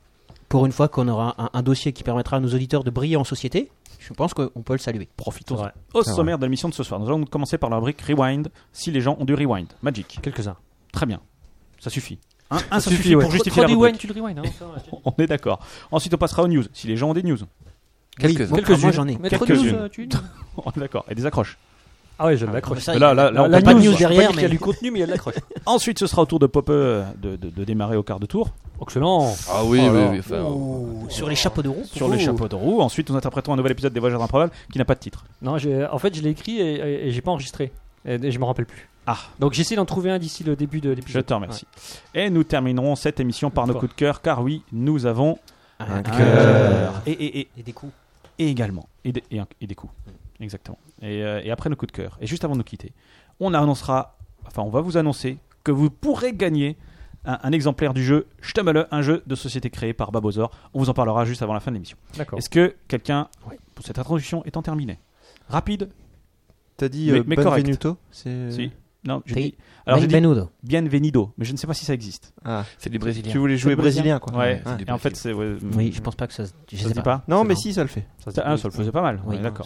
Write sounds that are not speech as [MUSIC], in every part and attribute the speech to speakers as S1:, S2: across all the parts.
S1: Pour une fois qu'on aura un, un, dossier qui permettra à nos auditeurs de briller en société, je pense qu'on peut le saluer.
S2: Profitons. Au sommaire vrai. de l'émission de ce soir, nous allons commencer par la rubrique Rewind, si les gens ont du rewind. Magic.
S3: Quelques-uns.
S2: Très bien. Hein, Ça suffit.
S3: Un, un Ah, ça, ça, suffit, ouais.
S2: pour justifier Trop
S3: la rewind, tu le rewind, hein,
S2: on est d'accord. Ensuite, on passera aux news. Si les gens ont des news. [LAUGHS]
S4: Quelques-unes.
S1: Oui, quelques moi, j'en ai.
S2: Quelques-unes. Tu... on est d'accord. Et des accroches.
S3: euh, Ah ouais, je l'accroche.
S2: Ah, là, là, là,
S1: la
S2: on pas
S1: news, news derrière.
S3: Il y a du contenu, mais il y a de l'accroche.
S2: Ensuite, ce sera au tour de Poppe de, de, de, démarrer au quart de tour.
S3: [LAUGHS] Excellent.
S4: Ah oui, oh, oui, oui. Enfin,
S1: oh, oh, sur les chapeaux de roue.
S2: Sur les chapeaux de roue. Ensuite, nous interprétons un nouvel épisode des Voyageurs improbables qui n'a pas de titre.
S3: Non, en fait, je l'ai écrit et, j'ai pas enregistré. Et, je me rappelle plus.
S2: Ah.
S3: Donc j'essaie d'en trouver un d'ici le début de l'épisode.
S2: Je te remercie. Ouais. Et nous terminerons cette émission par nos coups de cœur, car oui, nous avons
S1: un, un
S2: euh,
S1: cœur.
S2: Et, et, et,
S1: et, Ah, des coups.
S2: Et également. Et, de, un, des coups. Exactement. Euh, et, après nos coups de cœur. Et juste avant de nous quitter, on annoncera, enfin on va vous annoncer que vous pourrez gagner un, un exemplaire du jeu Shtamele, un jeu de société créé par Babozor. On vous en parlera juste avant la fin de l'émission. Est-ce que quelqu'un, oui. pour cette introduction étant terminée, rapide
S5: T'as dit mais, euh, mais Benvenuto euh,
S2: Si. Non,
S1: j'ai dit. Alors, Bienvenido.
S2: Bienvenido, mais je ne sais pas si ça existe.
S4: Ah. C'est du brésilien.
S5: Tu voulais jouer brésilien, quoi.
S2: Ouais. ouais. Et en fait, c'est. Ouais,
S1: oui, je pense pas que ça. Je
S2: ça
S1: sais pas.
S2: pas.
S5: Non, mais bon. si, ça le fait.
S2: Ça, ah, ça le faisait pas mal. Oui, ouais, D'accord.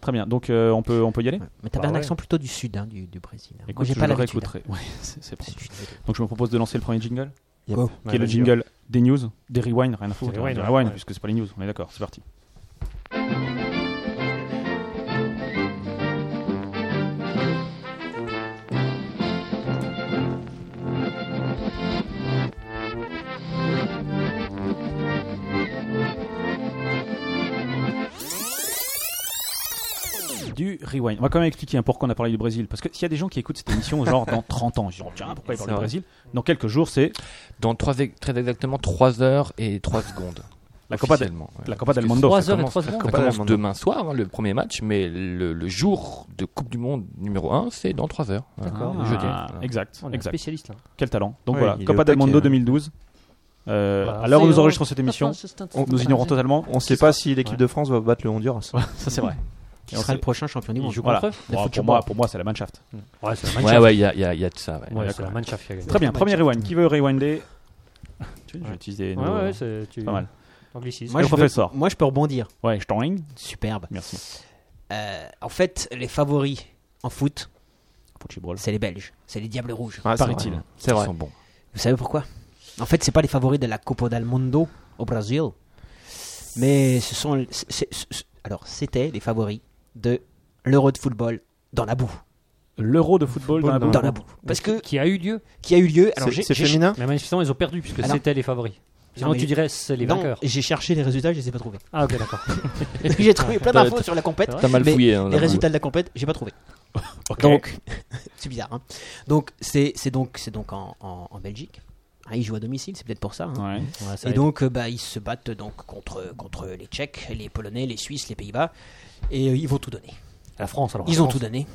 S2: Très bien. Donc, euh, on peut, on peut y aller.
S1: Mais t'avais bah, un accent plutôt du sud, hein, du, du, Brésil.
S2: Hein. Écoute, j'ai pas la réécouterai. Ouais, [LAUGHS] c'est Donc, je me propose de lancer le premier jingle. Qui est le jingle des news, des rewind, rien à foutre. Des rewind, puisque c'est pas les news. On est d'accord. C'est parti. du rewind. On va quand même expliquer hein, pourquoi on a parlé du Brésil. Parce que s'il y a des gens qui écoutent cette [LAUGHS] émission, genre dans 30 ans, ils diront tiens, pourquoi ils parlent du Brésil Dans quelques jours, c'est.
S4: Dans 3, très exactement 3 heures et 3 secondes.
S2: La Copa, de, la Copa del Mundo.
S4: 3 heures commence, et 3 secondes. Ça commence demain soir, hein, le premier match, mais le, le, jour de Coupe du Monde numéro 1, c'est dans 3 heures.
S3: D'accord.
S4: Ah, jeudi.
S2: Exact.
S3: On
S2: est exact.
S3: spécialiste là.
S2: Quel talent. Donc ouais, voilà, Copa del Mundo 2012. Euh, hein. bah, alors nous enregistrons cette émission, [LAUGHS] on, nous ignorons totalement.
S5: On ne sait pas si l'équipe de France va battre le Honduras.
S2: Ça c'est vrai.
S1: Qui sera le prochain champion du monde.
S2: Voilà. Bon, pour, moi, pour moi, c'est la Mannschaft.
S3: Ouais, c'est la
S4: Mannschaft. Ouais, ouais, il y, y, y, a de ça. Ouais.
S3: Ouais, c'est la Mannschaft qui a gagné.
S2: Très bien, premier rewind. Qui veut rewinder Tu veux utiliser
S3: Ouais, ouais, c'est tu...
S2: pas mal.
S3: Anglicisme.
S2: Moi, le professeur.
S1: Peux, moi, je peux rebondir.
S2: Ouais, je t'en
S1: Superbe.
S2: Merci.
S1: Euh, en fait, les favoris en foot, c'est les Belges. C'est les Diables Rouges.
S2: Ah, Paraît-il.
S4: C'est vrai.
S1: Ils sont bons. Vous savez pourquoi En fait, c'est pas les favoris de la Copa del Mundo au Brésil, mais ce sont. C est, c est, c est, Alors, c'était les favoris de l'Euro de football dans la boue.
S2: L'euro de football dans la boue.
S1: Dans la boue. Parce que,
S3: Qui a eu lieu.
S1: qui a eu lieu. Alors, j'ai-
S5: C'est
S1: j'ai-
S5: féminin
S3: Mais manifestement, ils ont perdu puisque
S1: Ah, non.
S3: c'était les favoris. Sinon,
S1: mais-
S3: tu dirais c'est les
S1: Non,
S3: vainqueurs.
S1: j'ai cherché les résultats, je les ai pas trouvés.
S3: Ah, ok, [LAUGHS] d'accord.
S1: Parce que j'ai trouvé plein
S4: T'as-
S1: d'infos sur la compète.
S4: T'as mal
S1: mais
S4: fouillé. hein,
S1: Les
S4: là,
S1: résultats de la compète, j'ai pas trouvé.
S2: Ok.
S1: Donc, [LAUGHS] c'est bizarre. hein. Donc, c'est c'est donc, c'est donc en, en- en Belgique. Ah, ils jouent à domicile, c'est peut-être pour ça. hein.
S2: Ouais.
S3: ça
S1: Et
S3: aide.
S1: donc, euh, bah, ils se battent donc contre, contre les Tchèques, les Polonais, les Suisses, les Pays-Bas. Et euh, ils vont tout donner.
S3: La France, alors.
S1: Ils ont tout donné.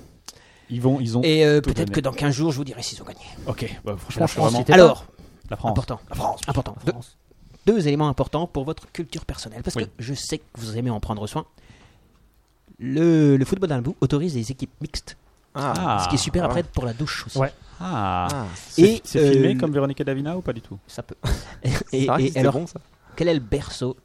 S2: Ils vont, ils ont.
S1: Et euh,
S2: tout
S1: peut-être
S2: donné.
S1: que dans 15 jours, je vous dirai s'ils ont gagné.
S2: Ok. Bah, franchement,
S3: La
S2: je suis
S3: France,
S2: vraiment.
S3: c'était
S1: Alors,
S2: La France.
S1: important. important. Deux- deux éléments importants pour votre culture personnelle. Parce
S2: Oui.
S1: que je sais que vous aimez en prendre soin. Le, le football dans le bout autorise des équipes mixtes.
S5: Ah.
S1: ce qui est super
S5: Ah
S1: après pour la douche aussi.
S3: Ouais.
S2: Ah.
S5: Ah.
S2: C'est
S1: Et,
S2: c'est filmé
S1: euh,
S2: comme Véronique et Davina ou pas du [LAUGHS] tout
S1: Ça peut.
S5: C'est
S1: et
S5: vrai que
S1: et
S5: c'était
S1: alors,
S5: bon, ça.
S1: Quel est le berceau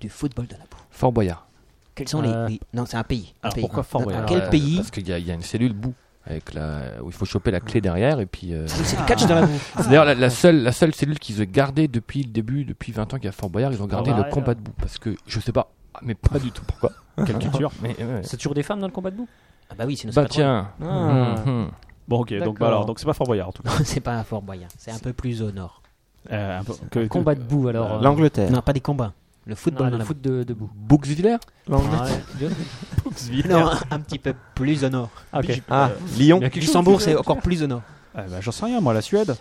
S1: du football dans la boue
S4: Fort Boyard.
S1: Quels sont les-
S3: Euh,
S1: les, Non, c'est un pays. un
S2: alors
S1: pays.
S2: pourquoi Fort
S1: Dans- dans
S2: Boyard
S1: Quel
S4: Euh,
S1: pays
S4: Parce qu'il y, a- il y a une cellule boue avec la, où il faut choper la clé derrière et puis. euh,
S1: Oui, C'est le catch dans la boue.
S4: C'est d'ailleurs la, la seule, la seule cellule qu'ils ont gardée depuis le début, depuis 20 ans qu'il y a Fort Boyard, ils ont gardé
S3: Ah,
S4: le
S3: ouais,
S4: combat
S3: ouais.
S4: de boue. Parce que je sais pas, mais pas du tout pourquoi.
S2: Quelle [LAUGHS] culture
S4: Mais, ouais.
S3: C'est toujours des femmes dans le combat de boue
S1: Ah bah oui, sinon c'est
S4: Bah
S1: pas trop-
S4: tiens.
S3: Ah.
S4: Hum, hum.
S2: Bon, ok. Donc, bah,
S3: D'accord.
S2: alors, donc c'est pas Fort Boyard en tout [LAUGHS] cas.
S1: [LAUGHS] C'est pas un Fort Boyard. C'est un peu plus au nord.
S2: Euh, un peu- que- que-
S3: Combat de boue, alors.
S2: Euh,
S3: euh,
S5: L'Angleterre.
S1: Non, pas des combats. Le football
S3: non,
S1: dans
S3: le
S1: la boue.
S3: foot de, de boue.
S4: Bouxwiller
S5: L'Angleterre.
S2: Brooksville.
S1: Non, [LAUGHS] un, un petit peu plus au nord.
S3: Ah, ok.
S5: Ah, Lyon.
S2: Il y a quelque chose
S1: Luxembourg,
S2: qui-
S1: c'est encore plus au nord.
S2: Eh ben, J'en sais rien, moi, la Suède.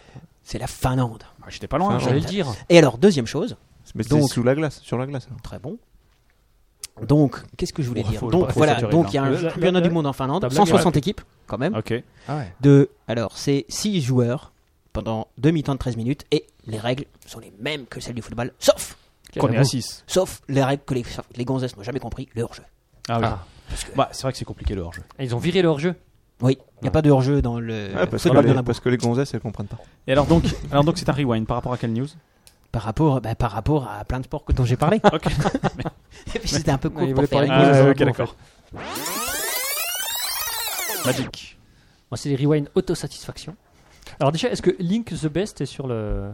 S1: C'est la Finlande.
S2: Bah, J'étais pas
S1: Ah,
S2: loin.
S5: Enfin,
S3: J'allais le dire.
S1: Et alors, deuxième chose,
S5: Mais c'est
S1: Donc-
S5: sous la glace, sur la glace.
S1: très bon. Donc, qu'est-ce que je voulais
S2: Bon,
S1: dire
S2: faut-
S1: Donc
S2: faut- faut
S1: voilà,
S2: saturer,
S1: donc
S2: là.
S1: il y a
S3: Le-
S1: un
S3: le-
S1: championnat
S3: le-
S1: du monde en Finlande,
S3: la blague,
S1: 160 équipes quand même.
S2: Ok.
S4: Ah ouais.
S1: de alors c'est 6 joueurs pendant 2 mi-temps de 13 minutes et les règles sont les mêmes que celles du football sauf
S2: Qu'on est à 6.
S1: sauf les règles que les, les gonzesses n'ont jamais compris le hors-jeu.
S2: Ah oui.
S4: Ah.
S2: Bah, c'est vrai que c'est compliqué le hors-jeu.
S3: Et Ils ont viré leur jeu.
S1: Oui, il n'y a pas de hors-jeu dans le
S5: Ah, parce, que
S1: football de la
S5: les,
S1: boue.
S5: parce que les gonzesses, elles comprennent pas.
S2: Et alors donc, alors donc c'est un rewind par rapport à quelle news
S1: par rapport bah, par rapport à plein de sports que- dont j'ai parlé.
S2: Ok.
S1: Et puis, C'était un peu
S3: Ouais,
S1: cool
S3: ils
S1: pour
S3: voulaient parler
S1: faire une hein.
S3: de
S1: news.
S3: gonzesses.
S2: Ah,
S3: Ah,
S2: ok,
S3: bon,
S2: d'accord. Magic.
S3: Bon, c'est les rewind autosatisfaction. Alors, déjà, est-ce que Link the Best est sur le,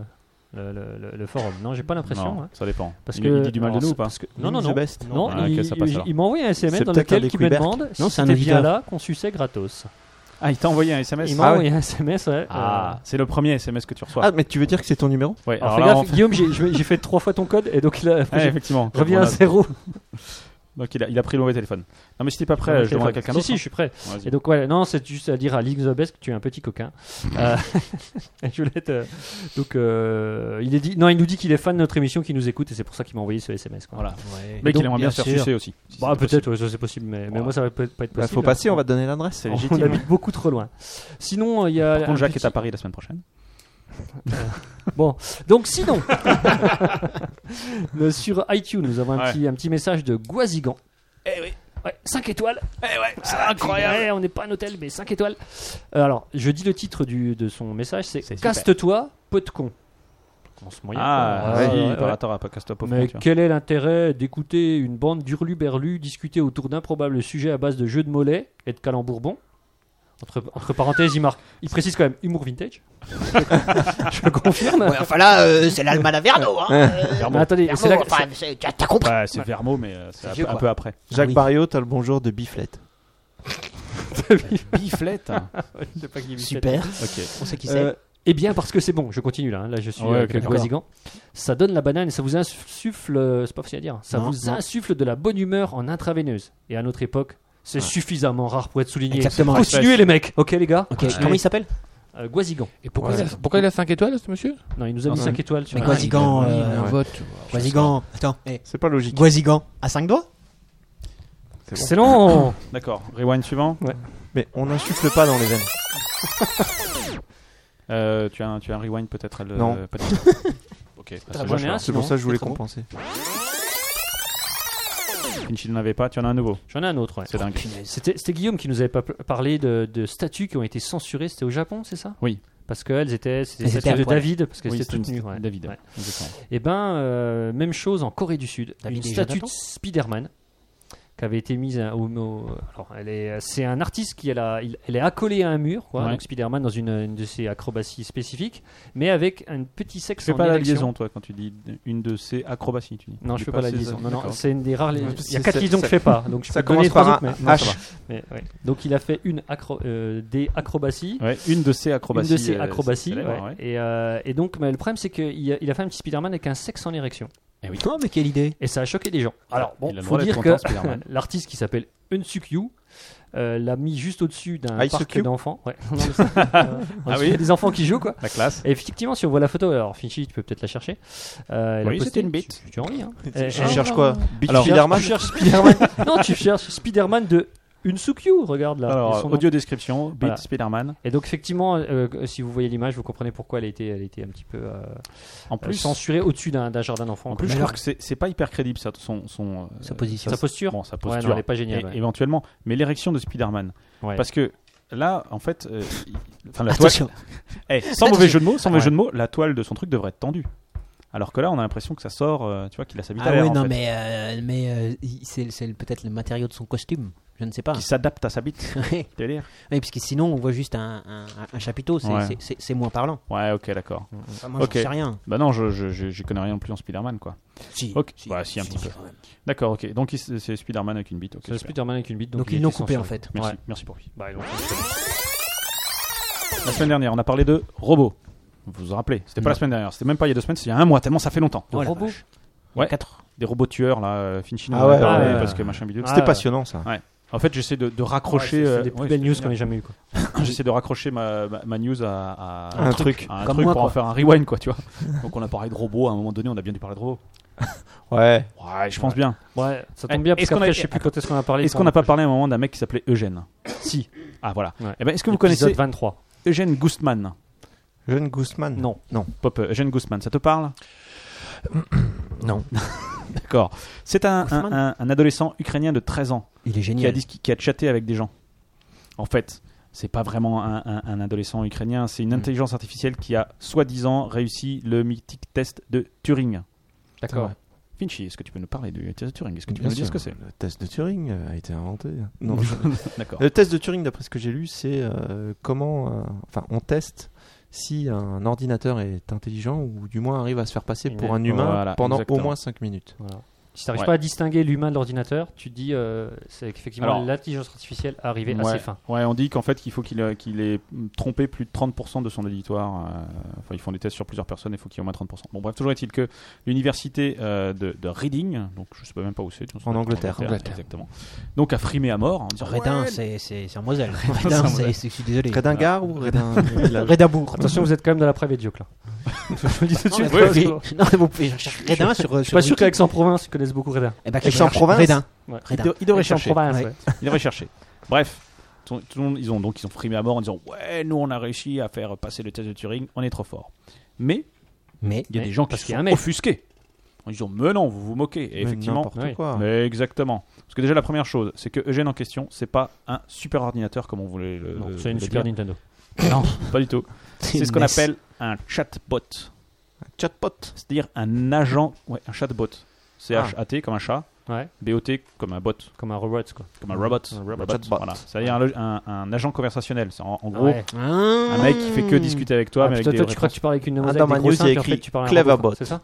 S3: le, le- le- le forum Non, j'ai pas l'impression.
S2: Non,
S3: hein.
S2: ça dépend.
S3: Parce
S2: il,
S3: que-
S2: il dit du mal de
S3: alors,
S2: nous ou
S3: c'est-
S2: pas
S3: Non, non,
S5: Link
S3: non.
S5: the best.
S3: Non,
S2: Ah, ok,
S3: il,
S2: ça passe
S3: il-
S2: alors.
S3: il m'a envoyé un SMS
S5: C'est
S3: dans
S5: peut-être
S3: lequel
S5: un
S3: il me
S5: découvert.
S3: demande si
S1: Non, c'est un
S3: c'était bien
S1: auditeur.
S3: là qu'on suçait gratos.
S2: Ah, il t'a envoyé un SMS
S3: Il
S5: Ah
S3: m'a
S5: ouais.
S3: envoyé un SMS, ouais.
S2: Ah, c'est le premier SMS que tu reçois.
S5: Ah, mais tu veux dire que c'est ton numéro
S2: ouais,
S3: Alors,
S2: alors
S3: fais
S2: là,
S3: gaffe,
S2: on fait-
S3: Guillaume, j'ai- je vais- j'ai fait trois fois ton code et donc là, après,
S2: Ouais,
S3: j'ai-
S2: effectivement.
S3: je reviens à
S2: Voilà.
S3: zéro.
S2: Donc il a, il a pris le mauvais téléphone. Non, mais si t'es pas prêt,
S3: [LAUGHS]
S2: je demanderai à quelqu'un d'autre.
S3: Si, si, Ah, je suis prêt.
S2: Vas-y.
S3: Et donc, voilà, non, c'est juste à dire à Link the Best que tu es un petit
S2: [LAUGHS]
S3: coquin. Euh, [LAUGHS] je voulais te- Donc, euh, il, est dit... non, il nous dit qu'il est fan de notre émission, qu'il nous écoute et c'est pour ça qu'il m'a envoyé ce SMS. quoi.
S2: Voilà.
S1: Ouais.
S2: Mais
S3: donc,
S2: qu'il aimerait bien se
S3: bien
S2: faire
S3: sûr.
S2: sucer aussi. si
S3: Bah,
S2: c'est possible.
S3: peut-être, ouais, ça c'est possible, mais, mais
S2: Voilà. Bah,
S3: moi ça va pas être pas être
S5: Il
S3: possible.
S5: Bah, faut passer, on va te donner l'adresse.
S2: C'est
S3: On
S2: légitime.
S3: habite beaucoup trop loin. Sinon, euh, il y a.
S2: Par contre,
S3: un
S2: Jacques
S3: petit-
S2: est à Paris la semaine prochaine.
S3: Bon, donc
S2: [LAUGHS]
S3: sinon, [LAUGHS] le- sur iTunes, nous avons un,
S2: Ouais.
S3: petit, un petit message de Guazigan. Eh oui. 5 étoiles.
S6: Eh
S3: c'est incroyable. on n'est pas un hôtel, mais 5 étoiles. Euh, alors, je dis le titre du, de son message c'est
S2: C'est super.
S3: Caste-toi, peu de con. On se moyen.
S2: Ah,
S3: quoi.
S2: oui,
S3: Ouais, ouais,
S2: par
S3: ouais.
S2: rapport à Podcast Pop.
S3: Mais quel est l'intérêt d'écouter une bande d'hurluberlus discuter autour d'improbables sujets à base de jeux de mollets et de calembour-bon entre, entre parenthèses, il marque. Il précise quand même humour [LAUGHS] vintage. je confirme.
S1: Ouais, enfin là, euh, c'est l'Allemagne à Verno. Hein. Euh,
S3: Mais attendez,
S1: Verno,
S3: c'est là que-
S1: enfin, c'est- t'as t'as compris.
S2: Bah, c'est Vermo, mais euh, c'est
S1: C'est
S2: un
S1: vieux,
S2: peu- un
S1: quoi.
S2: peu après.
S5: Jacques
S1: Oui.
S5: Barriot, t'as le bonjour de Biflette.
S2: Biflette.
S3: [LAUGHS]
S1: Super.
S2: Ok.
S1: On sait qui c'est.
S3: Euh, eh bien, parce que c'est bon, je continue là. hein. Là, je suis
S2: Ouais,
S3: euh,
S2: ok, d'accord.
S3: Guazigan. Ça donne la banane et ça vous insuffle. euh, C'est pas facile à dire. Ça
S1: Non,
S3: vous
S1: non.
S3: insuffle de la bonne humeur en intraveineuse. Et à notre époque, c'est suffisamment rare pour être souligné.
S1: Exactement.
S3: Continuez les mecs, ok les gars
S1: Ok, Comment il s'appelle
S3: Euh, Guazigan.
S4: Et pourquoi,
S5: Ouais.
S4: il a, pourquoi il a 5 étoiles, ce monsieur
S3: Non, il nous a mis
S5: Non,
S3: 5 étoiles sur
S1: Mais
S3: la-
S1: Guazigan.
S4: Il
S1: euh,
S4: a un vote.
S1: Guazigan. Attends. eh,
S5: C'est pas logique.
S1: Guazigan. À 5 doigts
S3: Excellent
S2: D'accord. Rewind suivant.
S5: Mais on n'insuffle pas dans les veines.
S2: Euh, tu, as un, tu as un rewind peut-être à le-
S5: Non.
S2: pas du- ok, parce
S3: J'en
S2: que moi,
S3: ai
S2: je
S3: un,
S5: Ah, C'est pour
S3: sinon.
S5: ça que je voulais
S1: c'est trop bon.
S5: compenser.
S2: Finchi n'en avait pas, tu en as un nouveau.
S3: J'en ai un autre. ouais.
S2: C'est dingue.
S1: Punaise.
S3: C'était c'était Guillaume qui nous avait pas pl- parlé de, de statues qui ont été censurées. C'était au Japon, c'est ça
S2: Oui.
S3: Parce qu'elles étaient, c'était
S1: Elles
S3: des
S1: étaient
S3: statues de
S1: incroyables.
S3: David, parce qu'elles
S2: Oui,
S3: étaient
S2: c'est une
S3: toutes nues. ouais.
S2: David.
S3: Ouais. Eh
S2: exactement.
S3: Et ben, euh, même chose en Corée du Sud.
S1: David
S3: une
S1: et
S3: statue
S1: Jonathan
S3: de Spider-Man qui avait été mise à- au, au- alors elle est c'est un artiste qui elle, a- il- elle est accolée à un mur quoi,
S2: Ouais.
S3: donc Spider-Man dans une, une de ses acrobaties spécifiques mais avec un petit sexe
S2: Tu fais
S3: en
S2: pas la
S3: érection.
S2: liaison, toi, quand tu dis une de ces acrobaties, tu dis.
S3: Non,
S2: Tu
S3: je fais
S2: dis
S3: pas la
S2: ces-
S3: liaison. Non, non,
S2: D'accord.
S3: c'est une des rares. liaisons. Il y a
S5: C'est-
S3: quatre
S5: c'est-
S3: liaisons que je
S5: c'est-
S3: fais pas. Donc je
S5: ça
S3: peux donner
S5: commence par
S3: trois autres,
S5: un
S3: mais non, ça
S5: H.
S3: va. Mais, ouais. Donc il a fait une acro- euh, des acrobaties.
S2: Ouais, une de ces
S3: Une
S2: acrobaties.
S3: de ses
S2: euh,
S3: acrobaties.
S2: célèbres,
S3: ouais.
S2: ouais.
S3: Et, euh, et donc, mais le problème, c'est qu'il a, il a fait un petit Spider-Man avec un sexe en érection.
S1: Oh, mais quelle idée
S3: Et ça a choqué des gens. Alors, bon,
S2: Il a le droit
S3: faut
S2: d'être
S3: dire que
S2: content, Spider-Man.
S3: [LAUGHS] l'artiste qui s'appelle Unsukyu l'a mis juste au-dessus d'un
S5: Ah, il se
S3: parc
S5: cue
S3: d'enfants. Ouais. Non, [LAUGHS] mais ça, euh, en dessous, il y a des enfants qui jouent, quoi.
S2: La classe.
S3: Et effectivement, si on voit la photo, alors Finchy, tu peux peut-être la chercher. Euh, elle a
S2: Oui,
S3: posté-
S2: c'était une bite.
S3: Tu, tu as envie, hein.
S5: Je
S3: Et- et-
S5: cherche quoi Big
S2: Alors-
S5: Spider-Man
S3: [LAUGHS] tu cherches Spider-Man. non, tu cherches Spider-Man de Unsukyu, regarde là. Et
S2: Alors,
S3: son nom.
S2: audio description, Beat
S3: Voilà.
S2: Spider-Man.
S3: Et donc effectivement, euh, si vous voyez l'image, vous comprenez pourquoi elle a été, elle a été un petit peu euh,
S2: En plus,
S3: censurée au-dessus d'un d'un jardin d'enfants.
S2: en
S3: quoi.
S2: plus je
S3: Mais
S2: trouve
S3: alors,
S2: que c'est c'est pas hyper crédible, ça, son. son euh,
S1: Sa position.
S3: sa posture,
S2: Bon, sa
S3: ouais,
S2: posture.
S3: non, elle n'est pas géniale.
S2: Et-
S3: ouais.
S2: Éventuellement. Mais l'érection de Spider-Man.
S3: Ouais.
S2: Parce que là, en fait. euh, il- Enfin, la toile.
S1: Attention,
S3: [LAUGHS]
S2: Eh, sans mauvais jeu de mots, sans mauvais
S3: Ouais.
S2: jeu de mots, la toile de son truc devrait être tendue. Alors que là, on a l'impression que ça sort, euh, tu vois, qu'il a sa bite
S1: Ah
S2: à l'air.
S1: ouais,
S2: en
S1: non,
S2: fait.
S1: mais, euh, mais euh, il- c'est c'est le- peut-être le matériau de son costume. Je ne sais [LAUGHS] pas.
S2: Qui s'adapte à sa bite. [LAUGHS]
S1: oui,
S2: Délire.
S1: parce que sinon, on voit juste un, un- un chapiteau. C'est
S2: Ouais.
S1: c'est- c'est- c'est moins parlant.
S2: Ouais, ok, d'accord.
S1: Enfin, moi, j'en
S2: Ok.
S1: sais rien.
S2: Bah non, je, je, je, j'y connais rien non plus en Spider-Man, quoi.
S1: Si.
S2: Ok. Bah, si, un petit peu.
S1: quand même.
S2: D'accord, ok. Donc il- c'est c'est Spider-Man avec une bite. ok,
S3: C'est le
S2: super.
S3: Spider-Man avec une bite.
S1: Donc,
S3: il
S1: ils l'ont
S3: était
S1: coupé, en
S3: censuré.
S1: fait.
S2: Merci,
S3: Ouais.
S2: merci pour lui.
S3: Bah, ils l'ont-
S2: La semaine dernière, on a parlé de robots. Vous vous rappelez C'était pas la semaine dernière, c'était même pas il y a deux semaines, c'est il y a un mois, tellement ça fait longtemps.
S1: Oh, la
S3: robot.
S1: vache.
S2: Ouais.
S1: Quatre.
S2: Des robots tueurs, là, euh, Finchino,
S5: Ah
S2: on en a
S5: ouais,
S2: parlé,
S3: ouais, ouais.
S2: parce que machin bidule.
S3: Ah,
S5: C'était passionnant ça.
S2: En fait, j'essaie de, de raccrocher.
S3: Ouais, c'est-
S2: euh,
S3: c'est des plus
S2: ouais,
S3: belles
S2: c'est
S3: news
S2: génial.
S3: qu'on ait jamais eu quoi.
S2: J'essaie de raccrocher ma, ma, ma news à, à-
S5: Un truc.
S2: à un
S1: Comme
S2: truc
S1: moi,
S2: pour en
S1: quoi.
S2: faire un rewind, quoi, tu vois. Donc on a parlé de robots, à un moment donné, on a bien dû parler de robots.
S5: Ouais.
S2: Ouais, je pense bien.
S3: Ouais, ça
S2: Eh,
S3: tombe bien
S2: est-ce
S3: parce
S2: qu'on a-
S3: qu'après je sais plus quand est-ce qu'on a parlé.
S2: Est-ce qu'on n'a pas parlé à un moment d'un mec qui s'appelait Eugène
S3: Si.
S2: Ah, voilà.
S3: Ouais.
S2: Eh ben, Est-ce que vous connaissez
S3: 23.
S2: Eugène Gustman
S5: Jeune Guzman.
S3: Non.
S2: Pop, euh, Eugène Guzman, ça te parle
S4: Non.
S2: [LAUGHS] D'accord. C'est un, un-
S1: Guzman
S2: un- un adolescent ukrainien de 13 ans
S1: Il est
S2: qui a,
S1: génial.
S2: dit, qui a chatté avec des gens. En fait, c'est pas vraiment un, un- un adolescent ukrainien, c'est une
S4: Mm.
S2: intelligence artificielle qui a soi-disant réussi le mythique test de Turing.
S3: D'accord.
S2: Finchy, est-ce que tu peux nous parler du test de Turing Est-ce que tu peux
S5: Bien
S2: nous dire ce
S5: sûr,
S2: que c'est
S5: Le test de Turing euh, a été inventé. Non.
S2: D'accord.
S5: le test de Turing, d'après ce que j'ai lu, c'est euh, comment. euh, Enfin, on teste si un ordinateur est intelligent ou du moins arrive à se faire passer pour un humain
S2: Voilà,
S5: pendant
S2: exactement.
S5: au moins 5 minutes.
S3: Voilà. Si t'arrives
S2: Ouais.
S3: pas à distinguer l'humain de l'ordinateur, tu te dis euh, c'est qu'effectivement
S2: Alors-
S3: l'intelligence artificielle est arrivée à
S2: Ouais.
S3: ses fins.
S2: Ouais, on dit qu'en fait qu'il faut qu'il euh, qu'il ait mm, trompé plus de 30% de son auditoire. euh, Enfin, ils font des tests sur plusieurs personnes, il faut qu'il y ait au moins 30%. Bon, bref, toujours est-il que l'université euh, de, de Reading, donc je sais pas même pas où c'est. tu vois,
S5: En
S2: c'est-
S5: Angleterre.
S4: Angleterre.
S2: Exactement. Donc a frimé à mort en disant
S1: Redin,
S2: ouais,
S1: c'est c'est- c'est
S2: [LAUGHS]
S1: en Moselle. Redin, c'est- c'est- je suis désolé.
S5: Redingar ou Redin
S1: Redabourg.
S3: Attention, vous êtes quand même dans la private joke là. je vous le dis tout de
S1: Non,
S3: suite.
S1: mais
S3: parce que-
S1: vous pouvez- non, mais vous pouvez chercher Redin sur.
S3: Je suis pas sûr qu'Aix-en-Provence connaisse beaucoup Reda.
S1: Eh ben,
S5: Aix-en-Provence.
S1: cherche Redin.
S2: il,
S1: Redin.
S2: doit- il devrait chercher.
S3: Aix-en-Provence,
S1: Ouais.
S3: ouais.
S2: Il devrait chercher. Bref, tout- tout le monde- ils ont donc ils ont frimé à mort en disant ouais, nous on a réussi à faire passer le test de Turing, on est trop fort. Mais
S1: Mais
S2: il y a
S3: Mais
S2: des gens qui
S3: parce
S2: se
S3: qu'il y a
S2: sont
S3: un mais.
S2: offusqués en disant mais non, vous vous moquez. Et
S5: Mais
S2: effectivement,
S5: n'importe
S3: oui.
S5: quoi.
S2: Mais exactement. Parce que déjà la première chose, c'est que Eugène en question, c'est pas un super ordinateur comme euh, on voulait le.
S3: Non,
S2: le-
S3: C'est une
S2: le
S3: Super
S2: dire.
S3: Nintendo.
S2: Non, pas
S5: [LAUGHS]
S2: du tout. C'est ce qu'on
S1: une
S2: appelle un chatbot,
S5: Chatbot.
S2: c'est-à-dire un agent, ouais, un chatbot. C H A T comme un chat,
S3: Ouais,
S2: B O T comme un bot,
S3: comme un robot quoi.
S2: comme un robot.
S3: Un robot.
S5: Chatbot.
S2: Voilà. C'est-à-dire un, lo- un- un agent conversationnel. C'est en, en gros
S3: Ouais.
S1: Ah.
S2: un mec qui fait que discuter avec toi,
S3: Ah,
S2: mais
S3: putain,
S2: avec
S3: toi,
S2: des réponses.
S3: tu crois que tu parles avec une demoiselle
S5: dans
S3: avec
S5: ma
S3: des gros
S5: news,
S3: seins,
S5: il y a
S3: puis en fait,
S5: écrit
S3: tu parles à un
S5: Cleverbot.
S3: robot, C'est ça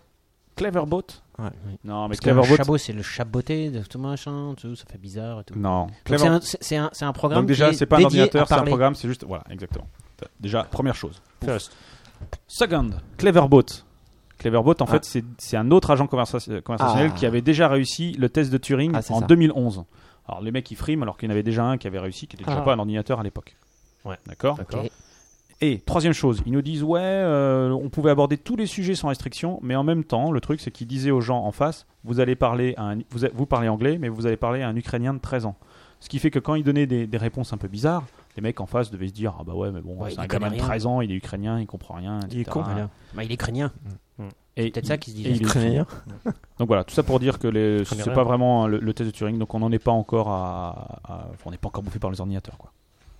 S2: Cleverbot
S5: Ouais.
S2: Non, mais
S1: Parce qu'un
S2: Cleverbot.
S1: chabot, c'est le chaboté, de tout machin, tout, ça fait bizarre et tout.
S2: Non.
S1: Donc, C'est un, c'est- c'est un, c'est un programme.
S2: Donc déjà,
S1: qui est
S2: c'est pas un
S1: dédié à
S2: ordinateur, c'est un
S1: parler.
S2: programme, c'est juste. Voilà, exactement. Déjà, première chose.
S3: First.
S2: Second, Cleverbot. Cleverbot, en fait, c'est- c'est un autre agent conversa- euh, conversationnel
S5: Ah.
S2: qui avait déjà réussi le test de Turing
S5: Ah, c'est
S2: en
S5: ça.
S2: 2011. Alors, les mecs, ils friment alors qu'il y en avait déjà un qui avait réussi, qui n'était déjà
S3: Ah.
S2: pas un ordinateur à l'époque.
S4: Ouais.
S2: D'accord
S1: Ok.
S2: Et troisième chose, ils nous disent, ouais, euh, on pouvait aborder tous les sujets sans restriction, mais en même temps, le truc, c'est qu'ils disaient aux gens en face, vous allez parler, à un- vous, a- vous parlez anglais, mais vous allez parler à un Ukrainien de 13 ans. Ce qui fait que quand ils donnaient des, des réponses un peu bizarres, les mecs en face devaient se dire, ah bah ouais, mais bon,
S1: Ouais,
S2: c'est
S1: il
S2: un gamin
S1: connaît
S2: de
S1: rien.
S2: 13 ans, il est ukrainien, il comprend rien.
S5: Il est
S2: etc.
S5: con,
S1: Voilà. Bah, il est ukrainien.
S2: Et
S1: Peut-être
S2: il-
S1: ça qui se dit.
S2: et il est
S5: Ukrainien.
S2: donc voilà, tout ça pour dire que les-
S3: Très bien.
S2: c'est pas vraiment le, le test de Turing, donc on n'en est pas encore à, à- enfin, on n'est pas encore bouffé par les ordinateurs quoi.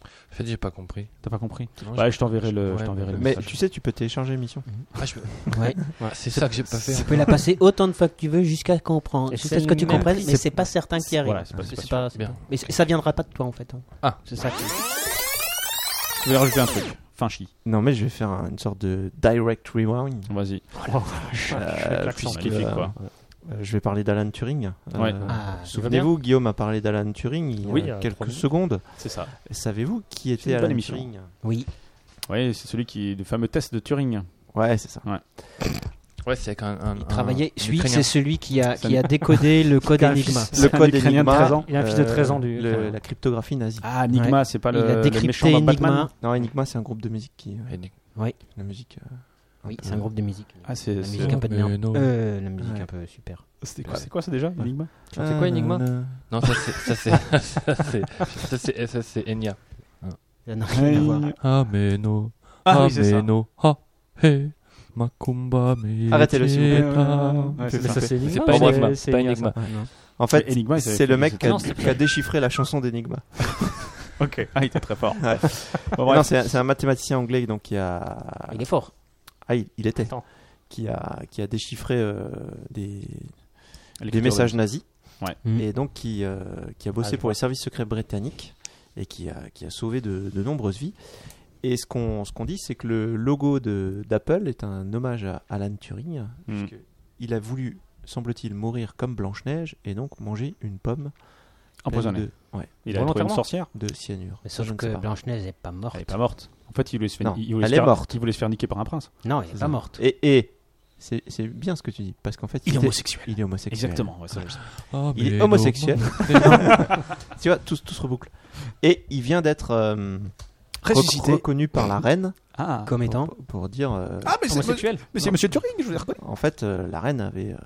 S4: En fait, j'ai pas compris.
S2: T'as pas compris
S4: Non,
S2: Bah,
S4: j'ai-
S2: je t'enverrai le, je
S4: Ouais,
S2: t'enverrai le
S5: Mais
S2: message.
S5: tu sais, tu peux télécharger l'émission.
S4: Ah, je-
S1: Ouais.
S4: Ouais, c'est ça que j'ai pas fait.
S1: Tu peux la passer autant de fois que tu veux jusqu'à comprendre.
S4: Et
S1: Jusqu'à
S4: c'est
S1: ce que tu
S4: même-
S1: comprennes, mais
S5: c'est-
S1: c'est pas certain qu'il y arrive.
S2: Voilà, c'est pas- c'est pas
S1: C'est pas- c'est
S4: Bien.
S1: pas- Mais c- ça viendra pas de toi en fait. hein.
S4: Ah.
S1: c'est ça. qui-
S2: Je vais rajouter un truc. Fin chi.
S5: Non, mais je vais faire un- une sorte de direct rewind.
S2: Vas-y.
S5: Euh,
S2: l'accent,
S5: puisque,
S2: magnifique,
S5: euh,
S2: quoi.
S5: euh, je vais parler d'Alan Turing. Euh,
S2: Ouais.
S1: Ah,
S5: Souvenez-vous, Guillaume a parlé d'Alan Turing il y a
S3: Oui, il y a trois
S5: quelques
S3: minutes.
S5: secondes.
S2: C'est ça.
S5: Savez-vous qui
S2: C'est
S5: était
S2: une bonne
S5: Alan
S2: émission.
S5: Turing
S1: oui.
S2: Oui, c'est celui qui du fameux test de Turing.
S5: Ouais, c'est ça.
S4: Ouais, c'est avec un. un-
S1: Il
S4: un-
S1: travaillait.
S4: un
S1: Celui,
S4: Ukrainien.
S1: c'est celui qui a,
S2: Ça
S1: qui a
S2: me-
S1: décodé le code
S5: Quelqu'un
S1: Enigma.
S5: fils-
S2: Le
S5: Le
S2: code
S5: code
S2: ukrainien de
S5: Enigma. euh,
S2: 13 ans.
S3: Il a un fils de 13 ans du.
S5: Le-
S3: enfin,
S5: la cryptographie nazie.
S2: Ah, Enigma, c'est pas
S1: Il a
S2: le, le méchant
S1: décrypté
S2: dans
S1: Enigma.
S2: Batman.
S5: Non, Enigma, c'est un groupe de musique qui.
S4: Et Nick-
S5: La musique. euh,
S1: Oui,
S5: peu-
S1: c'est un groupe de musique.
S2: Ah, c'est
S1: La
S2: c'est-
S1: musique un peu de
S4: mais
S1: merde.
S4: non.
S1: Euh, la musique
S5: Ouais.
S1: un peu super.
S2: c'était quoi, c'est quoi ça déjà Enigma
S3: c'est quoi, Enigma
S5: Ah, Nanana.
S4: Non, ça c'est. Ça c'est. [LAUGHS] ça, c'est- ça, c'est. Ça c'est Enya.
S1: Ça n'a rien à voir.
S4: Ah, mais non.
S2: Ah oui, c'est ça.
S4: non. Ah, hé. Macumba, mais.
S5: Arrêtez-le, s'il vous plaît.
S2: Ouais,
S3: Mais
S2: Ah, c'est
S3: ça,
S2: ça.
S3: c'est Enigma.
S4: C'est pas
S3: ou
S4: Enigma. C'est
S3: c'est
S4: pas
S3: Enigma, ça
S4: Enigma.
S5: En fait,
S2: Mais Enigma, ils avaient
S5: c'est
S2: fait
S5: le
S2: des
S5: mec qui a,
S2: études.
S5: qui a déchiffré la chanson d'Enigma.
S2: Ok, ah, il était très fort.
S5: Ouais.
S2: Bon,
S5: Non,
S2: Ah, bref.
S5: c'est un, c'est un mathématicien anglais donc qui a.
S1: Il est fort.
S5: Ah, il, il était.
S3: Attends.
S5: Qui a, qui a déchiffré euh, des,
S2: Les
S5: des
S2: cryptos-
S5: messages nazis.
S2: Ouais.
S1: Mm.
S5: Et donc qui, euh, qui a
S2: Ah,
S5: bossé
S2: je
S5: pour les services secrets britanniques et qui a, qui a sauvé de, de nombreuses vies. Et ce qu'on ce qu'on dit, c'est que le logo de- d'Apple est un hommage à Alan Turing.
S2: Mm.
S5: Il a voulu, semble-t-il, mourir comme Blanche-Neige et donc manger une pomme pleine
S2: empoisonnés.
S5: De, ouais,
S2: Il a trouvé une
S3: Volontairement.
S2: sorcière.
S5: de cyanure.
S1: Mais sauf
S5: Je ne sais
S1: que
S5: pas.
S1: Blanche-Neige n'est pas morte.
S2: Elle est pas morte. En fait, il voulait se faire,
S5: Non,
S2: il voulait se
S5: elle est
S2: faire-
S5: morte.
S2: il voulait se faire niquer par un prince.
S1: Non, elle n'est pas morte.
S5: Et, et c'est c'est bien ce que tu dis, parce qu'en fait, était-
S2: homosexuel.
S5: il est homosexuel.
S2: Exactement. ouais, ça, je sais.
S4: Ah,
S5: Il
S4: mais
S5: est
S4: non. [LAUGHS]
S5: homosexuel. [LAUGHS] tu vois, tout, tout se reboucle. Et il vient d'être euh, rec- reconnu par la reine
S2: Ah.
S1: Comme étant.
S5: pour, pour dire. euh,
S2: Ah, mais
S3: Homosexuel.
S2: mais c'est Monsieur Turing, je vous le reconnais.
S5: En fait, euh, la reine avait. euh,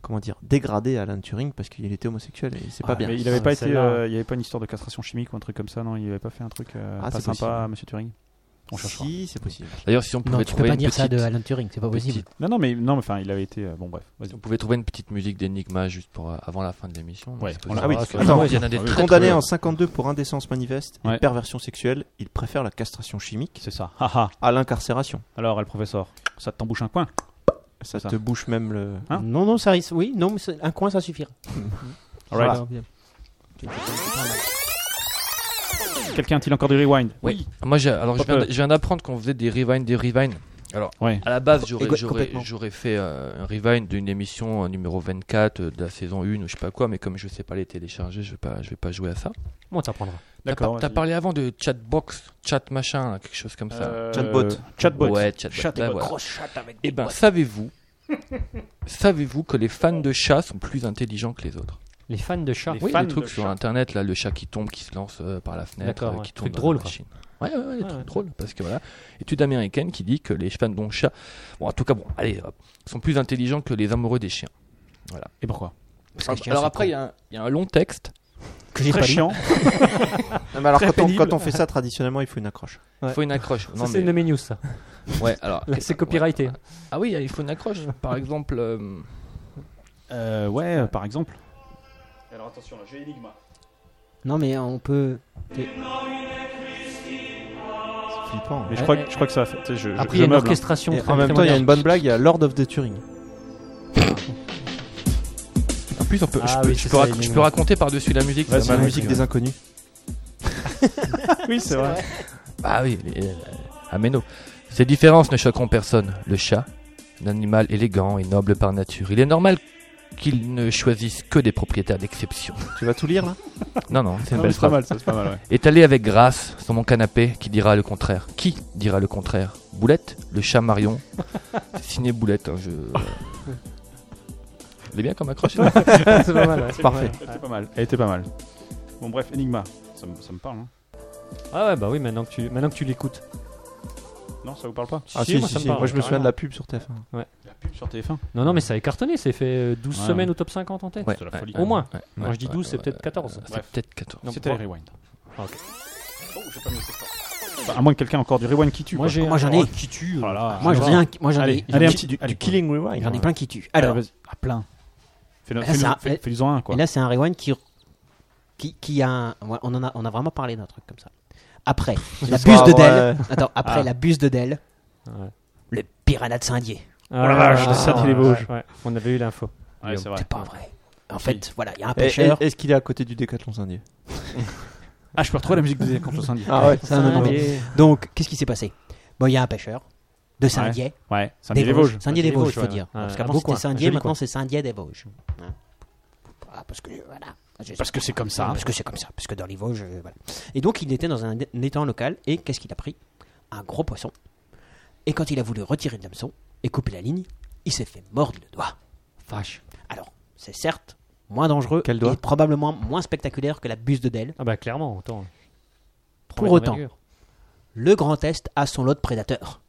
S5: comment dire, dégradé Alan Turing parce qu'il était homosexuel et c'est pas bien.
S2: Mais il avait pas
S3: Ah,
S2: été,
S3: celle-là.
S2: euh, il y avait pas une histoire de castration chimique ou un truc comme ça, non Il avait pas fait un truc euh,
S5: Ah,
S2: pas
S5: c'est
S2: sympa,
S5: possible.
S2: à Monsieur Turing. On cherchera.
S5: si, c'est possible.
S4: D'ailleurs, si on pouvait
S1: Non, tu peux
S4: trouver
S1: pas
S4: une
S1: dire ça
S4: petite.
S1: de Alan Turing, c'est pas possible.
S2: Non, non, mais non, mais enfin, il avait été. euh, bon, bref. Vas-y.
S4: On pouvait trouver une petite musique d'Enigma juste pour euh, avant la fin de l'émission. donc
S2: Ouais,
S4: c'est
S2: on l'a-
S5: Ah oui,
S4: possible.
S5: attends,
S4: il y en a des
S2: oui.
S4: très, très
S5: Condamné
S4: bien.
S5: en 52 pour indécence manifeste
S2: Ouais.
S5: et perversion sexuelle, il préfère la castration chimique
S2: C'est ça. Haha.
S5: à l'incarcération.
S2: Alors, le professeur, ça t'embouche un coin.
S5: Ça,
S2: Ça.
S5: te bouche même le.
S2: Hein
S1: non, non, ça risque. Oui, non, mais c'est- un coin, ça suffira.
S2: Alright.
S1: Voilà.
S2: Quelqu'un a-t-il encore du rewind
S4: Oui. Moi, j'ai- alors, je
S2: Pas
S4: viens,
S2: peur.
S4: je viens d'apprendre qu'on faisait des rewinds, des rewinds.
S2: Ouais.
S4: À la base,
S5: Et ouais,
S4: j'aurais, j'aurais,
S5: Oh, complètement.
S4: j'aurais fait euh, un rewind d'une émission euh, numéro 24 euh, de la saison 1 ou je sais pas quoi, mais comme je sais pas les télécharger, je vais pas, je vais pas jouer à ça.
S3: Moi, t'apprendras.
S4: T'as,
S2: D'accord,
S4: par- t'as
S2: vas-y.
S4: parlé avant de chatbox, chat machin, là, quelque chose comme ça.
S2: Euh,
S5: Chatbot.
S2: Chatbot.
S4: Ouais, chatbot.
S2: Chatbot.
S4: Ben, voilà. Eh ben, savez-vous, savez-vous que les fans de chats sont plus intelligents que les autres
S3: Les fans de chats.
S2: Les
S4: Oui,
S2: fans
S4: les trucs
S2: de
S4: sur
S2: chat.
S4: internet, là, le chat qui tombe, qui se lance euh, par la fenêtre,
S3: D'accord,
S4: euh,
S3: ouais.
S4: qui
S3: Truc
S4: tombe dans
S3: drôle,
S4: la
S3: quoi.
S4: machine. Ouais, ouais, ouais, des
S3: Ouais,
S4: trucs
S3: ouais.
S4: drôles, parce que voilà. Étude américaine qui dit que les fans de chats, bon, en tout cas, bon, allez, hop, sont plus intelligents que les amoureux des chiens.
S2: Et pourquoi
S1: Parce que
S4: Alors,
S1: le chien, c'est
S4: après, il
S1: con.
S4: y, a un- il y a un long texte.
S1: que j'ai pas
S2: Très
S1: lu.
S2: chiant.
S5: Non, mais alors,
S2: Très
S5: quand on,
S2: pénible.
S5: quand on fait ça traditionnellement, il faut une accroche.
S4: Il faut une accroche.
S3: Ça,
S4: Non,
S3: c'est
S4: mais-
S3: une news, ça.
S4: ouais, alors,
S3: Là, c'est copyrighté.
S4: Ouais. Ah oui, il faut une accroche. Par exemple, euh,
S2: Euh, ouais, euh, par exemple. Alors attention, là, j'ai Enigma.
S1: Non, mais on peut.
S5: C'est flippant. hein.
S2: Mais je crois, que- je crois que ça va faire. tu sais, Je, je-
S3: Après, il
S2: je
S3: y a une
S2: meuble, hein.
S3: orchestration.
S5: Et
S3: très-
S5: en même
S3: très
S5: temps, il y a
S3: moderne.
S5: une bonne blague, il y a Lord of the Turing.
S4: en plus, on peut, je
S3: Ah
S4: peux,
S3: oui,
S4: je
S3: c'est
S4: peux
S3: ça,
S4: rac-
S3: il y a
S4: je
S3: une-
S4: peux raconter par-dessus la musique.
S5: C'est
S4: ça
S5: la
S4: m'a-
S5: musique des inconnus.
S2: Oui, c'est vrai.
S4: Ah oui, les, euh, Ameno. Ces différences ne choqueront personne. Le chat, un animal élégant et noble par nature, il est normal qu'il ne choisisse que des
S3: [LAUGHS]
S4: propriétaires d'exception.
S5: Tu vas tout lire là
S4: Non, non,
S3: Ah
S4: c'est une
S2: Non,
S4: belle
S2: mais C'est pas
S4: phrase.
S2: mal, ça, c'est pas mal, ouais.
S4: Étalé avec grâce sur mon canapé, qui dira le contraire Qui dira le contraire Boulette, le chat Marion.
S3: [LAUGHS]
S4: C'est Signé Boulette, hein, je. Il est bien comme accroché. là.
S3: C'est pas mal, ouais.
S5: Parfait.
S2: Elle était pas mal. Elle était pas mal. Bon, bref, Enigma. Ça, me- ça me parle, hein.
S3: Ah ouais, bah oui, maintenant que tu, maintenant que tu l'écoutes.
S2: Non, ça vous parle pas
S5: Ah,
S3: Si, moi, ça me parle,
S5: Moi, je me
S3: carrément.
S5: souviens de la pub sur TF1.
S2: La pub sur TF1.
S3: Non, non, mais ça a cartonné. C'est fait euh, 12
S2: Ouais.
S3: semaines au top 50 en tête.
S4: Ouais,
S2: C'est la
S4: ouais,
S2: folie.
S4: ouais,
S3: Au moins.
S4: ouais,
S3: Quand
S4: ouais,
S3: je dis
S4: ouais,
S3: 12, c'est
S4: ouais,
S3: peut-être
S4: ouais,
S3: 14.
S4: ouais, C'est
S2: Bref.
S4: peut-être 14.
S3: Non,
S2: C'était
S3: moi-
S2: les rewind.
S3: Ah, ok.
S2: Oh, j'ai pas mis cette Bah, À moins que quelqu'un encore du rewind qui tue.
S3: Moi,
S2: quoi.
S3: j'ai
S1: Moi, j'en ai.
S3: Qui tue euh,
S2: Oh là là.
S1: Moi, j'en ai un. Moi, j'en ai.
S2: Allez, allez, un
S1: j'en ai-
S2: petit. du- allez.
S5: Killing Rewind.
S1: J'en ai plein qui tuent.
S2: Alors,
S1: Alors,
S2: vas-y. Ah, plein. Fais-le-
S1: Là,
S2: fais-le-
S1: ça-
S2: fais- Fais-en un, quoi.
S1: et là, c'est un rewind qui, qui, qui a. un- ouais, on en a, on a vraiment parlé d'un truc comme ça. après la
S5: Ce
S1: buse
S5: soir,
S1: de
S5: ouais.
S1: Dell. Attends, après
S3: Ah.
S1: la buse de Dell,
S3: Ouais.
S1: le piranha de Saint-Dié.
S3: Ah,
S2: la vache,
S3: ouais,
S2: ça,
S3: ouais,
S2: il est beau.
S3: ouais, ouais. On avait eu l'info.
S2: Ouais, c'est vrai.
S1: C'est pas vrai. En
S3: Si.
S1: fait, voilà, il y a un
S5: Et-
S1: pêcheur.
S5: et- Est-ce qu'il est à côté du décathlon saint
S2: Ah, je peux retrouver la musique des contre Sandy.
S5: Ah ouais.
S1: Ça, non, non, non. Donc, qu'est-ce qui s'est passé Bon, il y a un pêcheur de Saint-Dié.
S2: Ouais, Sandy
S1: Des
S2: les
S1: Vosges.
S2: Vosges.
S1: Saint-Dié des
S3: Saint-Dié des
S1: Vosges,
S3: Vosges,
S1: faut
S3: ouais.
S1: dire.
S3: Ouais,
S1: Parce
S3: un
S1: qu'avant
S3: beau
S1: c'était
S3: coin, un
S1: Saint-Dié,
S3: joli
S1: maintenant
S3: coin.
S1: c'est Saint-Dié des Vosges. Hein. Ah, parce que voilà. Je-
S2: Parce que c'est comme ça.
S1: Parce que c'est comme ça. Parce que dans les Vosges, euh, voilà. Et donc il était dans un un étang local et qu'est-ce qu'il a pris Un gros poisson. Et quand il a voulu retirer le hameçon et couper la ligne, il s'est fait mordre le doigt.
S3: Vache.
S1: Alors, c'est certes moins dangereux
S5: Quel doigt
S1: et probablement moins spectaculaire que la buse de Dell.
S3: Ah bah clairement, autant.
S1: Pour autant, le Grand Est a son lot de prédateurs.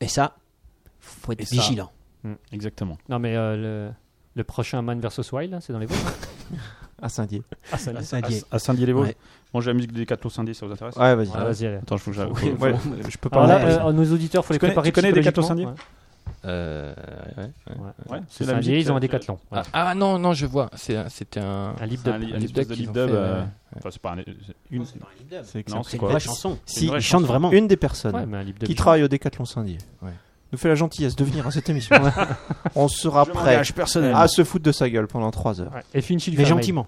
S1: Et ça, faut être
S2: Et ça.
S1: vigilant.
S2: Exactement.
S3: Non mais euh, le, le prochain Man vs Wild, là, c'est dans les Vosges.
S5: À Saint-Dié.
S3: ah, ça,
S1: Saint-Dié.
S2: À Saint-Dié les Vosges.
S1: Ouais.
S2: Moi, j'ai la musique des Catos Saint-Dié, ça vous intéresse
S5: Ouais, vas-y.
S3: Ah, vas-y, allez.
S2: Attends, je faut que j'aille.
S5: Oui, ouais, je peux pas.
S3: Alors
S5: en
S3: là,
S5: parler.
S3: euh, nos auditeurs, faut les
S2: Tu connais-
S3: préparer
S2: tu connais des
S3: psychologiquement,
S2: Catos Saint-Dié
S3: ouais.
S4: Euh, ouais, ouais.
S3: Ouais.
S2: Ouais,
S3: C'est
S2: la
S3: Saint-Dié,
S2: musique,
S3: ils ont un
S2: euh,
S3: décathlon.
S4: Ah, ah, non, non, je vois. C'est un- C'était un.
S3: Un lip
S2: C'est un
S3: dub.
S2: li- un
S4: Lip
S2: espèce de
S4: dub qu'ils
S2: lip
S4: ont
S2: dub.
S4: fait,
S2: euh,
S4: ouais.
S2: enfin, c'est pas un- c'est une-
S5: C'est
S2: Non,
S5: exceptionnel.
S2: c'est
S1: Une
S2: quoi
S1: vraie chanson.
S2: une
S1: Si,
S2: vraie
S1: il
S2: chanson.
S1: chante vraiment.
S5: Une des personnes
S3: Ouais, mais un lip dub.
S5: qui travaille au décathlon Saint-Dié
S4: Ouais.
S5: nous fait la gentillesse de venir à cette émission. [LAUGHS] On sera prêt
S2: personnellement.
S5: à se foutre de sa gueule pendant 3 heures.
S3: Ouais. Et Finchi du
S1: Mais
S3: Fermeil.
S1: gentiment.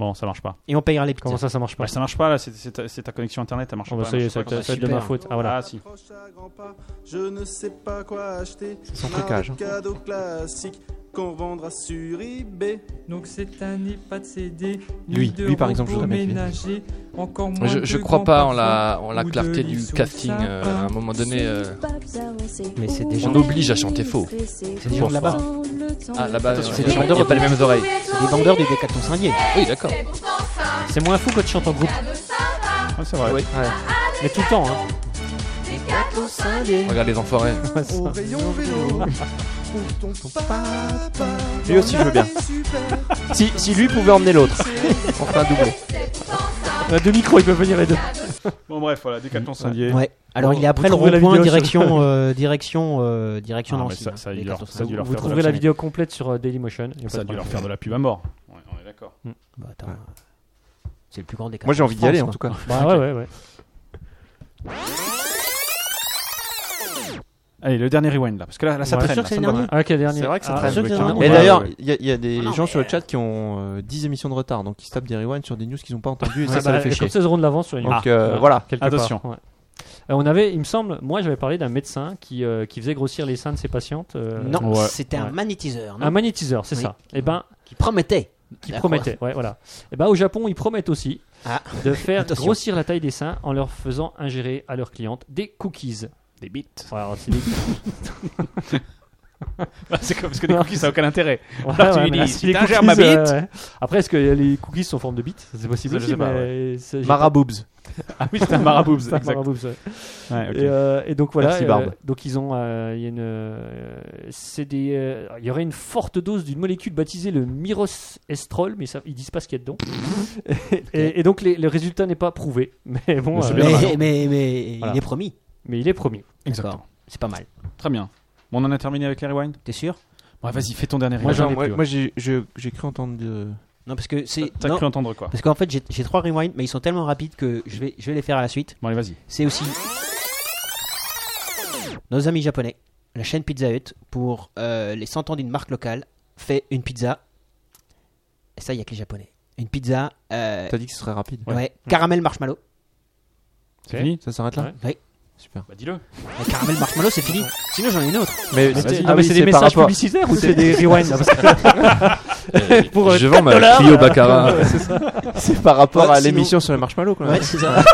S2: Bon, ça marche pas.
S1: Et on payera les pizzas.
S3: Comment ça, ça marche pas
S2: Ouais, ça marche pas là, c'est- c'est ta- c'est ta connexion internet, elle marche
S3: Oh, bah,
S2: pas.
S3: ça y
S2: elle
S3: est,
S2: marche
S3: ça
S2: pas comme
S3: ça va être de ma
S1: Super.
S3: faute. Ah voilà.
S2: Ah, si.
S7: Approche à grands pas, je ne sais pas quoi acheter.
S5: C'est son
S7: Marre
S5: trucage,
S7: de
S5: hein.
S7: cadeaux classiques qu'on vendra sur eBay.
S8: Donc cette année, pas de CD, ni
S5: Lui,
S8: de
S5: lui, par exemple,
S8: repos
S5: je voudrais mettre lui.
S8: ménager, encore moins
S4: Je,
S8: de
S4: je crois pas en la, en
S8: grands
S4: la
S8: parfums
S4: clarté
S8: ou de
S4: du
S8: lissons
S4: casting. euh,
S8: sapins.
S4: à un moment donné, euh,
S1: Mais c'est des
S4: on
S1: gens,
S4: oblige à chanter faux.
S1: c'est des gens de là-bas.
S4: Ah, là-bas, euh,
S1: c'est
S4: il
S1: des
S4: y a
S1: vendeurs.
S4: pas les mêmes oreilles.
S1: C'est des vendeurs du Décathlon Saint-Dié.
S4: Oui, d'accord.
S3: C'est moins fou quand tu chantes en groupe.
S2: Ouais, c'est vrai.
S4: Ouais.
S3: Mais tout le temps. hein.
S4: Regarde les enfoirés.
S7: Au rayon vélo, pour ton papa.
S5: Lui aussi, je veux bien.
S7: Super,
S5: Si, si lui pouvait emmener l'autre. Enfin, double.
S3: On a deux micros, ils peuvent venir les deux.
S2: Bon, bref, voilà, Décathlon Saint-Dié.
S1: Ouais. Alors il est après le
S3: trouvez la
S1: rond-point
S3: vidéo
S2: [LAUGHS]
S3: sur-
S1: direction euh, direction euh, direction
S2: Ah, mais
S1: Nancy.
S2: ça-
S1: hein,
S2: ça a dû
S1: les
S2: leur-
S1: cartes
S2: ça a dû
S1: au
S2: leur
S1: salon.
S3: Vous
S2: faire de
S3: trouverez la
S2: la
S3: vidéo complète sur euh, Dailymotion. y a pas
S2: Ça a
S3: de
S2: dû leur
S3: problème.
S2: faire de la pub à mort. Ouais, on est d'accord.
S1: Bah, attends,
S5: Ouais.
S1: C'est le plus grand des
S5: Moi, j'ai envie d'y aller, en tout
S1: cas.
S5: cas.
S3: Bah ouais, ouais, ouais.
S2: Allez, le dernier rewind là, parce que là, là, ça
S3: Ouais.
S2: traîne.
S1: Sûr
S2: là,
S1: que c'est
S2: ça
S1: le
S2: me-
S1: dernier
S3: Ah, ok, dernier.
S5: C'est vrai que ça
S3: Ah,
S5: traîne.
S3: sûr que c'est
S1: Et
S3: dernier.
S5: Et
S1: Ouais,
S5: d'ailleurs, il y, a- il y a des
S1: Non,
S5: gens
S1: mais-
S5: sur le chat qui ont euh, 10 émissions de retard, donc ils se tapent des rewinds sur des news qu'ils n'ont pas entendues et
S3: Ouais,
S5: ça, ça
S3: bah,
S5: les fait chier.
S3: Comme ça, ah, ils auront de l'avance sur une
S5: Donc euh, voilà.
S3: quelque
S2: Attention.
S3: part, ouais. Euh, on avait, il me semble, moi j'avais parlé d'un médecin qui, euh, qui faisait grossir les seins de ses patientes. euh,
S1: Non,
S2: Ouais. Ah,
S1: c'était
S3: Ouais.
S1: un magnétiseur non
S3: Un magnétiseur, c'est
S1: Oui.
S3: ça. Et ben,
S1: qui promettait.
S3: qui
S1: D'accord.
S3: promettait. Ouais, voilà. Et ben, au Japon, ils promettent aussi
S1: Ah.
S3: de faire
S1: Attention.
S3: grossir la taille des seins en leur faisant ingérer à leurs clientes des cookies.
S2: Des bites.
S3: Ouais, alors, c'est des- [LAUGHS]
S2: c'est comme parce que des cookies, ça n'a aucun intérêt.
S3: Ouais,
S2: Alors, tu
S3: ouais,
S2: lui
S3: mais
S2: dis,
S3: là,
S2: si
S3: les
S2: t'as ingéré
S3: cookies,
S2: ma bite-
S3: ouais. Après, est-ce que les cookies sont en forme de bite Ça, C'est possible.
S2: Ça, je
S3: aussi,
S2: sais pas,
S3: mais c'est- j'ai-
S5: Maraboobs.
S2: Ah oui, c'est un marabout.
S3: c'est un
S2: exact.
S3: marabout, ça.
S2: Ouais, ok.
S3: Et, euh, et donc voilà.
S5: Merci,
S3: euh,
S5: Barbe.
S3: donc ils ont, euh, il y a une, euh, c'est des, euh, il y aurait une forte dose d'une molécule baptisée le myrosestrol, mais ça, ils disent pas ce qu'il y a dedans. et, et donc les- le résultat n'est pas prouvé, mais bon,
S2: Mais c'est
S3: euh,
S2: bien hein.
S3: mais,
S1: Mais, mais, mais
S3: Voilà.
S1: il est promis.
S3: mais il est promis.
S2: Exactement.
S1: D'accord. C'est pas mal.
S2: Très bien. Bon, on en a terminé avec les rewinds
S1: T'es sûr
S2: Ouais, vas-y, fais ton dernier
S3: Moi,
S2: rewind.
S3: j'en ai
S5: Moi,
S3: plus, ouais.
S5: moi, j'ai je- j'ai cru entendre de-
S1: Non parce que c'est
S2: T'as
S1: non,
S2: cru entendre quoi
S1: parce qu'en fait j'ai j'ai trois rewinds mais ils sont tellement rapides que je vais je vais les faire à la suite.
S2: Bon, allez, vas-y.
S1: C'est aussi nos amis japonais, la chaîne Pizza Hut pour euh, les 100 ans d'une marque locale fait une pizza. Et ça il y a que les japonais. Une pizza euh,
S5: T'as dit que ce serait rapide.
S1: ouais. caramel marshmallow.
S2: C'est fini
S5: Ça s'arrête là
S1: Ouais.
S5: Super.
S2: Bah, dis-le.
S1: La caramel marshmallow, c'est fini. Sinon, j'en ai une autre.
S5: Mais
S2: vas-y.
S5: c'était-
S2: Ah,
S3: Ah,
S5: ah
S3: mais
S5: oui,
S3: c'est des
S5: par
S3: messages
S5: rapport-
S3: publicitaires ou c'est [LAUGHS] des rewinds là, parce que- Pour, euh,
S4: je vends ma Clio
S1: [LAUGHS]
S4: Baccarat.
S5: C'est par rapport
S1: Ouais,
S5: à
S1: sinon-
S5: l'émission sur les marshmallows, quoi.
S1: Ouais, c'est [LAUGHS] ça.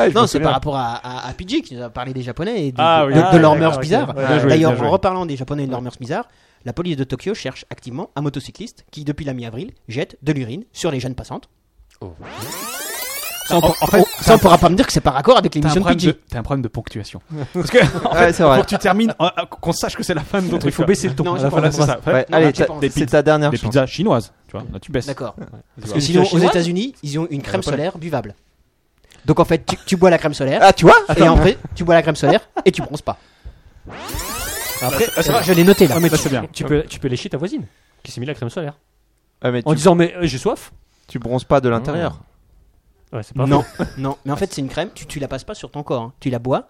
S5: Ah, je me
S1: non, c'est
S5: souviens.
S1: par rapport à, à, à Pidgey qui nous a parlé des Japonais et de,
S2: Ah
S1: de-
S2: oui.
S1: de
S2: Ah,
S1: leurs
S3: d'accord,
S1: mœurs
S3: ok.
S1: bizarres.
S3: Ouais, Bien joué,
S1: D'ailleurs,
S2: bien
S1: en
S2: joué.
S1: reparlant des Japonais et de leurs mœurs bizarres, la police de Tokyo cherche activement un motocycliste qui, depuis la mi-avril, jette de l'urine sur les jeunes passantes.
S4: Oh.
S1: Ça, on, pour- on- ça, on pourra pas me dire que c'est par accord avec
S2: T'as un,
S1: l'émission de
S2: problème de...
S1: Pidgey.
S2: t'as un problème de ponctuation. Parce que en fait,
S5: Ouais, c'est vrai.
S2: pour que tu termines, euh, euh, qu'on sache que c'est la fin de ton truc.
S3: il faut
S2: quoi.
S3: baisser le ton.
S1: Non,
S3: à
S1: je
S3: la fin
S1: pense
S3: de la
S2: Voilà, c'est
S3: phrase.
S2: ça.
S5: Ouais,
S1: Non,
S5: allez,
S1: j'ai pas
S5: t'as-
S1: envie.
S5: c'est ta dernière
S2: Des
S5: chance.
S2: pizzas chinoises, tu vois. Là, tu baisses.
S1: D'accord.
S2: Parce
S1: Parce que sinon, aux États-Unis, ils ont une crème solaire buvable. Donc en fait, tu, tu bois la crème solaire
S5: Ah, tu vois
S1: et en fait, tu bois la crème solaire et tu bronzes pas.
S2: Après, là, c'est- là,
S1: Je l'ai noté là.
S2: c'est- là, c'est bien.
S3: Tu peux, tu peux lécher ta voisine qui s'est mis la crème solaire
S5: Ouais, Ah, mais
S3: en
S5: tu,
S3: disant mais euh, j'ai soif.
S5: tu bronzes pas de l'intérieur.
S3: Ouais, c'est pas
S1: Non,
S3: faux.
S1: [LAUGHS] non. Mais en fait, c'est une crème. Tu, tu la passes pas sur ton corps. hein. Tu la bois.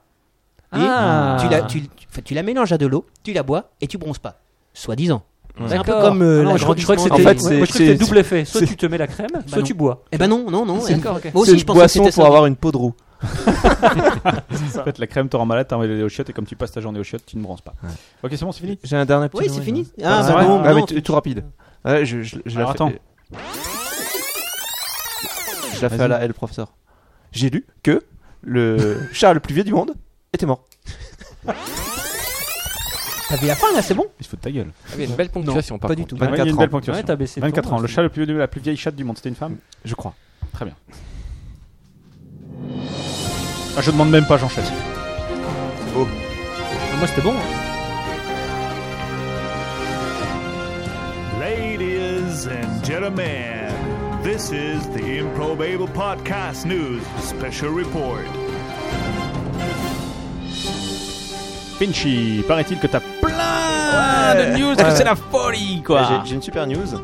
S1: Et
S3: Ah.
S1: tu, la, tu, tu- enfin, tu la mélanges à de l'eau. Tu la bois et tu bronzes pas. Soi-disant. C'est un peu
S3: D'accord.
S1: comme
S3: Ah
S1: euh,
S3: non,
S1: la
S3: je, crois- je crois que
S1: grande
S3: c'était
S5: En fait,
S3: moi,
S5: c'est-
S3: je crois que c'était
S5: c'est-
S3: double effet. Soit
S5: c'est-
S3: tu te mets la crème, soit
S1: non.
S3: tu bois.
S1: Eh ben non, non, non.
S3: C'est
S1: ouais.
S3: d'accord, ok.
S1: Moi
S5: c'est
S1: aussi,
S5: une
S1: je pensais que
S5: boisson
S1: c'était
S5: pour
S1: ça.
S5: avoir une peau de roue.
S2: En fait, la crème te rend malade, t'as envie d'aller aux chiottes, et comme tu passes ta journée aux chiottes, tu ne bronzes pas. Ok, c'est bon, c'est fini
S5: J'ai un dernier petit.
S1: Oui, c'est
S5: Noël,
S1: fini.
S5: hein.
S1: Ah,
S2: c'est
S1: bah
S2: vrai.
S1: non,
S5: Ah,
S1: non,
S5: mais t- tout rapide. Ouais, je, je- je la
S2: Alors,
S5: fais-
S2: attends.
S5: Je la fais à la elle, professeur. J'ai lu que le [LAUGHS] chat le plus vieux du monde était mort.
S1: T'as vu la fin là, c'est bon
S2: Il se fout de ta gueule.
S4: Il y a Ah une belle ponctuation, par
S1: Pas
S4: contre.
S1: du tout.
S2: Ouais, il y a
S5: 24
S2: une
S5: ans.
S2: belle ponctuation.
S3: Ouais, t'as baissé. ton
S2: 24 ans,
S3: nom,
S2: le
S3: c'est-
S2: chat le plus, la plus vieille chatte du monde, c'était une femme
S5: Je crois.
S2: Très bien. Ah, je demande même pas, j'enchaîne.
S3: Ah, Moi, c'était bon. hein.
S9: Ladies and gentlemen, this is the Improbable Podcast News Special Report.
S2: Pinchy, paraît-il que t'as plein de news, que c'est la folie,
S5: J'ai- J'ai une super news.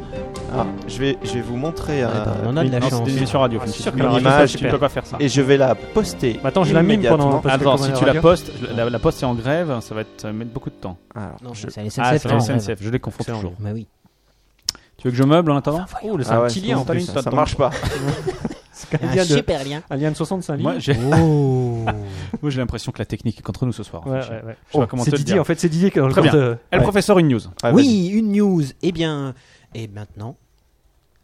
S5: Alors, je, vais, je vais vous montrer euh,
S1: bah, on en a de la
S2: Non,
S1: chance.
S2: c'est une émission radio,
S3: Ah,
S2: Pinchy.
S3: c'est sûr que
S2: Une
S3: la radio,
S2: image,
S3: c'est
S2: tu ne
S3: super.
S2: peux pas faire ça.
S5: et je vais la poster.
S3: Attends, je la mime pendant-
S5: immédiatement.
S3: parce que
S2: Attends,
S3: comme
S2: si
S3: on est
S2: tu la
S3: radio-
S2: postes, je- la, la poste est en grève, hein, ça va te mettre beaucoup de temps.
S5: Alors,
S1: Non,
S5: je-
S1: c'est la
S2: ah, c'est
S1: SNCF.
S2: la
S1: non,
S2: SNCF, je les confonds
S1: ouais.
S2: toujours.
S1: Bah oui.
S2: Tu veux que je meuble en attendant
S3: Oh, c'est
S5: Ah
S3: un
S5: ouais,
S3: petit
S5: c'est
S3: lien en
S5: bon,
S3: plus.
S5: ça, ça marche pas.
S3: C'est un
S1: Un
S3: lien de-
S1: Ah, super lien.
S3: un lien de 65
S2: Moi,
S3: lignes.
S2: j'ai
S1: Oh
S2: [LAUGHS] moi, j'ai l'impression que la technique est contre nous ce soir. en
S3: Ouais,
S2: fait.
S3: ouais, ouais.
S2: sais pas comment
S3: c'est
S2: te le
S3: Didier,
S2: dire.
S3: en fait, c'est Didier qui est dans le
S2: Très
S3: corps
S2: bien.
S3: de-
S2: Elle,
S3: Ouais.
S2: professeur, une news.
S5: Ouais, Ah, vas-y.
S1: Oui, une news. Eh bien, et maintenant,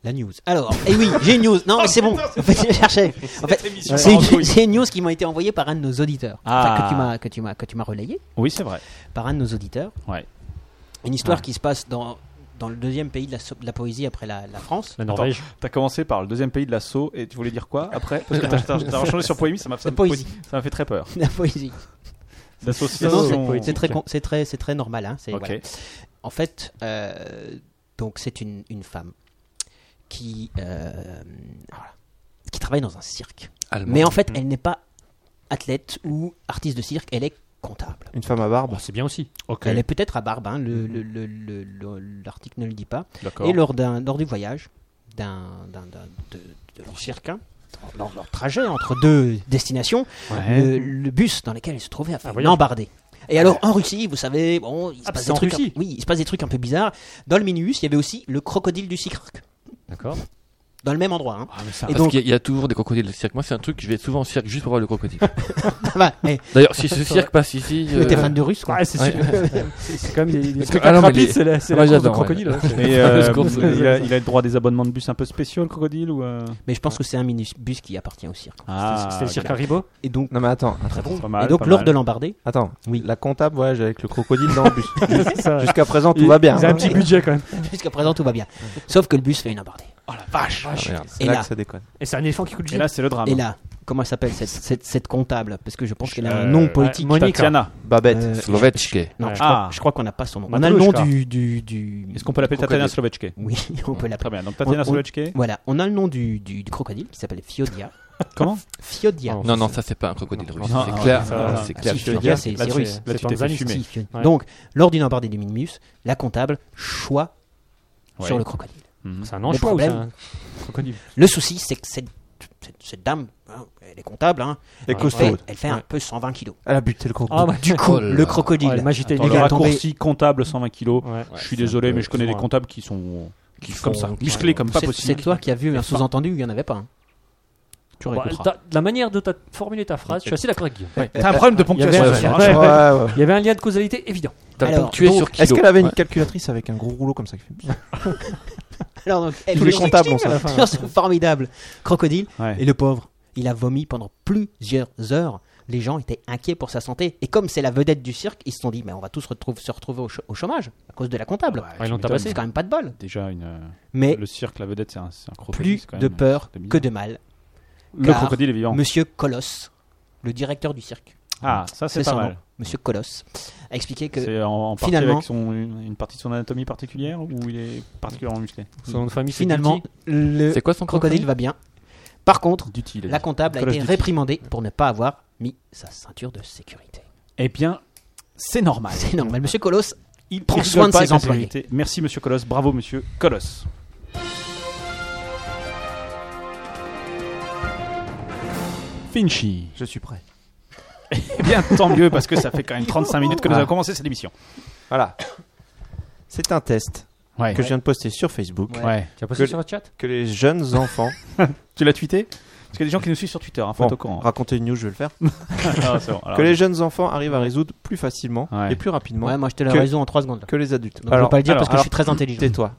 S1: la news. Alors, eh oui, j'ai une news. Non, mais c'est bon. En fait, je cherchais. En fait, c'est une, c'est une news qui m'a été envoyée par un de nos auditeurs. Enfin,
S2: Ah.
S1: que tu m'as, que tu m'as, que tu m'as relayé
S2: Oui, c'est vrai.
S1: par un de nos auditeurs.
S2: Ouais.
S1: Une histoire
S2: Ouais.
S1: qui se passe dans dans le deuxième pays de la, so- de la poésie après la, la France.
S3: La Norvège.
S2: T'as commencé par le deuxième pays de l'assaut et tu voulais dire quoi après
S1: [LAUGHS]
S2: Parce que t'as- t'as t'as rechangé sur poémie, ça m'a ça m'a-
S1: poésie.
S2: ça m'a fait très peur.
S1: [LAUGHS] La poésie. Non,
S2: L'association.
S1: c'est- c'est très, con- c'est très, c'est très normal. Hein, c'est,
S2: Ok.
S1: voilà. En fait, euh, donc c'est une, une femme qui euh, voilà, qui travaille dans un cirque.
S4: Allemand.
S1: Mais en
S2: Mm.
S1: fait, elle n'est pas athlète ou artiste de cirque, elle est comptable.
S5: Une femme à barbe.
S3: Bon, c'est bien aussi.
S2: Ok,
S1: Elle est peut-être à Barbe, hein, le- le- le- le- le- l'article ne le dit pas.
S2: d'accord.
S1: Et lors, d'un- lors du voyage, d'un, d'un- d'un- de, de leur cirque, hein, lors de leur trajet entre deux destinations,
S2: Ouais.
S1: le, le bus dans lequel elle se trouvait a fait
S3: Ah,
S1: une
S3: voyage.
S1: embardée. Et alors en Russie, vous savez, bon, il se,
S3: Ah,
S1: passe
S3: c'est
S1: des
S3: en
S1: trucs un,
S3: Russie.
S1: oui, il se passe des trucs un peu bizarres. Dans le minibus, il y avait aussi le crocodile du cirque,
S3: D'accord.
S1: dans le même endroit. hein.
S2: Ah,
S1: Et
S4: Parce
S1: donc,
S4: qu'il y a- il y, a toujours des crocodiles au cirque. Moi, c'est un truc, je vais souvent au cirque juste pour voir le crocodile.
S1: [LAUGHS] bah, eh,
S4: D'ailleurs, si ce cirque passe ici. euh,
S1: t'es fan de russe, quoi.
S3: Ouais, c'est
S4: Ouais.
S3: sûr. C'est c'est quand même des, des
S4: Parce que-
S3: trucs
S4: ah non, mais
S3: rapides,
S4: les-
S3: c'est la, c'est
S4: moi,
S3: la course de
S4: j'adore, ouais.
S3: crocodile. ouais.
S2: Et, euh,
S4: Fameuse course.
S2: il, a, il a le droit à des abonnements de bus un peu spéciaux, le crocodile ou euh
S1: Mais je pense que c'est un minibus qui appartient au cirque.
S2: Ah,
S3: C'était le cirque
S2: ok.
S3: Haribo.
S1: Et donc,
S5: Non mais attends,
S1: très bon.
S2: Pas mal,
S1: et donc
S2: pas
S1: lors
S2: mal.
S1: de l'embardée,
S5: attends.
S1: Oui.
S5: La comptable voyage avec le crocodile dans le bus.
S3: Ça, ouais.
S5: Jusqu'à présent, tout
S3: Ils-
S5: va bien.
S3: Ils ont un
S5: hein.
S3: petit budget quand même.
S1: [LAUGHS] jusqu'à présent tout va bien. Sauf que le bus fait une embardée.
S4: Ah, merde.
S5: C'est
S1: Et
S5: là
S1: là.
S5: que ça déconne.
S3: Et c'est un éléphant qui coule du
S2: Et là, c'est le drame. hein.
S1: Et là, comment elle s'appelle cette, cette, cette comptable Parce que je pense qu'elle a
S2: Euh,
S1: un nom politique.
S3: ouais, Monica.
S2: Tatiana.
S5: Babette.
S1: Euh,
S4: Slovetchke.
S1: Non,
S3: Ouais.
S1: je
S2: Ah.
S1: crois, je crois qu'on n'a pas son nom. On a le
S3: Matrouchka.
S1: nom du. du, du...
S2: Est-ce qu'on peut l'appeler Tatiana
S1: crocodile.
S2: Slovetchke
S1: Oui, [LAUGHS] on peut
S2: Très
S1: l'appeler.
S2: bien. Donc Tatiana
S1: On- on-
S2: Slovetchke.
S1: Voilà, on a le nom du, du, du crocodile qui s'appelle Fiodia.
S2: Comment
S1: Fiodia.
S4: Non, non, ça, c'est pas un crocodile russe.
S2: non,
S4: C'est
S2: non,
S4: clair.
S2: ça,
S4: euh,
S2: non.
S4: C'est
S1: Ah,
S4: clair.
S1: si,
S4: c'est
S1: Fiodia,
S4: clair.
S1: c'est
S3: Là,
S1: c'est
S3: tu-
S1: russe.
S2: Là, tu t'es fait
S3: Tanzanie,
S2: fumer.
S1: Si, Fiodia.
S3: Ouais.
S1: Donc, lors d'une embardée du Minibus, la comptable choix
S2: Ouais.
S1: sur le crocodile.
S2: Mhm.
S3: C'est un
S1: Le
S3: anchois ou c'est
S1: problème-
S3: un crocodile
S1: Le souci, c'est que cette, cette, cette dame, hein, elle est comptable, hein,
S5: Et
S1: elle fait,
S5: costaud.
S1: elle fait un peu 120 kilos.
S5: Elle a buté le crocodile.
S3: Ah, bah,
S1: Du coup,
S4: Oh là là.
S1: le crocodile.
S3: ouais, elle m'agitait
S2: Attends,
S1: il
S2: le
S1: va
S2: raccourci comptable 120 kilos.
S3: Ouais.
S2: je suis désolé,
S4: un peu-
S2: mais je connais
S3: ils
S2: des
S3: font un-
S2: comptables qui sont qui
S4: Ils
S2: comme
S4: font
S2: ça,
S4: un-
S2: musclés comme pas
S1: C'est- C'est
S2: possible.
S1: toi qui as vu un sous-entendu, il n'y en avait pas. hein. Tu
S3: Bah,
S1: réécouteras.
S3: t'as- la manière de ta formuler ta phrase, je suis assez d'accord avec Guillaume.
S2: T'as un problème de ponctuation.
S3: Il y avait-
S2: ce soir, hein.
S3: Ouais, ouais.
S5: Ouais, ouais.
S3: Il y avait un lien de causalité évident.
S4: T'as
S1: Alors,
S4: ponctué
S1: donc,
S4: sur kilo.
S5: Est-ce qu'elle avait une
S4: Ouais.
S5: calculatrice avec un gros rouleau comme ça qui fait-
S1: Alors, donc, elle
S5: Tous les
S1: est
S5: comptables ont
S1: sur-
S5: ça.
S1: sur ce formidable crocodile.
S2: Ouais.
S1: Et le pauvre, il a vomi pendant plusieurs heures. Les gens étaient inquiets pour sa santé. Et comme c'est la vedette du cirque, ils se sont dit mais on va tous retrouve- se retrouver au, ch- au chômage à cause de la comptable.
S2: Ouais,
S3: ils
S2: tu
S3: l'ont
S2: m'étonnes.
S3: tabassé.
S1: C'est quand même pas de bol.
S2: Déjà une euh,
S1: Mais
S2: le cirque la vedette c'est un, c'est un crocodile.
S1: plus
S2: c'est quand
S1: de
S2: même-
S1: peur
S2: c'est bizarre.
S1: que de mal.
S2: Le
S1: car
S2: crocodile est vivant.
S1: Monsieur Colosse, le directeur du cirque,
S2: Ah, ça c'est
S1: ça,
S2: pas mal.
S1: Monsieur Colosse, a expliqué que
S2: C'est en, en partie
S1: finalement-
S2: avec son, une, une partie de son anatomie particulière ou il est particulièrement musclé
S3: Son nom de famille, c'est
S1: finalement
S3: Guilty.
S1: le
S4: C'est quoi son
S1: crocodile va bien. Par contre,
S2: Duty, il a
S1: La
S2: dit.
S1: comptable a
S2: Nicolas
S1: été
S2: Duty.
S1: réprimandée pour ne pas avoir mis sa ceinture de sécurité.
S2: Eh bien, c'est normal.
S1: Oh, bah, C'est normal. Monsieur Colos, il prend
S2: Il
S1: soin
S2: rigole
S1: de
S2: pas
S1: ses
S2: avec la
S1: employés.
S2: sécurité. Merci Monsieur Colosse, bravo Monsieur Colosse. Finchy.
S5: Je suis prêt.
S2: Eh bien, tant mieux, parce que ça fait quand même 35 minutes que nous
S5: Ah.
S2: avons commencé cette émission.
S5: Voilà. C'est un test
S2: Ouais.
S5: que je viens de poster sur Facebook
S2: Ouais.
S3: Tu as posté
S5: Que-
S3: sur le chat
S5: que les jeunes enfants
S2: Tu l'as tweeté Parce qu'il y a des gens qui nous suivent sur Twitter, hein, faut
S5: Bon,
S2: être au courant.
S5: raconter une news, je vais le faire.
S2: Ah, c'est bon, alors,
S5: que les jeunes enfants arrivent à résoudre plus facilement
S2: Ouais.
S5: et plus rapidement
S1: Ouais, moi je te la
S5: Que-
S1: résous en 3 secondes.
S5: que les adultes.
S1: Donc, je vais pas le dire parce que je suis très intelligent.
S5: Tais-toi.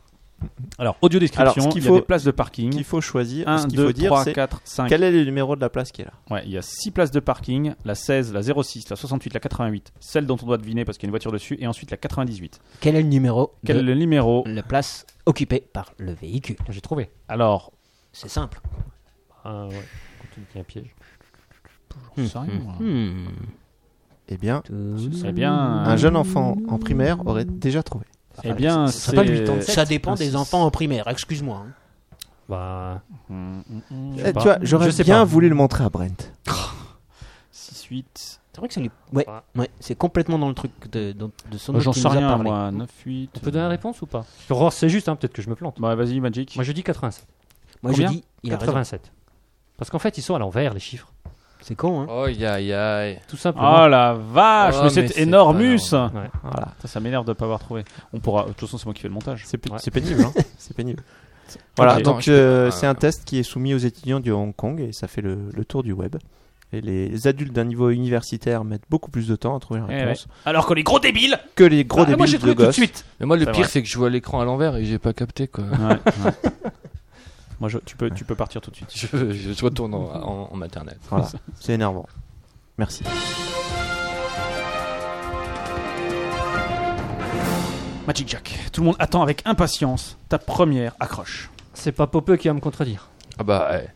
S2: alors, audio description,
S5: Alors, ce
S2: il
S5: qu'il
S2: y a des
S5: faut-
S2: places de
S5: Ce qu'il
S2: parking.
S5: faut choisir,
S2: 1,
S5: ce qu'il
S2: 2,
S5: faut dire,
S2: 3,
S5: c'est
S2: 4, 5.
S5: quel est le numéro de la place qui est là.
S2: Ouais, il y a 6 places de parking, la 16, la 06, la 68, la 88, celle dont on doit deviner parce qu'il y a une voiture dessus, et ensuite la 98.
S1: Quel est le numéro
S2: Quel est
S1: de
S2: le numéro
S1: la place occupée par le véhicule
S3: J'ai trouvé.
S2: Alors,
S1: C'est simple.
S3: Ah ouais. Quand tu me tiens un piège.
S1: Hmm.
S2: j'en sais rien, moi.
S5: Eh bien,
S2: Eh bien,
S5: un jeune enfant en primaire aurait déjà trouvé.
S2: eh bien,
S1: Ça serait pas le 8 ans de
S2: c'est-
S1: Ça dépend
S2: c'est-
S1: des enfants en primaire, excuse-moi. hein.
S3: Bah.
S2: Mm, mm, mm.
S3: Je sais
S5: Eh,
S3: pas.
S5: tu vois, j'aurais
S3: Je sais
S5: bien
S3: pas.
S5: voulu le montrer à Brent.
S2: 6, 8.
S1: C'est vrai que ça lui. Ouais,
S3: Ouais.
S1: ouais, c'est complètement dans le truc de, de, de son
S2: Bah,
S1: autre
S2: J'en
S1: qui
S2: sais
S1: nous a
S2: rien,
S1: parlé.
S2: moi. 9, 8.
S3: On peut donner la réponse ou pas Je vais c'est juste, hein, peut-être que je me plante.
S2: Bah, vas-y, Magic.
S3: Moi je dis 87.
S1: Moi je
S2: Combien
S1: dis, il a raison.
S3: 87. Parce qu'en fait, ils sont à l'envers, les chiffres.
S1: C'est con, hein.
S4: Oh, aïe, aïe.
S3: Tout simplement.
S2: Oh la vache,
S4: Oh,
S2: mais
S4: mais
S2: c'est
S4: c'est
S2: énormus!
S4: pas
S3: Ouais.
S5: Voilà.
S2: Ça, ça m'énerve de ne pas avoir trouvé. On pourra. De toute façon, c'est moi qui fais le montage.
S5: C'est p-
S3: Ouais.
S5: c'est pénible, hein. C'est pénible. Voilà,
S4: Ok.
S5: donc
S4: Attends,
S5: euh,
S4: je peux-
S5: c'est un test qui est soumis aux étudiants du Hong Kong et ça fait le, le tour du web. Et les adultes d'un niveau universitaire mettent beaucoup plus de temps à trouver la
S2: Eh
S5: réponse
S2: Alors que les gros débiles!
S5: que les gros
S2: Ah,
S5: débiles
S2: moi, j'ai
S5: de
S2: trouvé tout de
S5: gosses.
S2: suite!
S4: Mais moi, le
S2: C'est
S4: pire,
S2: vrai.
S4: c'est que je vois l'écran à l'envers et j'ai pas capté, quoi. [LAUGHS]
S2: Ouais, ouais. [LAUGHS] Moi, je, tu, peux, tu peux partir tout de suite.
S4: Je, je, je retourne en, en, en maternelle.
S5: Voilà, c'est énervant. Merci.
S2: Magic Jack, tout le monde attend avec impatience ta première accroche.
S3: C'est pas Popeux qui va me contredire.
S4: Ah bah, ouais.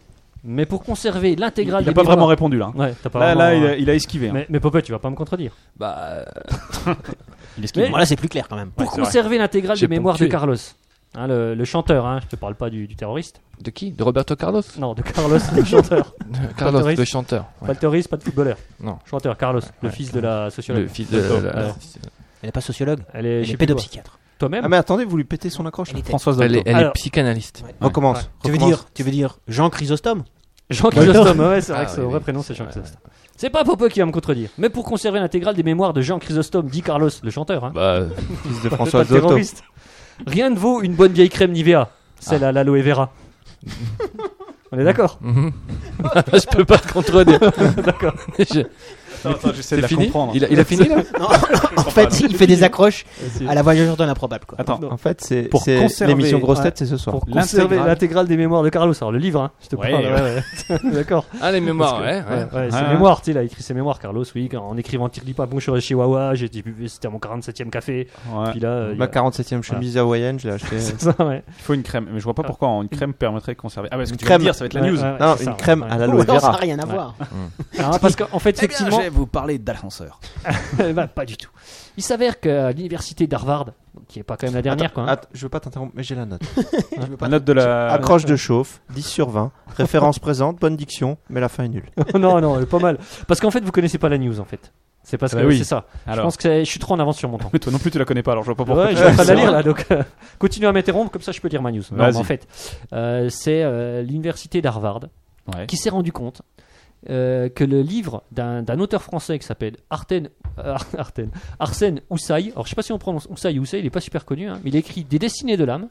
S3: Mais pour conserver
S2: Il
S3: l'intégrale
S2: n'a
S3: des
S2: pas
S3: mémoires-
S2: vraiment répondu là. hein.
S3: Ouais, t'as pas
S2: Là,
S3: vraiment,
S2: là, il
S3: euh,
S2: a, il a esquivé. hein.
S3: Mais, mais Popeye, tu vas pas me contredire.
S4: Bah, euh,
S2: Il esquive.
S3: Mais-
S1: Voilà, c'est plus clair quand même.
S3: Pour conserver l'intégrale
S4: J'ai
S3: des mémoires de
S4: ponctué.
S3: Carlos. Hein, le, le chanteur, hein, je te parle pas du, du terroriste.
S4: de qui De Roberto Carlos
S3: Non,
S2: [LAUGHS]
S3: de Carlos, le chanteur.
S4: Carlos,
S3: terroriste.
S4: le chanteur.
S3: Pas le terroriste, pas de footballeur.
S4: Non.
S3: Chanteur, Carlos, le
S4: Ouais,
S3: fils de la
S4: Le
S3: sociologue.
S4: fils de. la- la-
S3: Ouais.
S1: Elle n'est pas sociologue,
S3: Elle est, je sais
S1: elle est
S3: plus quoi.
S1: pédopsychiatre.
S5: Ah
S3: Toi-même
S5: mais attendez, vous lui pétez son accroche.
S1: Elle était-
S2: Françoise
S4: Elle est, elle est
S3: Alors-
S4: psychanalyste.
S5: On commence.
S1: Tu veux dire, tu veux dire Jean Chrysostome
S3: Jean Chrysostome, ouais, c'est
S4: Ah,
S3: vrai que son
S4: oui,
S3: vrai
S4: oui.
S3: prénom c'est Jean
S4: Ouais,
S3: Chrysostome. C'est pas Popeux qui va me contredire. Mais pour conserver l'intégrale des mémoires de Jean Chrysostome, dit Carlos, le chanteur, hein,
S4: Bah, euh,
S5: fils de
S3: pas
S5: François
S3: [LAUGHS] le
S5: Zotto.
S3: terroriste. Rien ne vaut une bonne vieille crème Nivea, celle
S4: Ah.
S3: à
S5: [LAUGHS]
S3: l'aloe vera. On est d'accord
S4: mhm. [LAUGHS] je peux pas te contredire.
S3: D'accord.
S4: [LAUGHS] Je-
S2: j'essaie de
S4: c'est
S2: la
S4: fini
S2: comprendre.
S4: il a, il a fini là
S1: En fait, il [LAUGHS] fait des accroches à la voyageuse dans l'improbable, quoi.
S2: Attends.
S5: En fait, c'est
S2: Pour
S5: c'est-
S2: conserver-
S5: l'émission Grosse Tête, c'est ce soir.
S3: Pour conserver
S2: L'intégrale.
S3: l'intégrale des mémoires de Carlos. Alors le livre, hein, je te
S2: Ouais,
S3: parle. [LAUGHS] ouais, ouais. D'accord.
S4: Ah, les mémoires, ouais. Ah.
S3: Ouais,
S4: ouais.
S3: ouais, ses
S2: Ouais.
S3: mémoires, tu sais, il a écrit ses mémoires, Carlos, oui, quand- en écrivant Tire pas bon, je suis Chihuahua, j'ai dit, c'était à mon 47 e café,
S2: Ouais.
S3: puis là, euh, il
S5: Ma
S3: a-
S5: 47e chemise hawaïenne, je l'ai achetée.
S3: [LAUGHS] c'est ça, ouais.
S2: Il faut une crème. Mais je vois pas pourquoi une crème permettrait de conserver. Ah, parce que
S5: Une
S2: tu vas me
S5: crème.
S2: dire, ça va être la
S3: Ouais,
S2: news.
S3: ouais,
S5: non,
S3: c'est
S5: une
S3: ça,
S5: crème
S3: ouais.
S5: à
S1: Ou
S5: l'aloe
S1: alors, ça n'a
S5: vera.
S1: rien à voir.
S3: Ah, parce qu'en
S2: Eh
S3: fait, effectivement,
S2: vous parler d'ascenseur.
S3: [LAUGHS] bah, pas du tout. Il s'avère qu'à l'université d'Harvard, qui est pas quand même la dernière, quoi, hein,
S5: Attends, je veux pas t'interrompre, mais j'ai la note.
S3: Ah,
S2: La note de la.
S5: Accroche de chauffe, 10 sur 20, [LAUGHS] référence présente, bonne diction, mais la fin est nulle.
S3: [LAUGHS] non, non, elle est pas mal. Parce qu'en fait, vous connaissez pas la news, en fait. C'est parce
S2: Ah bah
S3: que
S2: oui.
S3: c'est ça. Je
S2: Alors,
S3: pense que c'est- je suis trop en avance sur
S2: [LAUGHS]
S3: mon temps.
S2: mais toi non plus, tu la connais pas, alors je vois pas pourquoi.
S3: Ouais,
S2: tu-
S3: je suis en train de la lire là, donc euh, [LAUGHS] continuez à m'interrompre, comme ça je peux lire ma news. Non,
S2: Vas-y.
S3: mais en fait, euh, c'est euh, l'université d'Harvard
S2: Ouais.
S3: qui s'est rendu compte euh, que le livre d'un d'un auteur français qui s'appelle Arten, euh, Arten- Arsène Houssaye, alors je sais pas si on prononce Houssaye, Houssaye, il est pas super connu, hein, mais il a écrit Des Destinées de l'âme,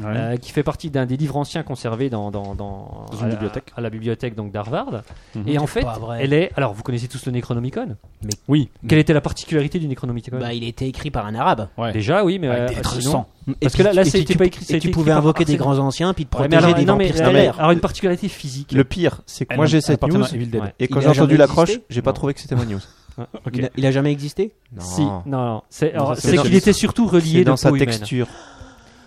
S2: Ouais.
S3: euh, qui fait partie d'un des livres anciens conservés dans, dans, dans,
S2: Dans une
S3: à la-
S2: bibliothèque.
S3: à la bibliothèque donc d'Harvard.
S2: Mhm.
S3: Et en
S1: C'est
S3: fait,
S1: pas vrai.
S3: elle est. Alors vous connaissez tous le Necronomicon
S2: Oui.
S3: Quelle était la particularité du Necronomicon
S1: Bah, il a été écrit par un arabe.
S2: Ouais.
S3: Déjà, oui, mais
S2: Avec
S3: euh,
S2: des
S3: sinon-
S2: sang.
S1: Et
S3: Parce
S1: puis-
S3: que là- là,
S1: et
S3: ça a
S1: puis
S3: été
S1: tu-
S3: pas écrit, ça a
S1: Et
S3: été
S1: tu
S3: écrit
S1: pouvais
S3: par
S1: invoquer des
S3: Arsène.
S1: grands anciens puis te
S3: Ouais, mais
S1: protéger
S3: alors,
S1: des
S3: non, mais
S1: vampires
S3: elle-
S1: stellaires.
S3: alors une particularité physique.
S5: Le pire, c'est que moi j'ai cette news,
S2: Evil Dead.
S3: Ouais.
S5: et quand
S1: Il
S5: j'ai
S1: a
S5: entendu
S1: jamais
S5: l'accroche,
S1: existé
S5: j'ai pas
S3: Non.
S5: trouvé que c'était ma news.
S2: Ok.
S1: Il a- Il a jamais existé
S5: Non.
S3: Si, non, non. C'est
S5: Non,
S3: alors,
S5: ça, c'est
S3: c'est
S5: dans
S3: qu'il
S5: sa-
S3: était surtout relié
S5: C'est
S3: de
S5: dans sa
S3: peau humaine.
S5: texture.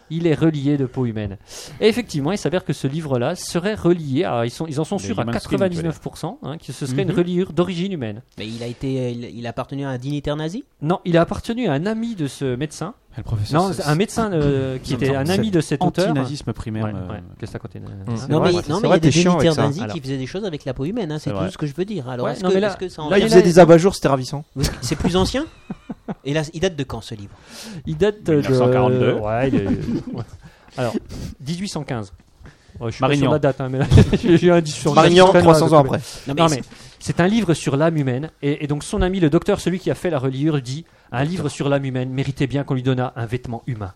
S3: Il est relié de peau humaine. Et effectivement, il s'avère que ce livre-là serait relié à. Ils, sont, ils en sont
S2: Le
S3: sûrs à
S2: human skin, tu veux dire.
S3: 99%, hein, que ce serait
S2: Mhm.
S3: une reliure d'origine humaine.
S1: Mais il a été, il, il appartenait à un dignitaire nazi
S3: Non, il a appartenu à un ami de ce médecin.
S2: Le professeur.
S3: Non, un médecin euh, qui
S2: c'est-
S3: était un
S2: c'est
S3: ami de cet auteur.
S2: Antinazisme primaire.
S3: Ouais,
S2: euh,
S3: ouais. Qu'est-ce que t'as côté euh,
S4: Mm.
S3: c'est
S1: Non,
S3: vrai.
S1: mais,
S5: ouais, c'est
S1: non, mais il y
S5: vrai,
S1: a des
S5: t'es chiant avec
S1: dignitaires
S5: ça.
S1: nazis
S3: Alors.
S1: qui faisaient des choses avec la peau humaine, hein, c'est
S2: C'est
S1: tout
S2: vrai.
S1: ce que je veux dire. Alors,
S3: Ouais,
S1: est-ce
S3: non,
S1: que,
S3: mais là-
S1: est-ce que ça en-
S3: là,
S5: Il
S3: il
S5: faisait
S3: a-
S5: des abat-jours, c'était ravissant.
S1: c'est plus ancien Et là, il date de quand ce livre
S3: Il date de.
S2: 1942.
S3: Ouais, il est- ouais. Alors, 1815. Ouais, je
S2: Marignan.
S3: suis Marignan. sur la date, hein, mais [LAUGHS] là, j'ai j'ai un indice sur
S5: Marignan,
S3: je suis très loin,
S5: 300
S3: donc,
S5: ans après.
S3: mais-
S1: Non, mais
S3: Non, mais c'est un livre sur l'âme humaine. Et, et donc, son ami, le docteur, celui qui a fait la reliure, dit Un livre sur l'âme humaine méritait bien qu'on lui donnât un vêtement humain.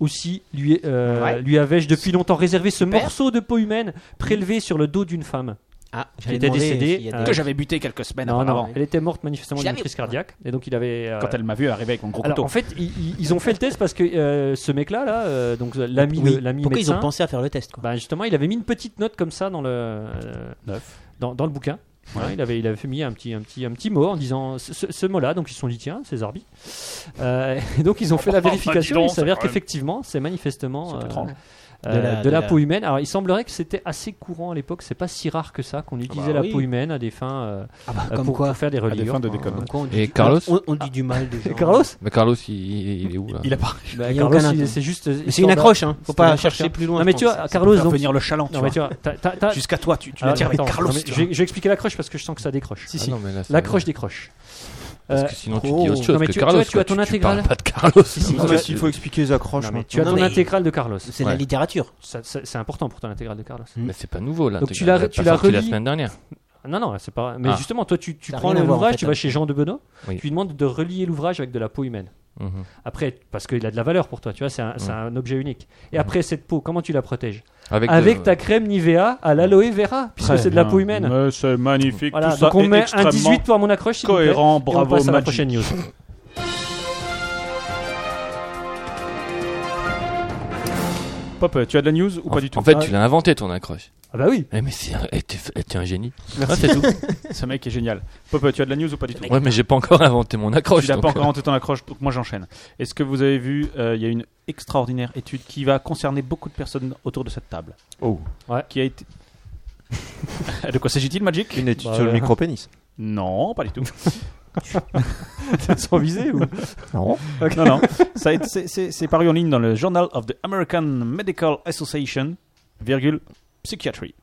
S3: Aussi, lui, euh,
S1: Ouais.
S3: lui avais-je depuis longtemps réservé ce
S1: Super.
S3: morceau de peau humaine prélevé sur le dos d'une femme.
S1: Ah,
S3: j'allais
S1: j'allais
S3: était demander
S1: demander
S3: décédée,
S1: s'il y a
S3: euh,
S1: des-
S3: que
S10: que j'avais buté quelques semaines
S3: Non, non,
S10: avant.
S3: elle était morte manifestement
S1: Je
S3: d'une
S1: l'avais
S3: crise
S1: au-
S3: cardiaque. Et donc, il avait. euh,
S10: Quand elle m'a vu arriver avec mon gros
S3: alors,
S10: couteau.
S3: en fait, ils, ils- ils ont fait le test parce que euh, ce mec-là, là, euh, donc euh, l'ami
S1: Oui.
S3: le- l'ami
S1: Pourquoi ils
S3: médecin,
S1: ont pensé à faire le test quoi
S3: bah, justement, il avait mis une petite note comme ça dans le, euh, dans, dans le bouquin. Hein, il, avait, il avait fait mis un petit, un, petit, un petit mot en disant ce, ce- ce mot-là. Donc ils se sont dit, tiens, c'est Zarbi. Euh, [LAUGHS] et donc ils ont fait
S10: [LAUGHS]
S3: la
S10: bah, dis
S3: vérification.
S10: donc,
S3: il s'avère
S10: c'est quand même-
S3: qu'effectivement, c'est manifestement euh,
S10: étrange.
S3: euh,
S1: De la-
S3: de
S1: de
S3: la
S1: la-
S3: peau humaine. Alors il semblerait que c'était assez courant à l'époque. C'est pas si rare que ça qu'on
S10: Ah
S3: utilisait la
S1: oui.
S3: peau humaine à des fins euh,
S1: Ah bah,
S3: euh,
S1: Comme
S3: pour,
S1: quoi
S3: pour faire des
S10: bah des
S3: reliures.
S10: fins de
S3: Enfin,
S10: déconne.
S1: comme quoi, on dit-
S4: Et Carlos
S1: on, on dit du mal de gens.
S3: Carlos
S4: Mais Carlos, il, il- il est où là
S10: Il a pas.
S3: Bah,
S1: Il y a
S3: Carlos,
S1: aucun
S3: il-
S1: intérêt.
S3: c'est juste.
S1: Mais c'est une accroche, hein. Faut
S3: C'est une
S1: pas
S3: accroche, hein.
S1: chercher plus loin.
S3: Non,
S1: je
S3: mais tu
S1: pense.
S3: vois, Carlos,
S10: Faire
S3: donc.
S10: venir le chaland, tu
S3: Non,
S10: vois.
S3: mais tu vois, t'as- t'as- t'as-
S10: Jusqu'à toi, tu, tu
S3: Alors,
S10: l'as dit avec
S3: attends,
S10: Carlos.
S3: non, mais
S10: tu
S3: je,
S10: vois.
S3: vais, je vais expliquer l'accroche parce que je sens que ça décroche.
S4: Ah non, mais là, ça-
S3: L'accroche décroche.
S4: Parce
S3: Euh,
S4: que sinon, tu
S1: oh.
S4: dis autre chose
S3: Non, mais
S4: que
S3: tu- tu
S4: Carlos.
S3: vois, tu as
S4: quoi.
S3: ton
S4: tu parles
S3: intégrale.
S4: pas de Carlos.
S3: si.
S5: Non, mais s'il faut expliquer les accroches.
S3: Non, mais
S5: maintenant.
S3: tu as
S1: Non,
S3: ton
S1: mais-
S3: intégrale de Carlos.
S1: C'est
S4: Ouais.
S1: la littérature.
S3: Ça- ça- C'est important pour ton intégrale de Carlos.
S4: Mais c'est pas nouveau là.
S3: Donc, tu l'as- tu l'as
S4: la
S3: relis.
S4: semaine dernière.
S3: Non, non, c'est pas. Mais
S4: Ah.
S3: justement, toi, tu, tu
S1: Ça a
S3: prends
S1: rien à voir, en
S3: l'ouvrage,
S1: fait, hein.
S3: tu vas
S1: avec-
S3: chez Jean de Benoît,
S4: Oui.
S3: tu lui demandes de relier l'ouvrage avec de la peau humaine.
S4: Mhm.
S3: Après, parce qu'il a de la valeur pour toi, tu vois, c'est un, c'est un objet unique. Et
S4: Mhm.
S3: après, cette peau, comment tu la protèges
S4: Avec,
S2: euh,
S3: Avec
S4: de-
S3: ta crème Nivea à l'aloe vera, puisque c'est de la peau humaine.
S2: Mais c'est magnifique.
S3: Voilà,
S2: Tout ça
S3: donc on
S2: est
S3: met un
S2: extrêmement
S3: 18 pour mon accroche, s'il vous plaît.
S2: cohérent.
S3: Et on
S2: Bravo,
S3: passe à la
S2: Magic.
S3: prochaine news.
S2: Pop, tu as de la news ou
S4: en,
S2: pas du tout
S4: En fait,
S2: Ah,
S4: tu l'as inventé ton accroche.
S3: Ah bah oui.
S4: Eh, mais c'est un- eh, t'es eh, t'es un génie.
S2: Merci.
S4: Ah, c'est tout.
S2: Ce mec est génial. Pop, tu as de la news ou pas du tout
S4: Ouais, mais j'ai pas encore inventé mon accroche.
S2: Tu n'as
S4: donc,
S2: pas
S4: euh,
S2: encore en ton accroche, donc moi j'enchaîne. Est-ce que vous avez vu, euh, il y a une extraordinaire étude qui va concerner beaucoup de personnes autour de cette table.
S5: Oh.
S3: Ouais.
S2: Qui a été... [LAUGHS] de quoi s'agit-il, Magic
S5: Une étude
S3: Bah,
S5: sur le
S3: euh,
S5: micro-pénis.
S2: Non, pas du
S1: [LAUGHS]
S2: tout.
S3: Sans viser ou
S5: Non.
S2: Non, non. Ça a été- c'est- C'est c'est paru en ligne dans le Journal of the American Medical Association, virgule, psychiatry.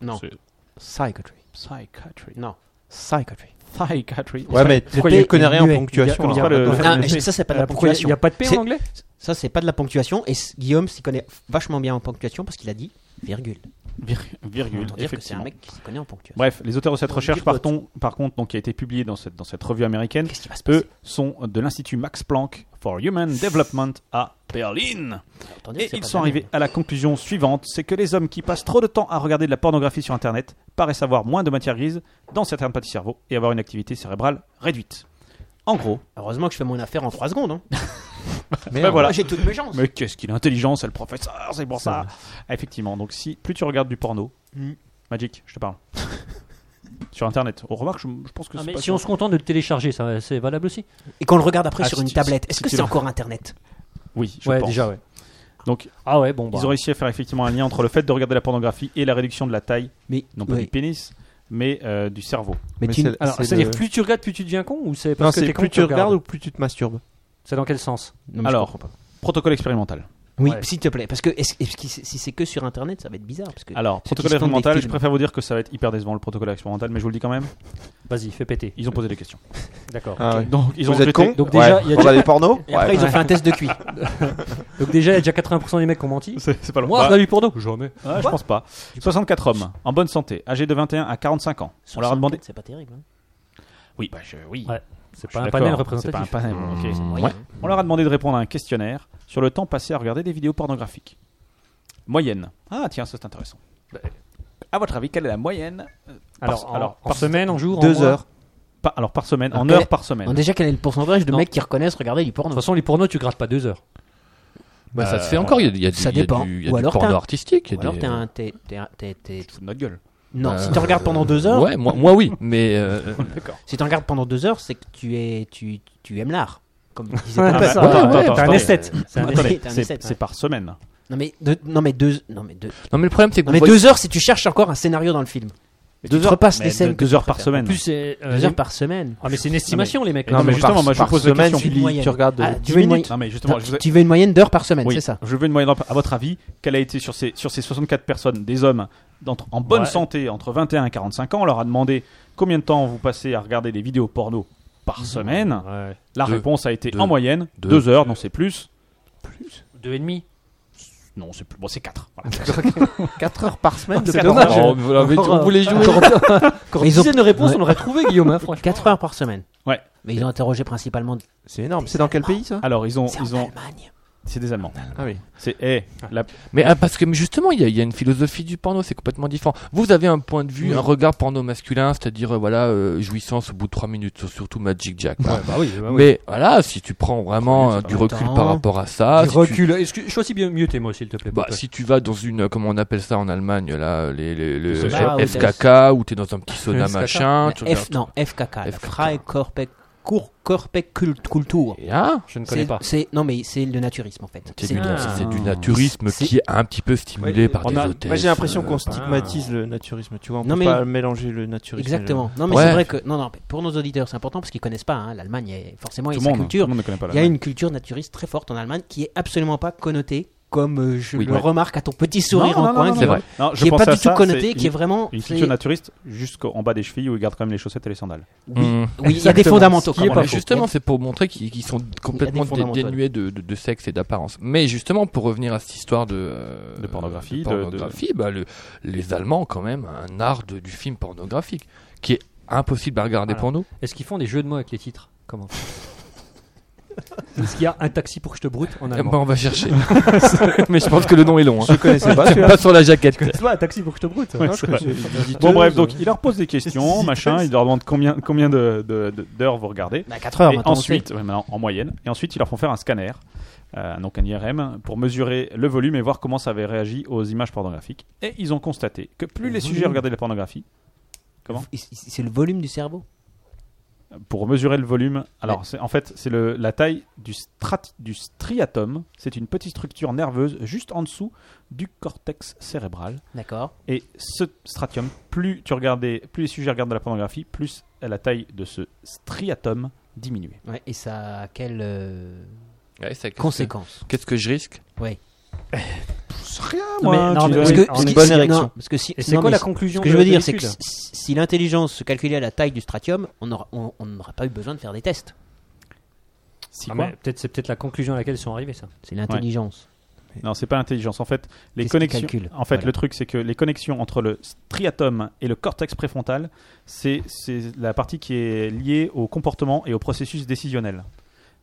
S1: Non.
S2: C'est-
S1: Psychiatry.
S2: Psychiatry.
S1: Non. Psychiatry.
S2: Psychiatry.
S5: Ouais, mais
S3: Pourquoi il y a
S5: tu connais
S3: une
S5: rien en
S3: nuée
S5: ponctuation.
S3: Il y a-
S5: alors.
S2: il y a-
S5: Maintenant,
S1: Non, mais ça, c'est pas de la
S3: Pourquoi il
S1: ponctuation.
S3: n'y a pas de P en
S1: C'est-
S3: anglais
S1: Ça, c'est pas de la ponctuation. Et c- Guillaume s'y connaît vachement bien en ponctuation parce qu'il a dit virgule.
S2: Vir- virgule.
S1: Pour dire que c'est un
S2: effectivement.
S1: mec qui s'y connaît en ponctuation.
S2: Bref, les auteurs de cette
S1: Pour
S2: recherche,
S1: dire pote.
S2: partons- par contre, donc, qui a été publiée dans cette, dans cette revue américaine,
S1: Qu'est-ce qui va se
S2: Eux
S1: passer
S2: sont de l'Institut Max Planck for Human Development à Berlin.
S1: Attendez,
S2: Et
S1: c'est
S2: ils
S1: pas
S2: sont
S1: de la
S2: arrivés
S1: merde.
S2: à la conclusion suivante, c'est que les hommes qui passent trop de temps à regarder de la pornographie sur Internet paraissent avoir moins de matière grise dans certaines parties du cerveau et avoir une activité cérébrale réduite. En
S1: [LAUGHS]
S2: gros,
S1: Heureusement que je fais mon affaire en 3 secondes. hein. [LAUGHS]
S2: ben voilà.
S1: J'ai toutes mes chances.
S2: Mais qu'est-ce qu'il est intelligent, c'est le professeur, c'est pour ça. Effectivement, donc si plus tu regardes du porno,
S1: Hmm.
S2: Magic, je te
S1: [LAUGHS]
S2: parle. sur Internet. On remarque, je, je pense que
S3: Ah,
S2: c'est
S3: mais
S2: pas
S3: Si on se contente de le télécharger, ça, c'est valable aussi.
S1: Et qu'on le regarde après
S2: Ah,
S1: sur
S2: si
S1: une
S2: tu-
S1: tablette.
S2: si
S1: Est-ce
S2: tu
S1: que c'est
S2: le-
S1: encore Internet
S2: Oui, je pense.
S3: ouais.
S2: Donc,
S3: Ah ouais, bon. Bah.
S2: Ils ont réussi à faire effectivement un lien entre le fait de regarder la pornographie et la réduction de la taille,
S1: Mais
S2: non pas du pénis, mais euh, du cerveau.
S1: Mais
S5: Mais
S1: tu-
S5: c'est-
S3: Alors,
S5: c'est
S3: c'est-à-dire
S5: le-
S3: plus tu regardes, plus tu deviens con ou c'est
S5: Non,
S3: parce que
S5: c'est
S3: t'es con
S5: plus
S3: que
S5: tu regardes ou plus tu te masturbes.
S3: C'est dans quel sens
S1: Non, mais je
S2: Alors,
S1: comprends pas.
S2: Protocole expérimental.
S1: Oui,
S3: ouais.
S1: s'il te plaît. Parce que est-ce- est-ce que si c'est que sur Internet, ça va être bizarre. Parce que
S2: Alors,
S1: qui
S2: protocole
S1: se font des
S2: expérimental, je
S1: films.
S2: préfère vous dire que ça va être hyper décevant le protocole expérimental, mais je vous le dis quand même,
S3: Vas-y, fais péter.
S2: ils ont posé des questions.
S3: D'accord.
S5: Ah ouais.
S2: Donc, ils ont
S5: Vous êtes
S2: jeté-
S5: con
S3: Donc déjà, il y a déjà-
S5: des pornos
S1: Et après, Ah, ils ont fait un test de QI.
S3: Donc déjà, il y a déjà 80% des mecs qui ont menti.
S2: [LAUGHS] C'est c'est pas le
S3: Moi,
S2: Bah,
S3: je regarde du porno. Jamais.
S2: ouais, je pense pas. 64 hommes, en bonne santé, âgés de 21 à 45 ans. On leur a demandé.
S1: C'est pas terrible. hein.
S2: Oui, bah je- oui.
S3: Ouais, C'est pas un
S2: D'accord,
S3: panel
S2: C'est
S3: représentatif.
S2: pas un panel. Mmh. ok.
S4: Mm,
S1: Oui.
S4: ouais.
S2: On leur a demandé de répondre à un questionnaire sur le temps passé à regarder des vidéos pornographiques. Moyenne. Ah tiens, ça c'est intéressant. Bah, À votre avis, quelle est la moyenne euh, par-
S3: Alors, en-
S2: alors,
S3: en
S2: par-
S3: semaine, en jour, en
S5: Deux
S3: mois
S5: heures.
S2: Pas- alors par semaine, en
S1: Ok.
S2: heure par
S1: Alors,
S2: semaine.
S1: déjà, quel est le pourcentage de
S3: Non.
S1: mecs qui reconnaissent regarder du
S3: De
S1: porno
S3: toute façon, les pornos, tu grattes pas deux heures.
S4: Bah,
S2: Euh,
S4: ça se fait encore. Il y a, il y a du,
S1: ça
S4: il y a
S1: dépend.
S4: du, il y
S1: Ou
S4: a du
S1: alors
S4: porno
S1: t'as-
S4: artistique. il y
S1: Ou
S4: a
S1: alors,
S4: des-
S1: t'es un. t'es- t'es un- t'es- t'es-
S2: Fous de notre gueule.
S1: Non,
S4: Euh,
S1: si tu regardes pendant deux heures,
S4: Ouais, moi, moi, oui, mais euh,
S1: si tu regardes pendant deux heures, c'est que tu es, tu, tu aimes l'art. Comme disait
S3: Ouais,
S1: Papa.
S3: bah,
S2: attends,
S3: ouais,
S2: attends,
S3: ouais,
S2: attends,
S3: t'es un
S2: attends.
S3: esthète. C'est un
S2: Attendez,
S1: t'es un
S2: c'est
S1: essai,
S2: c'est
S1: ouais.
S2: par semaine.
S1: Non mais deux, non mais deux, non mais deux,
S4: non, mais le problème c'est que
S1: non
S4: vous
S1: mais
S4: voyez-
S1: deux heures si tu cherches encore un scénario dans le film. tu te repasses
S2: mais
S1: les scènes
S2: deux-
S1: que
S2: deux
S1: tu
S2: heures par
S1: préfères.
S2: semaine.
S3: Plus c'est. euh,
S1: Deux
S3: les-
S1: heures par semaine.
S3: Ah, mais c'est une estimation, les mecs.
S2: Non, mais justement, moi, je vous
S5: par
S2: pose la
S5: semaine,
S2: question.
S5: tu
S1: Une
S5: lis-
S1: moyenne.
S5: tu regardes.
S1: Ah,
S5: euh,
S1: tu veux une moyenne
S2: Non mais justement,
S1: Non,
S2: je vous ai-
S1: Tu veux une moyenne d'heures par semaine,
S2: Oui,
S1: c'est ça
S2: Je veux une moyenne à votre avis, quelle a été sur ces sur ces 64 personnes des hommes d'entre- en bonne
S3: Ouais.
S2: santé entre 21 et 45 ans, on leur a demandé combien de temps vous passez à regarder des vidéos porno par semaine.
S3: Ouais.
S2: La
S4: Deux.
S2: réponse a été
S4: Deux.
S2: en moyenne
S4: Deux.
S2: 2 heures, non c'est plus.
S3: Deux et demi.
S2: Non, c'est plus. Bon, c'est 4.
S5: 4 heures par semaine de
S2: [LAUGHS] C'est
S5: porno.
S2: dommage.
S5: Oh, vous l'avez-
S2: Encore,
S5: on voulait
S2: euh,
S5: jouer.
S2: Encore une dizaine de réponses, on
S1: aurait
S2: l'aurait trouvé, Guillaume, hein, franchement.
S1: 4 heures par semaine.
S2: Ouais.
S1: Mais ils ont interrogé principalement.
S5: C'est énorme. C'est dans quel pays ça
S2: Alors, ils ont.
S1: C'est
S2: ils
S1: en
S2: ont...
S1: Allemagne.
S2: C'est des Allemands.
S5: Ah oui.
S2: C'est. eh, la-
S4: Mais ah, parce que justement, il y, a- il y a une philosophie du porno, c'est complètement différent. Vous avez un point de vue,
S2: Oui.
S4: un regard porno masculin, c'est-à-dire euh, voilà euh, jouissance au bout de 3 minutes, surtout Magic Jack.
S3: Ouais, bah oui, bah oui.
S4: Mais voilà, si tu prends vraiment euh, du recul par rapport à ça,
S3: Du
S4: si Ah, tu-
S3: recul. Est-ce que- Choisis bien mieux tes mots, s'il te plaît.
S4: Bah,
S3: Popeye.
S4: si tu vas dans une, euh, comment on appelle ça en Allemagne, là, les, les- le
S3: Le sauna.
S4: le FKK, où t'es dans un petit sauna
S1: FKK.
S4: machin.
S1: La
S4: tu
S1: F,
S4: regardes-
S1: non, FKK.
S4: FKK.
S1: Freikorpek Kultur.
S4: Ah,
S3: je ne connais
S1: C'est-
S3: pas.
S1: c'est- Non, mais c'est le naturisme en fait.
S4: C'est du,
S1: Ah.
S4: c'est du naturisme
S1: C'est-
S4: qui est un petit peu stimulé
S1: Ouais,
S4: par
S5: On
S4: des
S5: a-
S4: hôtesses,
S5: Moi, j'ai l'impression
S4: euh,
S5: qu'on
S4: par-
S5: stigmatise le naturisme. Tu vois, on
S1: Non,
S5: peut
S1: mais-
S5: pas mélanger le naturisme. et le-
S1: Exactement. Non, mais
S4: Ouais.
S1: c'est vrai que non, non, mais pour nos auditeurs, c'est important parce qu'ils connaissent pas hein, l'Allemagne. est- Forcément, il y
S2: Tout le
S1: a sa
S2: monde- hein.
S1: culture.
S2: tout le monde ne connaît pas
S1: il y a
S2: l'Allemagne.
S1: une culture naturiste très forte en Allemagne qui est absolument pas connotée comme euh, je
S4: Oui,
S1: le
S4: ouais.
S1: remarque à ton petit sourire
S2: Non, non,
S1: en
S2: non,
S1: coin.
S2: non,
S1: qui-
S4: c'est vrai.
S2: Non, je
S1: qui est
S2: pensais
S1: pas
S2: à
S1: du tout
S2: ça,
S1: connoté,
S2: c'est
S1: qui est vraiment-
S2: Une
S1: c'est-
S2: culture naturiste jusqu'en bas des chevilles où ils gardent quand même les chaussettes et les sandales.
S1: Oui,
S4: Mmh.
S1: oui, il y a des
S3: Exactement.
S1: fondamentaux.
S3: Ce qui est
S1: comme on
S3: pas
S1: dit.
S3: faux.
S4: Justement, c'est pour montrer qu'ils qu'ils sont complètement
S1: des fondamentaux,
S4: dé- dénués de, de- de sexe et d'apparence. Mais justement, pour revenir à cette histoire de, euh,
S2: De pornographie,
S4: de
S2: de- de-
S4: pornographie, bah, le- les Allemands ont quand même un art de- du film pornographique qui est impossible à regarder
S3: Voilà.
S4: pour nous.
S3: Est-ce qu'ils font des jeux de mots avec les titres Comment Est-ce qu'il y a un taxi pour que je te broute [LAUGHS] en
S4: Eh ben,
S3: allemand
S4: on va
S5: [LAUGHS]
S4: chercher. [LAUGHS] Mais je pense que le nom est long. hein.
S5: Bah, Je connaissais
S4: [LAUGHS]
S5: pas
S4: C'est
S5: celui-là.
S4: pas sur la jaquette.
S3: Toi, un taxi pour que je te broute
S2: Ouais,
S5: Non,
S2: c'est
S5: je
S2: vrai.
S5: connaissais- visiteuse.
S2: Bon, bref,
S1: [LAUGHS]
S2: donc il leur pose des questions, machin, il leur demande combien, combien de- de- de- d'heures vous regardez.
S1: Bah, 4 heures
S2: et
S1: maintenant, on
S2: ensuite, ouais, maintenant, en moyenne, et ensuite ils leur font faire un scanner, euh, donc un IRM, pour mesurer le volume et voir comment ça avait réagi aux images pornographiques. Et ils ont constaté que plus les sujets regardaient la pornographie, comment
S1: sait. C'est le volume du cerveau.
S2: pour mesurer le volume, alors c'est en fait c'est le- la taille du, strat- du striatum, c'est une petite structure nerveuse juste en dessous du cortex cérébral.
S1: D'accord.
S2: Et ce stratium, plus tu regardais, plus les sujets regardent de la pornographie, plus la taille de ce striatum diminuait.
S1: Ouais, et ça a quelles euh,
S4: Ouais, ça, qu'est-ce que-
S1: conséquences
S4: Qu'est-ce que je risque
S2: Ah,
S1: Non, mais- non, mais parce que- parce
S5: une
S1: que
S5: bonne
S1: si-
S5: érection.
S1: non, parce que si-
S3: Et c'est
S1: non,
S3: quoi
S1: mais
S3: la
S1: si-
S3: conclusion
S1: Ce que
S3: de-
S1: je veux
S3: de
S1: dire, c'est que
S3: l'étude
S1: si si l'intelligence se calculait à la taille du stratium, on n'aurait on, on n'aurait pas eu besoin de faire des tests.
S2: Si
S3: Ah,
S2: quoi
S3: mais peut-être c'est peut-être la conclusion à laquelle ils sont arrivés ça.
S1: C'est l'intelligence.
S2: Non, c'est pas l'intelligence. En fait, les
S1: Qu'est-ce
S2: connexions.
S1: qu'il calcule
S2: En fait,
S1: Voilà.
S2: le truc, c'est que les connexions entre le striatum et le cortex préfrontal, c'est c'est la partie qui est liée au comportement et au processus décisionnel.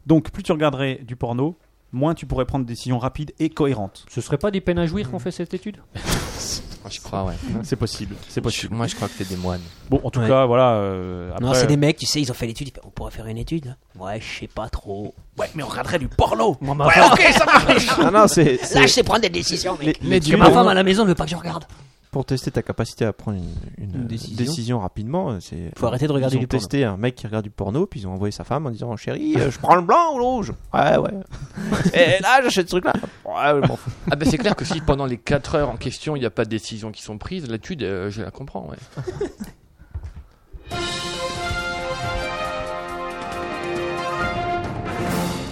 S2: Donc, plus tu regarderais du porno, moins tu pourrais prendre des décisions rapides et cohérentes.
S3: Ce serait pas des peines à jouir qu'on fait cette étude
S4: Moi, Je
S5: Ah,
S4: crois, ouais.
S2: C'est possible. C'est
S4: Je-
S2: possible.
S4: Moi, je crois que c'est des moines.
S2: Bon, en tout
S1: Ouais.
S2: cas, voilà. euh,
S1: Non,
S2: après-
S1: c'est des mecs, tu sais, ils ont fait l'étude. ils font, On pourrait faire une étude hein. Ouais, je sais pas trop. Ouais, mais on regarderait du porno. Ouais, ok, ça [LAUGHS] marche.
S5: Ah non, c'est. c'est-
S1: Là, je sais prendre des décisions,
S5: les-
S1: mec.
S5: les
S1: Parce que
S5: tuyaux-
S1: ma femme à la maison ne veut pas que je regarde.
S5: Pour tester ta capacité à prendre une, une,
S1: Une
S5: euh,
S1: décision.
S5: décision. rapidement, euh, c'est.
S1: Faut arrêter de regarder
S5: ils ont
S1: du porno.
S5: testé un mec qui regarde du porno, puis ils ont envoyé sa femme en disant Chérie, euh, je prends le blanc ou le rouge Ouais, ouais. Et là, j'achète ce truc-là. Ouais, je m'en fous.
S4: Ah ben c'est clair que si pendant les 4 heures en question il n'y a pas de décision qui sont prises, l'étude euh, je la comprends. Ouais.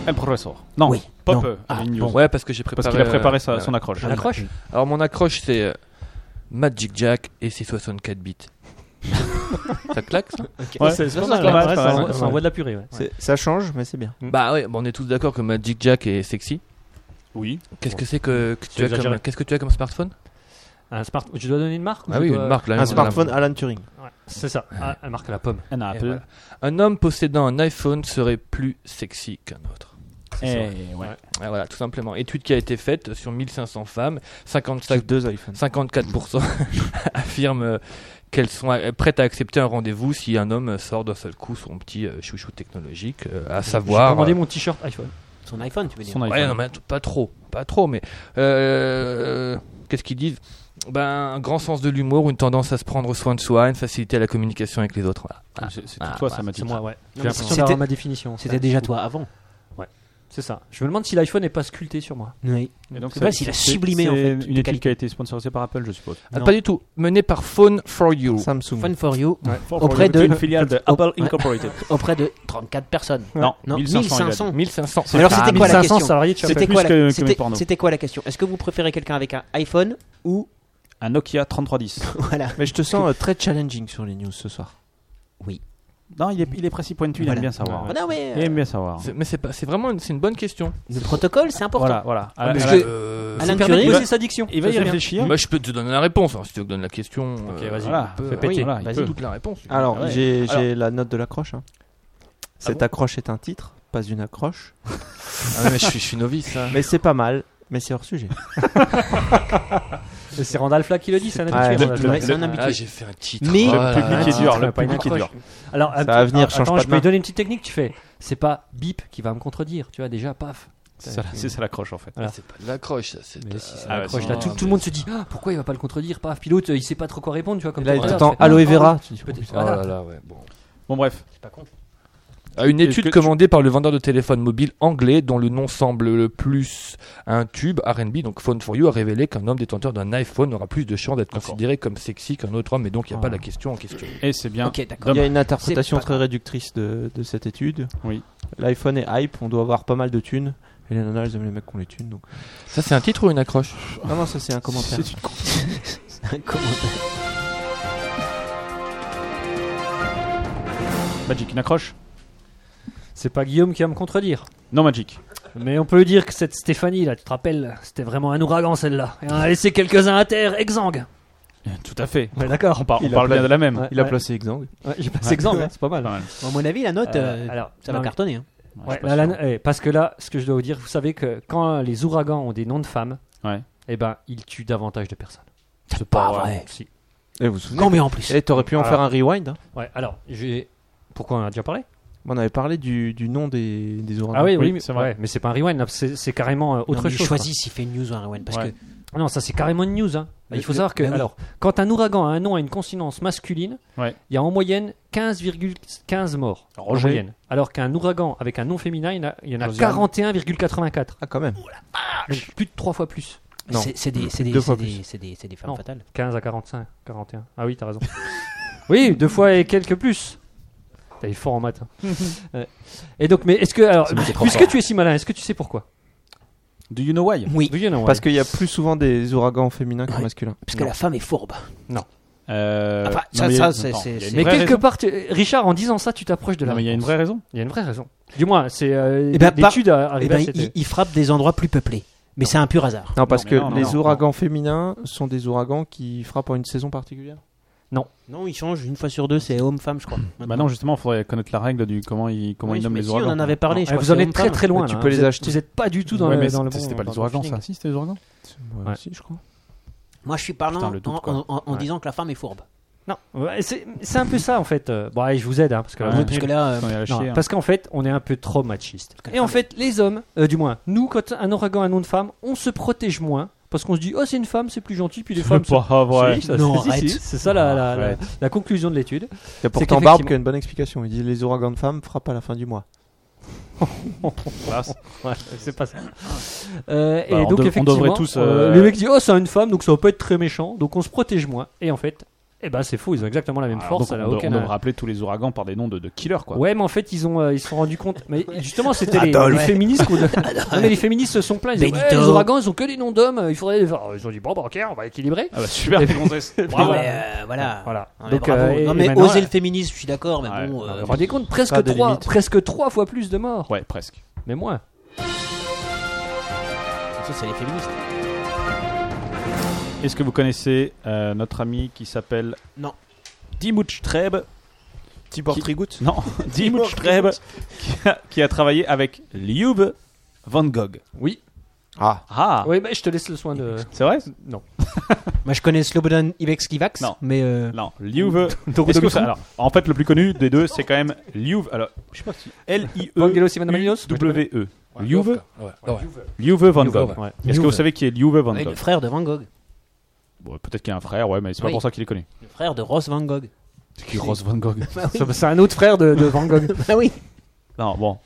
S2: El professeur. Non.
S1: Oui.
S2: Pop.
S1: Non.
S2: euh,
S1: Ah,
S2: une news.
S4: ouais parce que j'ai préparé.
S2: Parce qu'il a préparé
S4: euh,
S2: sa-
S4: ouais,
S2: son
S4: ouais.
S2: accroche.
S3: On accroche
S4: Alors mon accroche c'est euh, Magic Jack et ses 64 [LAUGHS] bits. ça claque ça
S2: Ouais.
S3: C'est
S2: Ça,
S3: pas
S2: c'est
S3: mal, hein.
S2: pas mal, pas
S3: ouais, ça
S2: mal.
S3: envoie- ça envoie de la purée. ouais.
S5: C'est- Ça change, mais c'est bien.
S4: Bah ouais, bon, on est tous d'accord que Magic Jack est sexy.
S2: Oui.
S4: Qu'est-ce que c'est que, que tu as
S3: exagéré.
S4: comme qu'est-ce que tu as comme smartphone
S3: Un smart... Je dois donner une marque ou
S4: Ah
S3: je
S4: oui,
S3: dois-
S4: une marque là.
S5: Un
S4: une-
S5: smartphone Alan Turing.
S3: Ouais, C'est ça, un- une marque à la pomme.
S2: Un Apple.
S4: Eh voilà. Un homme possédant un iPhone serait plus sexy qu'un autre.
S2: Eh, ouais.
S4: Ah, voilà, tout simplement. Étude qui a été faite sur 1500 femmes, 55
S5: Deux iPhones.
S4: 54% [LAUGHS] affirment euh, qu'elles sont euh, prêtes à accepter un rendez-vous si un homme sort d'un seul coup son petit euh, chouchou technologique, euh, à
S3: J'ai
S4: savoir.
S3: demandé mon t-shirt iPhone.
S1: Son iPhone, tu veux dire
S2: Son
S4: Ouais,
S2: iPhone.
S4: non, mais t- pas trop, pas trop, mais euh, qu'est-ce qu'ils disent Ben, un grand sens de l'humour, une tendance à se prendre soin de soi, une facilité à la communication avec les autres. voilà.
S2: C'est c'est
S4: Ah,
S2: tout toi,
S4: bah,
S2: ça m'a dit.
S3: C'est moi, ouais. J'ai
S1: mais
S3: l'impression
S1: c'était-
S3: d'avoir ma définition.
S1: C'était déjà toi avant.
S3: C'est ça. Je me demande si l'iPhone n'est pas sculpté sur moi.
S1: Oui.
S2: Et donc,
S1: Je sais pas
S2: c'est-
S1: s'il a
S2: c'est-
S1: sublimé,
S2: c'est
S1: en fait,
S2: Une
S1: de
S2: étude
S1: qualité.
S2: qui a été sponsorisée par Apple, je suppose.
S4: Ah, pas du tout, menée par Phone for You.
S5: Samsung.
S1: Fun for you.
S2: Auprès
S1: de-
S2: d'une filiale de
S1: Oh,
S2: Apple
S1: ouais.
S2: Incorporated.
S1: Auprès de 34 personnes.
S2: Non,
S1: Non,
S2: 1500.
S1: 1500.
S4: 1500.
S1: Mais
S2: Ah,
S1: alors, c'était quoi la
S3: 1500
S1: question
S3: salariés de
S2: C'était
S1: C'était
S2: plus
S1: quoi, la-
S2: que- que
S1: c'était-
S2: mes pornos.
S1: c'était quoi la question Est-ce que vous préférez quelqu'un avec un iPhone ou
S2: Un Nokia 3310.
S1: voilà
S5: Mais je te sens euh, très challenging sur les news ce soir.
S2: Non, il est, il est précis pointu, il aime
S1: Voilà.
S2: bien savoir.
S1: Voilà, ouais,
S2: Il aime
S1: euh,
S2: bien savoir.
S4: C'est- Mais c'est pas- c'est vraiment une, c'est une bonne question.
S1: Le protocole, c'est important.
S2: Voilà, voilà.
S4: Ah, mais
S2: Alain-
S4: je-
S2: Alain-
S4: euh,
S1: Alain
S4: ça permet
S1: Turing,
S4: de-
S1: c'est sa diction.
S2: Il va
S1: Ça,
S2: y
S1: c'est bien.
S2: réfléchir.
S4: Moi, Bah, je peux te donner la réponse. hein, si tu veux que je donne la question,
S3: Ok,
S4: euh,
S3: vas-y.
S2: Voilà,
S4: on peut-
S2: fais péter.
S4: voilà, il
S2: Vas-y.
S4: peut toute la réponse.
S5: Alors,
S2: Ah ouais.
S5: j'ai
S2: Alors-
S5: j'ai la note de l'accroche. hein. Cette accroche est un titre, pas une accroche.
S4: Ah, mais je, suis, je suis novice. hein.
S5: Mais c'est pas mal, mais c'est hors sujet.
S3: C'est Randolph là qui le dit, c'est un
S5: Ouais,
S3: habitué.
S5: le-
S3: Randolph
S5: le-
S3: Lake.
S1: C'est un
S4: Ah,
S1: habitué.
S4: j'ai fait un titre.
S1: Mais-
S4: Oh
S2: Le
S4: là
S2: public
S4: là.
S2: est dur, le
S3: pas une
S2: public est dur.
S3: accroche. Alors, un
S5: Ça va
S3: petit-
S5: venir,
S3: ah,
S5: change
S3: attends,
S5: pas
S3: je
S5: de
S3: peux
S5: main.
S3: donner une petite technique, tu fais. C'est pas bip qui va me contredire, tu vois, déjà, paf.
S2: C'est ça- C'est ça l'accroche en fait.
S3: Voilà.
S4: C'est pas de l'accroche, ça. C'est
S3: Mais
S4: de-
S3: si, c'est
S4: Ah,
S3: l'accroche.
S4: c'est
S3: Là,
S4: pas-
S2: euh,
S3: tout, tout le monde se dit, Ah, pourquoi il va pas le contredire Paf, pilote, euh, il sait pas trop quoi répondre, tu vois, comme
S5: Et là,
S3: tout à l'heure,
S5: t'entends
S3: tu fais,
S5: aloe
S3: Ah,
S5: vera. tu dis,
S3: peut-être-
S4: Oh
S3: voilà.
S4: là là, ouais, bon.
S2: Bon, bref.
S4: À Ah, une
S2: Est-ce
S4: étude
S2: que-
S4: commandée par le vendeur de téléphone mobile anglais dont le nom semble le plus à un tube, R&B, donc Phone for You, a révélé qu'un homme détenteur d'un iPhone aura plus de chances d'être considéré comme sexy qu'un autre homme, et donc il n'y a
S2: Ah.
S4: pas la question en question.
S2: Et c'est bien.
S1: Ok, d'accord.
S5: Il y
S2: Dom,
S5: a une interprétation
S1: C'est pas
S5: très réductrice de, de cette étude.
S2: Oui.
S5: L'iPhone est hype, on doit avoir pas mal de thunes. Et les nanas, elles aiment les mecs qui ont les thunes. Donc...
S4: Ça, c'est un titre ou une accroche
S5: Non, non, ça c'est un commentaire.
S2: c'est une con-
S1: Un commentaire.
S2: Magic, une accroche
S3: C'est pas Guillaume qui va me contredire.
S2: Non, Magic.
S3: Mais on peut dire que cette Stéphanie, là, tu te rappelles, c'était vraiment un ouragan celle-là. Et on a laissé quelques-uns à terre, exsangue.
S2: Tout à fait.
S3: Ouais, d'accord.
S2: On, par- on
S5: Il a
S2: parle
S5: pla-
S2: bien de la même.
S5: Il a
S3: Ouais.
S5: placé Xang.
S3: Ouais, J'ai passé exsangue, hein, c'est pas mal.
S2: Pas mal.
S1: Bon, à mon avis, la note,
S3: Euh,
S1: euh,
S3: alors,
S1: ça va
S3: non,
S1: cartonner. hein.
S2: Ouais,
S3: Ouais,
S2: je suis pas
S3: là,
S2: sûr.
S3: là, eh, parce que là, ce que je dois vous dire, vous savez que quand les ouragans ont des noms de femmes,
S2: Ouais.
S3: eh ben, ils tuent davantage de personnes.
S2: C'est
S1: Pas
S2: vrai.
S1: vrai.
S3: Si.
S5: Et vous vous souvenez
S1: Combien en plus
S5: Et Eh, t'aurais pu en
S3: Voilà.
S5: faire un rewind. hein.
S3: Ouais, alors, j'ai. Pourquoi on en a déjà parlé
S5: On avait parlé du, du nom des, des ouragans.
S3: Ah oui,
S2: oui,
S3: oui,
S2: mais-
S3: mais,
S2: c'est vrai.
S3: ouais, mais c'est pas un rewind, là, c'est c'est carrément euh, autre
S1: Non, mais
S3: chose.
S1: Choisis s'il fait une news ou un rewind. Parce
S2: Ouais.
S1: que
S3: quoi. Non, ça c'est carrément une news. hein. Il faut
S5: le-
S3: savoir que,
S5: mais oui.
S3: alors, quand un ouragan a un nom à une consonance masculine,
S2: Ouais.
S3: il y a en moyenne 15,15 morts.
S2: Roger.
S3: En moyenne. Alors qu'un ouragan avec un nom féminin, il y en a- il y en a
S2: Josiane.
S3: 41,84.
S5: Ah, quand même.
S3: Donc, Plus de 3 fois plus.
S5: Non.
S1: c'est- c'est des, c'est des,
S5: Deux fois
S1: c'est des-
S5: plus.
S1: c'est des- c'est des femmes
S3: Non.
S1: fatales.
S3: 15 à 45, 41. Ah oui, t'as [LAUGHS] raison. oui, deux fois et quelques plus. T'as eu fort en maths. [LAUGHS] hein. Ouais. et donc, mais est-ce que, alors, puisque tu es si malin, est-ce que tu sais pourquoi
S2: Do you know why
S1: Oui.
S3: Do you know why
S5: Parce qu'il y a plus souvent des ouragans féminins que
S1: Ouais.
S5: masculins.
S1: Parce que la femme est fourbe.
S2: Euh,
S1: Enfin,
S2: non,
S1: ça-
S2: mais il y
S1: ça,
S2: a-
S1: c'est-
S2: attends,
S1: c'est-
S2: il y a une
S3: Mais
S2: vraie
S3: quelque
S2: raison.
S3: part, tu- Richard, en disant ça, tu t'approches de la.
S2: Non, mais il y a une vraie raison.
S3: Il y a une vraie raison. Du moins, c'est euh,
S1: Eh ben, par-
S3: l'étude a-
S1: Eh
S3: arrivée
S1: ben,
S3: à
S1: il,
S3: cette-
S1: il frappe des endroits plus peuplés. Mais c'est un pur hasard.
S5: Non, parce
S2: mais
S5: que
S2: non, non,
S5: les
S2: non,
S5: ouragans féminins sont des ouragans qui frappent en une saison particulière.
S1: Non, il change une fois sur deux, c'est homme-femme, je crois.
S2: Maintenant, Bah justement, il faudrait connaître la règle du comment ils comment
S1: Oui,
S2: ils nomment
S1: mais
S2: les
S1: si,
S2: ouragans.
S1: On en avait parlé.
S3: Eh,
S1: je crois que
S3: vous
S1: c'est Bah,
S3: en êtes
S1: homme-femme.
S3: très très loin.
S5: Tu
S3: là,
S5: peux
S3: hein.
S5: les
S3: Vous êtes-
S5: acheter.
S3: Vous êtes pas du tout dans
S2: Ouais,
S3: le.
S2: mais
S3: dans le
S2: c'était
S3: bon-
S2: pas
S3: dans
S2: les
S3: le
S2: ouragans,
S3: feeling.
S2: ça, si, c'était les ouragans.
S5: Moi
S3: Ouais.
S5: aussi, je crois.
S1: Moi, je suis parlant
S2: Putain, le doute,
S1: en,
S2: quoi.
S1: en- en- en
S2: Ouais.
S1: disant que la femme est fourbe.
S3: Non, ouais, c'est c'est un peu ça en fait. Euh, Bon, allez, je vous aide hein, parce que.
S2: Ouais.
S1: Oui, parce que là, euh,
S2: Putain, il y a la
S3: Non,
S2: chier, hein.
S3: parce qu'en fait, on est un peu trop machiste.
S1: que
S3: Et en
S1: les
S3: fait, les hommes, euh, du moins, nous, quand un ouragan a un nom de femme, on se protège moins parce qu'on se dit, oh, c'est une femme, c'est plus gentil, puis les femmes.
S2: C'est pas vrai.
S3: Si, ça,
S1: Non,
S3: si, si,
S1: arrête.
S3: si, C'est ça la, la, la-
S2: Arrête.
S3: la conclusion de l'étude.
S5: Il y a pourtant Barbe qui a une bonne explication. Il dit les ouragans de femmes frappent à la fin du mois.
S2: Classe.
S3: Ouais, c'est pas ça. Euh,
S2: Bah,
S3: et
S2: on
S3: donc,
S2: dev- on
S3: effectivement,
S2: devrait tous,
S3: euh,
S2: euh,
S3: le mec dit, oh, c'est une femme, donc ça va pas être très méchant, donc on se protège moins. Et en fait, eh ben, c'est faux, ils ont exactement la même
S2: Alors,
S3: force,
S2: donc,
S3: ça n'a
S2: on, doit-
S3: aucun
S2: on devrait appeler tous les ouragans par des noms de, de killers, quoi.
S3: Ouais, mais en fait, ils ont, euh, ils se sont rendus compte. Mais justement, c'était les,
S1: Adolphe.
S3: les féministes. [LAUGHS] qu'on- Non, mais les féministes se sont plaints. Ils, disaient,
S1: Benito.
S3: ouais, les ouragans, ils ont que des noms d'hommes. euh, Il faudrait. les faire. Alors, Ils ont dit bon, bah, ok, on va équilibrer.
S2: Ah bah super, les gonzesses.
S1: Non,
S2: Bravo.
S1: mais euh, voilà.
S3: Voilà.
S1: Non, mais
S3: Donc,
S1: bravo.
S3: euh, et-
S1: Non,
S3: et
S1: mais
S3: maintenant,
S1: oser
S3: euh,
S1: le féminisme, je suis d'accord, mais
S2: Ouais.
S1: bon.
S2: Non,
S1: euh,
S2: mais
S3: Vous vous rendez compte
S5: Ça a
S3: presque
S5: des
S3: trois,
S5: limites.
S3: presque trois fois plus de morts.
S2: Ouais, presque.
S3: Mais moins.
S1: ça, c'est les féministes.
S2: Est-ce que vous connaissez euh, notre ami qui s'appelle
S1: Non.
S2: Dimuch Treb
S5: Tibor
S2: Qui-
S5: Trigout
S2: Non, Dimuch Treb qui a, qui a travaillé avec Liub Van Gogh.
S3: Oui.
S5: Ah,
S2: Ah,
S3: Oui, mais je te laisse le soin de.
S2: c'est vrai
S3: Non.
S1: Moi, je connais Slobodan Ivexkivax.
S2: Non.
S1: Mais. euh,
S2: Non, Liuve. Est-ce que ça- alors, en fait, le plus connu des deux, c'est quand même Liuve. Alors, je sais pas si. E
S3: Vangelos Ivanomalinos
S2: L-I-E-W-E.
S4: Ouais,
S2: Liuve
S4: ouais, ouais.
S2: Liuve E. Van
S4: Liuve,
S2: Gogh.
S4: ouais.
S3: Ouais.
S2: Est-ce que vous savez qui est Liuve Van
S1: oui, le
S2: Gogh
S1: frère de Van Gogh.
S2: Bon, Peut-être qu'il y a un frère, ouais, mais c'est pas
S1: Oui.
S2: pour ça qu'il est connu.
S1: Le frère de Ross Van Gogh.
S2: C'est qui Ross Van Gogh
S3: C'est c'est un autre frère de, [LAUGHS] de Van Gogh.
S1: [LAUGHS] bah oui.
S2: Non, bon.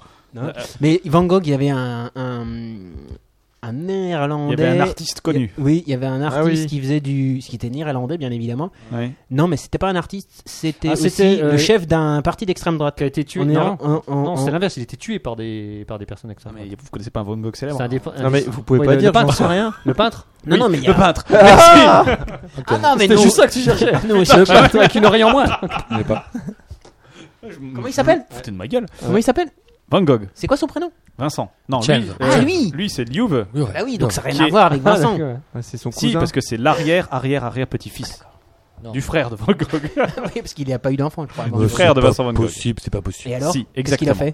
S1: Mais Van Gogh, il y avait un. un... Un néerlandais.
S2: Il y avait un artiste connu.
S1: Oui, il y avait un artiste
S5: oui.
S1: qui faisait du. Ce qui était néerlandais, bien évidemment.
S2: Ouais.
S1: Non, mais c'était pas un artiste, c'était
S3: Ah,
S1: aussi
S3: c'était, euh,
S1: le chef d'un parti d'extrême droite.
S3: Qui a été tué.
S1: On est
S3: non,
S1: en- en- en-
S3: non c'est
S1: en-
S3: l'inverse. Il était tué par des, par des personnes
S2: Non,
S3: extrêmes. [LAUGHS]
S2: mais vous connaissez pas un Van Gogh célèbre
S3: C'est un défenseur.
S5: non mais
S1: Ah,
S5: vous pouvez
S3: Ouais,
S5: pas
S3: le-
S5: dire,
S3: le
S5: j'en
S3: peintre.
S5: sais rien.
S3: Le peintre
S1: Non, non, mais il y
S2: Le
S1: a.
S2: peintre
S1: Ah non, mais
S3: C'était
S1: nous,
S3: juste ça que tu cherchais.
S1: nous,
S3: Le peintre avec une oreille en moins.
S2: Je
S1: Comment il s'appelle
S2: Foutez de ma gueule.
S1: Comment il s'appelle
S2: Van Gogh.
S1: C'est quoi son prénom
S2: Vincent. Non,
S1: Chen.
S2: lui. euh,
S1: Ah, lui
S2: Lui, c'est Liuve.
S1: Bah oui, donc ça n'a rien à voir avec Vincent.
S5: c'est son
S2: Si,
S5: cousin.
S2: parce que c'est l'arrière, arrière, arrière petit-fils du frère de Van Gogh. [LAUGHS] Eh ben,
S1: Oui, parce qu'il n'a pas eu d'enfant, je crois. avant.
S2: Le frère de Vincent Van Gogh.
S4: Possible, c'est pas possible.
S1: Et alors
S2: Si,
S1: Qu'est-ce qu'il a
S2: exactement. Eh
S1: fait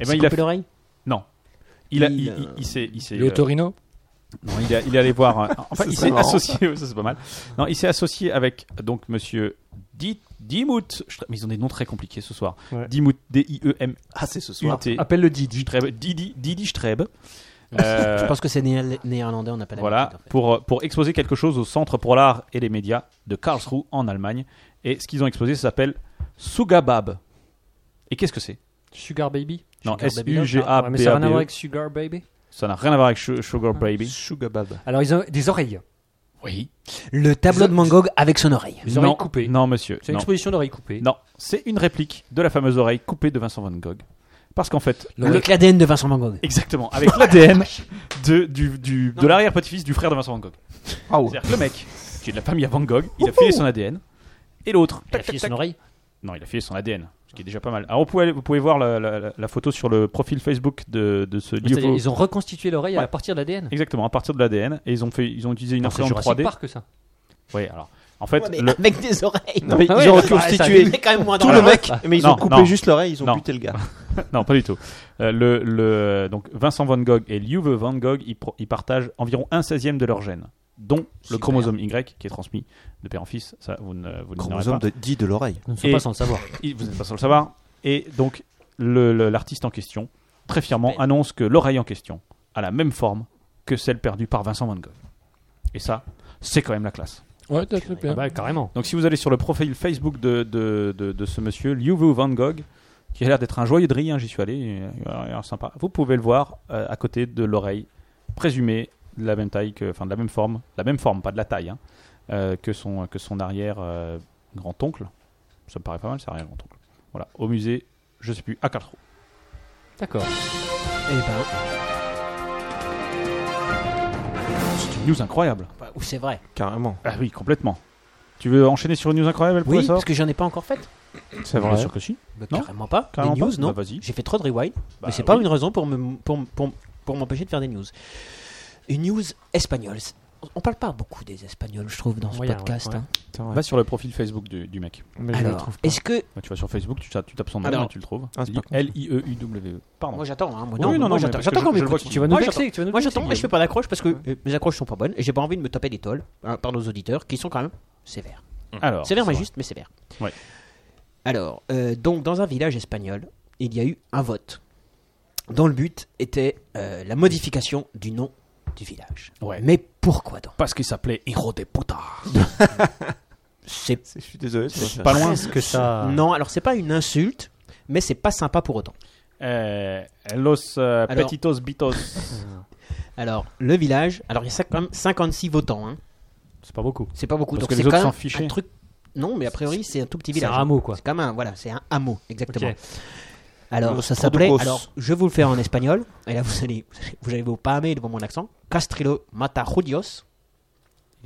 S1: Il s'est
S2: ben, il a
S1: coupé
S2: fait-
S1: l'oreille
S2: Non. Il a,
S1: Il,
S2: il,
S1: euh,
S2: il- il s'est, il s'est.
S4: Le
S2: euh,
S4: Torino
S2: non, il, a- il est allé voir. un-
S5: Ça,
S2: Enfin, il
S5: c'est
S2: s'est
S5: marrant.
S2: associé. [LAUGHS] ça c'est pas mal. Non, il s'est associé avec donc Monsieur Di- Dimut. Je tra- Mais ils ont des noms très compliqués ce soir.
S3: Ouais.
S2: Dimut, D-I-E-M. Ah, c'est ce soir.
S3: Ah, appelle le Didi.
S2: Strebe, Didi, Didi Strebe.
S1: Je
S2: Euh,
S1: pense que c'est néer- néerlandais, on n'a pas la
S2: voilà,
S1: même chose, en fait.
S2: pour, euh, pour exposer quelque chose au Centre pour l'art et les médias de Karlsruhe en Allemagne. Et ce qu'ils ont exposé, ça s'appelle Sugabab. Et qu'est-ce que c'est
S3: Sugar Baby
S2: Non,
S1: Sugar Baby
S3: Ah, ouais, Mais ça n'a rien à
S2: S-U-G-A-B.
S3: voir avec Sugar Baby
S2: Ça n'a rien à voir avec Su- Sugar Baby.
S5: Sugabab.
S3: Alors, ils ont des oreilles.
S2: Oui.
S1: Le tableau de Van Gogh avec son oreille.
S3: Des oreilles
S2: non,
S3: coupées.
S2: Non, monsieur.
S3: C'est une
S2: non.
S3: exposition d'oreilles coupées.
S2: Non, c'est une réplique de la fameuse oreille coupée de Vincent Van Gogh. Parce qu'en fait, le-
S1: Avec l'ADN de Vincent Van Gogh.
S2: exactement, avec l'ADN de, du, du- de l'arrière-petit-fils du frère de Vincent Van Gogh.
S5: Ah
S3: Oh.
S5: ouais.
S2: C'est-à-dire que le mec, qui est de la famille à Van Gogh, il a filé son ADN. Et l'autre,
S1: Il a
S2: tac,
S1: filé
S2: tac,
S1: son
S2: tac.
S1: oreille.
S2: non, il a filé son ADN, ce qui est déjà pas mal. Alors vous pouvez, vous pouvez voir la, la- la photo sur le profil Facebook de, de ce
S3: C'est-à-dire,
S2: livre.
S3: Ils ont reconstitué l'oreille à
S2: Ouais.
S3: partir de l'ADN.
S2: Exactement, à partir de l'ADN, et ils ont fait, ils ont utilisé une
S3: C'est
S2: imprimante
S3: Jurassic
S2: 3D.
S3: Park, ça.
S2: Ouais, alors, en fait,
S1: Ouais, mais
S2: le-
S1: Avec des oreilles.
S5: Non, mais
S3: Ah
S5: ils ont
S3: ouais, bah,
S5: reconstitué
S1: C'est quand même moins
S5: tout
S1: drôle.
S5: le mec, mais ils
S2: Non,
S5: ont coupé
S2: non.
S5: juste l'oreille, ils ont
S2: Non.
S5: buté le gars.
S2: Non, pas du tout. Euh, le, le- donc Vincent Van Gogh et Liuve Van Gogh, ils, pro- ils partagent environ un 16e de leur gène, dont le chromosome Y qui est transmis de père en fils. Ça, vous ne vous n'ignorez
S5: Chromosome
S2: pas.
S5: de, dit de l'oreille.
S3: Nous ne
S2: Et-
S3: sommes pas sans le savoir.
S2: Il- Vous n'êtes pas sans le savoir. Et donc, le- le- l'artiste en question, très fièrement, annonce que l'oreille en question a la même forme que celle perdue par Vincent Van Gogh. Et ça, c'est quand même la classe.
S4: Ouais, t'as fait
S3: Ah
S4: bien.
S3: bah, carrément.
S2: Donc, si vous allez sur le profil Facebook de, de, de- de ce monsieur, Liuvu Van Gogh, qui a l'air d'être un joyeux de riz, hein, j'y suis allé, il a l'air sympa. Vous pouvez le voir euh, à côté de l'oreille, présumée de la même taille, que, enfin de la même forme, la même forme, pas de la taille, hein, euh, que son, que son arrière-grand-oncle. Ça me paraît pas mal, c'est arrière-grand-oncle. Voilà, au musée, je sais plus, à Karlsruhe.
S3: D'accord.
S1: Eh ben,
S2: C'est une news incroyable.
S1: bah, ou c'est vrai.
S5: Carrément.
S2: Ah oui, complètement. Tu veux enchaîner sur une news incroyable, le
S1: Oui,
S2: professeur
S1: parce que j'en ai pas encore fait.
S5: C'est
S2: Bien sûr que si.
S1: Bah,
S2: Non.
S1: carrément pas.
S2: Carrément
S1: des
S2: pas.
S1: news, non.
S2: Bah, vas-y.
S1: J'ai fait trop de rewind,
S2: Bah,
S1: mais c'est pas
S2: oui.
S1: une raison pour me pour, pour, pour m'empêcher de faire des news. Une news espagnole. On parle pas beaucoup des Espagnols, je trouve, dans ce
S3: Moyen, ouais,
S1: podcast.
S3: ouais.
S1: hein.
S2: Va sur le profil Facebook du, du mec.
S5: Mais je le
S1: Alors,
S5: trouve pas.
S1: est-ce que
S2: Bah, tu vas sur Facebook, tu, ta- tu tapes son nom
S1: Alors-
S2: et tu le trouves. E
S5: Ah, c'est pas con, ça.
S2: L-I-E-U-W-E. Pardon.
S1: moi j'attends, hein,
S2: Oh.
S1: moi,
S2: Oui,
S1: non,
S2: non,
S1: moi,
S2: non, mais
S1: j'attends,
S2: parce
S1: j'attends
S2: que je-
S1: qu'on
S2: je
S1: m'écoute.
S2: vois qu'il-
S3: Tu vas nous
S1: Moi,
S3: vexer. tu vas nous
S1: Moi
S3: vexer,
S1: j'attends,
S3: Guillaume.
S1: je fais pas d'accroche parce que euh, mes accroches sont pas bonnes et j'ai pas envie de me taper des tolls hein, par nos auditeurs qui sont quand même sévères.
S2: Alors,
S1: sévères mais
S2: c'est
S1: juste, mais sévères.
S2: Ouais.
S1: Alors, euh, donc dans un village espagnol, il y a eu un vote dont le but était euh, la modification du nom du village.
S2: Ouais.
S1: Mais pourquoi donc
S2: Parce qu'il s'appelait Hiro de Puta.
S1: C'est
S5: Je suis désolé. ça va faire-
S2: Pas loin.
S3: Est-ce que ça.
S1: Non, alors c'est pas une insulte, mais c'est pas sympa pour autant.
S2: Euh, los euh,
S1: Alors-
S2: Petitos Bitos.
S1: Alors, le village, alors il y a cinq- quand même 56 votants, hein.
S3: C'est pas beaucoup.
S1: c'est pas beaucoup.
S2: Parce
S1: donc
S2: que les
S1: c'est quand
S2: autres s'en
S1: même
S2: fichaient.
S1: un truc. Non, mais a priori c'est un tout petit
S3: C'est
S1: village. hein.
S3: un hameau, quoi.
S1: C'est comme un, voilà, c'est un hameau, exactement.
S3: Ok.
S1: Alors, ça
S5: Los
S1: s'appelait,
S5: Producos.
S1: alors je vais vous le faire en espagnol, et là vous allez, vous allez vous pâmer devant mon accent. Castrilo Matajudios.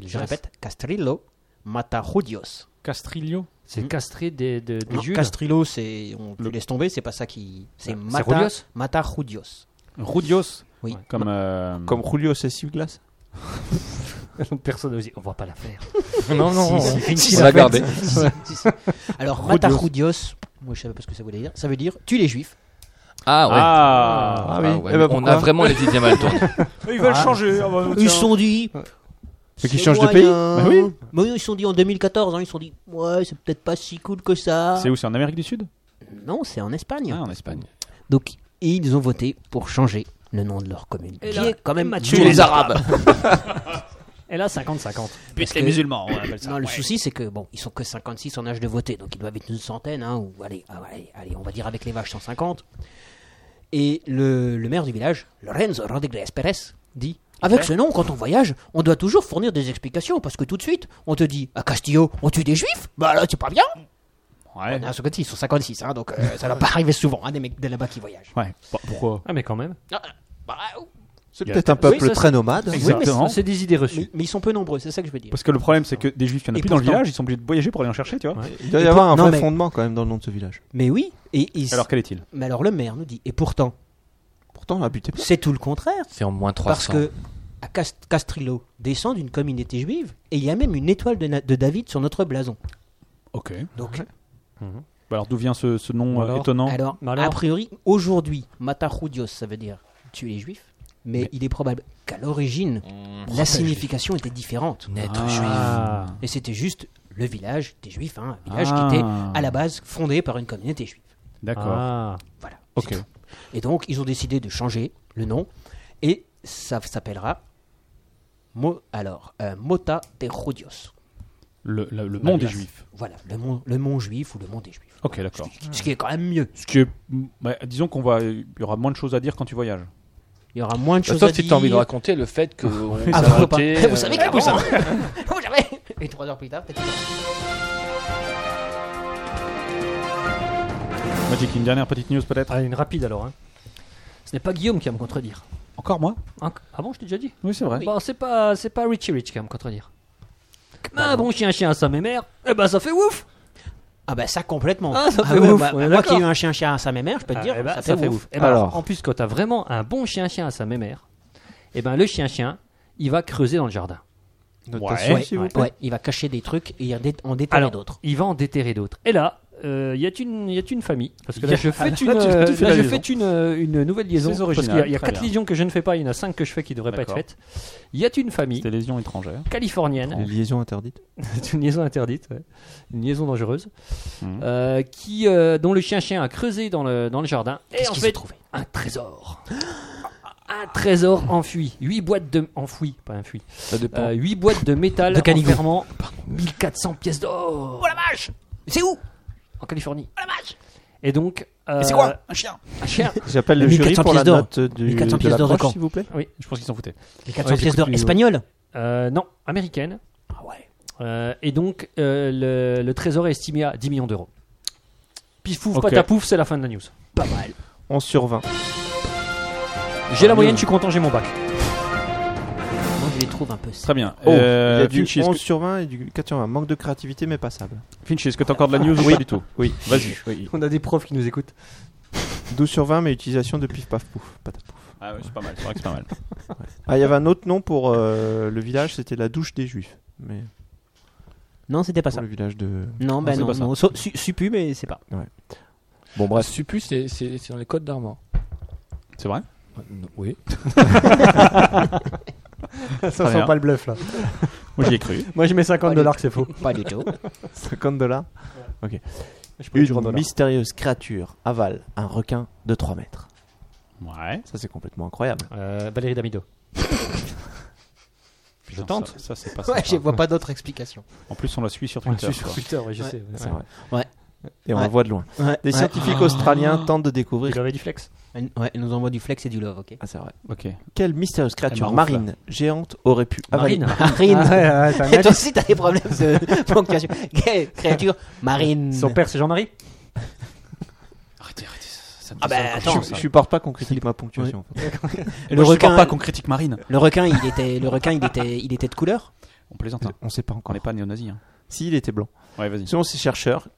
S1: Je répète, Castrilo Matajudios.
S2: Castrillo.
S3: C'est Mm. castré des, des, des
S1: Non,
S3: Juifs.
S1: Castrilo, c'est, on
S2: Le-
S1: le... laisse tomber, c'est pas ça qui, c'est
S3: C'est
S1: Mata,
S3: Judios
S1: Matajudios.
S2: Rudios.
S1: Oui.
S2: Comme. euh,
S5: Comme Julio Cessuglas.
S3: Personne n'a osé. On va pas la [LAUGHS] faire.
S4: Non, non,
S1: Si,
S4: on-
S1: si,
S4: on
S1: si,
S4: l'a
S1: si,
S4: gardé.
S1: si, si, si, si.
S5: [LAUGHS]
S1: Alors, Matajudios, moi je savais pas ce que ça voulait dire. Ça veut dire tu les juifs.
S4: Ah ouais.
S2: Ah,
S5: Ah oui.
S4: ouais,
S5: Eh ben,
S4: on
S5: pourquoi
S4: a vraiment les idées mal tournées.
S2: Ils
S5: Ah.
S2: veulent changer. ah bah,
S1: Ils sont dit.
S5: Oh, Ceux qui
S1: c'est
S5: changent de pays
S1: moyen.
S5: Bah oui.
S1: Mais oui, ils sont dit en 2014, hein, ils sont dit ouais, c'est peut-être pas si cool que ça.
S2: C'est où C'est en Amérique du Sud
S1: Non, c'est en Espagne.
S2: Ah, en Espagne.
S1: Donc, ils ont voté pour changer le nom de leur commune.
S3: Et
S1: qui
S3: là,
S1: est quand même
S3: Mathieu,
S1: dur.
S3: les
S4: Arabes.
S3: Et là, 50-50.
S1: Parce
S2: Ah, les
S1: que-
S2: musulmans, on appelle ça.
S1: Non, le
S2: Ouais.
S1: souci, c'est que bon, ils sont que 56 en âge de voter, donc ils doivent être une centaine, hein, ou allez, ah, allez, allez, on va dire avec les vaches 150. Et le, le maire du village, Lorenzo Rodriguez Pérez, dit Avec ce nom, quand on voyage, on doit toujours fournir des explications, parce que tout de suite, on te dit À Castillo, on tue des juifs Bah là, c'est pas bien
S2: Ouais.
S1: On est à 56, ils sont 56, hein, [LAUGHS] donc euh, ça va pas arriver souvent, hein, des mecs de là-bas qui voyagent.
S2: Ouais. Bah, Pourquoi
S3: Ah, mais quand même.
S1: Ah, bah,
S5: C'est peut-être un peuple
S1: Oui, ça,
S5: très
S1: c'est-
S5: nomade.
S1: oui, mais
S2: Exactement.
S1: ça, c'est des idées reçues. Mais, mais ils sont peu nombreux, c'est ça que je veux dire.
S2: Parce que le problème, c'est que des juifs, il y en a
S1: Et
S2: plus dans le
S1: pourtant-
S2: village, ils sont obligés de voyager pour aller en chercher, tu vois.
S5: Il doit y
S1: Et
S5: avoir
S1: pour-
S5: un
S1: non,
S5: vrai
S1: mais-
S5: fondement quand même dans le nom de ce village.
S1: Mais oui. Et, et-
S2: Alors, quel est-il
S1: Mais alors le maire nous dit, et pourtant,
S5: Pourtant, on a buté plein.
S1: c'est tout le contraire.
S4: C'est en moins 300.
S1: Parce que à Cast- Castrillo descend d'une communauté juive et il y a même une étoile de, Na- de David sur notre blason.
S2: Ok.
S1: Donc,
S2: Bah alors, d'où vient ce, ce nom euh,
S3: Alors-
S2: étonnant
S1: alors,
S3: Mais alors-
S1: a priori, aujourd'hui, Matarudios, ça veut dire tuer les juifs, mais, il est probable qu'à l'origine, la signification était différente.
S4: Naître
S2: Ah.
S1: Et c'était juste le village des juifs, hein, un village
S2: Ah.
S1: qui était à la base fondé par une communauté juive.
S2: D'accord.
S3: Ah.
S1: Voilà.
S2: Ok.
S1: c'est tout. Et donc, ils ont décidé de changer le nom et ça s'appellera Mo- alors, euh, Mota de Rodios.
S2: Le, le- le nom des
S1: glace.
S2: juifs.
S1: Voilà, le mont, le mont juif ou le mont des juifs.
S2: Ok, d'accord.
S1: Ce qui est quand même mieux.
S2: Ce qui est- bah, disons qu'on va, il y aura moins de choses à dire quand tu voyages.
S1: Il y aura moins de
S4: Bah,
S1: choses
S4: Sauf
S1: à
S4: si
S1: dire.
S4: t'as envie de raconter le fait que. on s'est
S1: [LAUGHS] Ah, pourquoi pas
S4: arrêté, euh,
S1: [LAUGHS] Vous savez qu'avant...
S4: oui, ça-
S1: vous savez Et trois heures plus tard, peut-être...
S2: Magic, une dernière petite news peut-être.
S3: Ah, une rapide alors. hein. Ce n'est pas Guillaume qui va me contredire.
S2: Encore moi
S3: Hein ah bon, je t'ai déjà dit
S2: Oui, c'est vrai.
S3: Bon, c'est pas, c'est pas Richie Rich qui va me contredire. Un bon chien, chien, ça mère. Eh ben, ça fait ouf
S1: Ah bah ça complètement.
S3: Ah, ça fait
S1: ouais,
S3: ouf,
S1: bah,
S3: on est
S1: moi
S3: d'accord.
S1: qui ai eu un chien chien à sa mère, je peux te dire,
S3: Ah, eh ben,
S1: ça, fait ouf.
S3: Eh ben,
S5: Alors.
S3: En plus, quand t'as vraiment un bon chien, chien à sa mémère, eh ben, le chien, chien, il va creuser dans le jardin.
S5: Notation,
S1: Ouais,
S5: s'il vous
S1: ouais,
S5: plaît.
S1: ouais, il va cacher des trucs et il dé- en détailler
S3: Alors,
S1: d'autres.
S3: Il va en déterrer d'autres. Et là, euh, y a une, y a une famille. Parce que
S2: Y
S3: là,
S2: [LAUGHS] a-
S3: je
S2: là,
S3: fais une,
S2: Ah, tu- tu
S3: euh,
S2: fais
S3: là,
S2: la
S3: je
S2: liaison.
S3: fais une, euh, une nouvelle liaison.
S2: C'est
S3: Parce qu'il y a-
S2: original,
S3: il y a
S2: très
S3: quatre
S2: bien.
S3: lisions que je ne fais pas, il y en a cinq que je fais qui ne devraient pas être
S2: D'accord.
S3: faites. Il y a une famille
S2: C'était lésions étrangères.
S5: Les
S3: californienne,
S5: liaisons interdites.
S3: c'est [LAUGHS] une liaison interdite, ouais. une liaison dangereuse,
S2: Mhm.
S3: euh, qui, euh, dont le chien-chien a creusé dans le, dans le jardin. Et
S1: Qu'est-ce
S3: en
S1: qu'ils ont
S3: fait,
S1: trouvé
S3: un trésor. Un trésor enfui. Huit boîtes de. Enfui, pas enfui.
S4: Ça dépend.
S3: Euh, Huit boîtes de métal
S1: De Canigou.
S3: enfermant 1400 pièces d'or.
S1: C'est où
S3: en Californie. Et donc. euh,
S10: C'est quoi Un chien
S3: un chien
S5: J'appelle
S1: Les
S5: le jury
S1: 1400
S5: pour la
S1: pièces d'or.
S5: note du,
S1: 1400
S5: de
S1: pièces d'or de
S5: l'approche,
S1: Caen.
S5: s'il vous plaît.
S2: Je pense qu'ils s'en foutaient.
S1: Les 400 pièces
S3: j'écoute
S1: d'or
S3: plus,
S1: espagnoles
S3: euh, Non, américaine.
S1: Ah ouais.
S3: Euh, et donc, euh, le, le trésor est estimé à 10 millions d'euros. Puis fouf,
S2: Ok.
S3: patapouf, c'est la fin de la news.
S1: Pas mal.
S5: 11 sur 20.
S3: J'ai la moyenne, je suis content, j'ai mon bac.
S1: Moi je les trouve un peu
S2: Très bien.
S5: Oh,
S2: Euh,
S5: il y a du
S2: Finchi, est-ce
S5: 11 sur 20 et du 4 sur 20. Manque de créativité, mais passable.
S2: que- Finchi, est-ce que t'as encore de la news ou pas du tout
S5: Oui.
S2: Vas-y.
S3: On a des profs qui nous écoutent.
S5: 12 sur 20, mais utilisation de pif paf pouf. patate, pouf.
S2: Ah oui, c'est pas mal. C'est vrai que c'est pas mal.
S5: Ah, il y avait un autre nom pour euh, le village, c'était la douche des juifs. Mais
S1: Non, c'était pas
S5: pour
S1: ça.
S5: le village de.
S1: Non, ben
S2: c'est
S1: non,
S2: pas ça.
S1: non. So- su- Suppu, mais c'est pas.
S5: Bon,
S4: Bref, Suppu, c'est c'est- c'est dans les codes d'Armand.
S2: C'est vrai
S4: Oui.
S3: [LAUGHS] Ça
S2: sent bien. pas
S3: le bluff là.
S2: Moi, j'y ai cru.
S3: Moi je mets 50
S1: dollars
S3: que c'est faux.
S1: Pas du tout.
S5: 50 dollars.
S3: Je peux dire en
S5: Une
S3: dollars.
S5: mystérieuse créature avale un requin de 3 mètres.
S2: Ouais.
S5: Ça, c'est complètement incroyable.
S3: Euh, Valérie Damido.
S2: Je
S3: tente.
S2: Ça, ça, c'est pas
S1: Ouais,
S2: sympa.
S1: je vois pas d'autre explication.
S2: En plus, on la suit sur Twitter. quoi.
S3: Twitter, ouais, je
S1: Ouais.
S3: sais. ouais.
S5: Ah, C'est vrai.
S1: Ouais.
S5: Et on
S1: Ouais.
S5: la voit de loin.
S1: Ouais, Ah,
S5: Des scientifiques australiens tentent de
S3: Il
S5: découvrir.
S3: avait du flex.
S1: Ouais, ils nous envoie du flex et du love, ok
S5: Ah, c'est vrai.
S2: Ok.
S5: Quelle mystérieuse créature
S2: Elle m'a
S5: marine géante aurait pu avaler
S3: Marine.
S1: Marine [LAUGHS] Et Toi aussi, t'as des problèmes de ponctuation. Cré- Créature marine.
S3: Son père c'est Jean-Marie.
S2: Arrêtez, arrêtez. Ça, ça me
S1: Ah
S2: fait
S1: bah
S2: ça.
S1: attends,
S5: Je supporte pas qu'on critique ma ponctuation. en fait.
S1: le
S2: Moi, je
S1: requin,
S2: supporte pas qu'on critique Marine.
S1: le requin, il était, le requin, il était, il était de couleur.
S2: On plaisante.
S5: [LAUGHS]
S2: hein.
S5: On sait pas
S2: On
S5: encore.
S2: n'est pas néo-nazi. Hein.
S5: S'il était blanc.
S2: Ouais, vas-y.
S5: Selon ces chercheurs,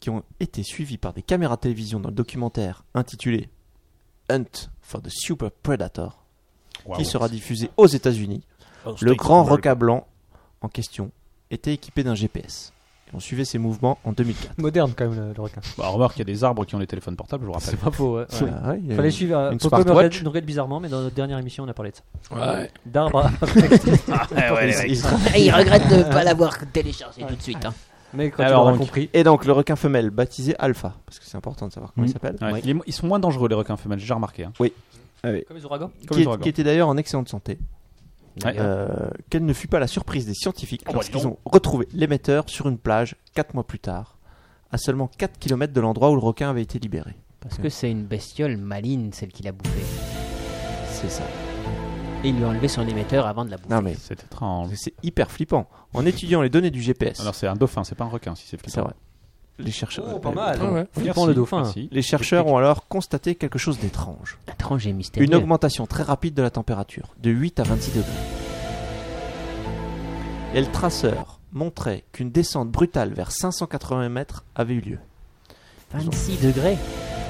S5: qui ont été suivis par des caméras de télévision dans le documentaire intitulé Hunt for the Super Predator, qui sera diffusé aux États-Unis,
S3: Oh,
S5: le grand requin blanc en question était équipé d'un GPS. Et on suivait ses mouvements en 2004.
S3: Moderne quand même le, le requin.
S2: Bah, remarque, il y a des arbres qui ont des téléphones portables, je vous rappelle.
S3: C'est pas faux. Ouais. Ouais.
S5: Ah ouais, il y a
S3: Fallait
S5: eu-
S3: suivre. euh,
S5: une
S3: Popo nous
S5: smartwatch.
S3: regarde- nous regarde bizarrement, mais dans notre dernière émission, on a parlé de ça.
S4: Ouais.
S3: [LAUGHS] D'arbre.
S2: Ah
S1: Et il regrette de pas l'avoir téléchargé tout de suite. hein.
S3: Mais quand
S2: Alors,
S3: tu l'auras
S2: donc,
S3: compris.
S5: Et donc, le requin femelle, baptisé Alpha, parce que c'est important de savoir comment
S2: Mm.
S5: il s'appelle,
S2: Ouais, il est mo- Ils sont moins dangereux, les requins femelles, j'ai déjà remarqué. hein.
S3: Comme les ouragans.
S2: Comme
S5: qui,
S2: les
S5: est-
S2: ouragans.
S5: qui était d'ailleurs en excellente santé,
S2: Ouais.
S5: euh, quelle ne fut pas la surprise des scientifiques
S3: Ah,
S10: bah, dis
S5: lorsqu'ils
S10: donc.
S5: ont retrouvé l'émetteur sur une plage 4 mois plus tard, à seulement 4 km de l'endroit où le requin avait été libéré.
S1: Parce que c'est une bestiole maligne, celle qui l'a bouffé.
S5: C'est ça.
S1: Et il lui a enlevé son émetteur avant de la bouffer.
S5: Non mais
S2: C'est étrange.
S5: c'est hyper flippant. En étudiant les données du GPS,
S2: Alors c'est un dauphin, c'est pas un requin si c'est
S5: c'est
S2: flippant.
S5: vrai. les chercheurs.
S3: Oh, pas mal.
S5: pardon.
S3: Ouais, ouais. Flippant le dauphin.
S5: Les chercheurs ont alors constaté quelque chose d'étrange.
S1: Étrange et mystérieux.
S5: Une augmentation très rapide de la température, de 8 à 26 degrés. Et le traceur montrait qu'une descente brutale vers 580 mètres avait eu lieu.
S1: 26 degrés.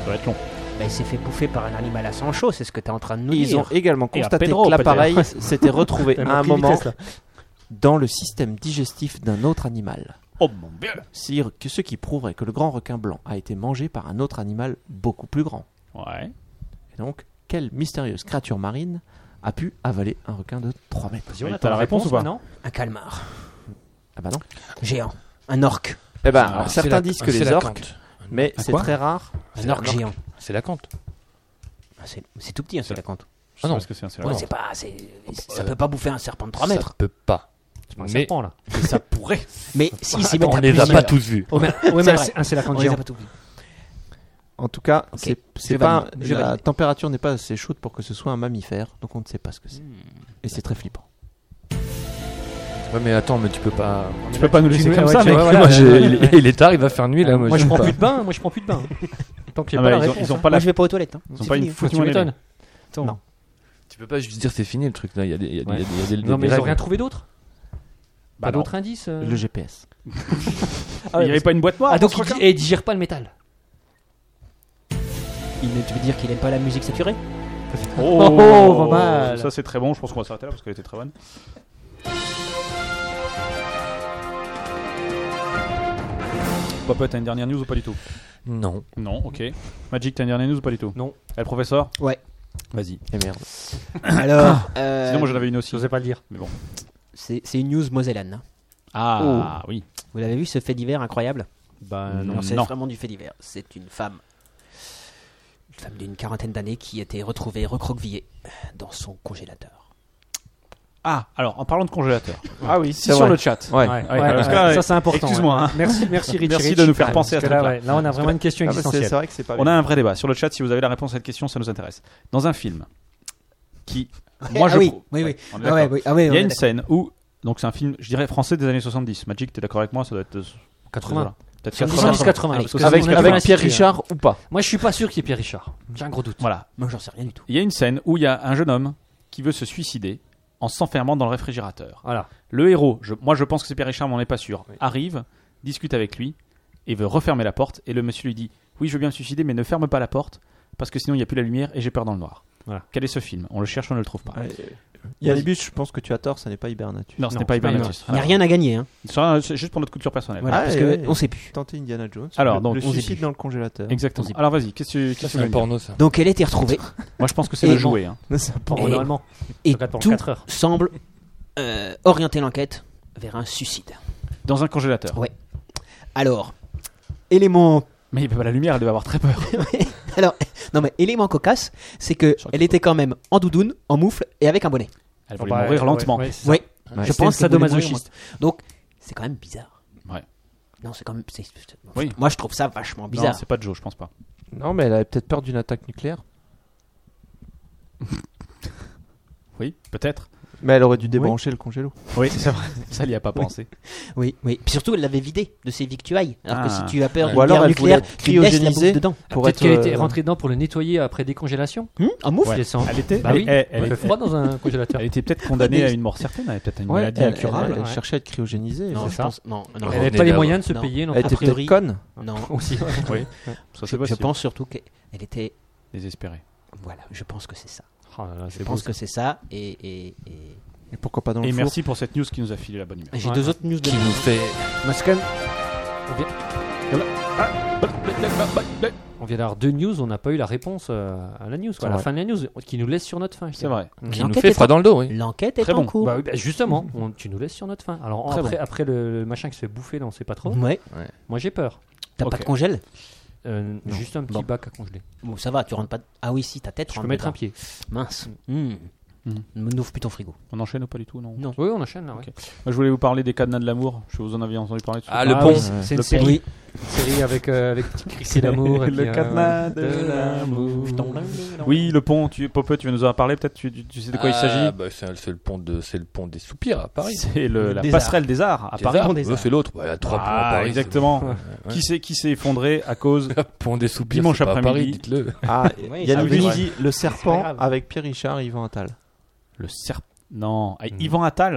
S2: Ça va être long.
S1: Bah, il s'est fait bouffer par un animal à sang chaud, c'est ce que t'es en train de nous
S5: Et ils
S1: dire.
S5: ont également
S2: Et à
S5: constaté
S2: Pedro,
S5: que
S2: [LAUGHS]
S5: l'appareil
S2: peut-être.
S5: s'était retrouvé
S3: Elle
S5: à
S3: m'a
S5: un
S3: pris
S5: moment
S3: vitesse, là.
S5: dans le système digestif d'un autre animal.
S2: Oh mon dieu
S5: Cire- que ce qui prouverait que le grand requin blanc a été mangé par un autre animal beaucoup plus grand.
S3: Ah
S2: Ouais.
S5: Et donc, quelle mystérieuse créature marine a pu avaler un requin de 3 mètres
S3: Vas-y, on
S2: Mais
S3: attend
S2: t'as la réponse ou pas
S3: maintenant.
S1: Un calmar.
S5: Ah bah non.
S1: Géant. Un orque.
S5: Eh ben,
S4: Ah, c'est
S5: certains
S4: la-
S5: disent que
S4: c'est
S5: les
S4: la
S5: orques,
S4: cante.
S5: mais
S4: Un
S5: c'est
S4: quoi
S5: très rare.
S1: Un orque géant.
S4: C'est la cante.
S1: Ah, C'est c'est tout petit, hein, c'est la cante.
S2: Je sais
S4: Ah non.
S2: pas ce que c'est, un
S1: Ouais,
S2: célèbre.
S1: c'est pas, c'est- ça
S4: Euh,
S1: peut pas bouffer un serpent de 3
S4: Ça
S1: mètres.
S4: peut pas.
S3: Un
S4: Mais
S3: serpent, là.
S1: Ça pourrait. [LAUGHS] Mais s'ils s'y mettent
S4: on
S1: à
S4: les a
S1: plusieurs-
S4: pas tous vus.
S3: Ouais, mais- ouais, mais un- un c'est la
S1: On
S3: cante
S1: les a
S3: géant.
S1: pas tous vus.
S5: En tout cas,
S1: Ok,
S5: c'est- c'est
S1: je
S5: pas
S1: valide, je
S5: la
S1: valide.
S5: température n'est pas assez chaude pour que ce soit un mammifère, donc on ne sait pas ce que c'est. Et c'est très flippant.
S4: Ouais, mais attends, mais tu peux pas.
S2: Tu peux pas nous laisser
S3: Ouais,
S2: comme
S3: ouais,
S2: ça,
S3: tu
S2: mec.
S3: vois,
S4: Ouais,
S3: voilà,
S4: moi,
S3: ouais,
S4: j'ai-
S3: ouais,
S4: il,
S3: ouais.
S4: il est tard, il va faire nuit [LAUGHS] là. Moi,
S3: Moi, je
S4: sais
S3: prends
S4: pas.
S3: plus de bain. Moi, je prends plus de bain. Tant que j'ai
S2: Ah bah,
S3: pas la
S2: ils, ont,
S3: réponse.
S2: ils ont pas
S1: Moi
S2: la.
S1: je vais pas aux toilettes. hein.
S2: Ils ont
S1: C'est
S2: pas
S1: fini,
S2: une
S1: hein.
S2: foutue
S3: Tu m'étonnes.
S2: moyenne.
S3: Attends.
S5: Non.
S4: Tu peux pas juste dire c'est fini le truc là. Il y a des, il y a des- il y a des- il y a des-
S3: Non, mais
S4: des
S3: ils ont
S4: règles.
S3: rien trouvé d'autre
S2: Bah
S3: Pas
S2: non.
S3: d'autres indices euh
S5: Le GPS.
S3: Ah,
S2: Il y avait pas une boîte noire.
S3: Ah, donc
S2: dans ce
S3: il,
S2: requin
S3: et il digère pas le métal.
S1: Il ne- tu veux dire qu'il aime pas la musique saturée
S2: Oh,
S3: Oh, pas mal.
S2: Ça, c'est très bon. Je pense qu'on va s'arrêter là parce qu'elle était très bonne. Papa, t'as une dernière news ou pas du tout
S4: Non.
S2: Non, ok. Magic, t'as une dernière news ou pas du tout
S3: Non.
S2: Eh, le professeur
S1: Ouais.
S2: Vas-y.
S5: Et Eh merde.
S1: Alors, euh,
S2: Sinon, moi j'en avais une aussi.
S3: J'osais pas le dire.
S1: c'est c'est une news Mosellane. hein.
S2: Ah, oui.
S1: Vous l'avez vu ce fait divers incroyable
S2: Bah,
S1: Alors, Mm, C'est
S2: non.
S1: vraiment du fait divers. C'est une femme, une femme d'une quarantaine d'années qui a été retrouvée recroquevillée dans son congélateur.
S2: Ah, alors, en parlant de congélateur.
S3: Ah oui,
S5: c'est vrai.
S3: chat.
S5: Ouais.
S2: parce que euh, là,
S3: ça c'est important.
S2: excuse-moi,
S3: ouais.
S2: hein.
S3: Merci, merci Richie.
S2: Merci
S3: Rich.
S2: de nous faire
S3: Ouais,
S2: penser
S3: parce
S2: à ce
S3: que là,
S2: truc-là.
S3: ouais, là, on a vraiment une question
S5: Ah bah, c'est
S3: existentielle.
S5: c'est vrai que c'est pas.
S2: On a
S5: bien.
S2: un vrai débat sur le chat. Si vous avez la réponse à cette question, ça nous intéresse. Dans un film qui.
S1: Eh,
S2: [LAUGHS] Moi,
S1: ah
S2: je
S1: oui,
S2: trouve-
S1: oui, oui.
S2: Ouais, on est
S1: Ah
S2: d'accord.
S1: ouais, oui, ah ouais,
S2: Il
S1: on
S2: y a
S1: est
S2: une
S1: d'accord.
S2: scène où. Donc, c'est un film, je dirais, français des années 70. Magic, t'es d'accord avec moi Ça doit être. euh,
S3: 80.
S2: voilà. Peut-être
S3: 70,
S2: 80.
S3: 80.
S2: Ah, parce que
S3: Excuse-moi,
S5: Avec,
S3: on a
S5: avec
S3: pas
S5: Pierre
S3: insisté,
S5: Richard ou pas
S3: hein. Moi je suis pas sûr qu'il y ait Pierre Richard. J'ai un gros doute.
S2: Voilà.
S1: Moi j'en sais rien du tout.
S2: Il y a une scène où il y a un jeune homme qui veut se suicider en s'enfermant dans le réfrigérateur.
S3: Voilà.
S2: Le héros, je- moi je pense que c'est Pierre Richard, mais on n'est pas sûr, arrive, discute avec lui et veut refermer la porte. Et le monsieur lui dit Oui, je veux bien me suicider, mais ne ferme pas la porte parce que sinon il n'y a plus la lumière et j'ai peur dans le noir.
S3: Voilà.
S2: Quel est ce film On le cherche, on ne le trouve pas.
S5: Il y a des buts, je pense que tu as tort, ça n'est pas Hibernatus.
S2: Non, ce
S3: Non,
S2: n'est pas
S3: c'est pas
S2: Hibernatus.
S1: Il n'y a rien à gagner. hein.
S2: Ça, C'est juste pour notre culture personnelle.
S1: Voilà,
S5: Ah,
S1: parce
S5: ouais,
S1: que
S2: euh,
S5: ouais.
S1: on sait plus.
S5: Tenter Indiana Jones.
S2: Alors,
S5: le-
S2: donc,
S5: le
S2: on
S5: suicide dans le congélateur.
S2: Ah, Exactement.
S1: On sait-
S2: Alors vas-y, qu'est-ce que tu- qu'est-ce que
S4: C'est
S2: tu
S4: un
S2: veux dire
S4: porno ça.
S1: Donc elle a été retrouvée
S2: Moi je pense que c'est
S1: Et
S2: le
S1: bon.
S2: jouet. hein.
S5: C'est pas-
S3: Bon,
S1: Et-
S3: normalement.
S1: et
S3: Donc, attends,
S1: tout
S3: quatre heures.
S2: [LAUGHS]
S1: semble euh, orienter l'enquête vers un suicide.
S2: Dans un congélateur.
S1: Ouais. Alors, élément
S2: Mais il peut pas la lumière, elle devait avoir très peur.
S1: Alors, non mais élément cocasse, c'est que
S2: crois
S1: elle était quand même en doudoune, en moufle et avec un bonnet.
S2: Elle
S3: Faut
S2: voulait
S3: pas-
S2: mourir
S3: ouais,
S2: lentement.
S3: ouais, c'est ça.
S1: Oui,
S5: Ouais,
S1: je
S3: c'était
S1: pense
S3: une
S1: qu'elle voulait
S3: sadomasochiste.
S1: mourir. Donc, c'est quand même bizarre.
S2: Ouais.
S1: Non, c'est quand même. c'est-
S2: Oui.
S1: Moi, je trouve ça vachement
S2: Non,
S1: bizarre.
S2: c'est pas Joe, je pense pas.
S5: Non, mais elle avait peut-être peur d'une attaque nucléaire.
S2: Oui, peut-être.
S5: Mais elle aurait dû débrancher le congélo.
S2: Oui, c'est vrai. Ça, il y a pas pensé.
S1: oui, oui. Puis surtout, elle l'avait vidé de ses victuailles. Alors que
S2: Ah.
S1: si tu as peur
S5: Ou
S1: d'une
S5: alors,
S1: guerre
S5: elle voulait
S1: nucléaire, tu laisses la bouffe
S5: cryogéniser.
S1: dedans.
S3: Ah, Peut-être qu'elle
S5: euh,
S3: était rentrée dedans pour le nettoyer après décongélation.
S1: Hum, en moufle.
S3: Je les sens.
S2: Elle était,
S3: Bah
S2: elle,
S3: oui.
S2: elle- elle
S3: Elle fait
S2: était-
S3: froid dans un congélateur.
S2: elle était peut-être condamnée à une mort certaine. Elle avait peut-être une
S5: Ouais,
S2: maladie
S5: elle,
S2: incurable.
S5: elle- elle
S3: ouais.
S5: cherchait à être cryogénisée.
S1: Non,
S3: c'est
S1: je
S3: ça.
S1: pense. Non, non,
S3: Elle
S4: est
S1: non,
S3: n'avait pas les
S4: là-bas.
S3: moyens de se
S1: Non.
S3: payer. non.
S5: Elle [LAUGHS] était
S1: A priori-
S5: peut-être conne.
S1: non.
S3: Aussi. ouais.
S2: Oui, ça c'est
S1: Je,
S2: possible.
S1: pense surtout qu'elle était.
S2: Désespérée.
S1: Voilà, je pense que c'est ça.
S3: Oh là là, c'est
S1: Je
S3: beau.
S1: pense que c'est ça. Et, et, et-
S5: Et pourquoi pas dans le
S2: Et
S5: four
S2: merci pour cette news qui nous a filé la bonne humeur.
S1: j'ai
S3: Ouais.
S1: deux autres news de
S4: Qui nous fait.
S3: Moi, c'est quand même- On vient, on vient d'avoir deux news, on n'a pas eu la réponse euh, à la news, quoi, à la
S5: Ouais.
S3: fin de la news, qui nous laisse sur notre fin. je
S2: C'est
S3: dirais.
S2: vrai.
S4: Qui nous
S1: L'enquête
S4: fait
S1: est
S4: froid
S1: en-
S4: dans le dos, oui.
S1: L'enquête est
S2: Très
S1: en
S2: bon.
S1: cours.
S3: Bah oui, bah justement, on- tu nous laisses sur notre fin. Alors
S2: Très
S3: après, après le, le machin qui se fait bouffer, là, on sait pas trop.
S1: Ouais.
S3: Moi j'ai peur.
S1: T'as
S2: Ok.
S1: pas de congèle
S3: Euh,
S1: Non.
S3: juste un petit
S1: Bon.
S3: bac à congeler.
S1: Bon, ça va, tu rentres pas. de- Ah oui, si, ta tête
S3: Je peux
S1: rentre
S3: mettre un
S1: dedans.
S3: pied.
S1: Mince. Hmm.
S2: Mhm.
S1: N'ouvre plus ton frigo.
S2: On enchaîne ou pas du tout non.
S1: Non.
S3: Oui, on enchaîne là. ouais.
S2: Ok. Moi, je voulais vous parler des cadenas de l'amour. Je vous en avais entendu parler. tout
S4: Ah,
S2: à
S4: le
S2: l'heure.
S4: pont.
S3: C'est
S2: Le
S3: une
S2: pont.
S3: série.
S1: Oui.
S3: série avec, euh, avec petit Chrissy Lamour. et
S2: Le
S3: puis, euh,
S2: cadenas de l'amour. Oui, le pont, tu, Pope, tu vas nous en parler peut-être, tu, tu- tu sais de quoi il
S4: Ah,
S2: s'agit
S4: bah, c'est c'est le pont de, c'est le pont des soupirs à Paris.
S2: C'est le- la
S4: Des
S2: passerelle
S4: Arts.
S2: des arts à
S4: Des
S2: Paris.
S4: Arts. Ouais, c'est l'autre. Ouais, la trois ponts à
S2: Ah,
S4: Paris, c'est-
S2: exactement.
S4: Ouais, ouais.
S2: Qui s'est qui s'est effondré à cause
S4: [LAUGHS] pont des soupirs
S2: dimanche
S4: c'est pas à Paris,
S2: après-midi
S4: dites-le.
S5: Ah,
S2: Oui,
S5: il y a
S2: ça
S5: nous
S2: oui.
S5: dit le
S2: C'est pas
S5: serpent
S2: grave.
S5: avec Pierre Richard et Yvan Attal.
S2: Le serpent. Non, ah, Yvan Attal.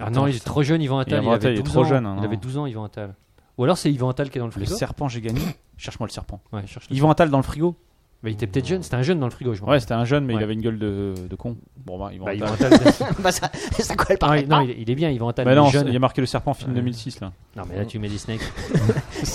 S3: Ah non, il est trop jeune, Yvan Attal.
S2: Yvan Attal, il
S3: avait
S2: est
S3: 12
S2: trop
S3: ans.
S2: jeune.
S3: Il
S2: non.
S3: avait 12 ans, Yvan Attal. Ou alors c'est Yvan Attal qui est dans le
S2: Le
S3: frigo.
S2: serpent, j'ai gagné. [COUGHS] Cherche-moi le serpent.
S3: Ouais, cherche le
S2: Yvan Attal dans le frigo.
S3: Mais il était peut-être jeune, c'était un jeune dans le frigo, je m'en
S2: Ouais, c'était un jeune, mais
S3: Ouais.
S2: il avait une gueule de, de con. Bon, bah, Yvan
S3: Bah, Yvan
S2: Attal.
S3: Attal.
S1: bah ça, ça colle pas.
S3: Ah oui, non,
S1: [LAUGHS]
S3: il, il est bien, Yvan Attal.
S2: Bah
S3: il est
S2: non,
S3: jeune.
S2: il y a marqué le serpent film
S3: Ouais.
S2: 2006 là.
S3: Non, mais là, tu mets des snakes.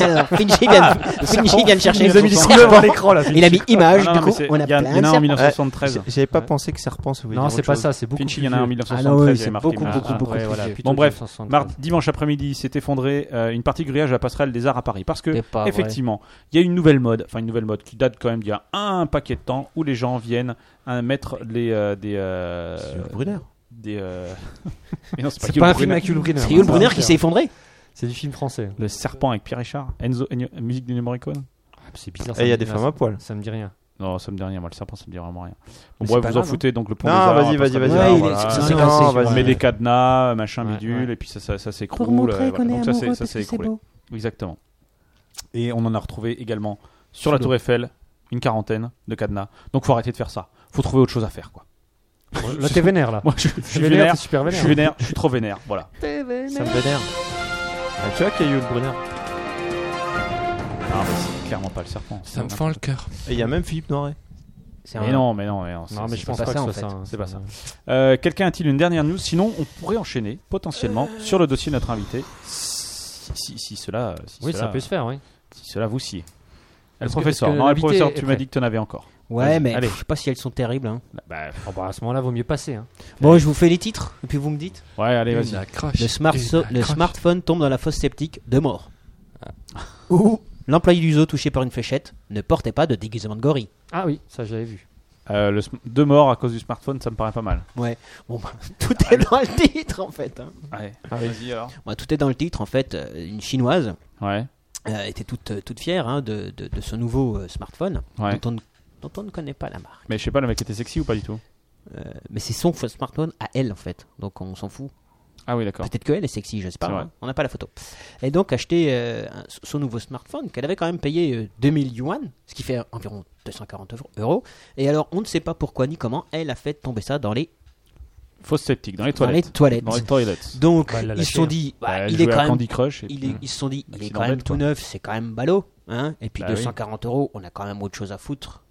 S1: Alors, Finchi [LAUGHS] vient,
S2: le
S1: Finchi
S2: serpent.
S1: vient de chercher
S2: Il nous a mis des
S1: le serpent.
S2: couleurs à l'écran, là,
S1: Il a mis
S2: Finchi.
S1: image,
S2: Ah, non,
S1: du
S2: non,
S1: coup,
S2: mais c'est-
S1: on a
S2: il y a-
S1: plein
S2: il y en
S1: de
S2: a un en
S1: serpents.
S2: 1973.
S5: J'avais pas pensé que serpent, ça voulait
S3: Non,
S5: dire
S3: c'est
S5: autre
S3: pas
S5: chose.
S3: ça, c'est beaucoup.
S2: Finchi, il
S3: plus
S2: y en a un en
S3: vieux.
S2: 1973.
S1: Ah non, oui,
S2: il y a
S1: c'est
S2: marqué
S1: beaucoup,
S2: image.
S1: beaucoup,
S2: Ah,
S1: beaucoup
S2: ouais,
S1: plus
S2: voilà.
S1: vieux.
S2: Bon, bref,
S3: 1973.
S2: mardi- dimanche après-midi, s'est effondrée euh, une partie grillage à la passerelle des arts à Paris. Parce que,
S1: C'est pas vrai.
S2: effectivement, il y a une nouvelle mode, enfin une nouvelle mode qui date quand même d'il y a un paquet de temps où les gens viennent à mettre les, euh, des. euh,
S5: Brunner.
S2: des euh, [LAUGHS] Mais non, c'est pas,
S3: C'est
S2: Guillaume
S3: pas un film
S2: Brunner.
S3: avec Yul Brynner.
S1: C'est Yul Brunner qui s'est effondré.
S3: C'est du film français.
S2: Le serpent avec Pierre Richard. Enzo, Ennio- musique d'Ennio Morricone
S3: Ah, C'est bizarre.
S5: Et
S3: ça
S5: il y a
S3: me
S5: des
S3: dit
S5: femmes
S3: rien,
S5: à poil.
S3: Ça me dit rien.
S2: Non, ça me dit rien, moi, le serpent, ça me dit vraiment rien. Bon,
S3: Mais
S2: bref,
S3: c'est pas
S2: vous en
S3: grave,
S2: foutez, donc le pont
S5: Non,
S2: des arts,
S5: vas-y,
S2: la passerelle
S5: vas-y,
S2: des
S5: vas-y.
S2: arts,
S1: Ouais, il est-
S2: voilà.
S1: c'est-
S5: Ah, c'est-
S1: c'est-
S5: non,
S1: c'est-
S2: On
S5: vas-y.
S2: met des cadenas, machin
S3: Ouais,
S2: bidule,
S3: ouais.
S2: et puis ça, ça, ça s'écroule. euh, voilà. Donc ça, c'est- ça s'est écroulé. Exactement. Et on en a retrouvé également sur la
S3: Sous
S2: Tour Eiffel une quarantaine de cadenas. Donc faut arrêter de faire ça. Faut trouver autre chose à faire, quoi. [LAUGHS]
S3: Là, t'es vénère, là.
S2: Moi, je, je
S3: Je
S2: suis
S3: suis vénère,
S2: vénère.
S3: t'es super
S2: Je
S3: vénère.
S2: suis vénère. Je suis trop vénère. Voilà.
S5: Ça me vénère. Ah, tu vois qu'il y a eu le Brunner.
S2: Ah, mais c'est clairement pas le serpent.
S4: Ça me fend le cœur.
S5: Et il y a même Philippe Noiret.
S1: C'est
S2: Mais
S1: un-
S2: non, mais non, mais non. c'est-
S3: Non, mais
S2: c'est
S3: je pense
S2: pas
S3: pas que
S2: ça.
S3: ce soit
S1: fait.
S3: ça. hein.
S2: C'est pas ça. Euh, Quelqu'un a-t-il une dernière news Sinon, on pourrait enchaîner potentiellement sur le dossier de notre invité. Si, si- si cela, si
S3: Oui,
S2: cela,
S3: ça peut se faire, oui.
S2: si cela vous sied. Le
S3: Est-ce que-
S2: professeur.
S3: est-ce que
S2: Non, le
S3: l'invité
S2: professeur,
S3: est
S2: tu m'as
S3: prêt
S2: dit que tu en avais encore.
S1: Ouais, mais
S2: Allez.
S1: pff, je sais pas si elles sont terribles. hein.
S2: Bah, pff,
S3: Oh, bah, à ce moment-là, vaut mieux passer. hein.
S1: Bon, je vous fais les titres, et puis vous me dites.
S2: ouais, allez,
S4: Une
S2: vas-y.
S4: accroche,
S1: Le, smart-
S4: une
S1: le
S4: accroche.
S1: smartphone tombe dans la fosse sceptique, de mort. Ah. Ou l'employé du zoo touché par une fléchette ne portait pas de déguisement de gorille.
S3: Ah oui, ça, j'avais vu.
S2: Euh, le sm- deux morts à cause du smartphone, ça me paraît pas mal.
S1: Ouais, bon, bah, tout est dans le titre en fait. hein.
S2: Allez, Ah, vas-y alors.
S1: Bah, tout est dans le titre en fait. Euh, Une chinoise
S2: Ouais,
S1: euh, était toute, euh, toute fière hein, de, de- de ce nouveau euh, smartphone
S2: ouais.
S1: dont, on, ne- dont on ne connaît pas la marque.
S2: Mais je sais pas, le mec était sexy ou pas du tout
S1: Euh, mais c'est son smartphone à elle en fait, donc on s'en fout.
S2: Ah oui, d'accord.
S1: Peut-être qu'elle est sexy, je sais pas.
S2: C'est
S1: hein.
S2: vrai.
S1: On n'a pas la photo. Et donc acheter euh, un- son nouveau smartphone qu'elle avait quand même payé euh, 2000 yuan, ce qui fait environ 240 euros- euros. Et alors on ne sait pas pourquoi ni comment elle a fait tomber ça dans les,
S2: Fausse sceptique, dans les
S1: dans les
S2: toilettes.
S1: toilettes.
S2: Dans les toilettes.
S1: Donc
S3: Bah, elle l'a
S1: ils se
S3: lâché,
S1: sont
S3: hein.
S1: dit, bah,
S2: Bah, elle
S1: il est
S2: jouait à
S1: quand même
S2: Candy Crush. et
S1: il
S2: puis-
S1: est- ils se sont dit, il est
S2: Accident
S1: quand même
S2: bête,
S1: tout
S2: quoi.
S1: neuf, c'est quand même ballot. Hein et puis
S2: Bah
S1: 240 euros, on a quand même autre chose à foutre.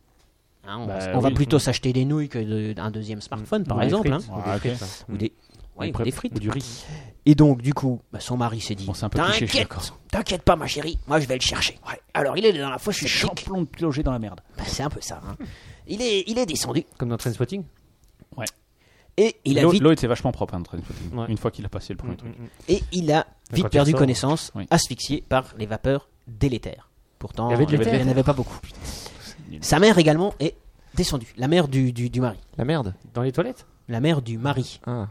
S1: Hein, on
S2: Bah
S1: on va
S2: oui.
S1: plutôt s'acheter des nouilles que de- un deuxième smartphone, par
S3: Ou des
S1: exemple.
S3: frites,
S1: hein.
S3: ou des
S2: Ah, ok.
S3: frites, là.
S1: Ou des, ouais, ou
S3: prep-
S1: des frites.
S3: Ou du riz.
S1: Et donc, du coup, bah, son mari s'est dit
S2: Bon, c'est un peu cliché, je suis
S1: T'inquiète,
S2: d'accord.
S1: t'inquiète pas, ma chérie, moi je vais le chercher. Ouais. Alors, il est dans la fosse
S10: Je suis
S1: sceptique.
S10: champlon de piloger dans la merde.
S1: Bah, c'est un peu ça. hein. Il, est, il est descendu
S3: Comme dans Trainspotting.
S1: et il a
S2: L'eau
S1: vite,
S2: l'eau était vachement propre, hein, Train Spotting,
S3: Ouais. Mm.
S2: une fois qu'il a passé le premier truc.
S1: et il a
S3: Quand
S1: vite
S3: il
S1: perdu
S3: sort,
S1: connaissance,
S2: oui.
S1: asphyxié par les vapeurs délétères. Pourtant,
S3: Il y avait de
S1: il n'y en
S3: l'éther.
S1: avait pas beaucoup. Sa mère également est descendue, la mère du, du, du mari.
S5: La merde.
S3: Dans les toilettes
S1: La mère du mari.
S5: Ah.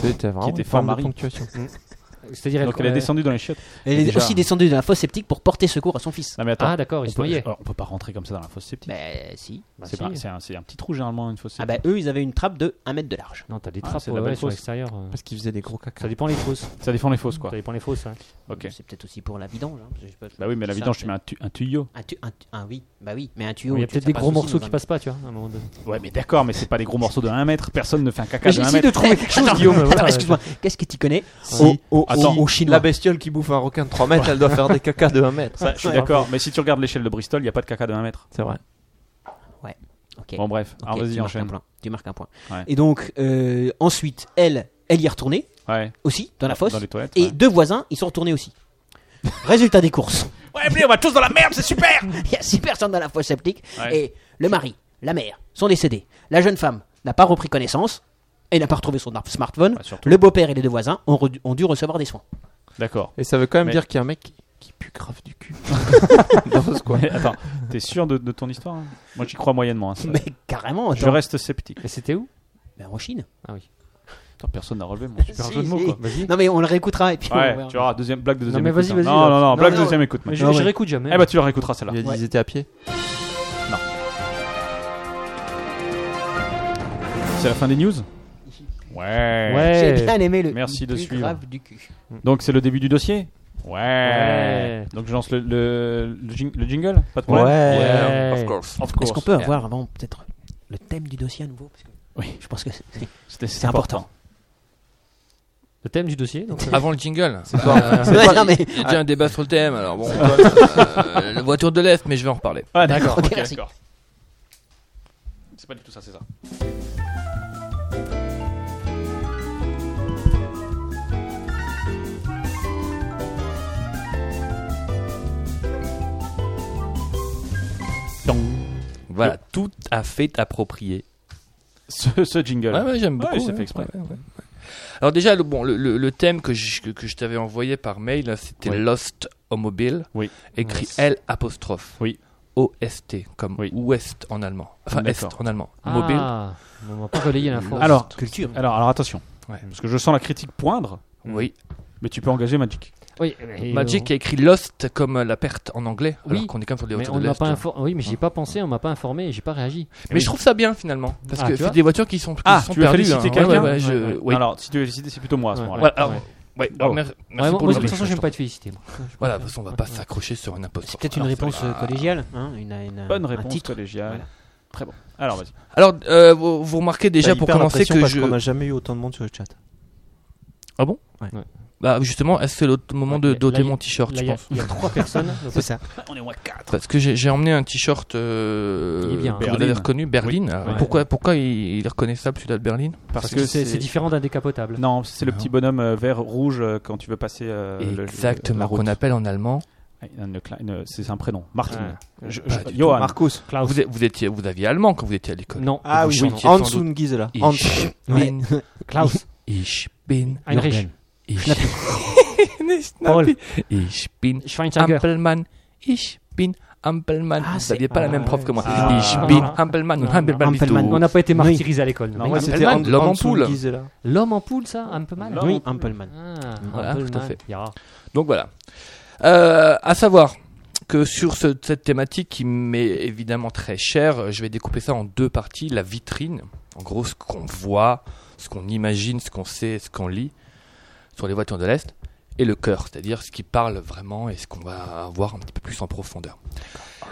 S5: C'était vraiment
S2: était
S5: une
S2: fort
S5: forme de
S2: mari.
S5: ponctuation.
S3: C'est-à-dire,
S2: Donc elle est descendue dans les chiottes.
S1: Elle est
S2: Déjà.
S1: aussi descendue de la fosse sceptique pour porter secours à son fils.
S2: Non mais attends,
S3: Ah, d'accord,
S2: on,
S3: ils se
S2: peut,
S3: noyaient.
S2: alors, on peut pas rentrer comme ça dans la fosse sceptique.
S1: Bah, si.
S2: c'est
S3: si.
S2: pas- c'est un, c'est un petit trou généralement une fosse
S1: Ah
S2: sceptique.
S1: bah eux, ils avaient une trappe de 1 mètre de large.
S3: Non, t'as des
S2: Ah,
S3: trappes
S2: c'est de la
S3: ouais,
S2: bonne
S3: ouais, sur
S2: fausse.
S3: l'extérieur. euh.
S5: Parce qu'il faisait des gros cacas.
S3: Ça dépend les fausses.
S2: Ça défend les fosses quoi.
S3: Ça dépend les fausses. hein.
S2: Ok.
S1: C'est peut-être aussi pour la vidange. hein, parce que je sais pas-
S2: Bah oui, mais la
S1: ça,
S2: vidange, tu
S1: c'est-
S2: mets un, tu- un tuyau.
S1: Un, tu- un tu- un oui, bah oui, mais un
S3: Il
S1: tuyau.
S3: y a
S1: tu-
S3: peut-être
S1: ça
S3: des
S1: passe
S3: gros
S1: aussi
S3: morceaux
S1: dans
S3: qui
S1: un-
S3: passent pas, tu vois, à un moment donné.
S2: Ouais, mais d'accord, mais c'est pas des gros morceaux de 1 mètre. Personne ne fait un caca
S1: Mais
S2: de 1
S1: J'essaie
S2: mètre. [LAUGHS]
S1: de trouver quelque chose, Guillaume. voilà. Attends, Excuse-moi, qu'est-ce que tu connais
S5: Si.
S1: au, au,
S2: Attends.
S1: au, au chinois
S5: La bestiole qui bouffe un requin de 3 mètres, elle doit faire des cacas de 1 mètre.
S2: Ça, je suis d'accord, mais si tu regardes l'échelle de Bristol, il n'y a pas de caca de 1 mètre.
S5: C'est vrai.
S1: Ok.
S2: Bon, bref,
S1: Ok,
S2: alors
S1: tu
S2: vas-y,
S1: marques un
S2: enchaîne.
S1: point. Tu marques un point.
S2: Ouais.
S1: Et donc, euh, ensuite, elle, elle y est retournée
S2: Ouais.
S1: aussi, dans la fosse.
S2: Dans les toilettes.
S1: Et
S2: ouais.
S1: deux voisins, ils sont
S2: [LAUGHS]
S1: retournés aussi. Résultat des courses. [LAUGHS]
S10: Ouais, mais on va tous dans la merde, c'est super
S1: Il y a six personnes dans la fosse sceptique.
S2: Ouais.
S1: Et le mari, la mère sont décédés. La jeune femme n'a pas repris connaissance et n'a pas retrouvé son ar- smartphone.
S2: Bah, surtout.
S1: le beau-père et les deux voisins ont, re- ont dû recevoir des soins.
S2: [LAUGHS] D'accord.
S5: Et ça veut quand même
S2: Mais-
S5: dire qu'il y a un mec qui pue grave du [LAUGHS] cul.
S2: Mais attends, t'es sûr de, de ton histoire hein Moi, j'y crois moyennement. hein, ça.
S1: Mais carrément,
S2: Je
S1: attends.
S2: reste sceptique.
S3: Et c'était où
S1: Mais en Chine.
S3: Ah oui.
S2: Attends, personne n'a relevé mon super
S1: Si,
S2: jeu de mots,
S1: si.
S2: quoi. Vas-y.
S1: Non, mais on le réécoutera et puis on
S2: Ouais,
S1: verra.
S2: tu auras deuxième, blague de deuxième
S3: mais
S2: écoute,
S3: vas-y,
S2: hein.
S3: vas-y,
S2: Non, non, non,
S3: vas-y. Non,
S2: blague de
S3: non.
S2: deuxième écoute.
S3: Mais je-
S2: maintenant.
S3: je réécoute jamais.
S2: Eh bah, tu la réécouteras celle-là.
S5: Il a dit
S3: Ouais.
S5: qu'ils étaient à pied.
S2: C'est la fin des news Ouais.
S3: Ouais.
S1: J'ai bien aimé le
S2: Merci de
S1: plus
S2: suivre.
S1: grave du cul.
S2: Donc c'est le début du dossier Ouais.
S3: Ouais.
S2: Donc je lance le, le, le jing- le jingle Pas de problème
S3: Ouais.
S2: Of
S1: Est-ce
S2: course.
S1: qu'on peut avoir avant peut-être le thème du dossier à nouveau Parce que
S2: Oui. Oh
S1: Je pense que c'est-
S2: C'était-
S1: c'est important.
S3: Le thème du dossier. donc,
S4: Avant le jingle. Euh,
S5: C'est pas- c'est
S4: [LAUGHS]
S1: Ouais,
S5: pas-
S1: non, mais
S4: Il y a déjà un débat sur le thème, alors bon. euh, la voiture de l'Est, mais je vais en reparler.
S2: Ah d'accord,
S1: Ok,
S2: ok,
S1: merci.
S2: d'accord. C'est pas du tout ça, c'est ça.
S4: Voilà, tout à fait approprié.
S2: Ce, ce jingle.
S4: Ouais, ouais, j'aime
S2: Ouais,
S4: beaucoup.
S2: c'est
S4: ouais,
S2: fait exprès.
S4: ouais, ouais, ouais. Alors déjà, le, bon, le, le- le thème que je, que, que je t'avais envoyé par mail, hein, c'était
S2: Oui.
S4: Lost au mobile,
S2: Oui.
S4: écrit L apostrophe.
S2: Oui.
S4: O-S-T, comme
S2: Oui.
S4: Ouest en allemand. Enfin, Est
S2: D'accord.
S4: en allemand.
S3: Ah,
S4: Mobile.
S3: On va pas relayer l'info.
S2: Alors,
S1: Culture.
S2: alors, alors attention.
S4: Ouais.
S2: Parce que je sens la critique poindre,
S3: Hmm.
S4: Oui.
S2: mais tu peux engager Magic.
S3: Oui, mais-
S4: Magic a écrit Lost comme la perte en anglais,
S3: euh, Oui.
S4: alors qu'on est quand même sur les
S3: Mais
S4: voitures
S3: on
S4: de
S3: m'a
S4: l'Est.
S3: pas informé. Oui, mais j'y ai pas pensé, on m'a pas informé et j'ai pas réagi.
S4: Mais je trouve ça bien finalement, parce
S3: Ah,
S4: que
S3: tu
S4: c'est
S3: vois.
S4: des voitures qui sont qui
S2: Ah,
S4: sont
S2: tu veux
S4: perdues,
S2: féliciter
S4: hein.
S2: quelqu'un
S4: Ouais, ouais, ouais, je-
S3: Ouais,
S4: oui.
S2: Alors, si tu veux féliciter, c'est plutôt moi à ce
S3: Ouais.
S2: moment-là.
S4: Voilà,
S3: Ah
S4: alors,
S3: ouais.
S4: ouais,
S2: Bravo.
S4: alors, mer-
S3: Ouais,
S4: merci
S3: moi,
S4: pour
S3: moi,
S4: le
S3: de toute façon,
S4: message.
S3: j'aime pas être félicité. moi.
S4: Voilà, parce qu'on va pas s'accrocher sur un imposteur.
S1: C'est peut-être une
S4: Voilà,
S1: réponse
S4: voilà.
S1: euh, collégiale. hein, une, une-
S2: Bonne
S1: un
S2: réponse
S1: titre.
S2: collégiale.
S1: Voilà.
S2: Très bon. Alors, vas-y.
S4: Alors, euh, vous, vous remarquez déjà
S5: T'as
S4: pour
S5: hyper
S4: commencer
S5: l'impression
S4: que
S5: parce
S4: je.
S5: qu'on n'a jamais eu autant de monde sur le chat.
S4: Bah, justement, est-ce que c'est le moment de
S3: Ouais,
S4: doter
S3: là, il-
S4: mon t-shirt,
S3: Là,
S4: je
S3: il y a-
S4: pense
S3: il y a trois personnes. donc
S1: C'est ça.
S4: Parce que j'ai j'ai emmené un t-shirt. Euh,
S3: Il est bien, hein.
S4: vous
S2: Berline.
S4: l'avez reconnu, Berlin. Ah,
S2: Oui. Ouais.
S4: Pourquoi, pourquoi il, il est reconnaissable celui-là de Berlin
S2: Parce
S3: que c'est c'est différent d'un décapotable.
S2: Non, c'est le
S4: Non.
S2: petit bonhomme euh, vert-rouge euh, quand tu veux passer euh, le- le- la
S4: Exactement,
S2: route.
S4: qu'on appelle en allemand.
S2: Ah, une cla- une- C'est un prénom. Martin. Je-
S4: Pas
S2: je-
S4: du
S2: Johan.
S5: Marcus.
S3: Klaus.
S4: Ah, Vous, êtes- vous, étiez, vous aviez allemand quand vous étiez à l'école.
S3: Non.
S5: Ah
S4: Vous
S5: oui,
S4: chantiez sans doute.
S5: Hansun Gisela. Hans-
S4: Ich bin,
S3: [LAUGHS] Klaus.
S4: ich bin,
S3: Heinrich.
S4: ich [LAUGHS]
S3: Schnappi. Paul.
S4: bin, ich bin
S3: Schweinsteiger.
S4: Ampelmann, ich bin Ampelmann.
S1: Ah,
S4: vous
S1: c'est-
S4: n'aviez pas la même prof que moi.
S3: Ah.
S4: Ich
S3: Ah.
S4: bin Ampelmann und Ampelmann bist
S1: Ampelmann.
S3: On
S4: du.
S3: n'a pas été martyrisés à l'école. nous.
S2: Non,
S3: Mais
S2: moi,
S3: non.
S5: C'était
S4: Hanselmann,
S5: Hans-
S4: l'homme en
S5: Hansun
S4: poule.
S5: Gisela.
S3: L'homme en poule, ça, un peu mal.
S2: L'homme
S5: Oui,
S2: en
S5: Ampelmann.
S3: Ah,
S4: Voilà,
S3: un peu
S4: tout à
S3: mal.
S4: fait.
S3: Ya.
S4: Donc voilà. Euh, à savoir que sur ce- cette thématique qui m'est évidemment très chère, je vais découper ça en deux parties. La vitrine, en gros ce qu'on voit, ce qu'on imagine, ce qu'on sait, ce qu'on lit sur les voitures de l'Est. Et le cœur, c'est-à-dire ce qui parle vraiment et ce qu'on va avoir un petit peu plus en profondeur.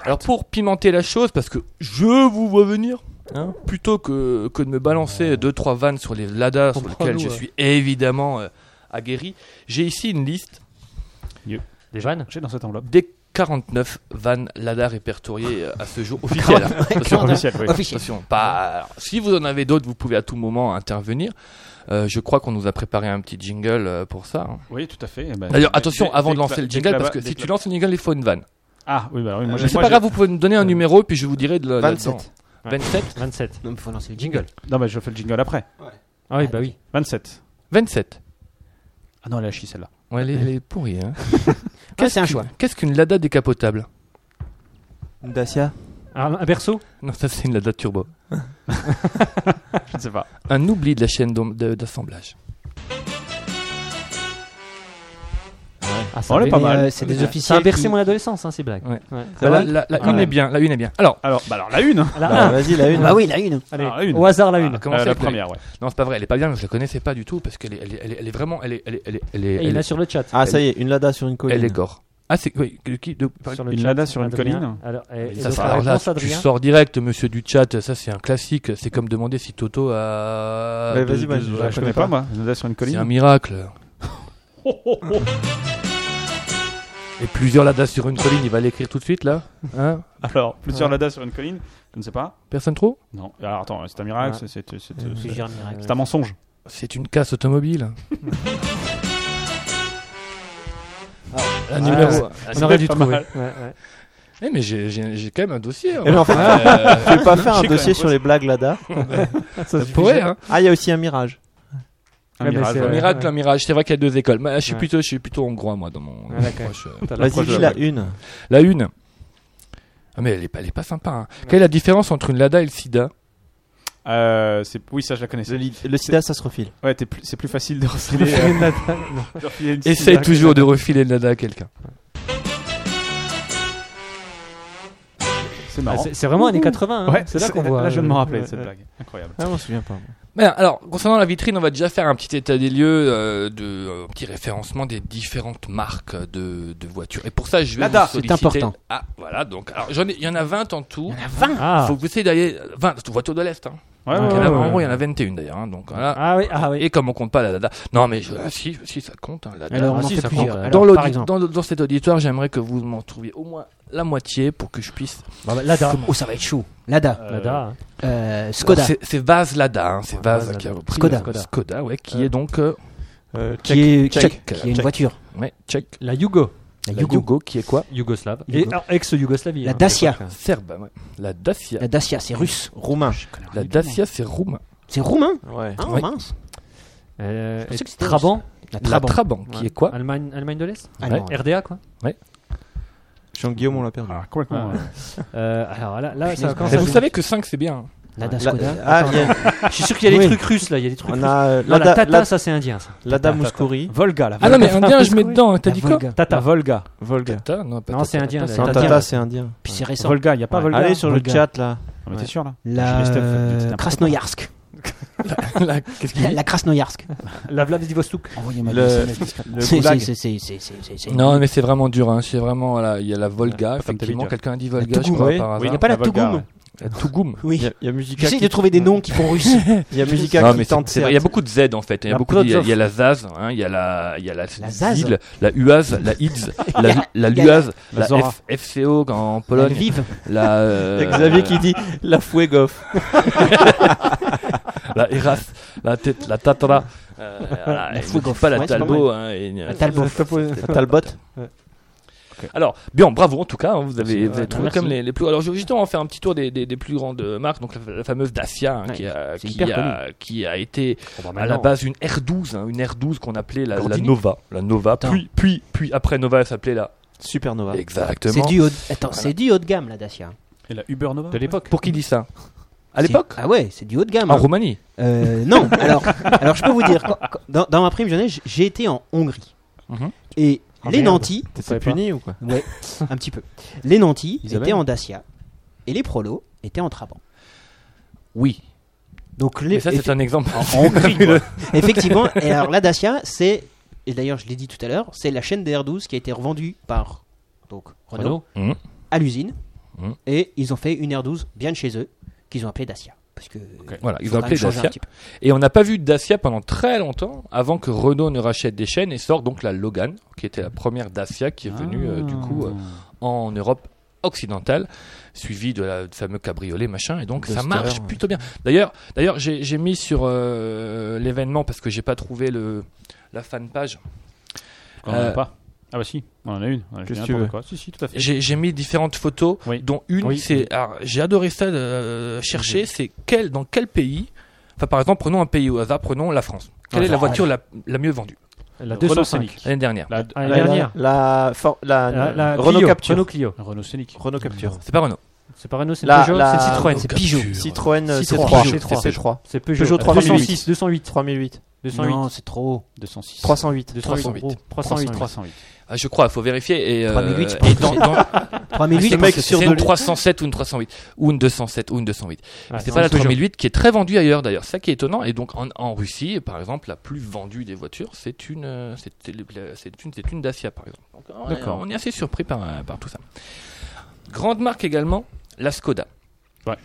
S4: Alors pour pimenter la chose, parce que je vous vois venir, hein, plutôt que, que de me balancer deux trois vannes sur les Lada sur lesquelles
S3: Comprends-nous,
S4: je
S3: ouais.
S4: suis évidemment euh, aguerri, j'ai ici une liste
S3: Des vannes
S2: J'ai dans cette
S4: [LAUGHS]
S2: enveloppe.
S4: des 49 vannes Lada répertoriées euh, à ce jour
S1: [LAUGHS]
S4: officiel. hein. Attention,
S2: Officiel,
S4: [LAUGHS]
S2: oui.
S1: Officiel.
S4: attention, pas- alors, si vous en avez d'autres, vous pouvez à tout moment intervenir. Euh, je crois qu'on nous a préparé un petit jingle euh, pour ça. hein.
S2: Oui, tout à fait. Eh ben,
S4: D'ailleurs,
S2: dé-
S4: attention,
S2: dé-
S4: avant de
S2: décla-
S4: lancer le jingle, parce que
S2: décla-
S4: si tu
S2: décla-
S4: lances le jingle, il faut une vanne.
S2: Ah, oui, bah oui, moi
S4: Euh,
S2: j'ai
S4: C'est
S2: moi,
S4: pas
S2: j'ai-
S4: grave, vous pouvez me donner un numéro, puis je vous dirai de la-
S5: 27.
S4: là-dedans. 27
S3: 27.
S1: Non, mais faut lancer le
S3: Jingle.
S1: jingle.
S2: Non, mais je fais le jingle après.
S3: Ah oui, bah oui.
S2: 27.
S4: 27.
S2: Ah non, elle a chi
S4: [LAUGHS]
S2: celle-là.
S4: Ouais, elle est, elle est pourrie. hein.
S1: Ah, c'est un choix.
S4: Qu'est-ce qu'une Lada décapotable
S5: Une Dacia.
S3: Ah, Un berceau
S4: Non, ça c'est une Lada turbo.
S2: Je ne sais pas.
S4: Un oubli de la chaîne d'om- de- d'assemblage.
S3: Ah,
S2: Oh, elle est pas
S1: Mais,
S2: mal.
S1: euh, c'est des
S3: Ça a
S1: officiels.
S3: bercé
S1: qui-
S3: mon adolescence, hein, ces blagues.
S4: Ouais.
S3: Ouais.
S4: La,
S5: va
S4: la- la
S5: Ah,
S4: une
S5: ouais.
S4: est bien, la une est bien. Alors,
S2: Alors, bah alors la une. hein.
S3: La
S5: Bah,
S3: un.
S5: Vas-y, la une.
S1: Bah oui, il a une.
S3: Allez,
S2: Alors, une.
S3: Au hasard, la une.
S4: alors, commencez
S2: Euh, la
S4: avec
S2: première, ouais.
S4: Non, c'est pas vrai, elle est pas bien, mais je la connaissais pas du tout parce qu'elle est, elle est, elle est- elle est vraiment. Elle est, elle est, elle est, elle est,
S3: Et il
S4: elle
S3: a
S4: est,
S3: sur le chat.
S5: Ah, ça y est, une Lada sur une colline.
S4: elle est gore. Ah, c'est. Oui, de qui de- par-
S3: Sur le
S2: Une
S3: chat,
S2: Lada sur une
S3: Adrien.
S2: colline
S3: Alors, et, et
S4: ça,
S3: donc,
S4: ça,
S3: la
S4: alors là,
S3: réponse,
S4: tu
S3: Adrien.
S4: sors direct, monsieur du chat. Ça, c'est un classique. C'est comme demander si Toto a.
S5: Mais
S4: de-
S5: vas-y,
S4: de-
S5: bah,
S4: de-
S5: je-
S2: Je
S5: je
S2: la
S5: la
S2: connais pas, moi. Une Lada sur une
S4: C'est un
S2: colline.
S4: miracle.
S2: Oh, oh, oh.
S4: Et plusieurs ladas sur une colline, il va l'écrire tout de suite là Hein
S2: Alors, plusieurs Lada sur une colline. Je ne sais pas.
S4: Personne trop
S2: Non. Alors, attends, c'est un miracle. c'est- c'est- c'est- C'est
S1: Plusieurs miracles.
S2: c'est un mensonge.
S4: C'est une casse automobile. La
S3: Ouais,
S4: numéro-
S3: ouais.
S4: Ah,
S3: On aurait dû
S2: pas
S3: trouver.
S2: mal.
S3: Ouais, ouais.
S4: Eh, mais j'ai- j'ai j'ai quand même un dossier. hein.
S5: Eh, mais en fait,
S4: Euh,
S5: Tu veux pas faire un
S2: J'ai quand
S5: dossier
S2: même
S5: sur les blagues Lada
S4: ça pourrait, hein.
S5: Ah, il y a aussi un mirage.
S2: Un
S3: Ouais, mais
S2: mirage.
S3: c'est-
S4: Un
S2: ouais.
S4: miracle, un mirage. C'est vrai qu'il y a deux écoles. Mais je suis
S3: Ouais.
S4: plutôt, je suis plutôt hongrois moi dans mon.
S3: Ouais, d'accord.
S4: approche, euh.
S3: T'as
S5: Vas-y,
S3: l'approche
S5: dis
S3: de-
S5: la une.
S4: La une. Ah mais elle est pas, elle est pas sympa. hein. Quelle est la différence entre une Lada et le SIDA
S2: Euh, c'est- oui, ça je la connaissais.
S5: Le, sida, ça se refile.
S2: Ouais, t'es plus- c'est plus facile de refiler.
S5: refiler
S2: euh,
S5: une nada, non.
S2: [LAUGHS] de refiler une
S4: Essaye
S2: cigarette.
S4: toujours de refiler le nada à quelqu'un.
S2: C'est marrant.
S3: Ah, c'est- c'est vraiment années 80, hein.
S2: Ouais,
S3: C'est là qu'on voit,
S2: Là, je viens de me
S3: euh,
S2: rappeler de
S3: ouais,
S2: cette
S3: ouais.
S2: blague. Incroyable.
S5: Ah, on se souvient pas.
S4: Mais alors, concernant la vitrine, on va déjà faire un petit état des lieux, euh, de euh, un petit référencement des différentes marques de, de voitures. Et pour ça, je vais
S5: Lada,
S4: vous
S5: c'est
S4: solliciter-
S5: important.
S4: Ah, voilà, donc, alors, j'en ai- il y en a 20 en tout. Il y en a
S1: 20
S3: Ah.
S4: Faut que vous essayiez d'aller, 20 voitures de l'Est, hein.
S2: Ouais,
S4: Donc,
S2: Ah, ouais,
S4: il y en a-
S2: ouais,
S4: en
S2: ouais.
S4: gros, il y en a 21 d'ailleurs, hein, donc, voilà.
S3: Ah oui, ah oui.
S4: Et comme on compte pas la Lada. Non, mais je- ah, si, si, ça compte, hein, Lada.
S1: Alors, on
S4: Ah,
S1: en
S4: si,
S1: fait
S4: ça
S1: plusieurs.
S4: compte.
S1: Alors,
S4: dans,
S1: par
S4: l'audi-
S1: exemple.
S4: dans, dans cet auditoire, j'aimerais que vous m'en trouviez au moins la moitié pour que je puisse.
S3: Bah, bah, Lada.
S1: Oh, ça va être chaud. Lada.
S3: Lada. hein.
S1: Euh, Skoda.
S4: C'est- C'est Vaz Lada, hein, c'est Vaz
S3: Vaz
S4: qui a
S3: Lada.
S4: repris. euh,
S1: Skoda.
S4: Skoda, ouais, qui est donc. euh,
S1: Qui est, tchèque, qui est une
S4: Tchèque.
S1: voiture.
S4: Ouais, check.
S3: La Yugo.
S1: La
S4: La
S1: Yugo.
S4: Yugo qui est quoi
S3: Yougoslave.
S1: Yugo.
S3: Et alors, ex-Yougoslavie.
S1: La
S3: hein.
S1: Dacia.
S4: Euh, Serbe, ouais. La Dacia.
S1: La Dacia, c'est russe.
S5: Roumain.
S4: La Dacia, c'est roumain.
S1: C'est roumain.
S5: Ouais.
S1: Ah,
S4: Oui.
S1: mince.
S3: Euh,
S1: Je pensais
S3: et
S1: que c'était
S3: Trabant.
S1: La
S4: La
S1: Trabant. Ah,
S4: Trabant, qui est quoi
S3: Allemagne, Allemagne de l'Est
S1: Allemande.
S3: RDA, quoi.
S5: Jean-Guillaume, on l'a perdu.
S2: Ah, complètement.
S3: Ah. Euh, alors là, là ça
S1: Punaise,
S3: commence
S1: mais
S3: à
S4: Ah, Vous
S3: jouer.
S4: savez que 5 c'est bien. hein.
S5: La-
S1: Lada Skoda.
S5: ah, il y a-
S3: Je suis sûr qu'il y a des
S5: Oui.
S3: trucs russes là, il y a des trucs
S5: on
S3: russes.
S5: a euh,
S3: Non, la,
S5: Lada-
S3: Tata,
S5: Lada-
S3: ça c'est indien ça.
S5: Lada Mouskouri.
S2: Volga, la
S4: Ah non, mais indien, je mets dedans, hein, t'as
S1: La
S4: dit quoi
S1: Volga.
S2: Tata Volga.
S5: Volga.
S4: Tata, Non, pas
S3: Non,
S4: Tata.
S3: c'est indien.
S1: Tata,
S3: la
S5: Non,
S1: indien.
S5: Tata, c'est indien.
S1: Puis c'est récent.
S2: Volga, il n'y a pas
S3: Ouais.
S2: Volga.
S5: Allez sur le
S1: Volga.
S5: chat là.
S2: Ah, mais t'es
S5: Ouais.
S2: sûr là Je
S1: La
S2: laisse ta fête, mais tu t'es un peu-
S5: [LAUGHS]
S1: Krasnoyarsk.
S4: [LAUGHS] La- Qu'est-ce qu'il
S1: La,
S4: dit
S1: la Krasnoyarsk.
S3: La Vladivostok.
S1: Envoyez-moi
S5: Le-
S1: des SMS.
S5: Le
S1: C'est-
S5: goulag.
S1: c'est- c'est- c'est- c'est- c'est- c'est-
S4: Non, mais c'est vraiment dur. Hein. C'est vraiment, voilà, il y a la Volga,
S2: Ouais, comme t'as
S4: effectivement.
S2: dit,
S4: Quelqu'un a dit
S5: La
S4: Volga, je
S5: Tougoum,
S4: crois,
S5: oui.
S4: par
S2: Oui,
S4: hasard.
S2: la
S1: pas la
S2: Volga,
S1: Tougoum.
S2: ouais.
S4: La Tougoum.
S1: Oui.
S5: Il y a- il y a Musica
S1: J'essaye de
S5: qui-
S1: trouver des noms qui font
S5: [LAUGHS]
S1: russe.
S5: Il y a Musica
S4: Non,
S5: qui
S4: mais c'est-
S5: tente.
S4: c'est vrai, il y a beaucoup de Z en fait. Il y a
S3: La
S4: beaucoup de- il y a-
S3: Plotov.
S4: il y a la Zaz, hein, il y a la il y a la
S1: La Zaz.
S4: Zil, la Uaz, la Ids,
S1: [LAUGHS] Il y
S4: la
S1: a-
S4: la
S1: il y a-
S4: Luaz,
S2: La
S4: la
S2: Zora.
S4: F- FCO en Pologne,
S1: Vive.
S4: la euh,
S1: [LAUGHS]
S5: Il y a Xavier qui dit [LAUGHS] la Fuegoff.
S4: la Eras, la tête, la Tatra, euh, voilà,
S1: La
S4: et ne
S1: Fougoff.
S4: dites pas la
S1: Ouais, c'est pas
S4: Talbot. hein, et, euh,
S1: La Talbot.
S5: La Talbot.
S4: Alors, bien, bravo en tout cas, hein, vous avez, vous avez trouvé
S1: merci.
S4: comme les, les plus. Alors, je vais justement faire un petit tour des, des, des plus grandes euh, marques, donc la, la fameuse Dacia, hein,
S1: Ouais,
S4: qui, a,
S1: c'est
S4: qui,
S1: hyper
S4: a, qui a été
S1: Bah
S4: à la
S3: maintenant.
S4: base une R12, hein, une R12 qu'on appelait la, la
S1: Gordini.
S4: Nova. La Nova,
S1: Attends.
S4: puis, puis, puis après Nova, elle s'appelait la.
S5: Supernova.
S1: C'est
S4: Exactement.
S1: du haut. Attends, c'est du haut de gamme la Dacia.
S2: Et la Uber Nova
S3: De l'époque.
S4: Pour qui dit ça À
S1: C'est-
S4: l'époque
S1: Ah ouais, c'est du haut de gamme.
S4: En
S1: hein.
S4: Roumanie.
S1: Euh, [LAUGHS] non, alors, alors je peux vous dire, quand- quand- dans, dans ma prime jeunesse, j'ai été en Hongrie.
S4: Mhm.
S1: Et
S3: Ah,
S1: les
S3: merde.
S1: nantis,
S5: T'es puni ou quoi
S1: ouais, un petit peu, les nantis
S5: Ils avaient-
S1: étaient en Dacia et les prolos étaient en Trabant.
S4: Oui.
S1: Donc les, Ah,
S4: Mais ça, c'est
S1: effe-
S4: un exemple.
S1: effectivement, et alors la Dacia, c'est, et d'ailleurs je l'ai dit tout à l'heure, c'est la chaîne DR12 qui a été revendue par donc, Renault,
S3: Renault.
S1: à l'usine.
S4: Mhm.
S1: Et ils ont fait une R12 bien de chez eux, qu'ils ont appelée Dacia. Parce que
S4: Voilà, ils
S1: faut quand
S4: ont
S1: même
S4: appelé
S1: changer un
S4: Dacia.
S1: petit peu.
S4: Et on n'a pas vu de Dacia pendant très longtemps avant que Renault ne rachète des chaînes et sort donc la Logan, qui était la première Dacia qui est venue euh, du coup euh, en Europe occidentale, suivie de la du fameux cabriolet machin. Et donc ça
S5: Duster,
S4: marche
S5: ouais.
S4: plutôt bien. D'ailleurs, d'ailleurs j'ai j'ai mis sur euh, l'événement parce que j'ai pas trouvé le la fanpage.
S2: On en a
S4: Euh,
S2: pas. Ah bah si, on en a une. On en a
S5: Qu'est-ce
S2: une
S5: que tu
S2: pour
S5: veux
S2: quoi. Si, si, tout à fait.
S4: J'ai j'ai mis différentes photos,
S2: Oui.
S4: dont une,
S2: Oui.
S4: c'est. alors, J'ai adoré ça, euh, chercher, c'est quel, dans quel pays. Enfin, par exemple, prenons un pays au hasard, prenons la France. Quelle
S2: Ouais.
S4: est la voiture la, la mieux vendue
S3: La
S2: Renault
S3: 205.
S2: Scénic.
S4: l'année dernière
S2: La,
S3: Ah,
S2: la-
S3: la dernière.
S5: La, For- la,
S3: La, la
S5: Renault
S3: Clio.
S5: Capture.
S3: Renault Clio.
S2: Renault Scénic.
S5: Renault Capture.
S4: C'est pas Renault.
S3: C'est pas Renault, c'est
S5: La-
S3: Peugeot.
S5: la-
S3: C'est Citroën.
S4: Renault Capture.
S5: Citroën euh,
S3: Citroën.
S5: C3.
S3: Citroën.
S5: C'est C3.
S3: C'est Peugeot.
S5: Peugeot
S3: 206, 208.
S5: 3008.
S3: 208.
S1: Non, c'est trop.
S2: 206.
S5: 308.
S3: 208.
S2: Oh,
S3: 308.
S2: 308.
S4: Ah, je crois, il faut vérifier. Et, euh,
S1: 3008, je
S4: et
S1: pense que
S4: dans-
S1: c'est-
S4: dans-
S1: 3008,
S4: c'est
S1: je pense que
S4: c'est
S1: Ah, c'est-
S4: une 307 ou une 308. Ou une 207 ou une 208.
S3: Ouais,
S4: C'est
S3: non,
S4: pas la
S3: Peugeot.
S4: 3008 qui est très vendue ailleurs d'ailleurs. C'est ça qui est étonnant. Et donc en, en Russie, par exemple, la plus vendue des voitures, c'est une, euh, c'est c'est une, c'est une Dacia par exemple. Donc, on est-
S2: D'accord.
S4: on est assez surpris par, euh, par tout ça. Grande marque également, la Skoda.
S2: Ouais.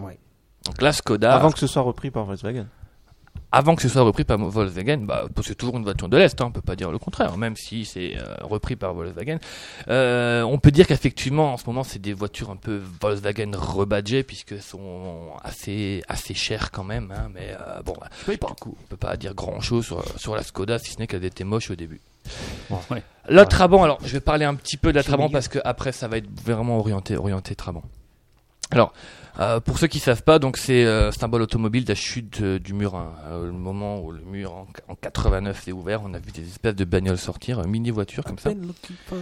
S1: Ouais.
S4: Donc la Skoda,
S5: Avant
S4: avant,
S5: que ce soit repris par Volkswagen.
S4: que ce soit repris par Volkswagen, bah, c'est toujours une voiture de l'Est, hein, on peut pas dire le contraire, même si c'est euh, repris par Volkswagen. Euh, on peut dire qu'effectivement, en ce moment, c'est des voitures un peu Volkswagen rebadgées, puisque sont assez, assez chères quand même. hein, mais euh, bon, bah,
S2: payes pas.
S4: du coup, on peut pas dire grand chose sur, sur la Skoda, si ce n'est qu'elle était moche au début.
S2: Ouais.
S4: La Trabant, alors je vais parler un petit peu de la
S1: Petit
S4: Trabant
S1: milieu.
S4: parce que après ça va être vraiment orienté, orienté Trabant. Alors, euh, pour ceux qui savent pas, donc c'est euh, c'est un symbole automobile de la chute euh, du mur 1. Euh, le moment où le mur en, en 89 s'est ouvert, on a vu des espèces de bagnoles sortir, euh, mini voitures comme ça.
S2: que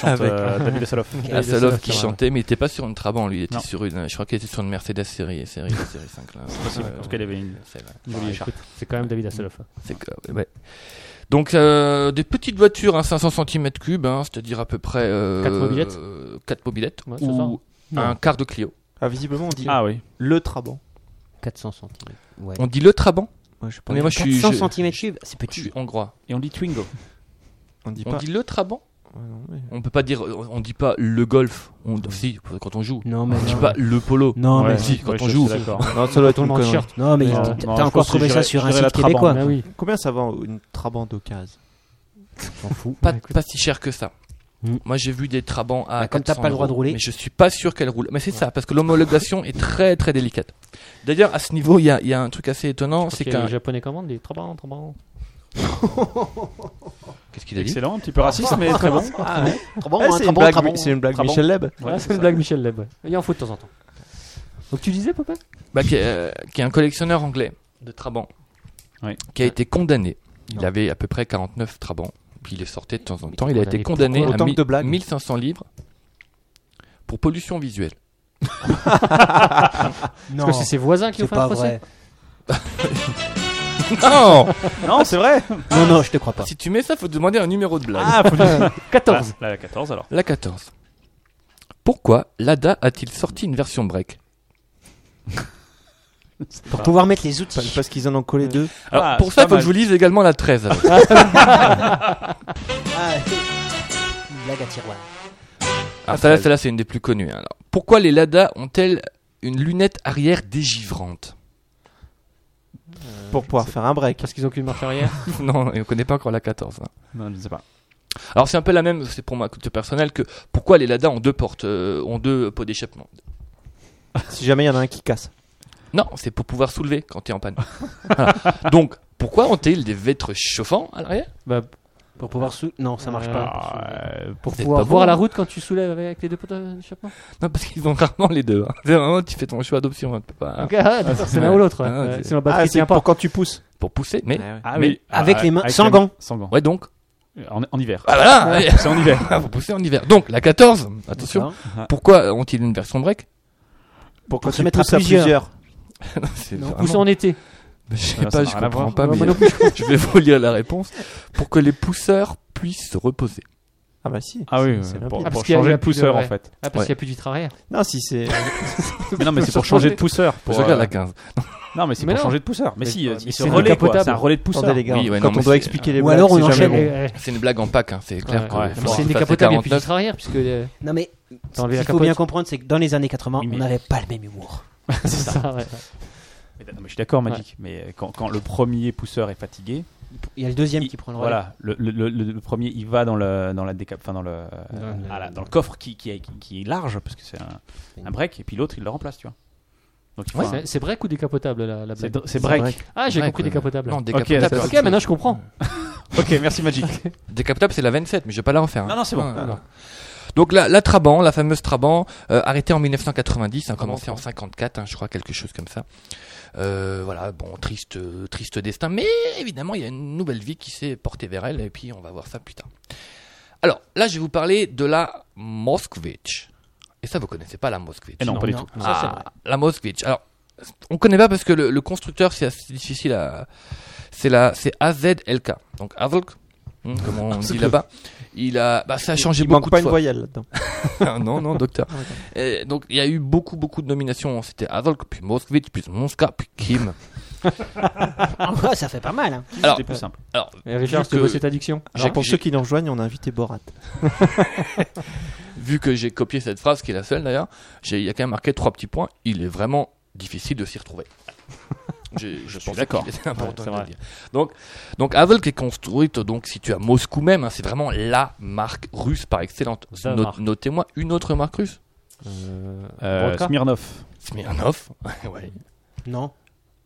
S2: chante
S4: Avec-
S2: euh, David Hasselhoff.
S4: Hasselhoff qui chantait, mais il était pas sur une Trabant, lui. Il était
S2: Non.
S4: sur une, je crois qu'il était sur une Mercedes
S2: [LAUGHS]
S4: série, série, série 5. Là.
S2: C'est possible. En tout cas, il avait une-
S4: C'est vrai.
S2: une jolie
S4: Ouais,
S2: écharpe.
S4: écoute,
S3: C'est quand même David Hasselhoff.
S4: c'est que- ouais. Donc, euh, des petites voitures, hein, 500 cm3, hein, c'est-à-dire à peu près. Euh,
S3: Quatre mobilettes.
S4: 4 mobilettes.
S3: Ouais, c'est
S4: ou
S3: ça.
S4: un
S3: Non.
S4: quart de Clio.
S5: Ah, visiblement, on dit
S2: Ah oui.
S5: le Trabant.
S1: 400 centimes. Ouais.
S4: On dit le Trabant
S5: Ouais, je sais pas.
S4: Mais moi, je suis.
S1: 400
S4: je-
S1: centimètres cubes, c'est
S4: je
S1: petit.
S4: suis hongrois.
S2: Et on dit Twingo.
S5: On dit
S4: On
S5: pas.
S4: dit le Trabant
S5: Ouais, non, mais-
S4: On peut pas dire, on dit pas le golf. On si, quand on joue.
S1: Non, mais
S4: On [LAUGHS] dit
S1: non.
S4: pas le polo.
S1: Non,
S2: Ouais,
S1: mais
S4: si, quand
S2: ouais,
S4: on
S2: je
S4: joue.
S2: suis D'accord.
S5: Non, ça doit être
S3: Tout
S5: une
S3: le monde
S5: connerie.
S3: shirt.
S1: Non, mais
S2: Non,
S1: t'as-
S2: non, je
S1: t'as
S2: pense
S1: encore
S2: que
S1: trouvé
S2: j'irai-
S1: ça sur un
S2: j'irai la
S1: site
S2: Trabant.
S1: québécois.
S3: Ah oui,
S5: Combien ça va une Trabant d'occasion
S1: J'en fous.
S4: Pas, pas si cher que ça.
S1: Mm.
S4: Moi, j'ai vu des trabants à.
S1: Bah, comme t'as
S4: 400
S1: pas le droit de
S4: euros,
S1: rouler.
S4: Mais je suis pas sûr qu'elle roule. Mais c'est ça, parce que l'homologation est très très délicate. D'ailleurs, à ce niveau, il y a, il y a un truc assez étonnant,
S3: c'est
S4: c'est
S3: qu'un
S4: qu'un.
S3: japonais commande des Trabant, Trabant.
S4: Qu'est-ce qu'il a dit
S2: Excellent, un petit peu raciste, mais très bon.
S1: Trabant,
S5: Eh,
S1: hein,
S5: C'est une
S1: Trabant,
S5: blague,
S1: Trabant.
S5: mais- c'est une blague
S2: Trabant.
S5: Michel Leb.
S2: ah,
S3: Ouais, c'est une blague Michel Leb. ouais. Il y en faut de temps en temps. Donc tu disais, Popé
S4: bah, qui, est, euh, qui est un collectionneur anglais de trabants,
S2: Oui.
S4: qui a été condamné. Il
S3: Non.
S4: avait à peu près 49 trabants, puis il les sortait de temps en
S3: Mais
S4: temps. Il a été condamné
S5: pourquoi
S4: à
S5: Autant que
S4: mi-
S5: de blagues.
S4: 1500 livres pour pollution visuelle.
S1: Non,
S3: Parce que c'est ses voisins qui ont
S1: c'est
S3: fait un
S1: pas
S3: procès.
S1: vrai.
S4: Non
S2: Non, c'est vrai.
S1: Non, non, je te crois pas.
S4: Oh Si tu mets ça, faut te demander un numéro de blague.
S2: Ah, faut dire.
S3: 14.
S2: Ah, la 14 alors.
S4: La 14. Pourquoi Lada a-t-il sorti une version break
S1: Pour pouvoir mettre les
S5: Parce
S1: outils.
S5: parce qu'ils en ont collé deux.
S4: Alors,
S2: Ah,
S4: Pour
S2: c'est pas
S4: ça, il faut que
S2: mal.
S4: je vous lise également la
S2: [LAUGHS]
S4: 13. alors.
S1: Ah, une blague à tiroir.
S4: Alors, Ah, celle-là, celle-là, c'est une des plus connues. hein. Alors, pourquoi les Lada ont-elles une lunette arrière dégivrante [LAUGHS]
S5: Pour pouvoir faire un break.
S3: Parce qu'ils ont qu'une marche arrière.
S4: Non, on connaît pas encore la 14. hein.
S2: Non, je ne sais pas.
S4: Alors, c'est un peu la même, c'est pour ma culture personnelle, que pourquoi les Lada ont deux portes, euh, ont deux pots d'échappement
S5: Si jamais il y en a un qui casse.
S4: Non, c'est pour pouvoir soulever quand t'es en panne. [LAUGHS] Voilà. Donc, pourquoi ont-ils des vitres chauffants à l'arrière
S3: Bah,
S1: Pour pouvoir sous. Non, ça marche pas.
S2: Ah, euh,
S3: pour
S4: Vous êtes
S3: pouvoir
S4: pas
S3: voir
S4: bon.
S3: la route quand tu soulèves avec les deux euh, potes d'échappement.
S4: Non, parce qu'ils ont rarement les deux. hein. C'est vraiment, tu fais ton choix d'option. hein, tu peux pas-
S3: Ok, ah, d'accord, c'est l'un ou l'autre. ouais.
S4: Ah,
S3: Ouais,
S4: c'est-
S3: Sinon la
S5: Ah,
S3: batterie
S5: c'est
S3: tient pas.
S5: pour quand tu pousses.
S4: pour pousser, mais.
S2: Ah
S4: Mais
S2: oui. Ah,
S1: avec les mains, sans
S2: la-
S1: gants.
S2: Sans gants.
S4: Ouais, donc.
S2: En, en hiver.
S4: Ah voilà ouais. [LAUGHS]
S2: C'est en [LAUGHS] hiver.
S4: Vous poussez en hiver. Donc, la 14, attention. Pourquoi ont-ils une version break [LAUGHS]
S5: Pour quand
S1: se
S5: tu
S1: mettre à
S5: pousses à plusieurs.
S4: Non, c'est
S3: Non,
S4: vraiment-
S3: pousser en été. Ah,
S4: Je sais
S2: Voilà, ça
S4: pas,
S2: n'a
S4: je
S2: rien à
S4: comprends
S2: voir.
S4: pas,
S3: Ouais, moi
S4: mais
S3: non plus, je comprends.
S4: [LAUGHS] je vais vous lire la réponse. Pour que les pousseurs puissent se reposer.
S5: Ah bah si.
S2: Ah oui,
S5: C'est- c'est
S2: euh,
S5: limpide.
S2: pour,
S3: Ah,
S2: pour
S3: parce qu'il y a
S2: changer
S3: eu
S2: de
S3: la pluie de-
S2: pousseur en
S3: ouais.
S2: fait.
S3: Ah, parce qu'il n'y a plus de vitre arrière.
S5: Non, si c'est.
S2: Mais non, mais c'est pour [LAUGHS] changer de pousseur. Pour,
S4: je regarde
S2: euh,
S4: la 15.
S2: Non, mais c'est
S3: Mais
S2: pour
S3: non.
S2: changer de pousseur. Mais
S3: Mais
S2: si,
S3: pas-
S2: euh,
S3: mais
S2: c'est
S3: c'est
S2: relais quoi.
S3: décapotable.
S2: C'est un relais de pousseur.
S5: Attendez les gars,
S4: Oui, ouais, non,
S5: quand
S4: mais
S5: on doit
S4: c'est-
S5: expliquer les
S1: Ou
S5: blagues,
S1: alors on
S5: c'est jamais
S1: enchaîne.
S5: bon.
S3: Eh, eh,
S4: C'est une blague en pack, hein, c'est clair.
S3: Ouais,
S4: que-
S2: ouais.
S4: faut
S3: mais C'est
S4: que
S3: une
S4: tu fasses
S3: décapotable, il n'y a plus de
S4: 49.
S3: vitre arrière. Puisque. euh,
S1: Non, mais
S3: T'as enlevé la
S1: il faut
S3: capote.
S1: bien comprendre, c'est que dans les années 80,
S2: Oui, mais-
S1: on n'avait pas le même humour.
S3: C'est ça, [LAUGHS] ouais.
S2: Mais non, mais je suis d'accord, Magic. Mais euh, quand, quand le premier pousseur est fatigué,
S1: Il y a le deuxième
S2: il-
S1: qui prend le relais.
S2: voilà, le, le- le- le premier il va dans le dans la décap, enfin dans le euh,
S1: Dans
S2: à la-
S1: le-
S2: dans le coffre qui, qui est, qui est large parce que c'est un, un break et puis l'autre il le remplace, tu vois. Donc il faut
S3: Ouais,
S2: un-
S3: c'est- C'est break ou décapotable la, la
S2: c'est
S3: blague
S2: c'est break.
S3: Ah, j'ai
S4: Ouais,
S3: compris
S4: quoi.
S3: décapotable.
S4: Non,
S2: Ok,
S4: décapotable.
S2: d'accord.
S3: ok, maintenant je comprends.
S2: ok, merci Magic. Eh
S4: Décapotable, c'est la 27, mais je vais pas la refaire. hein.
S2: Non, non, c'est bon.
S4: Ah, non. Donc la, la Trabant, la fameuse Trabant, euh, arrêtée en 1990,
S2: Ah,
S4: hein, commencée en 54, hein, je crois quelque chose comme ça. Euh, voilà, bon, triste, euh, triste destin, mais évidemment il y a une nouvelle vie qui s'est portée vers elle, et puis on va voir ça plus tard. Alors là, je vais vous parler de la Moskvitch. Et ça, vous connaissez pas la Moskvitch
S2: Et non, pas du tout.
S3: Ça, c'est
S4: Ah,
S3: vrai.
S4: la Moskvitch. Alors, on connaît pas parce que le, le constructeur c'est assez difficile à. C'est la, c'est AZLK. Donc AZLK, hein, comme on dit là-bas. Il a, bah, ça a changé
S5: Ah, Il
S4: beaucoup
S5: manque pas
S4: de
S5: une Ah,
S4: fois.
S5: voyelle là-dedans.
S4: [LAUGHS] non, non, docteur. Et donc il y a eu beaucoup, beaucoup de nominations. C'était AZLK, puis Moskvitch, puis Monska, puis Kim.
S1: Ah, ça fait pas mal. Hein.
S4: Alors,
S2: C'était plus simple.
S4: alors,
S3: Et Richard,
S4: Vu
S3: tu
S4: que-
S3: vois euh, cette addiction
S5: Alors pour
S4: j'ai-
S5: ceux qui nous rejoignent, on a invité Borat.
S4: vu que j'ai copié cette phrase qui est la seule d'ailleurs, j'ai- il y a quand même marqué trois petits points. Il est vraiment difficile de s'y retrouver. Je, je pense
S2: d'accord.
S4: que c'est important
S3: c'est
S4: de le
S3: vrai.
S4: dire. Donc, donc Havelk est construite donc située à Moscou même. hein, c'est vraiment la marque russe par excellence.
S3: La
S4: No-
S3: marque.
S4: Notez-moi une autre marque russe.
S3: Euh,
S2: Euh,
S3: Vodka
S2: Smirnov.
S4: Smirnov. ouais.
S1: Non.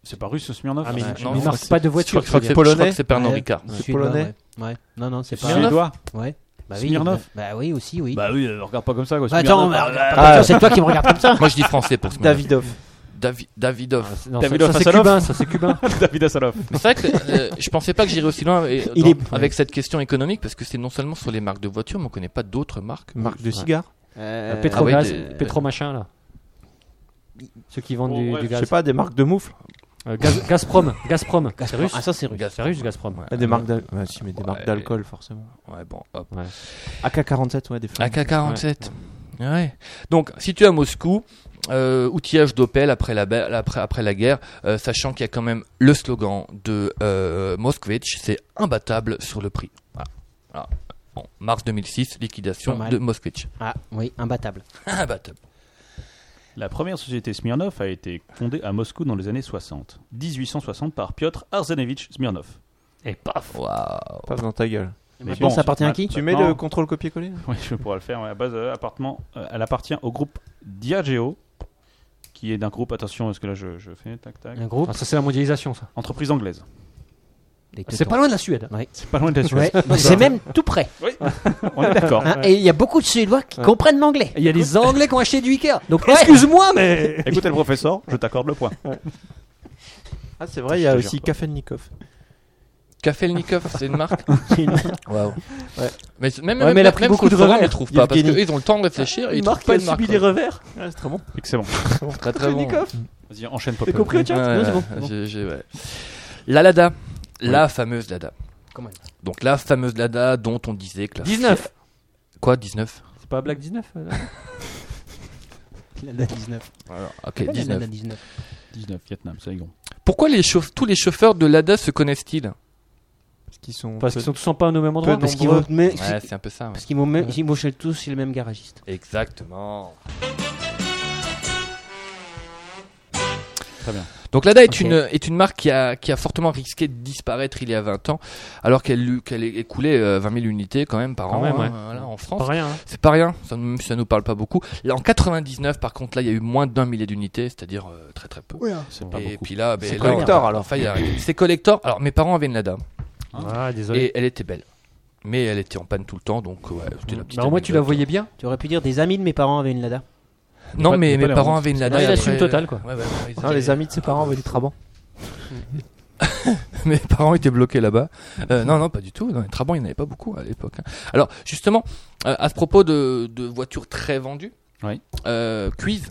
S2: C'est pas russe Smirnov
S3: Ah, mais
S2: Ouais.
S3: il
S4: non,
S3: ne
S4: non,
S3: marque pas de voiture.
S4: Je crois que c'est
S3: c'est-
S4: polonais. Je crois
S5: polonais.
S4: que c'est Pernod
S1: Ouais.
S4: Ricard.
S5: C'est
S1: Suédois,
S5: polonais.
S1: Ouais. Ouais. Non, non, c'est pas.
S3: Smirnoff
S2: Suédois.
S1: Ouais. Bah oui,
S2: Smirnoff.
S1: donc, Bah oui, aussi, oui.
S2: Bah oui, euh, regarde pas comme ça quoi.
S1: Bah attends,
S3: Ah,
S2: Smirnoff.
S1: bah, regarde pas comme ça, c'est toi qui me regardes comme ça.
S4: Moi je dis français pour Smirnov.
S5: Davidov.
S4: Davi- Davidov.
S3: non, Davidov ça- ça, c'est Hassanov cubain, ça, c'est cubain.
S2: [LAUGHS] David Assalov.
S4: Mais c'est vrai que euh, je pensais pas que j'irais aussi loin et-
S2: Il
S4: dans-
S2: est-
S4: avec cette question économique parce que c'est non seulement sur les marques de voitures, mais on connaît pas d'autres marques.
S5: Marque de
S4: Ouais.
S5: cigares
S4: Euh,
S3: Euh, Pétrogaz,
S4: ah ouais, des-
S3: Pétromachin, là. Ceux qui vendent du, du
S5: Je
S3: gaz.
S5: sais pas, des marques de moufles
S3: Euh, Gaz- Gazprom, Gazprom, c'est russe.
S1: Ah, ça, c'est russe.
S3: Gaz- C'est russe, Gazprom.
S5: Ah, Des marques d'al- ouais, si, mais des marques
S4: Ouais.
S5: d'alcool, forcément.
S4: Ouais, bon, hop.
S3: Ouais.
S5: AK-47, ouais, des flingues.
S4: AK-47. Ouais. Donc, situé à Moscou, euh, outillage d'Opel après la, ba- après, après la guerre, euh, sachant qu'il y a quand même le slogan de euh, Moskvitch, c'est imbattable sur le prix. Voilà. Voilà. En mars 2006, liquidation
S1: Pas mal.
S4: de Moskvitch. [LAUGHS]
S1: Ah oui, imbattable.
S4: imbattable.
S2: La première société Smirnov a été fondée à Moscou dans les années 60, 1860 par Piotr Arzenevich Smirnov.
S3: Et paf
S4: Waouh.
S5: Passe dans ta gueule.
S1: Mais bon, ça appartient à qui
S5: Tu mets
S2: Maintenant-
S5: le contrôle copier-coller
S2: [LAUGHS] Oui, je pourrais le faire. ouais. À base, euh, appartement, euh, elle appartient au groupe Diageo, qui est d'un groupe. Attention, est-ce que là je, je fais tac tac.
S1: Un groupe.
S3: Ah, Ça, c'est la mondialisation, ça.
S2: Entreprise anglaise.
S1: des
S3: C'est
S1: teutons.
S3: pas loin de la Suède.
S1: Ouais.
S2: C'est pas loin de la Suisse.
S1: [LAUGHS] Ouais. C'est même tout près.
S2: [LAUGHS] On est d'accord.
S1: hein. Et il y a beaucoup de Suédois qui comprennent l'anglais.
S3: Il y a des Anglais qui ont acheté du Ikea.
S1: Donc, ouais.
S3: Excuse-moi, mais.
S2: Écoutez le professeur, je t'accorde le point.
S5: Ah, c'est vrai, il y a
S2: Je te
S5: aussi
S2: jure.
S5: Kafelnikov.
S4: Kafelnikov, c'est une marque Waouh.
S5: Ouais.
S4: Mais c'est- même,
S5: Ouais,
S4: même,
S5: mais elle a
S4: même
S5: pris beaucoup de
S4: Scorsese,
S5: revers,
S4: ils les trouvent pas parce
S5: Yevgeny.
S4: qu'ils ont le temps de réfléchir et ils trouvent
S3: Ah, marque
S4: pas
S3: a
S4: une marque.
S3: subi des revers.
S5: Ah, c'est très bon.
S2: Excellent.
S4: Très, très bon.
S2: Vas-y, enchaîne pas.
S3: T'as compris,
S4: Ouais,
S3: tiens c'est bon.
S4: ouais, j'ai- j'ai- ouais. La Lada, la fameuse Lada.
S1: Comment elle
S4: Donc la fameuse Lada dont on disait que la
S3: 19.
S4: Quoi 19
S3: C'est pas Black 19 euh, là
S1: Il en a 19.
S4: Ok, 19.
S1: 19.
S2: 19 Vietnam, c'est bon.
S4: Pourquoi les chauff- tous les chauffeurs de Lada se connaissent-ils
S5: Parce qu'ils sont.
S3: Parce qu'ils sont tous en pas au même endroit.
S5: Peu
S1: Parce qu'ils
S5: nombreux.
S1: vont, mais-
S4: Ouais, c'est un peu ça. ouais.
S1: parce qu'ils vont, me- ils vont chez tous chez le même garagiste.
S4: Exactement.
S2: Très bien.
S4: Donc Lada est,
S1: Ok.
S4: une, est une marque qui a, qui a fortement risqué de disparaître il y a 20 ans, alors qu'elle lu- qu'elle é- écoulait euh, 20 000 unités quand même par
S3: Quand
S4: an
S3: même,
S4: hein,
S3: ouais.
S4: voilà, en
S3: Pas
S4: France.
S3: rien. hein.
S4: C'est pas rien, ça, nous- ça nous parle pas beaucoup. Là, en 99, par contre, là, il y a eu moins d'un millier d'unités, c'est-à-dire euh, très très peu.
S2: C'est pas
S4: et
S2: beaucoup.
S4: puis là, ben,
S5: C'est
S4: là,
S5: collector,
S4: on-
S5: alors.
S4: enfin, il y a- c'est collector. Alors mes parents avaient une Lada
S3: Ah, désolé.
S4: et elle était belle, mais elle était en panne tout le temps, donc euh, ouais, c'était la petite.
S3: Bah, au moins, tu la
S4: anecdote.
S3: voyais bien.
S1: Tu aurais pu dire des amis de mes parents avaient une Lada.
S4: Non,
S2: pas-
S4: mais
S2: mais pas
S4: mes
S2: la
S4: parents
S2: honte.
S4: avaient une Lada.
S3: Ah, il
S4: et
S3: assume
S4: après-
S3: total, quoi.
S4: Ouais, ouais, ouais, ils
S5: Non,
S4: étaient-
S5: Ah, les amis de ses parents avaient du Trabant.
S4: [LAUGHS] mes parents étaient bloqués là-bas. Euh, non, non, pas du tout. Dans les Trabants, il n'y en avait pas beaucoup à l'époque. hein. Alors, justement, euh, à ce propos de, de voitures très vendues,
S2: Oui.
S4: euh, quiz.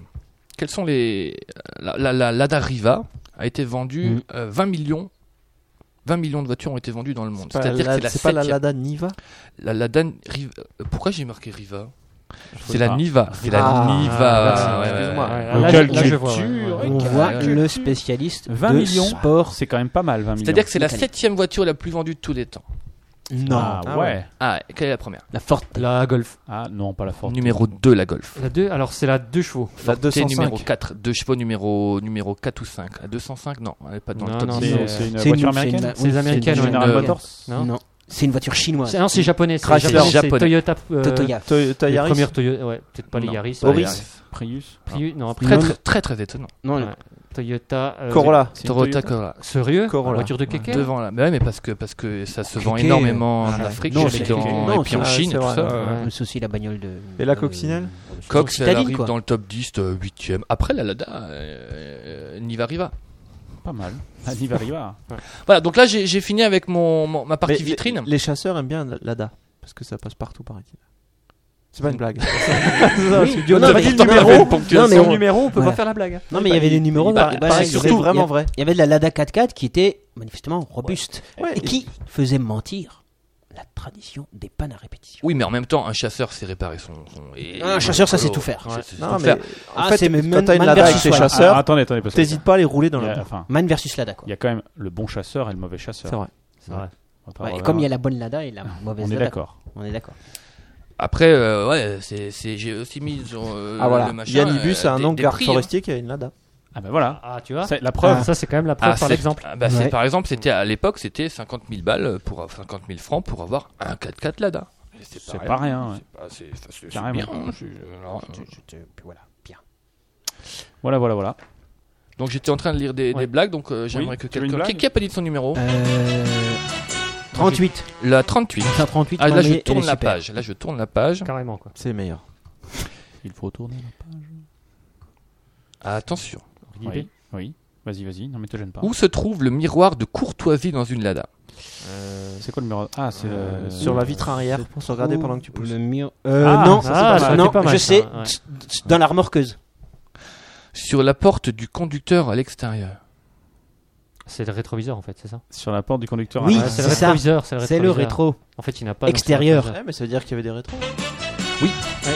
S4: Quels sont les. La, la, la Lada Riva a été vendue
S1: Mhm.
S4: euh, 20 millions. 20 millions de voitures ont été vendues dans le monde.
S5: C'est pas
S4: C'est-à-dire que
S5: la-
S4: c'est la
S5: c'est pas la
S4: septième.
S5: Lada Niva
S4: La Lada Riva. euh, Pourquoi j'ai marqué Riva C'est
S2: sais
S4: la
S2: pas.
S4: Niva. C'est la
S5: Ah,
S4: Niva.
S5: merci,
S4: Ouais, ouais,
S5: excuse-moi.
S4: ouais.
S3: Ouais,
S2: Le
S3: là,
S2: calcul.
S3: je- là, je vois. ouais, ouais.
S1: On
S4: Ouais.
S1: voit
S4: Ouais.
S1: le spécialiste
S2: 20
S1: de
S2: millions.
S1: sport.
S2: C'est quand même pas mal, 20 millions.
S4: C'est-à-dire que c'est la
S1: Italie.
S4: septième voiture la plus vendue de tous les temps.
S1: Non.
S2: Ah,
S5: Ah
S2: ouais.
S5: ouais.
S4: Ah, quelle est la première
S1: La forte.
S3: La Golf.
S2: Ah non, pas la Ford.
S4: Numéro 2, la Golf.
S3: La 2, alors c'est la 2 chevaux.
S5: La
S4: Forte
S5: 205.
S4: numéro 4, deux chevaux numéro, numéro 4 ou 5. La 205, non, elle n'est pas dans
S3: Non,
S4: le top
S3: non,
S4: 10.
S3: non.
S2: C'est c'est une
S1: Euh, C'est
S2: voiture
S1: une-
S2: américaine
S1: c'est une-
S3: C'est
S1: oui,
S3: les Américaines,
S1: c'est
S3: ouais.
S1: une-
S2: General
S4: euh,
S2: Motors
S3: Non,
S1: Non. C'est une voiture chinoise.
S3: C'est- non c'est japonais. C'est
S5: Chrysler.
S3: japonais, c'est
S4: Japonais.
S3: Toyota. euh,
S1: Totoya.
S5: Toy-
S3: les
S5: Toyaris
S3: premières Toyo- ouais, peut-être pas les
S4: Non.
S3: Yaris.
S4: Pas les
S5: Auris.
S4: Yaris.
S2: Prius.
S3: Prius- non, après-
S4: Très, très, très, très étonnant.
S1: Non,
S3: Ouais. Toyota. euh,
S5: Corolla.
S2: C'est une
S4: Toyota
S2: Toyota
S4: Corolla.
S3: Sérieux
S5: Corolla.
S3: Voiture de kéké
S4: Devant là. Mais, ouais, mais parce que, parce que ça se vend
S1: Kéké,
S4: énormément
S1: euh,
S4: en
S1: ouais.
S4: Afrique,
S1: Non,
S4: chez les
S1: c'est-
S4: gens,
S1: non,
S4: et
S3: Ah,
S4: puis en
S5: c'est-
S4: Chine,
S5: c'est
S4: tout
S5: vrai,
S4: ça.
S5: ouais.
S4: ouais.
S1: Ouais, mais c'est aussi la bagnole de.
S5: Et la
S1: de-
S5: coccinelle
S1: de- de-
S4: Cox, elle
S1: citadine,
S4: arrive
S1: quoi.
S4: dans le top 10, 8ème. Après, la Lada, euh, n'y va, arriva.
S2: Pas mal. La Nivaria.
S4: Voilà, donc là, j'ai j'ai fini avec mon, mon- ma
S5: Mais
S4: partie
S5: les-
S4: vitrine.
S5: Les chasseurs aiment bien la- Lada. Parce que ça passe partout, paraît-il. C'est pas une blague.
S1: Oui, non, mais-
S4: dit le numéro.
S1: non, mais-
S4: Ponctuation.
S1: non, mais on-
S3: numéro, on peut
S1: Voilà.
S3: pas faire la
S4: hein.
S3: blague.
S1: Non, mais il y avait des numéros.
S5: Bah,
S1: par-
S5: bah,
S1: par-
S5: c'est
S1: il y
S5: surtout
S1: avait-
S5: vraiment vrai.
S1: Il y avait de la Lada 4x4 qui était manifestement robuste
S5: Ouais,
S1: et qui faisait mentir la tradition des pannes à répétition.
S4: Oui, mais en même temps, un chasseur sait réparer son. son- et-
S1: Un chasseur, ça sait
S4: Voilà.
S1: tout faire.
S4: Ouais, c'est-
S5: Non,
S4: c'est-
S5: mais
S1: Ah,
S5: en fait,
S1: c'est même
S5: quand t'as une
S1: Man
S5: Lada avec
S1: versus
S5: ses
S1: Wild.
S5: chasseurs,
S2: Ah, attendez, attendez, parce que-
S5: t'hésites pas à les rouler dans
S2: Il y a-
S5: la.
S2: Enfin,
S1: Man versus Lada, quoi.
S2: il y a quand même le bon chasseur et le mauvais chasseur.
S5: C'est vrai.
S3: C'est vrai.
S2: On va pas
S1: Ouais, et
S2: revenir.
S1: comme il y a la bonne Lada et la mauvaise
S2: On est
S1: Lada.
S2: d'accord.
S1: On est d'accord.
S4: Après, euh, ouais, c'est, c'est- j'ai aussi mis sur, euh,
S5: Ah voilà.
S4: le machin.
S5: Yannibus
S4: euh,
S5: a un
S4: des-
S5: nom
S4: des
S5: garde
S4: prix,
S5: forestier qui a une Lada.
S2: Ah ben voilà.
S3: Ah, tu vois
S2: C'est la preuve.
S3: Ah, Ça, c'est quand même la
S4: hein.
S3: preuve
S4: Ah,
S3: par
S4: c'est-
S3: l'exemple.
S4: ah, bah, c'est-
S1: Ouais.
S4: par exemple, c'était à l'époque, c'était 50 000 balles pour euh, 50 000 francs pour avoir un 4x4 Lada. Et
S2: C'est pas rien, ouais.
S4: C'est pas- c'est- c'est- c'est
S2: Carrément. Ah,
S4: bien, hein, c'est- euh, alors, euh,
S2: Voilà, voilà, voilà.
S4: donc j'étais en train de lire des, des
S3: Ouais.
S4: blagues, donc euh, j'aimerais
S2: Oui,
S4: que
S2: tu veux une
S4: quelqu'un. Qui,
S2: blague
S4: qui a pas dit de son numéro
S1: Euh, 38.
S4: La 38.
S1: Enfin, 38.
S4: Ah, là,
S1: moi,
S4: je
S1: mais elle
S4: tourne
S1: est
S4: la
S1: super.
S4: page. Là, je tourne la page.
S3: Carrément, quoi.
S5: C'est meilleur.
S2: Il faut tourner.
S4: Attention.
S3: une
S2: Oui,
S3: idée
S2: oui. Vas-y, vas-y, non mais te gêne pas.
S4: Où se trouve le miroir de courtoisie dans une Lada
S2: C'est quoi le numéro Ah, c'est
S5: Euh, sur la vitre arrière pour se regarder pendant que tu pousses.
S1: Le mur. Euh,
S2: Ah,
S1: non,
S2: ça, c'est pas
S1: non,
S3: mal.
S1: non,
S3: C'était pas mal,
S1: je
S3: ça,
S1: sais.
S3: ouais.
S1: tss, tss, Dans la remorqueuse.
S4: Sur la porte du conducteur à l'extérieur.
S3: C'est le rétroviseur en fait, c'est ça
S2: sur la porte du conducteur.
S1: Oui,
S3: Ouais,
S2: arrière.
S3: c'est le
S1: c'est ça.
S3: rétroviseur, c'est le
S1: C'est le
S3: rétroviseur.
S1: rétro.
S3: En fait, il n'a pas. donc, c'est le
S1: Extérieur.
S3: rétroviseur.
S5: Ouais, mais ça veut dire qu'il y avait des rétros.
S3: Ouais,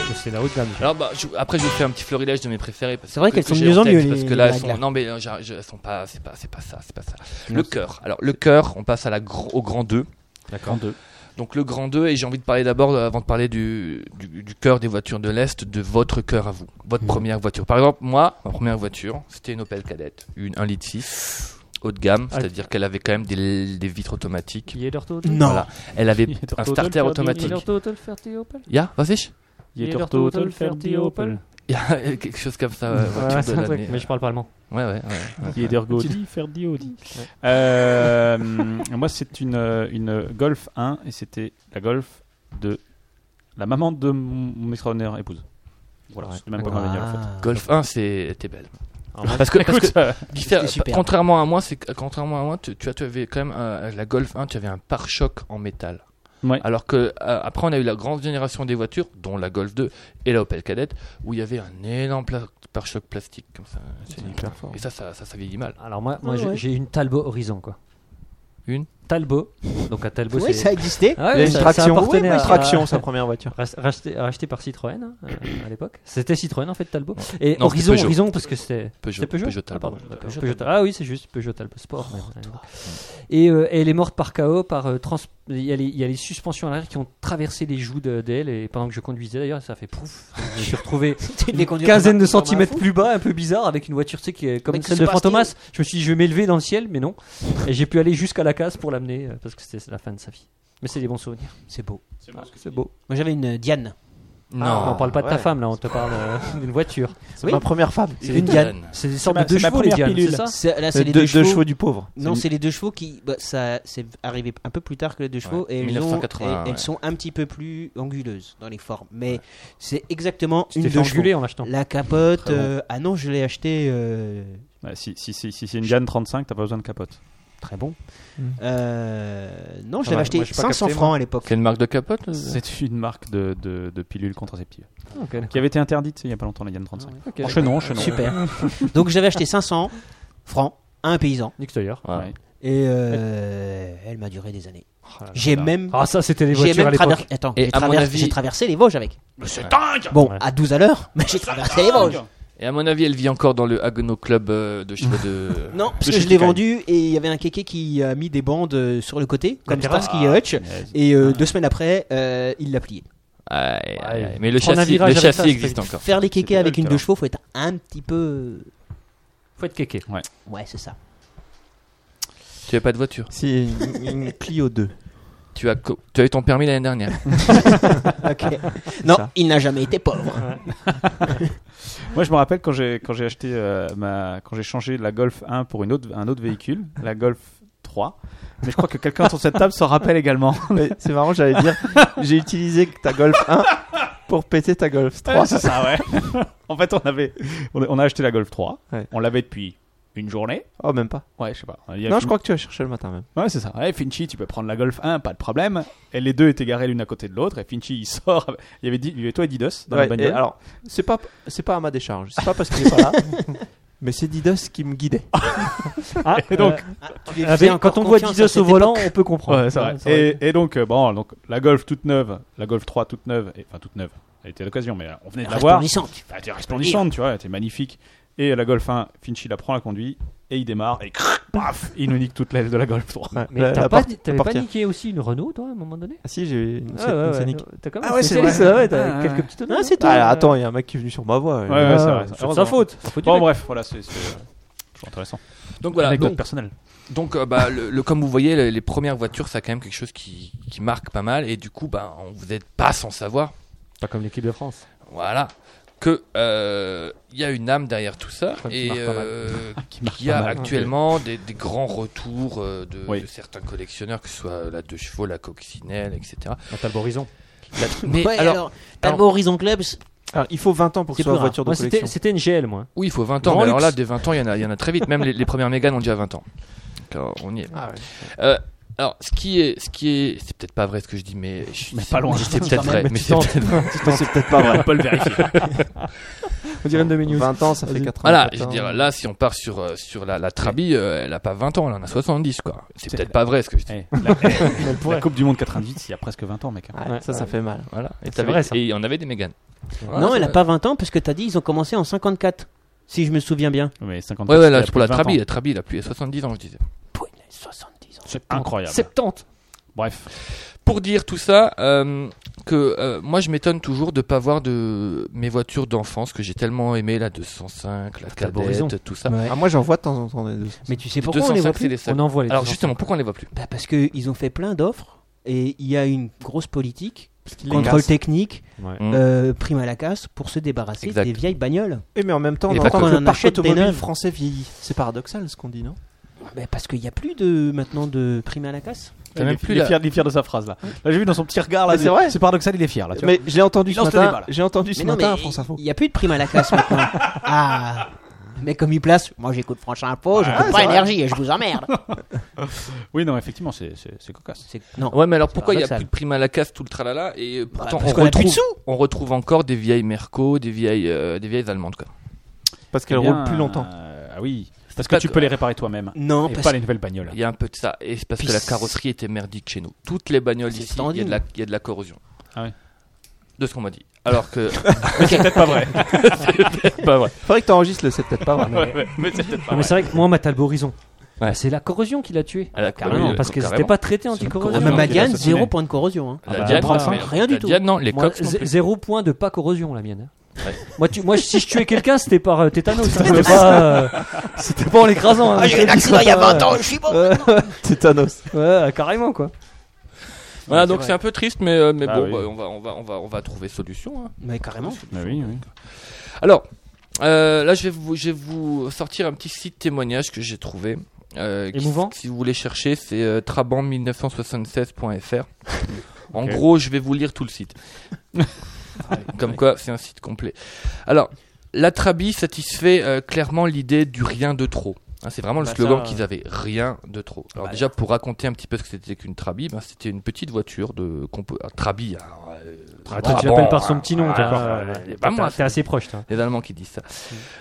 S3: mais c'est la haute gamme.
S4: Alors bah, je- après je vous fais un petit florilège de mes préférés. parce
S1: C'est vrai
S4: que-
S1: qu'elles
S4: que
S1: sont de
S4: j'ai
S1: mieux en
S4: tête,
S1: mieux,
S4: Parce
S1: les-
S4: que là
S1: les
S4: elles sont,
S1: blagues.
S4: non mais euh, j'ai- je- elles sont pas, c'est pas, c'est pas ça, c'est pas ça. Le cœur. Alors le cœur, on passe à la gro- au grand 2.
S2: D'accord. Deux.
S4: Donc le grand 2 et j'ai envie de parler d'abord euh, avant de parler du, du, du cœur des voitures de l'est de votre cœur à vous,
S1: Mmh.
S4: votre première voiture. Par exemple moi, ma première voiture, c'était une Opel Kadett, une 1 litre 6 haut de gamme,
S3: Ah.
S4: c'est-à-dire qu'elle avait quand même des, des vitres automatiques.
S3: Qui est leur taux
S1: Non.
S4: Voilà. Elle
S1: [LAUGHS]
S4: avait
S2: Il est
S4: un
S2: ortho-
S4: starter
S2: ortho-
S3: Qui est
S4: automatique.
S3: leur taux de faire tes Opel
S4: Ya, vas-y. [LAUGHS]
S2: Il est
S3: Il est
S2: ortho-
S3: ortho-
S2: ortho-
S3: Opel.
S4: Il y a quelque chose comme ça. ouais, voiture
S3: Ouais,
S4: de
S3: c'est un
S4: l'année.
S3: truc, Mais je parle pas allemand.
S4: Ouais, ouais, ouais.
S2: Il est d'ergo.
S3: Ferdi Audi.
S2: Euh, [LAUGHS] moi, c'est une, euh, une Golf 1 et c'était la Golf de la maman de mon mon extraordinaire épouse. Voilà,
S4: Ouais.
S2: c'est même pas
S1: Ah.
S2: ma bagnole en fait.
S4: Golf 1, c'est t'es belle.
S1: ouais.
S4: Parce que, parce que
S2: Écoute, euh,
S4: diffère-
S1: c'était super.
S4: contrairement à moi, c'est que- contrairement à moi, tu, tu as tu avais quand même euh, la Golf 1, tu avais un pare-choc en métal.
S2: Ouais.
S4: Alors que euh, après on a eu la grande génération des voitures, dont la Golf 2 et la Opel Kadett, où il y avait un énorme pla- pare-choc plastique comme ça. C'est- Et ça, ça, ça, ça vieillit mal.
S3: Alors moi, moi
S1: Ah
S3: j'ai-
S1: ouais.
S3: j'ai une Talbot Horizon quoi.
S4: Une
S3: Talbot. Donc à Talbot
S1: Oui, ça
S3: c'est.
S1: existait. [LAUGHS]
S3: Ah ouais,
S5: Il y a une
S3: ça- ça
S5: traction.
S3: appartenait
S5: Oui, mais
S3: à-
S5: traction, sa première voiture.
S3: Ras- Racheté, racheté par Citroën hein, euh, à l'époque. C'était Citroën en fait Talbot. Et
S4: Non, c'était
S3: Horizon,
S4: Peugeot.
S3: Horizon parce que c'était
S4: Peugeot,
S3: c'était Peugeot.
S4: Peugeot
S3: ah,
S4: Talbot.
S3: pardon,
S4: Ouais,
S3: d'accord.
S4: Peugeot
S3: Peugeot Talbot. Ah oui, c'est juste Peugeot Talbot Sport. même. Et euh, elle est morte par KO par euh, trans. Il y, a les- il y a les suspensions à l'arrière qui ont traversé les joues de- d'elle et pendant que je conduisais d'ailleurs, ça a fait pouf. Je me suis
S1: [LAUGHS]
S3: retrouvé
S1: Les
S3: une
S1: conduire
S3: quinzaine
S1: comme
S3: de
S1: un- comme un
S3: centimètres
S1: fou.
S3: plus bas, un peu bizarre, avec une voiture tu sais, qui est comme
S1: Mais
S3: celle
S1: que
S3: de
S1: se passe-t-il
S3: Fantomas. Je me suis dit, je vais m'élever dans le ciel, mais non. Et j'ai pu aller jusqu'à la case pour l'amener euh, parce que c'était la fin de sa vie. Mais c'est des bons souvenirs.
S1: C'est beau.
S3: Ah, C'est beau.
S1: Moi j'avais une euh, Diane.
S4: Non,
S3: Ah, on parle pas de ta
S5: ouais.
S3: femme là, on te parle euh, [LAUGHS] d'une voiture.
S5: C'est
S1: Oui.
S5: ma première femme.
S4: c'est
S1: une
S4: les
S1: Diane.
S4: Diane.
S3: C'est des sortes
S2: ma-
S3: de deux
S2: c'est ma
S3: chevaux les
S2: première
S3: Diane, c'est
S2: pilule.
S3: ça
S1: C'est-
S5: Deux
S1: Là c'est les Euh, deux chevaux.
S5: du pauvre.
S1: Non, c'est les deux chevaux qui. bah, ça, c'est arrivé un peu plus tard que les deux chevaux
S4: Ouais,
S1: et elles, ont-
S4: 1980,
S1: et- elles
S4: ouais.
S1: sont un petit peu plus anguleuses dans les formes. Mais c'est exactement
S3: Tu
S1: une
S3: t'es fait
S1: deux chevaux.
S3: engueuler en l'achetant.
S1: La capote. euh, ah non, je l'ai acheté. euh,
S2: ouais, si si, si, si c'est une Diane 35, t'as pas besoin de capote.
S1: très bon. Euh, non, je l'avais
S4: Ah, moi,
S1: acheté
S4: moi, j'ai pas
S1: 500
S4: capté,
S1: francs à l'époque.
S4: C'est une marque de capote euh
S2: C'est une marque de, de, de pilules contraceptives
S3: Ok,
S2: qui avait été interdite il y a pas longtemps, la Diane 35.
S3: ok.
S2: En Chenon, en Chenon.
S1: [LAUGHS] Super. Donc j'avais acheté 500 francs à un paysan
S3: Nique d'ailleurs.
S4: Ah Ouais.
S2: Ouais.
S1: et euh, elle m'a duré des années.
S3: là là
S1: J'ai même
S3: Ah, ça c'était les
S1: j'ai
S3: voitures à
S1: même
S3: l'époque.
S1: traversé attends,
S4: Et
S1: j'ai
S4: à mon
S1: traversé-
S4: avis-
S1: j'ai traversé les Vosges avec.
S10: Mais c'est dingue
S1: Bon,
S3: Ouais.
S1: à 12 à l'heure, [LAUGHS] mais j'ai traversé les
S2: Ah,
S1: Vosges.
S4: Et à mon avis, elle vit encore dans le Haguenau Club euh, de chevaux de.
S1: [LAUGHS] Non, parce
S2: De
S1: que
S2: chez
S1: je l'ai
S2: Kikaï.
S1: vendu et il y avait un kéké qui a mis des bandes euh, sur le côté, comme
S3: terrasse.
S1: Starsky et
S2: Ah.
S1: Hutch. Et euh, deux semaines après, euh, il l'a plié.
S4: Aïe, aïe, aïe.
S3: Ouais.
S4: Mais le
S3: Prendre un
S4: châssis,
S3: virage avec
S4: le
S3: ça,
S4: châssis
S3: c'est
S4: existe
S3: pas
S4: encore.
S1: Faire les kékés
S2: C'était
S1: avec
S2: le
S1: une
S2: terrain.
S1: deux chevaux, faut être un petit peu. euh,
S3: Faut être kéké.
S1: Ouais, c'est ça.
S4: Tu n'as pas de voiture.
S5: C'est une, une Clio 2.
S4: Tu as, co- tu as eu ton permis l'année dernière.
S3: [LAUGHS]
S1: [LAUGHS] Ok. non,
S5: ça.
S1: il n'a jamais été pauvre.
S2: Moi, je me rappelle quand j'ai quand j'ai acheté euh, ma quand j'ai changé la Golf 1 pour une autre un autre véhicule, [LAUGHS] la Golf 3. Mais je crois que quelqu'un sur cette table s'en rappelle également.
S5: Mais c'est marrant, j'allais dire, j'ai utilisé ta Golf 1 pour péter ta Golf 3.
S2: Ouais, c'est ça, ouais. [LAUGHS] en fait, on avait, on a, on a acheté la Golf 3.
S5: Ouais.
S2: On l'avait depuis une journée.
S5: Oh, même pas.
S2: Ouais, je sais pas. Il y a
S5: Non,
S2: Fin-
S5: je crois que tu as cherché le matin même.
S2: Ouais, c'est ça. Ouais, Finchy, tu peux prendre la Golf 1, pas de problème. Et les deux étaient garés l'une à côté de l'autre. Et Finchy, il sort. Il y avait, Di- il y avait toi et Didos dans
S5: Ouais,
S2: la
S5: et
S2: bagnole.
S5: alors, c'est pas, c'est pas à ma décharge. C'est pas parce qu'il est pas
S2: [LAUGHS]
S5: là. mais c'est Didos qui me guidait.
S3: Ah,
S2: Et donc-
S3: euh,
S1: Ah, tu lui
S3: avec-
S1: faisais encore
S3: quand on voit
S1: confiance
S3: Didos
S1: à cette
S3: au volant,
S1: époque.
S3: on peut comprendre.
S2: Ouais, euh, c'est vrai. Et, et donc, euh, bon, donc, la Golf toute neuve, la Golf 3 toute neuve, et, enfin toute neuve, elle était à l'occasion, mais euh, on venait de la voir.
S1: Resplendissante.
S2: Bah, Elle était resplendissante, tu vois, elle était magnifique. Et la Golf 1, Finchy la prend, la conduit, et il démarre, et [LAUGHS] crrr, paf, il nous nique toute l'aile de la Golf 3.
S5: Ouais,
S3: Mais
S5: la-
S3: t'as
S5: la
S3: pas,
S5: porte- la
S3: t'avais pas
S5: portière.
S3: niqué aussi une Renault, toi, à un moment donné
S5: Ah si, j'ai une,
S3: Ah ouais, ouais,
S5: Scénic.
S3: T'as quand
S2: Ah
S3: même
S2: ouais, c'est vrai.
S3: ça, ouais, t'as
S2: Ah, ouais.
S3: quelques petites honneurs.
S1: Ah, c'est toi.
S5: Ah, attends, il y a un mec qui est venu sur ma voie.
S2: Ouais, ouais, c'est vrai.
S3: c'est
S2: Heureusement.
S3: sa faute. Sa faute du
S2: Bon,
S3: mec.
S2: bref, voilà, c'est c'est, euh, toujours intéressant.
S4: Donc voilà.
S2: Anecdote
S4: Donc,
S2: personnelle.
S4: donc, euh, bah, le, le- comme vous voyez, le- les, premières voitures, ça a quand même quelque chose qui, qui marque pas mal. Et du coup, bah, on- vous n'êtes pas sans savoir.
S3: Pas comme l'équipe de France.
S4: Voilà. Que euh, il y a une âme derrière tout ça
S3: Qui
S4: et
S3: marque pas mal. [LAUGHS]
S4: euh,
S2: Qui marque
S4: qu'il y a
S2: pas mal.
S4: actuellement des, des grands retours euh, de,
S2: Oui.
S4: de certains collectionneurs, que ce soit la deux chevaux, la coccinelle, etc.
S3: La Talborizon.
S4: Mais
S1: Ouais,
S4: alors,
S1: alors, Talbot Horizon Club, c'est-
S5: Alors, il faut 20 ans pour que
S3: C'est
S5: ce soit une
S3: plus rare.
S5: Ah. voiture de
S3: Moi, c'était
S5: collection.
S3: c'était une GL, moi.
S4: Oui, il faut 20 ans.
S3: Grand
S4: mais alors
S3: luxe.
S4: là, des 20 ans, il y, en a- il y en a très vite. Même les, les premières Mégane ont déjà 20 ans. Donc, alors, on y est. Euh, alors, ce qui est, ce qui est, c'est peut-être pas vrai ce que je dis, mais je-
S2: Mais pas loin.
S4: C'est peut-être
S2: Quand
S4: vrai.
S2: même,
S4: Mais
S2: tu
S4: c'est
S2: tentes.
S4: peut-être vrai.
S5: Mais c'est peut-être pas
S2: On [LAUGHS]
S5: vrai.
S2: peut le vérifier.
S3: On dirait une de mes news.
S5: 20 ans, ça fait 80
S4: Voilà, je veux dire, là, si on part sur, euh, sur la, la Trabi, euh, elle a pas 20 ans, elle en a 70, quoi. C'est
S2: C'est-
S4: peut-être pas vrai ce que je dis.
S2: Eh, [LAUGHS] la,
S3: Elle
S2: la
S3: pourrait.
S2: Coupe du Monde 98, il y a presque 20 ans, mec. hein.
S5: Ouais, ça, ça fait mal.
S4: Voilà. Et
S3: C'est
S4: t'avais-
S3: vrai, ça.
S4: Et on avait des Mégane. Voilà,
S1: non,
S4: c'est
S1: elle a
S4: vrai.
S1: pas 20 ans parce que t'as dit ils ont commencé en 54, si je me souviens bien.
S2: Mais 50
S4: Ouais, ouais, là, pour la Trabi, la Trabi, elle a plus de 70 ans, je disais.
S1: Punaise, 70 ans.
S2: Incroyable.
S3: 70.
S2: Bref,
S4: pour dire tout ça, euh, que euh, moi je m'étonne toujours de pas voir de mes voitures d'enfance que j'ai tellement aimé la 205, la
S3: Horizon.
S4: Cadette, tout ça.
S5: Ah, moi, j'en vois de temps en temps des deux.
S1: Mais tu sais
S4: Les
S1: pourquoi on les voit
S4: 205, c'est
S1: plus
S4: les
S3: On
S4: seuls.
S3: envoie les
S4: Alors
S3: gens.
S4: justement, pourquoi on les voit plus
S1: Bah parce qu'ils ont fait plein d'offres et il y a une grosse politique,
S5: les
S1: contrôle
S5: cassent.
S1: technique,
S3: Ouais.
S4: Mm.
S1: euh, prime à la casse pour se débarrasser
S4: Exact.
S1: des vieilles bagnoles.
S5: Et mais en même temps,
S4: Et
S5: on
S4: pas
S5: entend
S4: qu'on
S5: que
S1: en
S5: le parc
S1: achète des
S5: automobile
S1: neuves.
S5: français vieillit. C'est paradoxal ce qu'on dit, non
S1: Bah parce qu'il n'y a plus de maintenant de prime à la casse.
S4: T'as
S2: il,
S4: même
S2: est,
S4: plus
S2: il est
S4: la-
S2: fier, il est fier de sa phrase là. Là, j'ai vu dans son petit regard là.
S5: Mais c'est vrai.
S2: C'est paradoxal, il est fier là. Tu
S5: Mais j'ai entendu ce
S2: Lance le débat,
S5: matin.
S2: là.
S5: J'ai entendu ce
S1: non,
S5: matin à
S1: mais
S5: France Info.
S1: il n'y a plus de prime à la casse [LAUGHS] maintenant. ah, mais comme il place, moi j'écoute France Info, je
S2: Ouais, Ah,
S1: n'écoute
S2: c'est
S1: pas énergie et je
S2: [LAUGHS]
S1: vous emmerde.
S2: vois. Oui, non, effectivement, c'est- c'est c'est cocasse.
S1: C'est- Non.
S4: Ouais, mais alors
S1: C'est
S4: pourquoi il y a
S1: paradoxal.
S4: plus de prime à la casse, tout le tralala Et euh, pourtant,
S1: parce
S4: on,
S1: qu'on a plus de
S4: retrouve, on retrouve encore des vieilles Merco, des vieilles, euh, des vieilles allemandes. Quoi.
S5: Parce qu'elle
S2: Eh bien,
S5: roule plus longtemps.
S2: euh, Ah oui. Parce que
S4: pas
S2: tu
S4: que-
S2: peux les réparer toi-même.
S1: Non,
S2: Et
S1: parce
S2: pas les nouvelles bagnoles.
S4: Il y a un peu de ça. Et c'est parce que
S1: Puis
S4: la
S1: c'est-
S4: carrosserie était merdique chez nous. Toutes les bagnoles
S1: C'est
S4: ici, il y, a
S1: standing.
S4: de la- il y a de la corrosion.
S2: Ah ouais.
S4: De ce qu'on m'a dit.
S1: [LAUGHS]
S4: Alors que.
S5: Faudrait que t'enregistres le c'est peut-être pas vrai.
S3: Ah, mais c'est vrai que moi, ma Talbot Horizon,
S4: Ouais.
S3: bah, c'est la corrosion qui l'a tué.
S4: à la-
S3: Carrément,
S4: oui,
S3: parce qu'elles
S4: carrément.
S3: n'étaient pas traitées
S1: que
S3: anti-corrosion.
S1: ma Magane,
S2: assassiné.
S1: zéro point de corrosion. hein.
S4: La
S3: bah,
S4: Diane,
S3: 35,
S4: non,
S1: rien du
S4: la
S1: tout.
S4: Diane, non, les
S3: Moi,
S4: coques non
S3: zé-
S4: plus.
S3: zéro point de pas corrosion, la mienne. hein.
S4: Ouais.
S3: Moi, tu, moi, si je tuais quelqu'un, c'était par euh, tétanos. hein, c'était pas, euh, c'était pas en l'écrasant. hein,
S1: Ah,
S3: je
S1: j'ai eu
S3: te
S1: un
S3: dis,
S1: accident il y a
S3: quoi.
S1: 20 ans, je suis bon.
S3: Euh,
S5: Tétanos.
S3: ouais, euh, carrément quoi.
S4: Voilà, donc c'est un peu triste, mais, euh, mais
S2: Ah
S4: bon,
S2: oui.
S4: bah, on, va, on, va, on, va, on va trouver solution. hein.
S1: Mais carrément.
S2: Bah oui, oui.
S4: Alors, euh, là, je vais, vous, je vais vous sortir un petit site témoignage que j'ai trouvé. euh, qui-
S3: Émouvant
S4: Si vous voulez chercher, c'est euh, trabant1976.fr. en gros, je vais vous lire tout le site. Comme quoi, c'est un site complet. Alors, la Trabi satisfait euh, clairement l'idée du rien de trop. Hein, c'est vraiment
S3: Bah,
S4: le slogan
S3: ça,
S4: qu'ils avaient, rien de trop. Alors
S3: Bah,
S4: déjà, pour raconter un petit peu ce que c'était qu'une Trabi, ben, c'était une petite voiture de... qu'on peut- ah, Trabi, alors, euh,
S3: Attends, Ah, tu
S4: Trabant,
S3: l'appelles par son petit nom,
S4: ah,
S3: toi.
S4: ah,
S3: Ouais,
S4: ouais,
S3: ouais.
S4: pas moi,
S3: T'es- T'es assez proche, toi.
S4: les Allemands qui disent ça.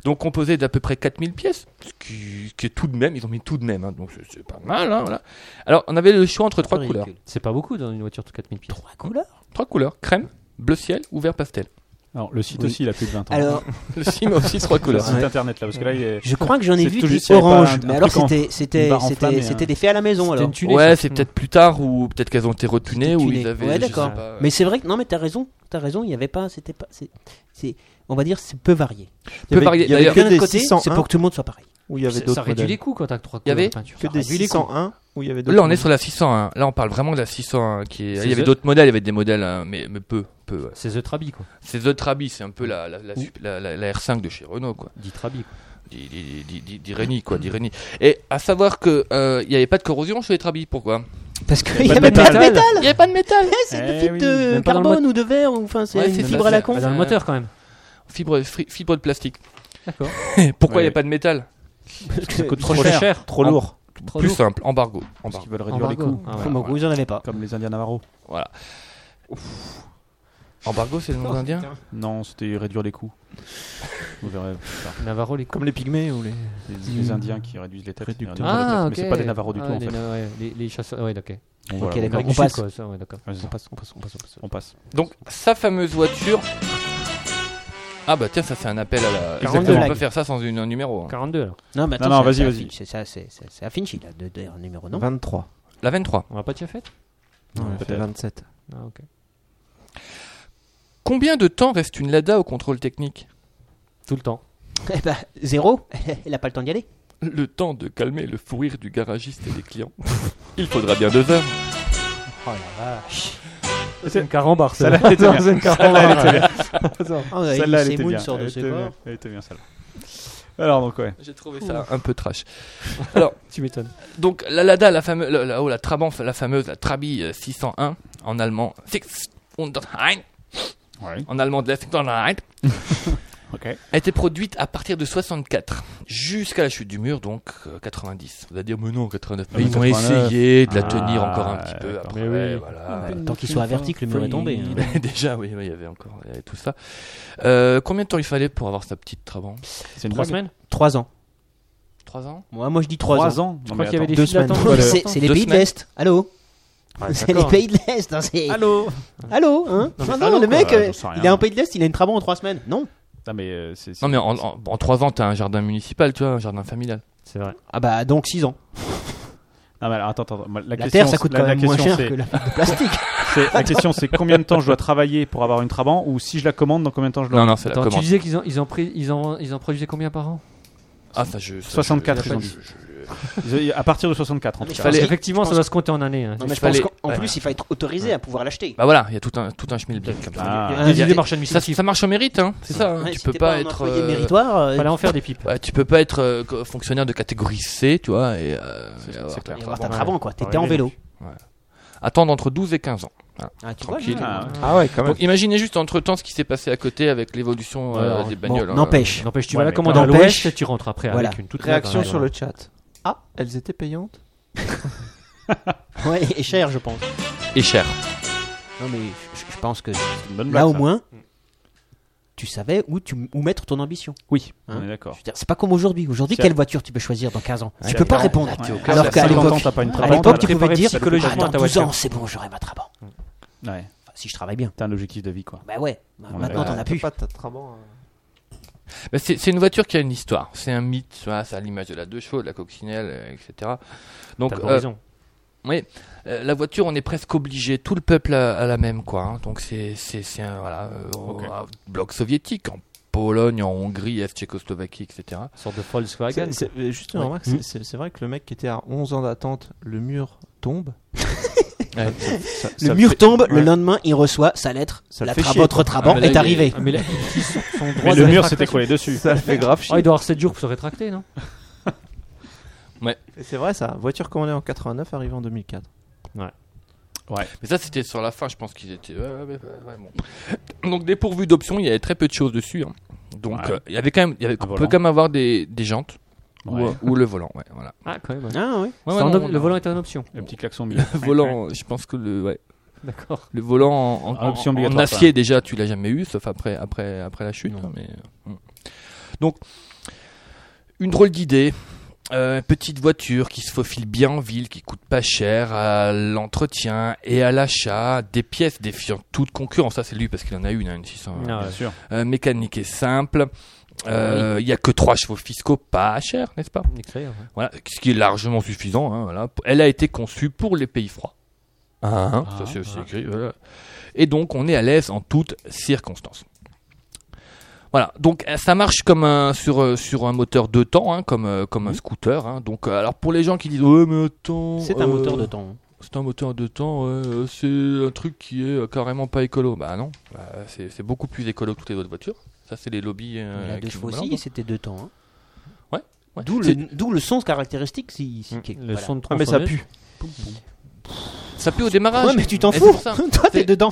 S4: Donc composé d'à peu près 4000 pièces, ce qui, ce qui est tout de même, ils ont mis tout de même, hein, donc c'est- c'est pas mal. hein, voilà. Alors on avait le choix entre trois couleurs.
S3: C'est pas beaucoup dans une voiture de 4000 pieds.
S1: Trois couleurs.
S4: Trois couleurs, crème, bleu ciel ou vert pastel.
S2: Alors, le site
S1: Oui.
S2: aussi, il a plus de 20 ans.
S1: Alors,
S4: Le sim a aussi trois
S2: le
S4: couleurs.
S2: site
S1: Ouais.
S2: internet là, parce que là, il est.
S1: je crois que j'en ai
S2: C'est
S1: vu
S2: tout
S1: des
S2: juste, il y avait pas un- un
S1: oranges, mais alors
S2: truc en-
S1: c'était
S2: une
S1: c'était
S2: barre en flamme et
S1: c'était c'était
S2: un-
S1: des faits à la maison alors.
S3: une tunée,
S4: Ouais,
S3: ça.
S4: c'est
S3: Hmm.
S4: peut-être plus tard ou peut-être qu'elles ont été retunées ou
S1: Tuné.
S4: ils avaient.
S1: Ouais,
S4: je sais
S1: d'accord.
S4: pas.
S1: Mais c'est vrai que non, mais t'as raison, t'as raison. Il n'y avait pas, c'était pas, c'est, c'est, on va dire, c'est peu varié.
S4: Peu varié.
S5: Il y avait
S4: D'ailleurs,
S5: que
S1: D'un autre
S5: des hein.
S1: côté, c'est
S5: 601
S1: pour que tout le monde soit pareil.
S5: où il y avait
S3: Ça, ça
S5: d'autres
S3: réduit les
S5: modèles.
S3: coûts quand t'as que trois
S4: Il y
S3: couleurs
S4: avait
S3: de peinture.
S5: Que
S3: Ça
S5: des
S3: réduit les coûts.
S5: 601 où il y avait d'autres.
S4: là on est
S5: modèles.
S4: sur la 601. Là on parle vraiment de la 601 qui est.
S3: C'est
S4: Il y avait
S3: the-
S4: d'autres modèles, il y avait des modèles, hein, mais, mais peu, peu. ouais.
S3: C'est The Trabi, quoi.
S4: C'est The Trabi, c'est un peu la, la, la, la- la- la R5 de chez Renault quoi.
S3: Dit Trabi.
S4: Di- di- di- di- d'Ireni, quoi, d'Ireni. Et à savoir que euh, il n'y avait pas de corrosion chez les Trabi, pourquoi
S1: Parce qu'il n'y
S2: pas de
S1: avait pas de
S3: métal.
S1: métal.
S4: Il n'y avait pas de métal
S1: Eh, C'est
S2: Eh
S1: des fibres
S2: oui,
S1: de
S3: même pas dans le
S1: carbone ou de verre, ou enfin, c'est
S4: Ouais, c'est
S1: une
S4: ça,
S1: fibre à la
S4: c'est-
S1: con.
S3: Bah, dans le
S4: Euh,
S3: moteur quand même.
S4: Fibre, fri- fibre de plastique.
S3: D'accord.
S4: [LAUGHS] Pourquoi
S2: Ouais,
S4: il
S2: ouais.
S4: n'y a pas de métal
S2: Ça coûte
S3: Trop cher.
S2: Trop lourd.
S3: Trop
S4: Plus
S3: lourd.
S4: simple, embargo.
S2: Parce
S4: embargo.
S2: qu'ils veulent réduire les
S3: Embargo.
S2: coûts.
S3: Ah,
S1: Bon,
S3: ouais.
S1: bah, vous en avez pas.
S2: Comme les Indiens Navarro.
S4: Voilà. Embargo, c'est le nom indien
S2: Non, c'était réduire les coûts. Vous verrez plus tard.
S3: Navarro, les
S5: Comme les pygmées ou les.
S2: Les, les Indiens qui réduisent les têtes.
S5: Réducteur.
S2: ils réduisent la tête, Ah, Mais c'est pas des Navarros du
S3: Ah,
S2: tout en
S3: les
S2: fait.
S3: na- ouais, Les les chasseurs, ouais,
S2: Bon,
S3: ok.
S1: Ok,
S2: voilà.
S1: d'accord,
S3: Amérique
S1: on
S3: du Sud,
S1: passe.
S3: quoi, ça, ouais, d'accord.
S2: Ouais, c'est ça.
S1: passe, on passe, on passe,
S2: On passe.
S4: Donc, sa fameuse voiture. Ah bah tiens, ça c'est un appel à la.
S3: 42
S4: Exactement, on peut
S1: blagues.
S4: faire ça sans une- un numéro. hein.
S3: 42 alors.
S1: Non, mais attends,
S2: non,
S1: ça-
S2: vas-y,
S1: ça
S2: vas-y.
S1: affiche, C'est ça, c'est c'est- c'est affiché là, de, de- un numéro non.
S5: 23.
S4: La 23.
S3: On l'a pas déjà fait
S5: Non, elle fait
S2: peut-être.
S5: 27.
S3: Ah, ok.
S4: Combien de temps reste une Lada au contrôle technique
S3: Tout le temps.
S1: [LAUGHS] Eh ben, zéro. [LAUGHS] Il a pas le temps d'y aller.
S4: Le temps de calmer le fou rire du garagiste et des clients. [LAUGHS] Il faudra bien deux heures.
S3: C'est une carambar,
S2: Celle-là, elle était bien. Celle-là, elle était bien.
S1: Ah, ouais,
S2: Celle-là, elle
S1: Elise
S2: était
S1: Moon
S2: bien.
S1: sort de
S2: Elle
S1: ce
S2: était
S1: corps.
S2: bien. Elle était bien celle-là. Alors donc ouais.
S4: J'ai trouvé ça un peu trash.
S3: Tu m'étonnes.
S4: Donc la Lada, la fameuse, la, la- oh, la Trabant, la fameuse, la Trabi euh, 601 en allemand. 601. en allemand Death in
S3: [LAUGHS]
S4: the Night, a été produite à partir de 64 jusqu'à la chute du mur, donc euh, 90. Vous allez dire, mais non, 89. Mais ils ont
S3: 89.
S4: essayé de la tenir
S3: Ah,
S4: encore un petit peu après.
S3: mais oui. Ah,
S4: voilà.
S3: Ouais, tant qu'il soit averti que le mur est tombé, hein.
S4: Mais Déjà, oui, oui, il y avait encore il y avait tout ça. Euh, combien de temps il fallait pour avoir sa petite travaux C'est
S3: une Trois blague. semaines
S4: 3 ans.
S5: 3
S4: ans
S5: Moi, moi je dis 3 ans.
S4: Trois ans
S5: Je
S4: Non,
S5: crois
S4: mais
S5: qu'il y avait
S4: attends.
S5: des
S4: Deux
S5: files
S1: [LAUGHS]
S5: d'attente.
S4: semaines.
S5: Voilà.
S1: C'est c'est les
S5: Deux
S1: pays de
S5: semaines.
S1: l'Est. Allô
S5: Ouais,
S1: [LAUGHS] C'est les
S5: d'accord.
S1: pays de l'Est. hein, c'est-
S2: Allô
S1: [LAUGHS] Allô hein
S2: Non, mais
S1: Non, non,
S2: allô,
S1: le mec,
S2: quoi,
S1: euh,
S2: j'en sais
S1: il est
S2: rien.
S1: en pays de l'Est, il a une trabo en 3 semaines. Non
S2: Non, mais euh, c'est. c'est-
S4: Non, mais en, en, en 3 ans, t'as un jardin municipal, tu vois, un jardin familial.
S3: C'est vrai.
S1: Ah bah donc 6 ans.
S2: Non, mais alors, attends, attends. moi, La,
S1: La
S2: question,
S1: terre, ça coûte
S2: la-
S1: quand
S2: la
S1: même moins
S2: question,
S1: cher
S2: c'est-
S1: que la pâte de plastique.
S2: c'est- La question, c'est combien de temps je dois travailler pour avoir une Trabant ou si je la commande, dans combien de temps je l'aurai
S3: Attends, Tu disais qu'ils en, ils en, pri- ils en, ils en produisaient combien par an
S4: Ah, ça, je. ça, je-
S2: 64,
S4: je-
S2: ils ont
S4: je-
S2: dit.
S4: je-
S2: Ils ont dit À partir de 64, en tout
S4: Il
S2: cas.
S4: fallait-
S3: Effectivement,
S1: Je
S3: ça
S1: pense-
S3: doit se compter en années. hein.
S1: Non, mais je
S4: fallait-
S1: pense qu'en en
S4: ouais.
S1: plus, il faut être autorisé à pouvoir l'acheter.
S4: Bah voilà, il y a tout un, tout un schmilblick comme ça.
S2: Ah.
S3: Il y a des
S4: Il y a-
S3: idées marchandes
S4: ça,
S3: mystiques.
S4: ça marche au mérite, hein. C'est ça. hein.
S1: Ouais,
S4: tu
S1: si
S4: peux
S1: t'es
S4: pas,
S1: pas un
S4: être.
S1: employé méritoire, euh,
S3: Fallait en faire des pipes.
S4: Ouais, tu peux pas être euh, co- fonctionnaire de catégorie C, tu vois, et. euh, et avoir
S1: clair.
S4: ta
S1: Et avoir ta
S4: trabant.
S1: trabant, quoi. T'étais en
S4: Ouais.
S1: vélo.
S4: Ouais. Attendre entre 12 et 15 ans. Voilà.
S1: Ah, tu vois,
S4: Tranquille.
S1: j'ai- Ah.
S5: Ah ouais, quand même.
S4: Donc imaginez juste entre temps ce qui s'est passé à côté avec l'évolution euh,
S3: Alors,
S4: des
S3: bon,
S4: bagnoles. hein.
S1: N'empêche.
S3: N'empêche, tu
S2: Ouais,
S3: vas la
S2: mais
S3: commander à
S1: n'empêche-
S3: l'Ouest et tu rentres après
S1: Voilà.
S3: avec une toute
S5: Réaction
S3: neuve, hein,
S5: sur le
S3: voilà.
S5: chat. Ah, elles étaient payantes
S1: [LAUGHS] Ouais, et cher, je pense.
S4: Et cher.
S1: Non, mais je, je pense que
S2: bonne
S1: là,
S2: blague,
S1: au
S2: ça.
S1: moins, tu savais où, tu, où mettre ton ambition.
S2: Oui,
S1: Hein
S2: on est d'accord.
S1: Je veux dire, C'est pas comme aujourd'hui. Aujourd'hui,
S2: C'est-
S1: quelle voiture tu peux choisir dans 15 ans
S2: C'est
S1: Tu peux pas
S2: clair.
S1: répondre.
S2: Ouais, t'es au clair.
S1: Alors
S2: C'est à
S1: qu'à
S2: 50 ans,
S1: l'époque,
S2: t'as pas une
S1: à
S2: Trabant,
S1: l'époque,
S2: t'as
S1: tu pouvais te
S3: préparé
S1: dire
S3: psychologiquement
S1: ah,
S3: ta
S1: dans 12
S3: voiture.
S1: ans, c'est bon, j'aurai ma Trabant.
S2: Ouais,
S1: Enfin, si je travaille bien.
S2: t'as un objectif de vie, quoi.
S1: Bah ouais,
S2: On
S1: maintenant
S2: est-
S1: t'en as plus.
S5: Pas ta Trabant, euh.
S4: Bah, c'est c'est une voiture qui a une histoire. C'est un mythe, tu vois, c'est à l'image de la deux chevaux, de la coccinelle, euh, etc. Donc,
S3: T'as pas
S4: euh,
S3: raison.
S4: Oui, euh, la voiture, on est presque obligé, tout le peuple a, a la même, quoi. hein. Donc c'est c'est c'est un voilà, euh,
S2: Ok.
S4: un bloc soviétique en Pologne, en Hongrie, Est, Tchécoslovaquie, etc.
S3: Une sorte de Volkswagen.
S5: C'est- c'est- euh, Juste une
S3: Ouais.
S5: remarque, c'est- c'est c'est vrai que le mec qui était à 11 ans d'attente, le mur tombe.
S4: Ouais.
S5: Ça-
S1: Le
S5: ça
S1: mur
S5: fait-
S1: tombe, le
S5: ouais.
S1: lendemain, il reçoit sa lettre.
S5: Ça
S1: La
S5: fait
S1: tra-
S5: chier,
S1: Votre
S5: quoi.
S1: Trabant
S4: Ah, mais là,
S1: est
S4: il-
S1: arrivé.
S3: Ah, mais là, ils sont- sont droits
S2: Mais
S3: à
S2: le
S3: la
S2: mur
S3: rétractation.
S2: s'était collé dessus.
S5: Ça fait grave chier.
S3: Ah, il doit avoir 7 jours pour se rétracter, non
S5: Et C'est vrai ça, voiture commandée en 89, arrivée en 2004.
S4: Mais ça, c'était sur la fin, je pense qu'ils étaient. ouais, ouais, ouais, ouais, bon. Donc dépourvu d'options, il y avait très peu de choses dessus. hein. Donc
S2: Ouais.
S4: euh, il y avait quand même, il y avait,
S2: Un
S4: on peut
S2: volant.
S4: quand même avoir des, des jantes ou,
S2: Ouais.
S4: euh, ou le volant. Ouais,
S3: [LAUGHS]
S4: voilà.
S3: Ah, quand même. ouais.
S1: Ah ouais.
S4: Ouais,
S3: C'est
S4: ouais,
S3: un
S4: non,
S3: op-
S4: on
S3: le
S4: a-
S3: volant était une option.
S2: Le petit klaxon au milieu.
S4: Le [LAUGHS] volant, euh, je pense que le, ouais,
S3: [LAUGHS] D'accord.
S4: le volant en, en-
S2: Ah, Option
S4: en
S2: obligatoire,
S4: acier déjà, tu l'as jamais eu, sauf après, après, après la chute. hein, mais, euh, mm. Donc, une drôle d'idée. Euh, petite voiture qui se faufile bien en ville, qui coûte pas cher à l'entretien et à l'achat, des pièces défiant toute concurrence. Ça, c'est lui parce qu'il en a une, hein, une 600.
S3: Ah, ouais.
S2: Bien sûr.
S4: Euh, mécanique est simple. Euh, Il y a que trois chevaux fiscaux, pas cher, n'est-ce pas
S3: Excellent, ouais.
S4: voilà, ce qui est largement suffisant. hein, voilà. Elle a été conçue pour les pays froids. Hein,
S3: Ah,
S4: ça c'est aussi
S3: ah.
S4: écrit. voilà. Et donc on est à l'aise en toutes circonstances. Voilà, donc euh, ça marche comme un, sur, euh, sur un moteur de temps, hein, comme, euh,
S1: Mmh.
S4: comme un scooter. hein. Donc, euh, alors pour les gens qui disent ouais, mais attends,
S1: C'est un
S4: euh,
S1: moteur de temps. hein.
S4: c'est un moteur de temps, ouais, euh, c'est un truc qui est euh, carrément pas écolo. Bah non, bah, c'est c'est beaucoup plus écolo que toutes les autres voitures. Ça, c'est les lobbies. euh,
S1: Il a deux
S4: qui nous
S1: chevaux aussi,
S4: balancent.
S1: et c'était deux temps. hein.
S4: Ouais.
S1: D'où le,
S4: C'est-
S1: d'où le son caractéristique. Si, si-
S4: Mm.
S1: qui-
S3: Le
S1: voilà.
S3: son de
S5: Ah mais ça
S3: tronçonneuse.
S5: pue.
S4: Ça pue au démarrage.
S1: Ouais, mais tu t'en
S4: Et c'est
S1: fous.
S4: pour ça.
S1: Toi, t'es
S4: C'est-
S1: dedans.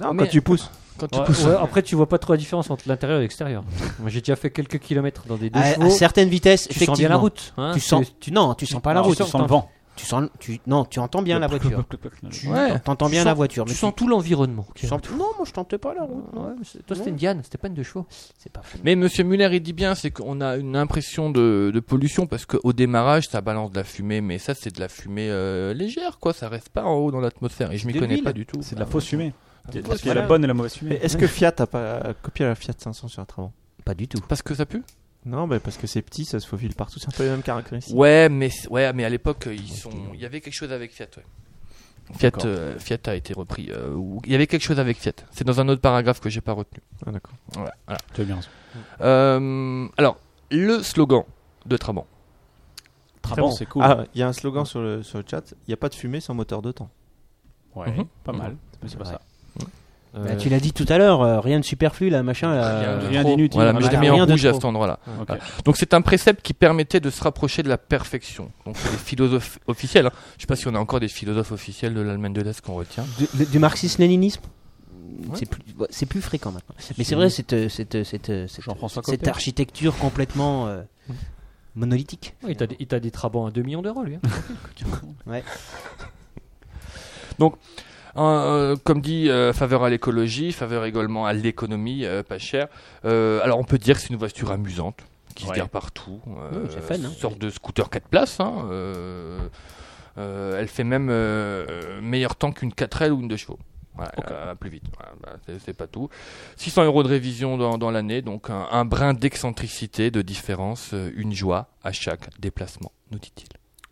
S5: Non,
S4: mais-
S5: Ah, quand tu pousses.
S4: Quand tu
S3: Ouais,
S4: pousses.
S3: ouais, après, tu vois pas trop la différence entre l'intérieur et l'extérieur. Moi, j'ai déjà fait quelques kilomètres dans des deux
S1: À, à
S3: chevaux.
S1: certaines vitesses,
S3: Tu sens bien la
S1: effectivement.
S3: route. hein,
S1: Tu
S3: c'est-
S1: sens, tu, non, tu sens pas la
S2: Alors,
S1: route.
S2: tu sens le vent.
S1: Tu sens, tu, non, tu
S2: [LAUGHS]
S1: entends bien la voiture. Tu
S4: Ouais.
S1: entends
S3: Tu
S1: bien
S3: sens-
S1: la voiture. mais
S3: Tu sens tout l'environnement.
S1: tu sens- Non, moi je tentais pas la route.
S3: Ouais, mais c'est- toi, c'était
S1: Ouais.
S3: une Diane, c'était pas une deux chevaux.
S1: C'est pas fou.
S4: Mais Monsieur Muller, il dit bien, c'est qu'on a une impression de, de pollution parce qu'au démarrage, ça balance de la fumée, mais ça, c'est de la fumée euh, légère, quoi. Ça reste pas en haut dans l'atmosphère. Et je m'y
S1: de
S4: connais
S1: l'huile.
S4: pas du tout.
S2: C'est de la fausse fumée.
S4: C'est-
S2: Parce qu'il y a
S5: Voilà.
S2: la bonne et la mauvaise
S5: Ah, Mais
S2: fumée.
S5: est-ce que Fiat a pas euh, copié la Fiat 500 sur la Trabant
S1: Pas du tout.
S4: Parce que ça pue.
S5: Non, mais parce que c'est petit, ça se faufile partout, c'est un peu les mêmes caractéristiques.
S4: Ouais, mais c'est- ouais, mais à l'époque, ils sont. Il y avait quelque chose avec Fiat. ouais. Fiat,
S2: D'accord.
S4: euh, Fiat a été repris. euh, ou- il y avait quelque chose avec Fiat. C'est dans un autre paragraphe que j'ai pas retenu.
S5: Ah, d'accord.
S4: Voilà, voilà.
S2: Tu as bien raison.
S4: Euh, alors, le slogan de Trabant.
S2: Trabant, c'est cool.
S5: Ah, il y a un slogan sur le, sur le chat il n'y a pas de fumée sans moteur de temps.
S2: Ouais,
S4: Mhm.
S2: pas mal. Mais c'est pas
S1: Ouais.
S2: ça.
S1: Bah, tu l'as dit tout à l'heure, euh, rien de superflu là, machin. là.
S4: Rien de
S2: Rien
S4: trop.
S2: d'inutile.
S4: Voilà, mais je l'ai
S1: Euh, Voilà,
S4: mis en
S1: rien de
S4: rouge à
S1: trop.
S4: cet endroit-là.
S2: Ok.
S4: Voilà. Donc c'est un précepte qui permettait de se rapprocher de la perfection. Donc c'est des philosophes officiels. hein. Je sais pas si on a encore des philosophes officiels de l'Allemagne de l'Est qu'on retient.
S1: Du, du marxisme-léninisme
S4: Ouais.
S1: C'est plus- ouais, c'est plus fréquent maintenant. Mais c'est vrai, cette, euh, cette, euh, cette, euh, cette,
S2: Jean-François
S1: cette
S2: Copé.
S1: architecture
S3: [LAUGHS]
S1: complètement euh, monolithique.
S3: Ouais, il t'a des- il t'a des trabants à 2 millions d'euros, lui. hein.
S1: Ouais.
S4: Euh, euh, comme dit, euh, faveur à l'écologie, faveur également à l'économie, euh, pas cher. Euh, alors on peut dire que c'est une voiture amusante qui
S2: Ouais.
S4: se gare partout. euh,
S1: Oui, c'est fun, hein.
S4: Sorte de scooter 4 places. hein, euh, euh, elle fait même euh, euh, meilleur temps qu'une 4L ou une 2 chevaux. Voilà, euh, plus vite. Voilà, bah, c'est- c'est pas tout. 600 euros de révision dans, dans l'année, donc un, un brin d'excentricité, de différence, euh, une joie à chaque déplacement, nous dit-il.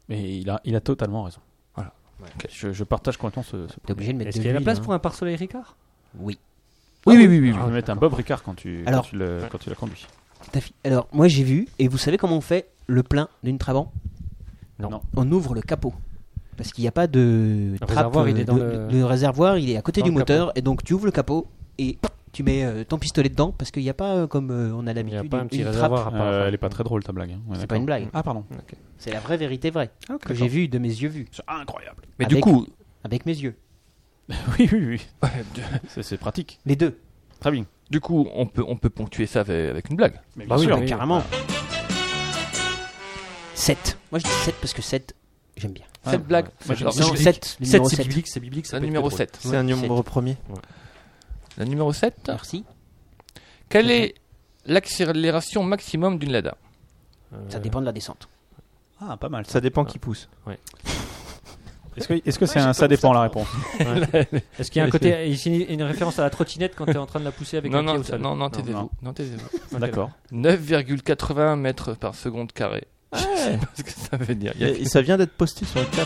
S2: Mais il a, il a totalement raison.
S4: Voilà.
S2: Ok, Je, je partage complètement ce. ce
S1: T'es obligé de mettre
S3: Est-ce
S1: de
S3: qu'il y a la
S1: l'huile,
S3: place
S1: hein.
S3: pour un pare-soleil Ricard
S1: Oui.
S2: oui, oui, oui, oui. On va mettre un Bob Ricard quand tu, quand
S1: Alors-
S2: tu le, quand tu l'as conduit.
S1: Tout à fait. Alors, moi j'ai vu, et vous savez comment on fait le plein d'une Trabant
S2: Non.
S1: On ouvre le capot. Parce qu'il n'y a pas de
S3: Le
S1: trappe,
S3: réservoir, il
S1: euh,
S3: est dans
S1: de-
S3: le-
S1: le réservoir, il est à côté
S3: dans
S1: du
S3: le capot.
S1: moteur, et donc tu ouvres le capot et tu mets euh, ton pistolet dedans parce qu'il n'y a pas, euh, comme euh, on a
S3: Il n'y a
S1: l'habitude,
S3: pas un
S1: une,
S3: petit
S1: une
S3: réservoir
S1: trappe.
S3: à part.
S2: Euh, elle est pas très drôle ta blague. hein. Ouais,
S1: C'est
S2: d'accord.
S1: pas une blague.
S2: Ah, pardon.
S1: C'est la vraie vérité vraie que j'ai
S2: d'accord.
S1: vue de mes yeux vus,
S2: C'est incroyable. [LAUGHS]
S4: Mais
S1: Avec-
S4: du coup, [LAUGHS]
S1: avec mes yeux,
S2: oui, oui, oui. C'est- C'est pratique.
S1: les deux.
S2: Très bien.
S4: du coup, on peut, on peut ponctuer ça avec, avec une blague.
S2: Mais
S3: Bah oui,
S2: bien sûr.
S3: mais
S1: carrément. 7. Moi je dis 7 parce que 7, j'aime bien.
S2: Ah,
S4: Cette blague.
S2: Moi, j'ai-
S4: Alors,
S2: c'est-
S1: Non,
S2: je-
S1: 7,
S3: Sept, c'est biblique, c'est biblique. ça
S4: La
S3: peut être
S4: numéro
S3: drôle.
S4: 7.
S5: C'est un
S1: Ouais,
S5: numéro premier.
S4: La numéro 7.
S1: Merci.
S4: Quelle est l'accélération maximum d'une Lada
S1: Ça dépend de la [LAUGHS] descente.
S2: Ah, pas mal.
S5: Ça dépend qui pousse.
S2: Est-ce que est-ce que c'est un ça dépend la réponse
S3: Est-ce qu'il y a un côté, ici, une référence à la trottinette quand t'es en train de la pousser avec
S4: Non,
S3: un pied
S4: non,
S3: au sol
S4: non, non, taisez-vous.
S2: non.
S4: Non, taisez-vous. [LAUGHS]
S2: D'accord.
S4: 9,80 mètres par seconde carré. [LAUGHS] Je sais pas ce que ça veut dire. Il y a-
S5: Et- et ça vient d'être posté sur le chat.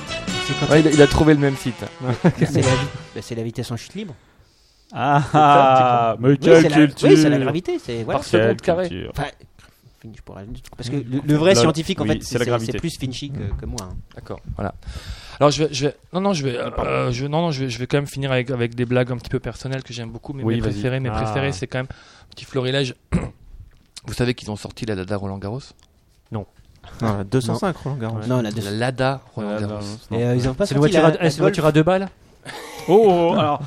S4: Ouais, il, a, il a trouvé le même site.
S1: c'est la, [LAUGHS] bah, c'est la vitesse en chute libre.
S2: Ah, ah, mais
S1: Oui, c'est
S2: quelle
S1: la,
S2: culture
S1: oui, c'est la gravité. C'est voilà.
S4: Par seconde
S2: Quelle
S4: carré.
S2: culture.
S1: Enfin, Finch, je pourrais- parce que le, le vrai
S2: Lol.
S1: scientifique en
S2: Oui,
S1: fait,
S2: c'est la
S1: c'est
S2: gravité.
S1: c'est plus Finchy que, que moi. hein.
S4: D'accord, voilà. Alors je vais, je vais- non non je vais, euh, euh, je, non non je vais, je vais quand même finir avec, avec des blagues un petit peu personnelles que j'aime beaucoup, mais
S2: Oui,
S4: mes
S2: vas-y.
S4: préférés, mes
S3: Ah.
S4: préférés, c'est quand même un petit [COUGHS] florilège. Vous savez qu'ils ont sorti la Lada Roland Garros.
S5: Non, la 205, Roland Garros.
S1: Non, la
S4: La
S1: descente.
S4: Lada Roland Garros.
S1: Et, euh, ils ont pas
S3: C'est
S1: sorti
S3: une voiture,
S1: la-
S3: à,
S1: la
S3: eh, c'est une
S1: Golf.
S3: voiture à deux balles
S2: Oh, oh, oh, alors.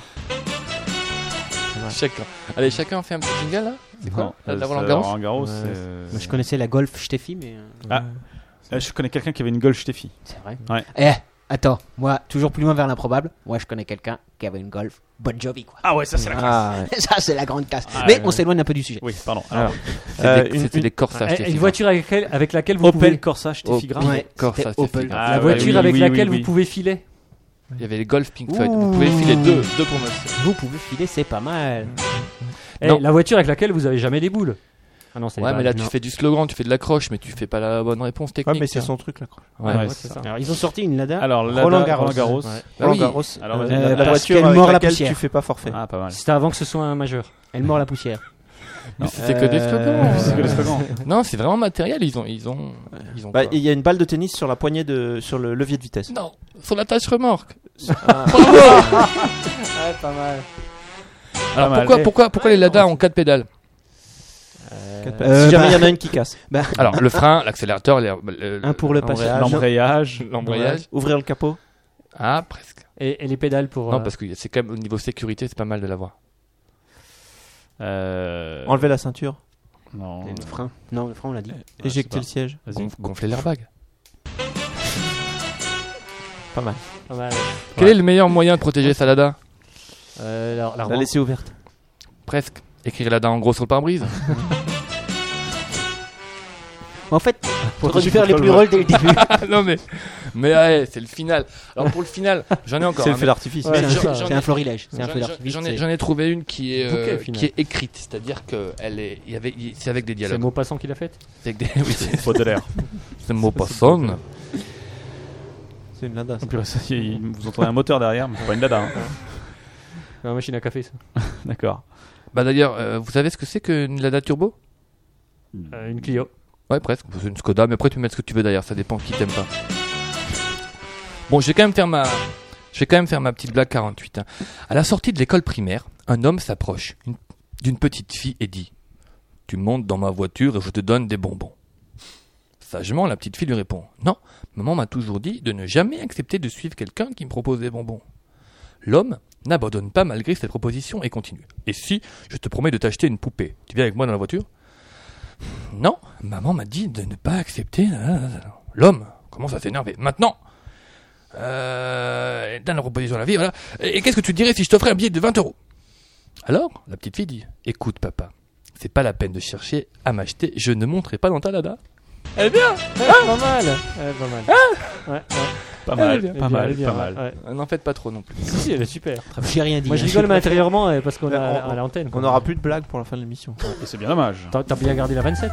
S4: Chacun. Allez, chacun fait un petit jingle là. C'est quoi
S2: Non,
S4: La
S2: euh,
S4: Roland
S2: c'est-
S4: Garros
S2: Roland Garros.
S5: Ouais,
S2: c'est-
S1: Moi, je connaissais la Golf Steffi, mais euh,
S2: Euh, Je connais quelqu'un qui avait une Golf Steffi.
S1: c'est vrai.
S2: Ouais.
S1: Eh, attends, moi, toujours plus loin vers l'improbable. Moi, je connais quelqu'un qui avait une Golf Bon Jovi, quoi. [LAUGHS]
S2: Ah ouais, ça c'est la.
S5: Ah, ouais.
S1: Ça, c'est la grande casse.
S2: Ah,
S1: mais
S2: ouais.
S1: on s'éloigne un peu du sujet.
S2: Oui, pardon.
S5: Alors,
S4: C'était
S5: Euh,
S4: des-
S5: une-
S4: c'était
S5: une-
S4: des Corsa.
S3: Eh,
S4: c'était
S3: Une
S4: ça.
S3: voiture avec laquelle, avec laquelle vous
S2: Opel
S3: pouvez...
S2: Corsa
S4: hein. Oh,
S2: Steffi grave.
S1: Ouais,
S4: Corsa,
S1: c'était
S4: c'était
S1: Opel.
S4: grave.
S2: Ah
S3: La
S2: ouais,
S3: voiture
S2: oui,
S3: avec
S2: oui,
S3: laquelle
S2: oui,
S3: vous
S2: oui.
S3: pouvez filer
S4: Il y avait les Golf Pink Floyd. Vous pouvez filer deux, deux pour monsieur.
S1: Vous pouvez filer, c'est pas mal.
S3: Eh,
S4: Non.
S3: La voiture avec laquelle vous avez jamais des boules Ah non, c'est
S4: Ouais,
S3: pas-
S4: mais là,
S3: non.
S4: tu fais du slogan, tu fais de l'accroche, mais tu fais pas la bonne réponse technique.
S5: Ouais, mais c'est
S4: ça.
S5: son truc là. quoi.
S4: Ouais.
S2: Ouais,
S3: Ouais,
S2: c'est
S3: c'est
S2: ça.
S3: ça.
S1: Alors, ils ont sorti une Lada.
S2: Alors, Lada,
S5: Roland Garros.
S2: Roland Garros.
S4: Ouais.
S5: Roland
S4: oui.
S5: Garros.
S2: Alors,
S5: euh,
S2: vas-y,
S5: la,
S1: euh, parce
S5: voiture
S1: qu'elle
S5: avec
S1: mord la
S5: laquelle
S1: poussière.
S5: tu fais pas forfait.
S2: Ah, pas mal.
S3: [LAUGHS] C'était avant que ce soit un majeur.
S1: Elle mord la poussière.
S4: Mais C'était que des
S5: Euh,
S4: slogans.
S2: C'est que le slogan.
S4: Non, c'est vraiment matériel. Ils ont, ils ont, ils ont.
S5: Bah,
S4: quoi.
S5: il y a une balle de tennis sur la poignée de sur le levier de vitesse.
S4: Non, sur la tâche remorque.
S2: Pas
S4: Alors
S2: mal.
S4: pourquoi, pourquoi, pourquoi les Lada ont quatre pédales
S1: Euh,
S5: si jamais
S1: bah-
S5: il y en a une qui [LAUGHS] casse.
S4: Alors le frein, l'accélérateur, les- le-
S5: Un pour le passer.
S2: L'embrayage.
S4: l'embrayage.
S5: Ouvrir le capot.
S4: Ah, presque.
S3: Et, et les pédales pour...
S4: Non,
S3: euh,
S4: parce que c'est quand même au niveau sécurité, c'est pas mal de l'avoir.
S2: Euh,
S5: Enlever la ceinture.
S2: Non.
S1: Le frein. Non, le frein, on l'a dit.
S2: Ouais,
S5: éjecter le
S2: je
S5: siège.
S2: Vas-y.
S4: Gonf- Gonfler l'airbag.
S5: Pas mal.
S3: pas mal.
S4: Quel est le meilleur moyen de protéger sa Lada
S3: Euh, alors, la
S5: La laisser ouverte.
S4: Presque. Écrire Lada en gros sur le pare-brise.
S1: En fait,
S2: Faudrait
S1: faudrait
S2: que
S1: faire
S2: tu
S1: les plus
S2: contrôles
S1: rôles
S3: [LAUGHS]
S1: dès le début.
S4: Ah, non mais, mais ouais, c'est le final. Alors pour le final, j'en ai encore.
S5: C'est
S4: hein,
S5: le feu d'artifice.
S3: Ouais,
S4: mais
S5: [LAUGHS]
S3: c'est
S4: j'en-
S3: ça.
S4: j'en
S1: C'est
S4: ai-
S1: un florilège. C'est un
S4: J'en-
S1: peu
S4: J'en j'en ai,
S1: d'artifice.
S4: j'en ai trouvé une qui est, euh,
S3: Bouquet, au final.
S4: qui est écrite, c'est-à-dire que elle est, il y avait, il- c'est avec des
S3: C'est
S4: dialogues.
S3: Maupassant qui l'a faite
S4: C'est avec des, [LAUGHS] oui, c'est-
S2: Faut de l'air.
S4: c'est Maupassant.
S5: C'est une lindasse.
S2: Oh, purée, ça, il- Vous entendez un moteur derrière, mais c'est pas une Lada. hein.
S3: C'est la machine à café, ça.
S2: D'accord.
S4: Bah d'ailleurs, euh, vous savez ce que c'est qu'une Lada Turbo
S3: Euh, une Clio.
S4: Ouais, presque. C'est une Skoda, mais après tu mets ce que tu veux derrière, ça dépend qui t'aime pas. Bon, je vais quand même faire ma, je vais quand même faire ma petite blague 48. hein. À la sortie de l'école primaire, un homme s'approche une- d'une petite fille et dit Tu montes dans ma voiture et je te donne des bonbons. Sagement, la petite fille lui répond Non, maman m'a toujours dit de ne jamais accepter de suivre quelqu'un qui me propose des bonbons. L'homme n'abandonne pas malgré cette proposition et continue. Et si je te promets de t'acheter une poupée, tu viens avec moi dans la voiture Non, maman m'a dit de ne pas accepter. euh, L'homme commence à s'énerver. Maintenant euh, Dans la proposition de la vie, voilà. Et qu'est-ce que tu dirais si je t'offrais un billet de 20 euros Alors, la petite fille dit Écoute, papa, c'est pas la peine de chercher à m'acheter, je ne monterai pas dans ta lada. Eh bien
S3: Ah, Pas mal. Ouais, pas mal. Ouais, ouais.
S2: Pas
S3: Elle est
S2: mal,
S3: bien,
S2: pas
S3: elle est
S2: mal,
S3: bien,
S2: pas mal.
S3: ouais.
S4: Euh, N'en faites pas trop non plus.
S3: Si, si, elle est super.
S1: J'ai rien dit.
S3: Moi, je rigole, mais intérieurement, euh, parce qu'on a
S5: on-
S3: à l'antenne. quoi.
S5: On aura plus de blagues pour la fin de l'émission.
S2: Et c'est bien dommage.
S3: T'as t'as bien gardé la 27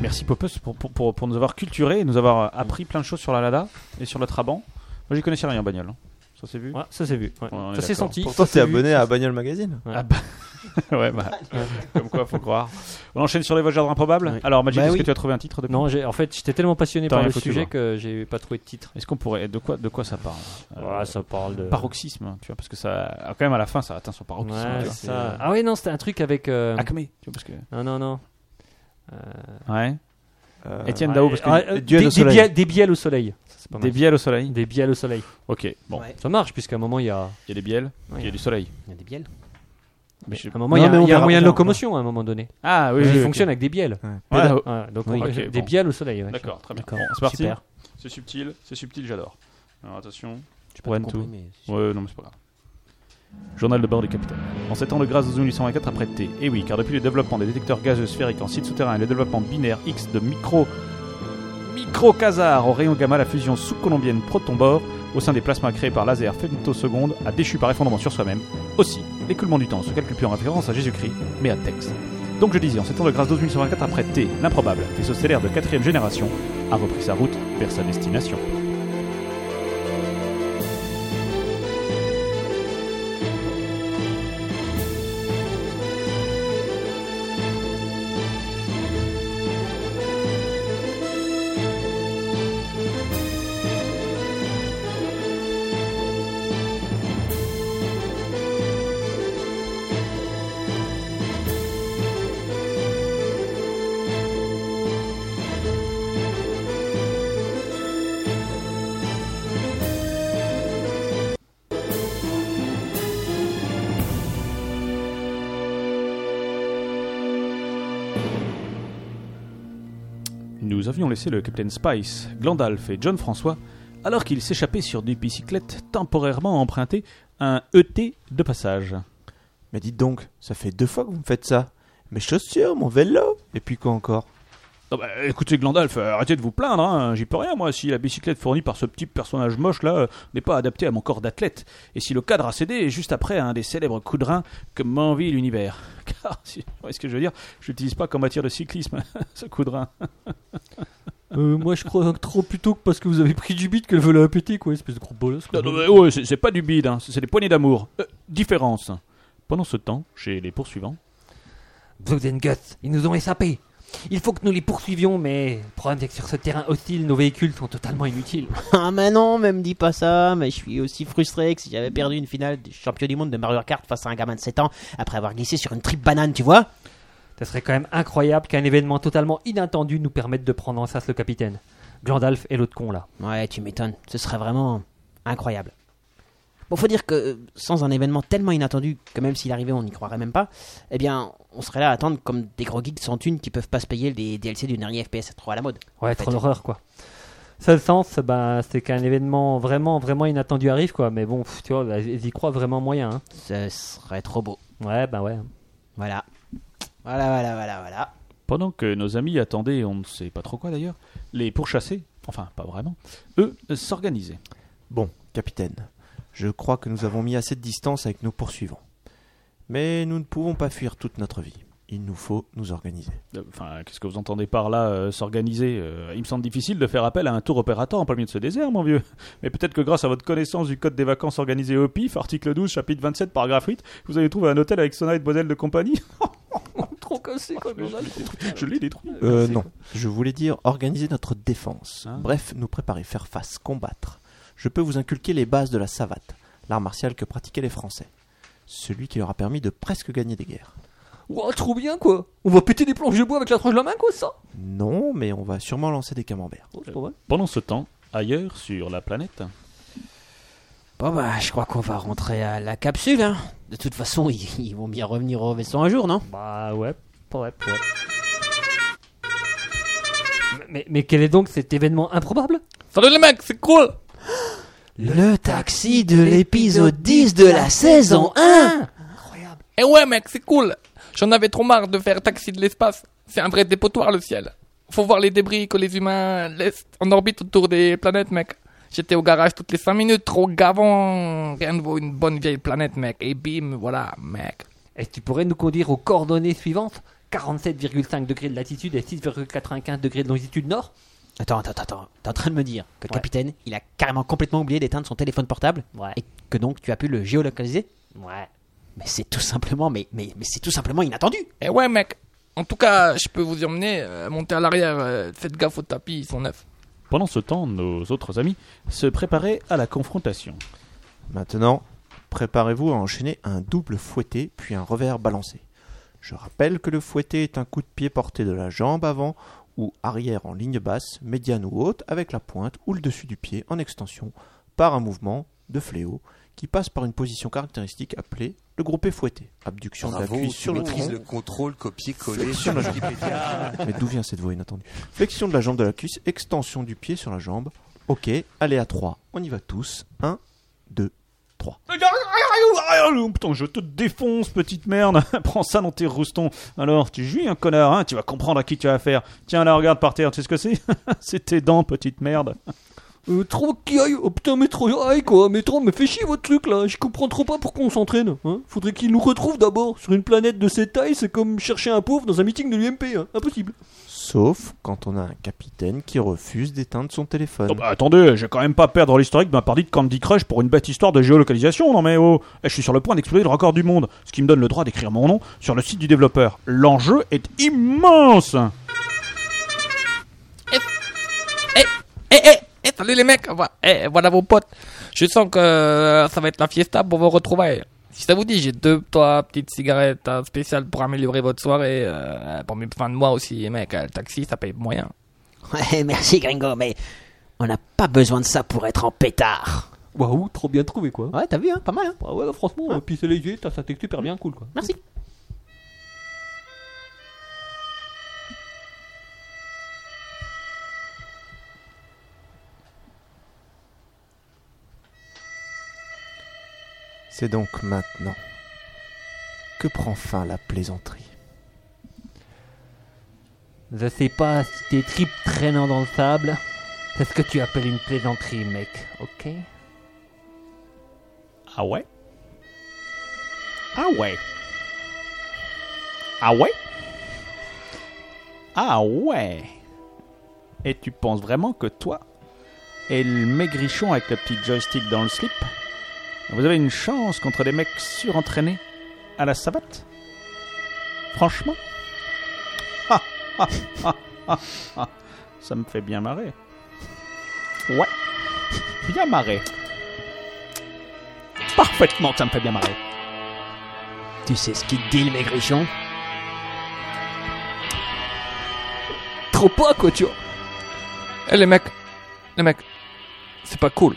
S2: Merci Popus pour, pour, pour, pour nous avoir culturés et nous avoir euh, appris plein de choses sur la Lada et sur le Trabant. Moi j'y connaissais rien en bagnole, hein. ça s'est vu.
S3: Ouais, ça s'est vu.
S2: Ouais,
S3: ouais.
S2: on est
S3: ça s'est
S2: d'accord.
S3: senti.
S5: Pourtant,
S3: ça s'est
S5: t'es
S3: vu.
S5: abonné à Bagnole Magazine.
S2: Ah bah. [LAUGHS] ouais, bah. Comme quoi, faut croire. On enchaîne sur les voyageurs improbables.
S3: Oui.
S2: Alors, Magic,
S3: Bah
S2: est-ce
S3: oui.
S2: que tu as trouvé un titre de
S3: Non, j'ai- en fait, j'étais tellement passionné
S2: T'as
S3: par
S2: rien
S3: le
S2: foutu,
S3: sujet
S2: quoi.
S3: que j'ai pas trouvé de titre.
S2: Est-ce qu'on pourrait. De quoi, de quoi ça parle Euh,
S3: Voilà, ça parle de.
S2: Paroxysme, hein, tu vois, parce que ça. ah, Quand même, à la fin, ça atteint son paroxysme.
S3: Ouais,
S2: tu vois.
S3: c'est ça. Ah oui, non, c'était un truc avec. euh,
S2: Acme, tu vois, parce que.
S3: Non, non, non. Euh,
S2: Ouais.
S5: Euh,
S2: Étienne Dao,
S3: ouais,
S2: parce que.
S3: ouais, euh,
S5: Duel
S3: des,
S5: au
S3: des
S5: soleil.
S3: bielles- des bielles au soleil. Ça, c'est pas mal.
S2: Des bielles au soleil.
S3: Des bielles au soleil.
S2: Ok, bon, il
S1: Ouais.
S3: Ça marche, puisqu'à un moment, il y a.
S2: y a des bielles, il
S3: Ouais.
S2: y a du soleil.
S1: Il y a des bielles.
S2: Mais je-
S3: À un moment,
S5: Non,
S3: il y a,
S5: mais on
S3: il y a un
S5: verra
S3: moyen de
S5: bien,
S3: locomotion à un moment donné.
S2: Ah oui,
S3: il
S2: oui, oui,
S3: fonctionne avec des bielles.
S2: ok. Ouais, oh,
S3: Ouais, donc,
S2: Oui.
S3: euh,
S2: Ok,
S3: des
S2: bon.
S3: bielles au soleil. ouais.
S2: D'accord, très bien.
S3: D'accord.
S2: Bon, c'est parti.
S3: Super.
S2: C'est subtil, c'est subtil, j'adore. Alors attention.
S1: Tu
S2: One, two. Ouais, non, mais c'est pas grave. Journal de bord du capitaine. En 7 ans, le gaz 12824 a prêté. Et oui, car depuis le développement des détecteurs gazeux sphériques en site souterrain et le développement binaire X de micro. micro au rayon gamma, la fusion sous-colombienne proton-bord au sein des plasmas créés par laser femtoseconde a déchu par effondrement sur soi-même. Aussi, l'écoulement du temps se calcule plus en référence à Jésus-Christ, mais à texte. Donc je disais, en 7 ans, le gaz 12824 a prêté. L'improbable vaisseau stellaire de 4 génération a repris sa route vers sa destination. Nous avions laissé le capitaine Spice, Glandalf et John François alors qu'ils s'échappaient sur des bicyclettes temporairement empruntées à un ET de passage.
S5: Mais dites donc, ça fait deux fois que vous me faites ça. Mes chaussures, mon vélo, et puis quoi encore
S2: Non, bah, écoutez, Glandalf, euh, arrêtez de vous plaindre, hein, j'y peux rien, moi, si la bicyclette fournie par ce petit personnage moche là euh, n'est pas adaptée à mon corps d'athlète, et si le cadre a cédé juste après à un des célèbres coups de rein que m'envie l'univers. [LAUGHS] Car, si, vous voyez ce que je veux dire, je l'utilise pas qu'en matière de cyclisme, [LAUGHS] ce coup de rein.
S3: Euh, moi, je crois trop plutôt que parce que vous avez pris du bit que vous l'avez pété, quoi, espèce de gros bolos. quoi.
S2: Non, non, mais oh. ouais, c'est c'est pas du bide, hein, c'est c'est des poignées d'amour. Euh, différence. Pendant ce temps, chez les poursuivants,
S1: Guts, ils nous ont échappé. Il faut que nous les poursuivions, mais le problème c'est que sur ce terrain hostile, nos véhicules sont totalement inutiles. Ah mais non, mais me dis pas ça, mais je suis aussi frustré que si j'avais perdu une finale du champion du monde de Mario Kart face à un gamin de 7 ans après avoir glissé sur une tripe banane, tu vois
S3: Ça serait quand même incroyable qu'un événement totalement inattendu nous permette de prendre en chasse le capitaine. Glandalf et l'autre con là.
S1: Ouais, tu m'étonnes, ce serait vraiment incroyable. Bon, faut dire que euh, sans un événement tellement inattendu que même s'il arrivait on n'y croirait même pas, eh bien on serait là à attendre comme des gros geeks sans thunes qui peuvent pas se payer les DLC du dernier FPS 3 à la mode.
S3: Ouais,
S1: fait.
S3: trop d'horreur quoi. Seul sens, bah, c'est qu'un événement vraiment, vraiment inattendu arrive quoi. Mais bon, pff, tu vois, bah, ils y croient vraiment moyen. hein.
S1: Ce serait trop beau.
S3: Ouais, bah ouais.
S1: Voilà. Voilà, voilà, voilà, voilà.
S2: pendant que nos amis attendaient, on ne sait pas trop quoi d'ailleurs, les pourchassés, enfin pas vraiment, eux euh, s'organisaient.
S5: Bon, capitaine, je crois que nous avons mis assez de distance avec nos poursuivants. Mais nous ne pouvons pas fuir toute notre vie. Il nous faut nous organiser.
S2: Euh, Enfin, qu'est-ce que vous entendez par là, euh, s'organiser Euh, Il me semble difficile de faire appel à un tour opérateur en plein milieu de ce désert, mon vieux. [LAUGHS] Mais peut-être que grâce à votre connaissance du code des vacances organisées au PIF, article 12, chapitre 27, paragraphe 8, vous avez trouvé un hôtel avec sauna et demoiselle de compagnie. [LAUGHS]
S3: Trop cassé quoi,
S2: Je l'ai détruit.
S5: Euh, non. Je voulais dire organiser notre défense.
S2: Ah.
S5: Bref, nous préparer, faire face, combattre. Je peux vous inculquer les bases de la savate, l'art martial que pratiquaient les Français. Celui qui leur a permis de presque gagner des guerres.
S3: Ouah, trop bien quoi. On va péter des planches de bois avec la tranche de la main quoi, ça.
S5: Non, mais on va sûrement lancer des camemberts.
S3: Oh, c'est pas mal.
S2: Pendant ce temps, ailleurs sur la planète,
S1: Bon bah, je crois qu'on va rentrer à la capsule. Hein. De toute façon, [LAUGHS] ils, ils vont bien revenir au vaisseau un jour, non
S3: Bah ouais, ouais, Mais, mais quel est donc cet événement improbable
S4: Salut les mecs, c'est cool
S1: Le taxi de l'épisode 10 de la saison 1
S4: Eh ouais mec, c'est cool J'en avais trop marre de faire taxi de l'espace. C'est un vrai dépotoir le ciel. Faut voir les débris que les humains laissent en orbite autour des planètes mec. J'étais au garage toutes les 5 minutes, trop gavant. Rien ne vaut une bonne vieille planète mec. Et bim, voilà mec.
S3: Et tu pourrais nous conduire aux coordonnées suivantes 47,5 degrés de latitude et 6,95 degrés de longitude nord
S1: Attends, attends, attends, t'es en train de me dire que le capitaine, il a carrément complètement oublié d'éteindre son téléphone portable
S3: Ouais.
S1: et que donc tu as pu le géolocaliser
S3: Ouais.
S1: Mais c'est tout simplement, mais, mais, mais c'est tout simplement inattendu
S4: Eh ouais mec. En tout cas, je peux vous y emmener. euh, montez à l'arrière, euh, faites gaffe aux tapis, ils sont neufs.
S2: pendant ce temps, nos autres amis se préparaient à la confrontation.
S5: Maintenant, préparez-vous à enchaîner un double fouetté puis un revers balancé. Je rappelle que le fouetté est un coup de pied porté de la jambe avant ou arrière en ligne basse, médiane ou haute, avec la pointe ou le dessus du pied en extension, par un mouvement de fléau qui passe par une position caractéristique appelée le groupé fouetté. Abduction de la cuisse sur le tronc.
S11: contrôle copier-coller.
S5: Flexion de la jambe. [LAUGHS] Mais d'où vient cette voix inattendue Flexion de la jambe de la cuisse, extension du pied sur la jambe. Ok, allez à 3. On y va tous. 1, 2, 3.
S2: Putain, je te défonce, petite merde. Prends ça dans tes roustons. Alors, tu jouis un connard, hein Tu vas comprendre à qui tu as affaire. Tiens, là, regarde par terre, tu sais ce que c'est C'est tes dents, petite merde.
S3: Euh, trop qui aille Oh putain, mais trop aille quoi Mais trop, me fait chier votre truc là Je comprends trop pas pourquoi on s'entraîne hein. Faudrait qu'il nous retrouve d'abord Sur une planète de cette taille, c'est comme chercher un pauvre dans un meeting de l'UMP hein. Impossible
S5: Sauf quand on a un capitaine qui refuse d'éteindre son téléphone.
S2: Oh, bah, attendez, je vais quand même pas perdre l'historique d'un parti de Candy Crush pour une bête histoire de géolocalisation, non mais oh Je suis sur le point d'exploser le record du monde, ce qui me donne le droit d'écrire mon nom sur le site du développeur. L'enjeu est immense
S4: Eh, eh, eh, salut les mecs, Voi- eh, voilà vos potes. Je sens que euh, ça va être la fiesta pour vos retrouvailles. Si ça vous dit, j'ai deux, trois petites cigarettes euh, spéciales pour améliorer votre soirée. euh, pour mes fins de mois aussi, mec, euh, le taxi, ça paye moyen.
S1: Ouais, merci Gringo, mais on n'a pas besoin de ça pour être en pétard
S3: Waouh, trop bien trouvé quoi
S1: Ouais, t'as vu, hein Pas mal, hein
S3: Ah ouais, franchement, euh, puis c'est léger, t'as- ça texte super bien cool quoi
S1: Merci
S5: C'est donc maintenant que prend fin la plaisanterie.
S3: Je sais pas si tes tripes traînant dans le sable, c'est ce que tu appelles une plaisanterie, mec, ok
S2: Ah ouais Ah ouais Ah ouais Ah ouais Et tu penses vraiment que toi et le maigrichon avec le petit joystick dans le slip, vous avez une chance contre des mecs surentraînés à la savate Franchement Ah, ah, ah, ah, ah. Ça me fait bien marrer. Ouais. Bien marrer. Parfaitement, ça me fait bien marrer.
S1: Tu sais ce qu'il te dit, le maigrichon
S3: Trop pas quoi, tu vois
S4: Eh les mecs, les mecs, c'est pas cool.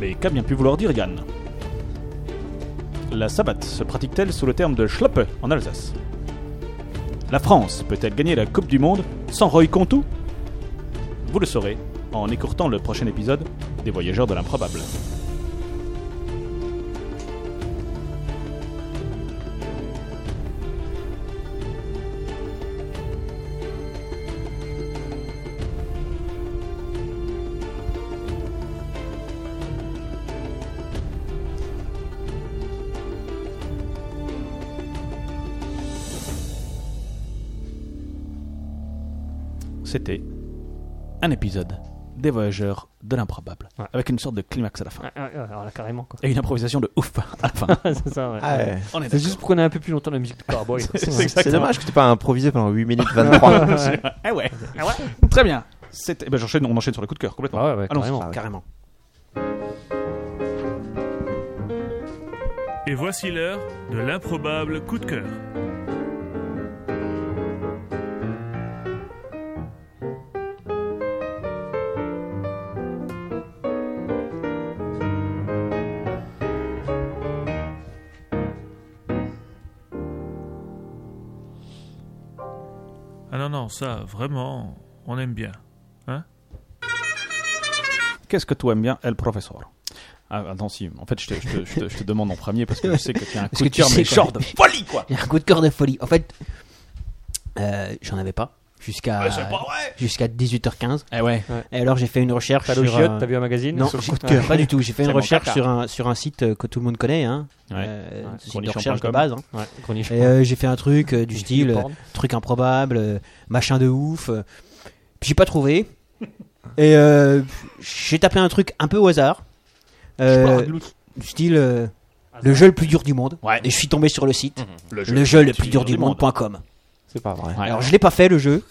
S2: Mais qu'a bien pu vouloir dire Yann La sabbat se pratique-t-elle sous le terme de schlappe en Alsace La France peut-elle gagner la Coupe du Monde sans Roy Contou Vous le saurez en écourtant le prochain épisode des Voyageurs de l'improbable. C'était un épisode des Voyageurs de l'improbable,
S3: Ouais.
S2: avec une sorte de climax à la fin.
S3: Alors là, carrément quoi.
S2: Et une improvisation de ouf à la fin.
S3: c'est ça, ouais.
S5: Ah ouais.
S2: [LAUGHS] On est
S3: C'est juste pour qu'on ait un peu plus longtemps la musique de Cowboy.
S5: C'est dommage que t'aies pas improvisé pendant 8 minutes 23.
S2: d'accord. Ah Eh ouais. Très bien. C'était- eh ben, j'enchaîne- on enchaîne sur le coup de cœur complètement.
S3: Ah ouais, ouais,
S2: Allons-y.
S3: carrément.
S1: Carrément.
S9: Et voici l'heure de l'improbable coup de cœur. Ah non, non, ça, vraiment, on aime bien. Hein
S2: Qu'est-ce que tu aimes bien, El Professor ah, attends, si, en fait, je te, je te- je te- je te demande en premier parce que je sais que tu as un
S1: Parce
S2: coup de
S1: tu
S2: cœur,
S1: sais
S2: mais
S1: quoi.
S2: genre de folie, quoi!
S1: J'ai un coup de cœur de folie. En fait, euh, j'en avais pas jusqu'à jusqu'à 18h15.
S2: Eh ouais,
S1: Et alors j'ai fait une recherche
S3: T'as
S1: sur.
S3: le chiotte,
S1: un-
S3: t'as vu un magazine
S1: Non,
S3: Sur le
S1: j'ai-
S3: coup de cœur.
S1: pas du tout. J'ai fait
S2: C'est
S1: une
S2: mon
S1: recherche
S2: caca.
S1: sur un, sur un site euh, que tout le monde connaît, hein.
S2: Ouais.
S1: Euh,
S2: Ouais,
S1: site de
S2: grenichon.com.
S1: recherche de base. hein.
S3: Ouais, Greniche.
S1: Et euh, j'ai fait un truc euh, du style euh,
S3: porn.
S1: truc improbable, euh, machin de ouf. euh. Puis j'ai pas trouvé. Et euh, j'ai tapé un truc un peu au hasard. Euh, du style euh, le jeu le plus dur du monde. Et je suis tombé sur le site
S2: Mhm.
S1: le jeu, le plus dur du monde.com.
S5: [LAUGHS] C'est pas vrai.
S2: Ouais.
S1: Alors je l'ai pas fait
S2: [LAUGHS]
S1: le jeu,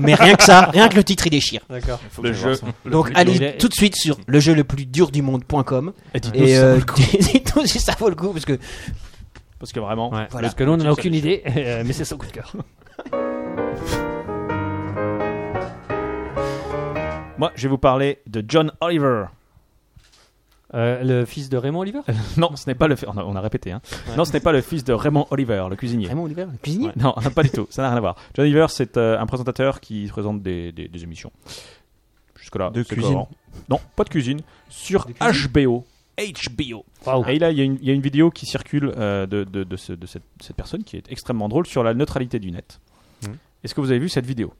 S1: mais rien que ça, rien que le titre il déchire.
S3: D'accord.
S2: le jeu.
S1: Donc
S3: plus dur. Il
S1: allez
S3: est-
S1: tout de suite sur le jeu le plus dur du monde.com
S2: Mhm. Et dites-nous
S1: [LAUGHS] et
S2: ça,
S1: euh, dites-nous si ça vaut le coup parce que
S2: parce que vraiment,
S3: Ouais,
S1: Voilà.
S3: Parce que nous, on n'en a aucune idée, euh, mais c'est son coup de cœur.
S2: moi, je vais vous parler de John Oliver.
S3: Euh, le fils de Raymond Oliver
S2: Non, ce n'est pas le. fi- On a, on a répété, hein. Non, ce n'est pas le fils de Raymond Oliver, le cuisinier.
S1: Raymond Oliver, le cuisinier.
S2: Ouais, non, [LAUGHS] pas du tout. Ça n'a rien à voir. John Oliver, c'est euh, un présentateur qui présente des, des- des émissions. Jusque-là.
S5: De
S2: c'est
S5: cuisine.
S2: cohérent. Non, pas de cuisine. Sur HBO. HBO.
S3: Waouh.
S2: Ah, Et là, il y, a une- il y a une vidéo qui circule euh, de, de- de ce- de cette, cette personne qui est extrêmement drôle sur la neutralité du net.
S3: Mhm.
S2: Est-ce que vous avez vu cette vidéo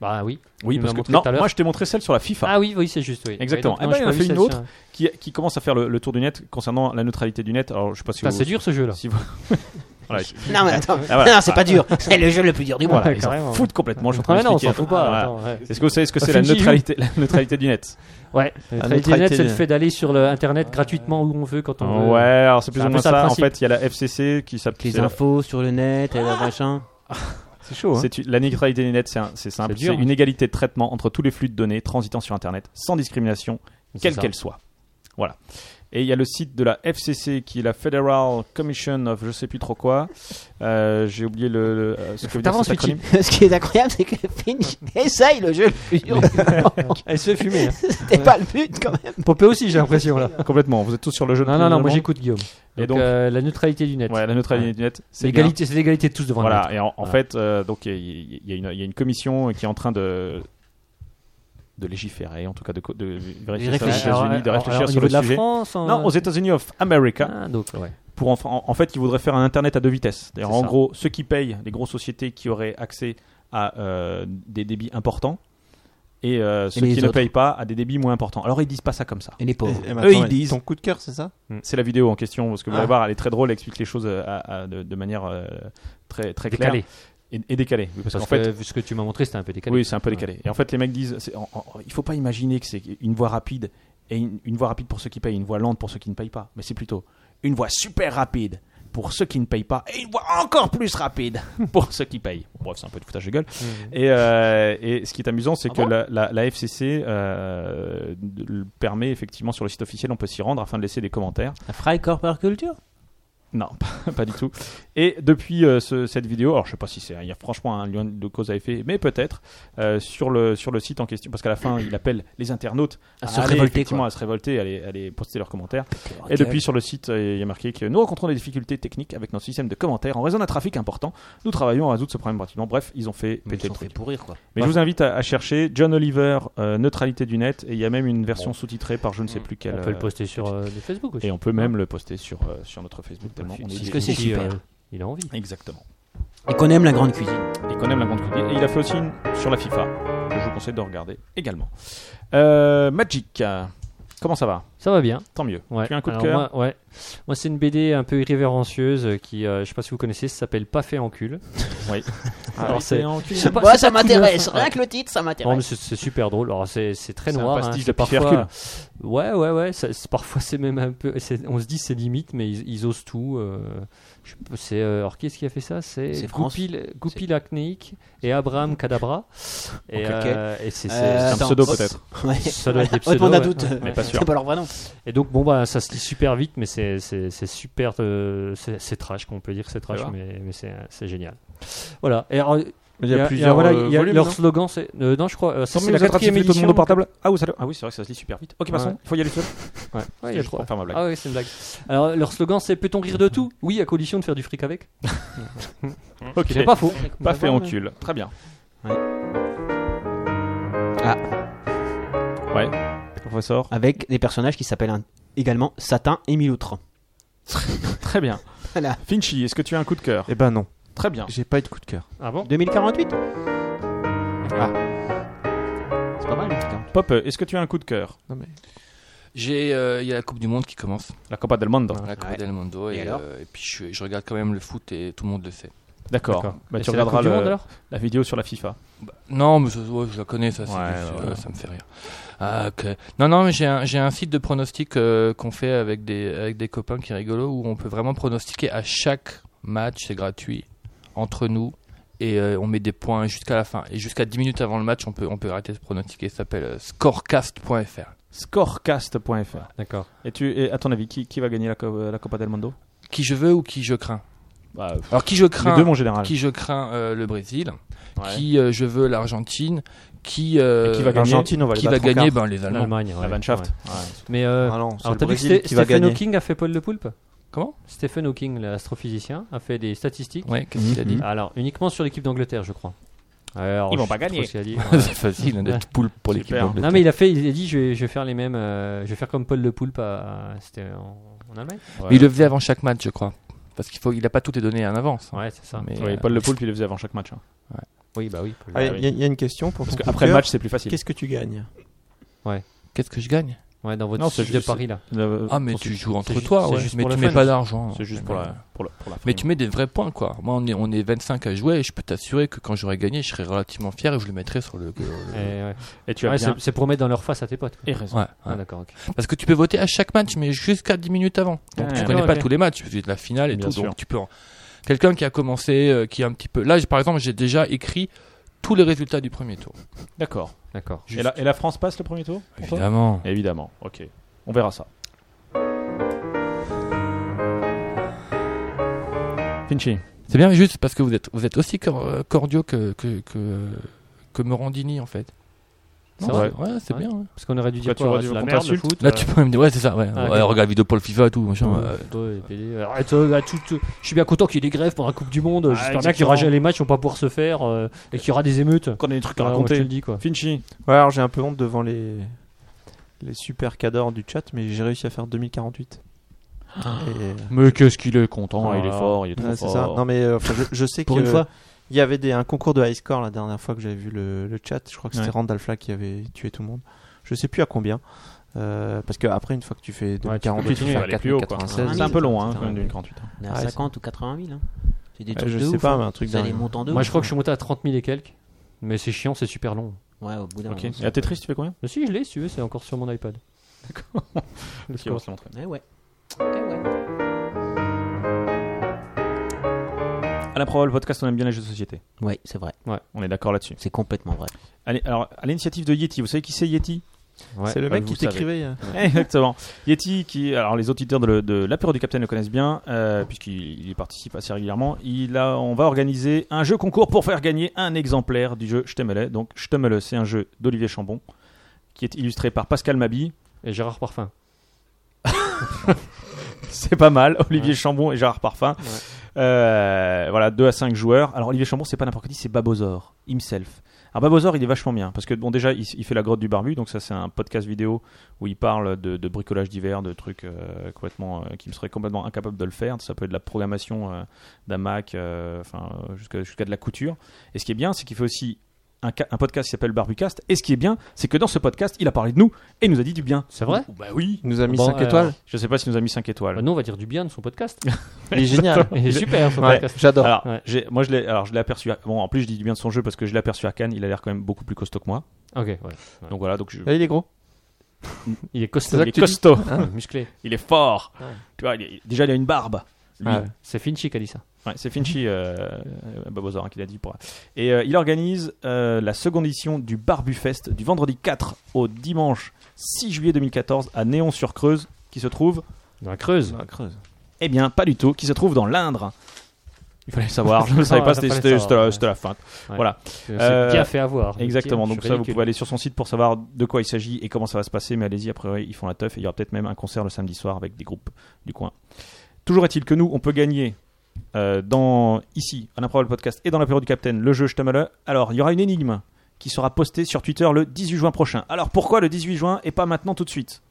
S3: Bah oui.
S2: Oui,
S3: Il
S2: parce
S3: m'a
S2: que
S3: montré
S2: non,
S3: tout à l'heure.
S2: moi je t'ai montré celle sur la FIFA
S3: Ah oui, oui, c'est juste, oui.
S2: Exactement.
S3: Oui, donc,
S2: Eh ben,
S3: j'ai
S2: il y en a
S3: pas
S2: fait
S3: vu
S2: une
S3: celle-ci,
S2: autre.
S3: hein.
S2: qui, qui commence à faire le, le tour du net concernant la neutralité du net. Alors, je sais pas si
S3: Putain,
S2: vous-
S3: c'est dur ce jeu-là.
S2: si vous- [LAUGHS] Voilà,
S1: Non mais attends,
S2: Ah, voilà.
S1: non c'est pas dur, c'est le jeu le plus dur du monde.
S2: voilà, ils
S3: carrément.
S2: s'en foutent complètement. Je suis en train
S3: Ah non, on
S2: d'expliquer.
S3: s'en fout pas.
S2: Voilà.
S3: attends, Bah, ouais.
S2: Est-ce que vous savez ce que c'est la
S3: Finji, you.
S2: neutralité, la neutralité du net
S3: Ouais, la neutralité
S5: neutralité
S3: net, c'est le
S5: de-
S3: fait d'aller sur le internet gratuitement où on veut quand on veut.
S2: Ouais, alors c'est plus
S3: C'est
S2: ou
S3: un
S2: moins
S3: peu ça le
S2: ça. En
S3: principe.
S2: fait, il y a la FCC qui s'applique.
S1: Les infos sur le net, et le
S5: Ah.
S1: machin.
S5: C'est chaud. hein.
S2: C'est une- la neutralité du net, c'est un- c'est simple.
S3: C'est
S2: C'est
S3: dur,
S2: une égalité de traitement entre tous les flux de données transitant sur Internet, sans discrimination,
S3: C'est
S2: quelle
S3: ça.
S2: qu'elle soit. Voilà. Et il y a le site de la FCC qui est la Federal Commission of je sais plus trop quoi. Euh, J'ai oublié le, le- euh, ce que veut dire
S3: t'avances,
S2: cet acronyme.
S1: [LAUGHS] Ce qui est incroyable, c'est que Finch [LAUGHS] essaye le jeu le plus dur. du monde.
S3: [LAUGHS] Elle se fait fumer. hein.
S1: C'était pas le but quand même.
S3: Popé aussi, j'ai l'impression là.
S2: Complètement. Vous êtes tous sur le jeu. de
S3: Non, non, non, moi
S2: tout le
S3: j'écoute Guillaume.
S2: Et
S3: Et
S2: donc-
S3: donc, euh, la neutralité du net.
S2: monde. Ouais, la neutralité du net, c'est bien.
S3: L'égalité, c'est l'égalité de tous devant le
S2: Voilà,
S3: net.
S2: et en, en
S3: Voilà.
S2: fait, euh, donc il y, il y a une- il y a une commission qui est en train de de légiférer, en tout cas de, co- de vérifier ça aux
S1: réfléchir.
S3: Alors,
S2: États-Unis, de
S3: alors,
S2: réfléchir
S3: alors,
S2: sur
S3: au niveau
S2: le
S3: de la
S2: sujet.
S3: France, en-
S2: Non, aux États-Unis of America,
S3: Ah, donc, ouais.
S2: pour en, en- en fait, ils voudraient faire un Internet à deux vitesses. C'est-à-dire,
S3: C'est
S2: en
S3: ça.
S2: gros, ceux qui payent, les grosses sociétés qui auraient accès à euh, des débits importants, et euh, ceux
S1: les
S2: qui ne
S1: autres.
S2: payent pas à des débits moins importants. Alors ils disent pas ça comme ça.
S1: Et les pauvres.
S5: Et- et
S2: Eux, ils
S5: maintenant,
S2: disent-
S5: Ton coup de cœur, c'est ça
S2: C'est la vidéo en question, parce que vous allez
S5: Ah.
S2: voir, elle est très drôle, elle explique les choses euh, à- à- de, de manière euh, très, très claire
S3: Décalé.
S2: et, et décalée. Oui, Parce,
S3: Parce
S2: qu'en fait,
S3: que vu ce que tu m'as montré, c'était un peu décalé.
S2: Oui, c'est un peu décalé. Et en fait, les mecs disent, c'est- en- en- il faut pas imaginer que c'est une voie rapide et une, une voie rapide pour ceux qui payent, une voie lente pour ceux qui ne payent pas. Mais c'est plutôt une voie super rapide pour ceux qui ne payent pas et une voie encore plus rapide [LAUGHS] pour ceux qui payent. Bon, bref, c'est un peu de foutage de gueule. Et, euh, et ce qui est amusant, c'est que la, la- la FCC euh, de- le permet effectivement sur le site officiel, on peut s'y rendre afin de laisser des commentaires.
S1: Fry Corporate Culture
S2: Non, [LAUGHS] pas, pas du tout. Et depuis euh, ce- cette vidéo, alors je sais pas si c'est, il y a franchement un lien de cause à effet, mais peut-être euh, sur le sur le site en question, parce qu'à la fin il appelle les internautes
S1: À se
S2: aller,
S1: révolter,
S2: effectivement,
S1: quoi.
S2: à se révolter, à aller, à aller poster leurs commentaires. Et depuis sur le site, euh, il y a marqué que nous rencontrons des difficultés techniques avec notre système de commentaires en raison d'un trafic important. Nous travaillons à résoudre ce problème rapidement. Bref, ils ont fait péter le truc.
S1: pourrir quoi.
S2: Mais je vous invite à, à chercher John Oliver euh, neutralité du net et il y a même une version sous-titrée par je ne sais plus quelle.
S3: On peut le
S2: euh,
S3: poster sur euh, le Facebook aussi.
S2: et on peut même le poster sur euh, sur notre Facebook tellement on
S1: c'est
S2: est
S1: ce que c'est
S3: Si,
S1: super.
S3: euh, Il a envie.
S2: Exactement.
S1: Et qu'on aime la grande cuisine.
S2: et qu'on aime la grande cuisine. Et il a fait aussi une sur la FIFA, que je vous conseille de regarder également. Euh, Magic, euh, comment ça va
S3: Ça va bien.
S2: Tant mieux.
S3: Ouais.
S2: Tu as un coup de
S3: Alors
S2: cœur
S3: moi, ouais. Moi, c'est une BD un peu irrévérencieuse euh, qui, euh, je sais pas si vous connaissez, ça s'appelle Pas fait en cul.
S2: [LAUGHS] Oui.
S1: Ah,
S3: Alors, c'est.
S2: c'est
S3: c'est pas-
S1: Moi,
S3: c'est
S1: Bah, ça
S3: pas tout
S1: m'intéresse.
S3: neuf, hein.
S1: Rien que le titre, ça
S3: Non, mais
S1: m'intéresse.
S3: c'est c'est super drôle. Alors, c'est c'est très
S2: C'est un
S3: noir. hein.
S2: pastiche de
S3: C'est
S2: Pierre
S3: parfois. Ouais, ouais, ouais. ça- c'est- parfois, c'est même un peu. c'est- On se dit c'est limite, mais ils, ils osent tout. euh, je sais pas, c'est euh, alors qui est-ce qui a fait ça C'est
S1: C'est France.
S3: Goupil, Goupil Acnéique et Abraham Kadabra. Et,
S1: Ok, ok.
S3: euh, et c'est c'est-
S1: Euh,
S2: un
S1: attends.
S2: pseudo peut-être.
S1: [LAUGHS] Ouais.
S3: ça doit être des
S1: Ouais,
S3: pseudos,
S1: on a
S3: ouais.
S1: doute.
S3: Ouais.
S2: Mais pas sûr.
S1: [LAUGHS] C'est pas leur vrai nom.
S3: Et donc, bon, bah, ça se lit super vite, mais c'est c'est- c'est super. euh, c'est c'est trash, qu'on peut dire, c'est trash,
S4: D'accord.
S3: mais, mais c'est c'est génial. Voilà. Et alors,
S5: Il y a
S3: il y a-
S5: plusieurs.
S3: voilà,
S5: euh,
S3: il y a
S5: volumes,
S3: leur
S5: non
S3: slogan, c'est. euh, non, je crois. euh, ça,
S2: Tant
S3: c'est
S2: mieux,
S3: la
S2: vous êtes
S3: quatrième
S2: ratif, tout le
S3: édition.
S2: monde au portable. Ah, oui, ça- ah oui, c'est vrai que ça se lit super vite. Ok,
S3: Ouais.
S2: passons. Il faut y aller tout seul.
S3: Ouais, il y a trois.
S2: Enfin, ma blague.
S3: Ah oui, c'est une blague. Alors, leur slogan, c'est Peut-on rire de tout Oui, à condition de faire du fric avec.
S2: ok.
S3: C'est Ah, pas faux.
S1: Ah,
S2: Pas fait en cul. Très bien.
S1: Ouais.
S2: Ah. Ouais. Professeur.
S1: Avec des personnages qui s'appellent un- également Satin et Miloutre.
S3: Ah,
S2: Très bien.
S1: Voilà.
S2: Finchy, est-ce que tu as un coup de cœur
S5: Eh ben non,
S2: Très bien.
S5: j'ai pas eu de coup de cœur.
S3: Ah bon
S1: 2048 C'est pas mal, putain.
S2: Pop, est-ce que tu as un coup de cœur
S5: Non, mais-
S4: J'ai, euh, il y a la Coupe du Monde qui commence.
S2: La Copa del Monde.
S4: la Coupe
S1: Ouais.
S4: del Mundo.
S1: Et
S4: Et,
S1: alors
S4: euh, et puis je, je regarde quand même le foot et tout le monde le fait.
S2: D'accord. Bah,
S3: Et
S2: tu
S3: c'est la
S2: regarderas
S3: Coupe du
S2: le-
S3: Monde, alors
S2: la vidéo sur la FIFA.
S4: Bah, non, mais ça, ouais, je la connais, ça, c'est
S2: Ouais,
S4: déçu,
S2: ouais,
S4: euh,
S2: ouais.
S4: ça me fait rire. Ah, ok. Non, non, mais j'ai un, j'ai un site de pronostic euh, qu'on fait avec des, avec des copains qui est rigolo où on peut vraiment pronostiquer à chaque match, c'est gratuit, entre nous. Et euh, on met des points jusqu'à la fin. Et jusqu'à 10 minutes avant le match, on peut, on peut arrêter de pronostiquer. Ça s'appelle euh, scorecast.fr.
S2: Scorecast.fr.
S3: D'accord.
S2: Et tu, et à ton avis, qui, qui va gagner la, co- la Copa del Mundo
S4: Qui je veux ou qui je crains
S2: bah, pff,
S4: Alors, qui je crains
S2: Les deux, mon général.
S4: Qui je crains euh, le Brésil,
S2: Ouais.
S4: qui euh, je veux l'Argentine, qui, euh,
S2: Et qui va gagner
S5: L'Argentine, on va les
S4: qui va
S5: battre en
S4: gagner
S5: quart.
S4: ben, les Allemands.
S3: L'Allemagne, ouais.
S2: La Mannschaft.
S3: Ouais. Mais euh,
S5: Ah non, c'est le
S3: alors, t'as vu que
S5: Brésil
S3: Sté-
S5: qui va
S3: Stephen
S5: gagner.
S3: Hawking a fait Paul le Poulpe
S4: Comment
S3: Stephen Hawking, l'astrophysicien, a fait des statistiques.
S4: Ouais, qu'est-ce qu'il a
S2: Hmm.
S4: dit
S3: Alors, uniquement sur l'équipe d'Angleterre, je crois. Alors,
S2: Ils
S3: je
S2: vont
S3: sais
S2: pas
S3: trop
S2: gagner.
S3: ce qu'il a dit.
S2: [LAUGHS]
S4: [LAUGHS] C'est facile hein, d'être
S3: Ouais.
S4: poule pour
S2: Super.
S4: l'équipe. d'Angleterre.
S3: Non mais il a fait, il a dit je vais, je vais faire les mêmes, euh, je vais faire comme Paul le Poulpe, à- à- c'était en, en Allemagne.
S4: Mais il le faisait avant chaque match, je crois. Parce qu'il faut, il a pas toutes les données en avance.
S3: Ouais, c'est ça.
S4: Mais,
S2: Oui,
S4: euh,
S2: Paul Le Poulpe, il le faisait avant chaque match. hein.
S3: Oui, bah oui.
S2: Ah,
S5: Allez, Ah, il y, a- il y a une question pour
S2: Parce
S5: ton coup de
S2: qu'après le
S5: cœur.
S2: match, c'est plus facile.
S5: Qu'est-ce que tu gagnes
S4: Qu'est-ce que je gagne
S3: Ouais, dans votre
S2: Non, c'est
S3: site de
S2: juste-
S3: Paris là.
S2: Euh,
S4: Ah, mais
S2: pour-
S4: tu joues entre
S3: juste-
S4: toi,
S3: c'est
S4: ouais.
S3: juste
S4: mais
S3: pour
S4: tu
S3: le
S4: mets
S3: fun,
S4: pas
S3: ça.
S4: d'argent. hein.
S2: C'est juste
S4: Ouais.
S2: pour la, pour la, pour la
S4: Mais
S2: frime.
S4: tu mets des vrais points, quoi. Moi, on est, on est 25 à jouer et je peux t'assurer que quand j'aurai gagné, je serai relativement fier et je le mettrai sur le.
S3: Eh, ouais.
S2: Et tu as
S3: Ouais,
S2: bien.
S3: c'est c'est pour mettre dans leur face à tes potes. quoi.
S2: Et raison.
S4: Ouais,
S3: Ah,
S4: ouais.
S3: d'accord. ok.
S4: Parce que tu peux voter à chaque match, mais jusqu'à 10 minutes avant. Donc
S2: Ouais, Ah
S4: tu
S2: ouais,
S4: connais
S3: ouais,
S4: pas
S3: ouais.
S4: tous les matchs, parce que de la finale et
S2: Bien
S4: tout.
S2: sûr.
S4: Donc tu peux. en- Quelqu'un qui a commencé, euh, qui est un petit peu. Là, j'ai- par exemple, j'ai déjà écrit tous les résultats du premier tour.
S2: D'accord.
S3: D'accord.
S2: Et la, et la France passe le premier tour pour toi
S4: Évidemment.
S2: Évidemment. Ok. On verra ça. Finchi.
S4: C'est bien juste parce que vous êtes, vous êtes aussi cor- euh, cordiaux que, que, que, que Morandini en fait.
S3: C'est
S4: Non,
S3: vrai.
S4: Ouais, c'est
S3: Ouais.
S4: bien. ouais.
S3: Parce qu'on aurait dû
S2: Pourquoi
S3: dire
S2: tu
S3: quoi
S2: aurais
S3: ouais,
S2: dû
S3: c'est
S2: qu'on
S3: la merde, le
S2: t'insulte
S3: foot.
S4: Là,
S3: euh,
S4: tu peux me dire, ouais, c'est ça. Ouais.
S3: Ah,
S4: Ouais,
S3: d'accord.
S4: regarde la vidéo Paul FIFA et tout. Machin,
S3: toi,
S4: ouais.
S3: toi, PD, euh, Arrête, euh, là, tout, euh, je suis bien content qu'il y ait des grèves pendant la Coupe du Monde.
S2: Ah,
S3: J'espère bien qu'il y aura
S2: exactement.
S3: les matchs, on va pouvoir se faire euh, et qu'il y aura des émeutes.
S2: Qu'on a des trucs
S3: Ouais,
S2: à
S3: moi, je te le
S2: raconter.
S3: dis quoi.
S2: Finchi.
S5: Ouais, alors j'ai un peu honte devant les les super cadors du chat, mais j'ai réussi à faire 2048. Et...
S2: Mais qu'est-ce qu'il est content,
S4: Ah.
S2: il est fort, il est trop
S5: Ouais, c'est
S2: fort.
S5: ça. Non mais euh, enfin, je, je sais
S1: Pour
S5: que
S1: une fois.
S5: il y avait des, un concours de high score la dernière fois que j'avais vu le, le chat. Je crois que c'était
S2: Ouais.
S5: Randall Flack qui avait tué tout le monde. Je sais plus à combien. Euh, parce que après une fois que tu fais
S3: Ouais, tu
S5: 2048,
S3: peux
S5: tu
S3: continuer,
S5: fais
S2: faut aller plus haut, quoi.
S5: 96.
S2: C'est un peu long, hein, quand même, d'une 48.
S1: On est à
S5: Ouais, c'est-
S1: 50 ou 80 000. Hein. C'est des
S5: Ouais,
S1: trucs
S5: je
S1: de
S5: sais
S1: ouf,
S5: pas,
S1: hein.
S5: mais un truc
S1: C'est des
S5: dingue.
S1: montants de
S3: Moi,
S1: ouf,
S3: je crois
S1: hein.
S3: que je suis monté à 30 000 et quelques. Mais c'est chiant, c'est super long.
S1: Ouais, au bout d'un
S2: Ok.
S1: moment,
S2: Et à Tetris, tu fais combien
S3: Mais si, je l'ai, si tu veux, c'est encore sur mon iPad. [LAUGHS] Le
S2: Ok, on
S3: score.
S2: va se le montrer.
S1: c'est- Eh ouais. Eh ouais.
S2: À l'improbable podcast, on aime bien les jeux de société.
S1: Ouais, c'est vrai.
S2: On est d'accord là-dessus.
S1: C'est complètement vrai.
S2: Allez, alors, à l'initiative de Yeti, vous savez qui c'est Yeti
S3: Ouais,
S5: C'est le
S2: bah,
S5: mec
S2: vous
S5: qui
S2: savez.
S5: t'écrivait. euh.
S2: [LAUGHS] Exactement. Yeti, qui, alors les auditeurs de, le- de l'apéro du Capitaine le connaissent bien, euh, puisqu'il il y participe assez régulièrement. Il a, on va organiser un jeu concours pour faire gagner un exemplaire du jeu Ch'temele. Donc Ch'temele, c'est un jeu d'Olivier Chambon, qui est illustré par Pascal Mabi.
S3: Et Gérard Parfum.
S2: C'est pas mal, [LAUGHS] Olivier Chambon et Gérard Parfin.
S3: Ouais.
S2: Euh, voilà, 2 à 5 joueurs. Alors Olivier Chambon, c'est pas n'importe qui, c'est Babozor, himself. Alors Babozor, il est vachement bien, parce que bon déjà, il, il fait la grotte du barbu, donc ça c'est un podcast vidéo où il parle de, de bricolage divers, de trucs euh, complètement, euh, qui me serait complètement incapable de le faire. Ça peut être de la programmation euh, d'un Mac, euh, enfin euh, jusqu'à jusqu'à de la couture. Et ce qui est bien, c'est qu'il fait aussi un, ca- un podcast qui s'appelle Barbucast. Et ce qui est bien, c'est que dans ce podcast, il a parlé de nous et il nous a dit du bien.
S3: C'est vrai
S2: Bah oui.
S5: Il nous a mis
S3: Bon,
S5: 5
S2: [LAUGHS]
S3: euh,
S5: étoiles.
S2: Je sais pas s'il nous a mis 5 étoiles.
S3: Bah, nous, on va dire du bien de son podcast.
S5: Ah, Il est génial.
S3: Il est super, son
S5: Ouais,
S3: podcast.
S5: J'adore.
S2: Alors,
S3: Ouais.
S2: j'ai- moi, je l'ai, alors, je l'ai aperçu. à- bon, en plus, je dis du bien de son jeu parce que je l'ai aperçu à Cannes. Il a l'air quand même beaucoup plus costaud que moi.
S3: Ok, ouais.
S2: Donc voilà, donc je-
S5: Là, Ah, il est gros.
S3: Il est
S5: C'est
S3: costaud,
S5: ça
S2: il
S5: que
S2: est
S5: tu dis
S2: costaud.
S3: il est musclé.
S2: Il est fort.
S5: Ouais.
S2: Tu vois, il est- déjà, il a une barbe. Lui.
S5: Ah ouais.
S3: C'est Finchi qui a dit ça.
S2: Ouais, c'est Finchy euh, euh, Babozor hein, qui l'a dit. Pour... Et euh, il organise euh, la seconde édition du Barbufest du vendredi 4 au dimanche 6 juillet 2014 à Néon-sur-Creuse, qui se trouve,
S3: Dans Ah, la Creuse.
S2: eh bien, pas du tout, qui se trouve dans l'Indre. Il fallait le savoir, je ne
S5: Ah,
S2: savais
S3: Non,
S2: pas,
S3: ça
S2: c'était,
S3: fallait
S2: c'était-
S3: savoir,
S2: c'était la-
S3: ouais.
S2: c'était la feinte.
S3: Ouais.
S2: Voilà,
S3: C'est
S2: Euh,
S3: bien fait avoir. Le
S2: exactement.
S3: petit-
S2: Donc
S3: je
S2: ça, vous
S3: ridicule.
S2: pouvez aller sur son site pour savoir de quoi il s'agit et comment ça va se passer. Mais allez-y, a priori, ils font la teuf et il y aura peut-être même un concert le samedi soir avec des groupes du coin. Toujours est-il que nous, on peut gagner euh, dans ici, à l'improbable podcast et dans l'apéro du Capitaine, le jeu Je t'aime à l'heure. Alors, il y aura une énigme qui sera postée sur Twitter le 18 juin prochain. Alors, pourquoi le 18 juin et pas maintenant tout de suite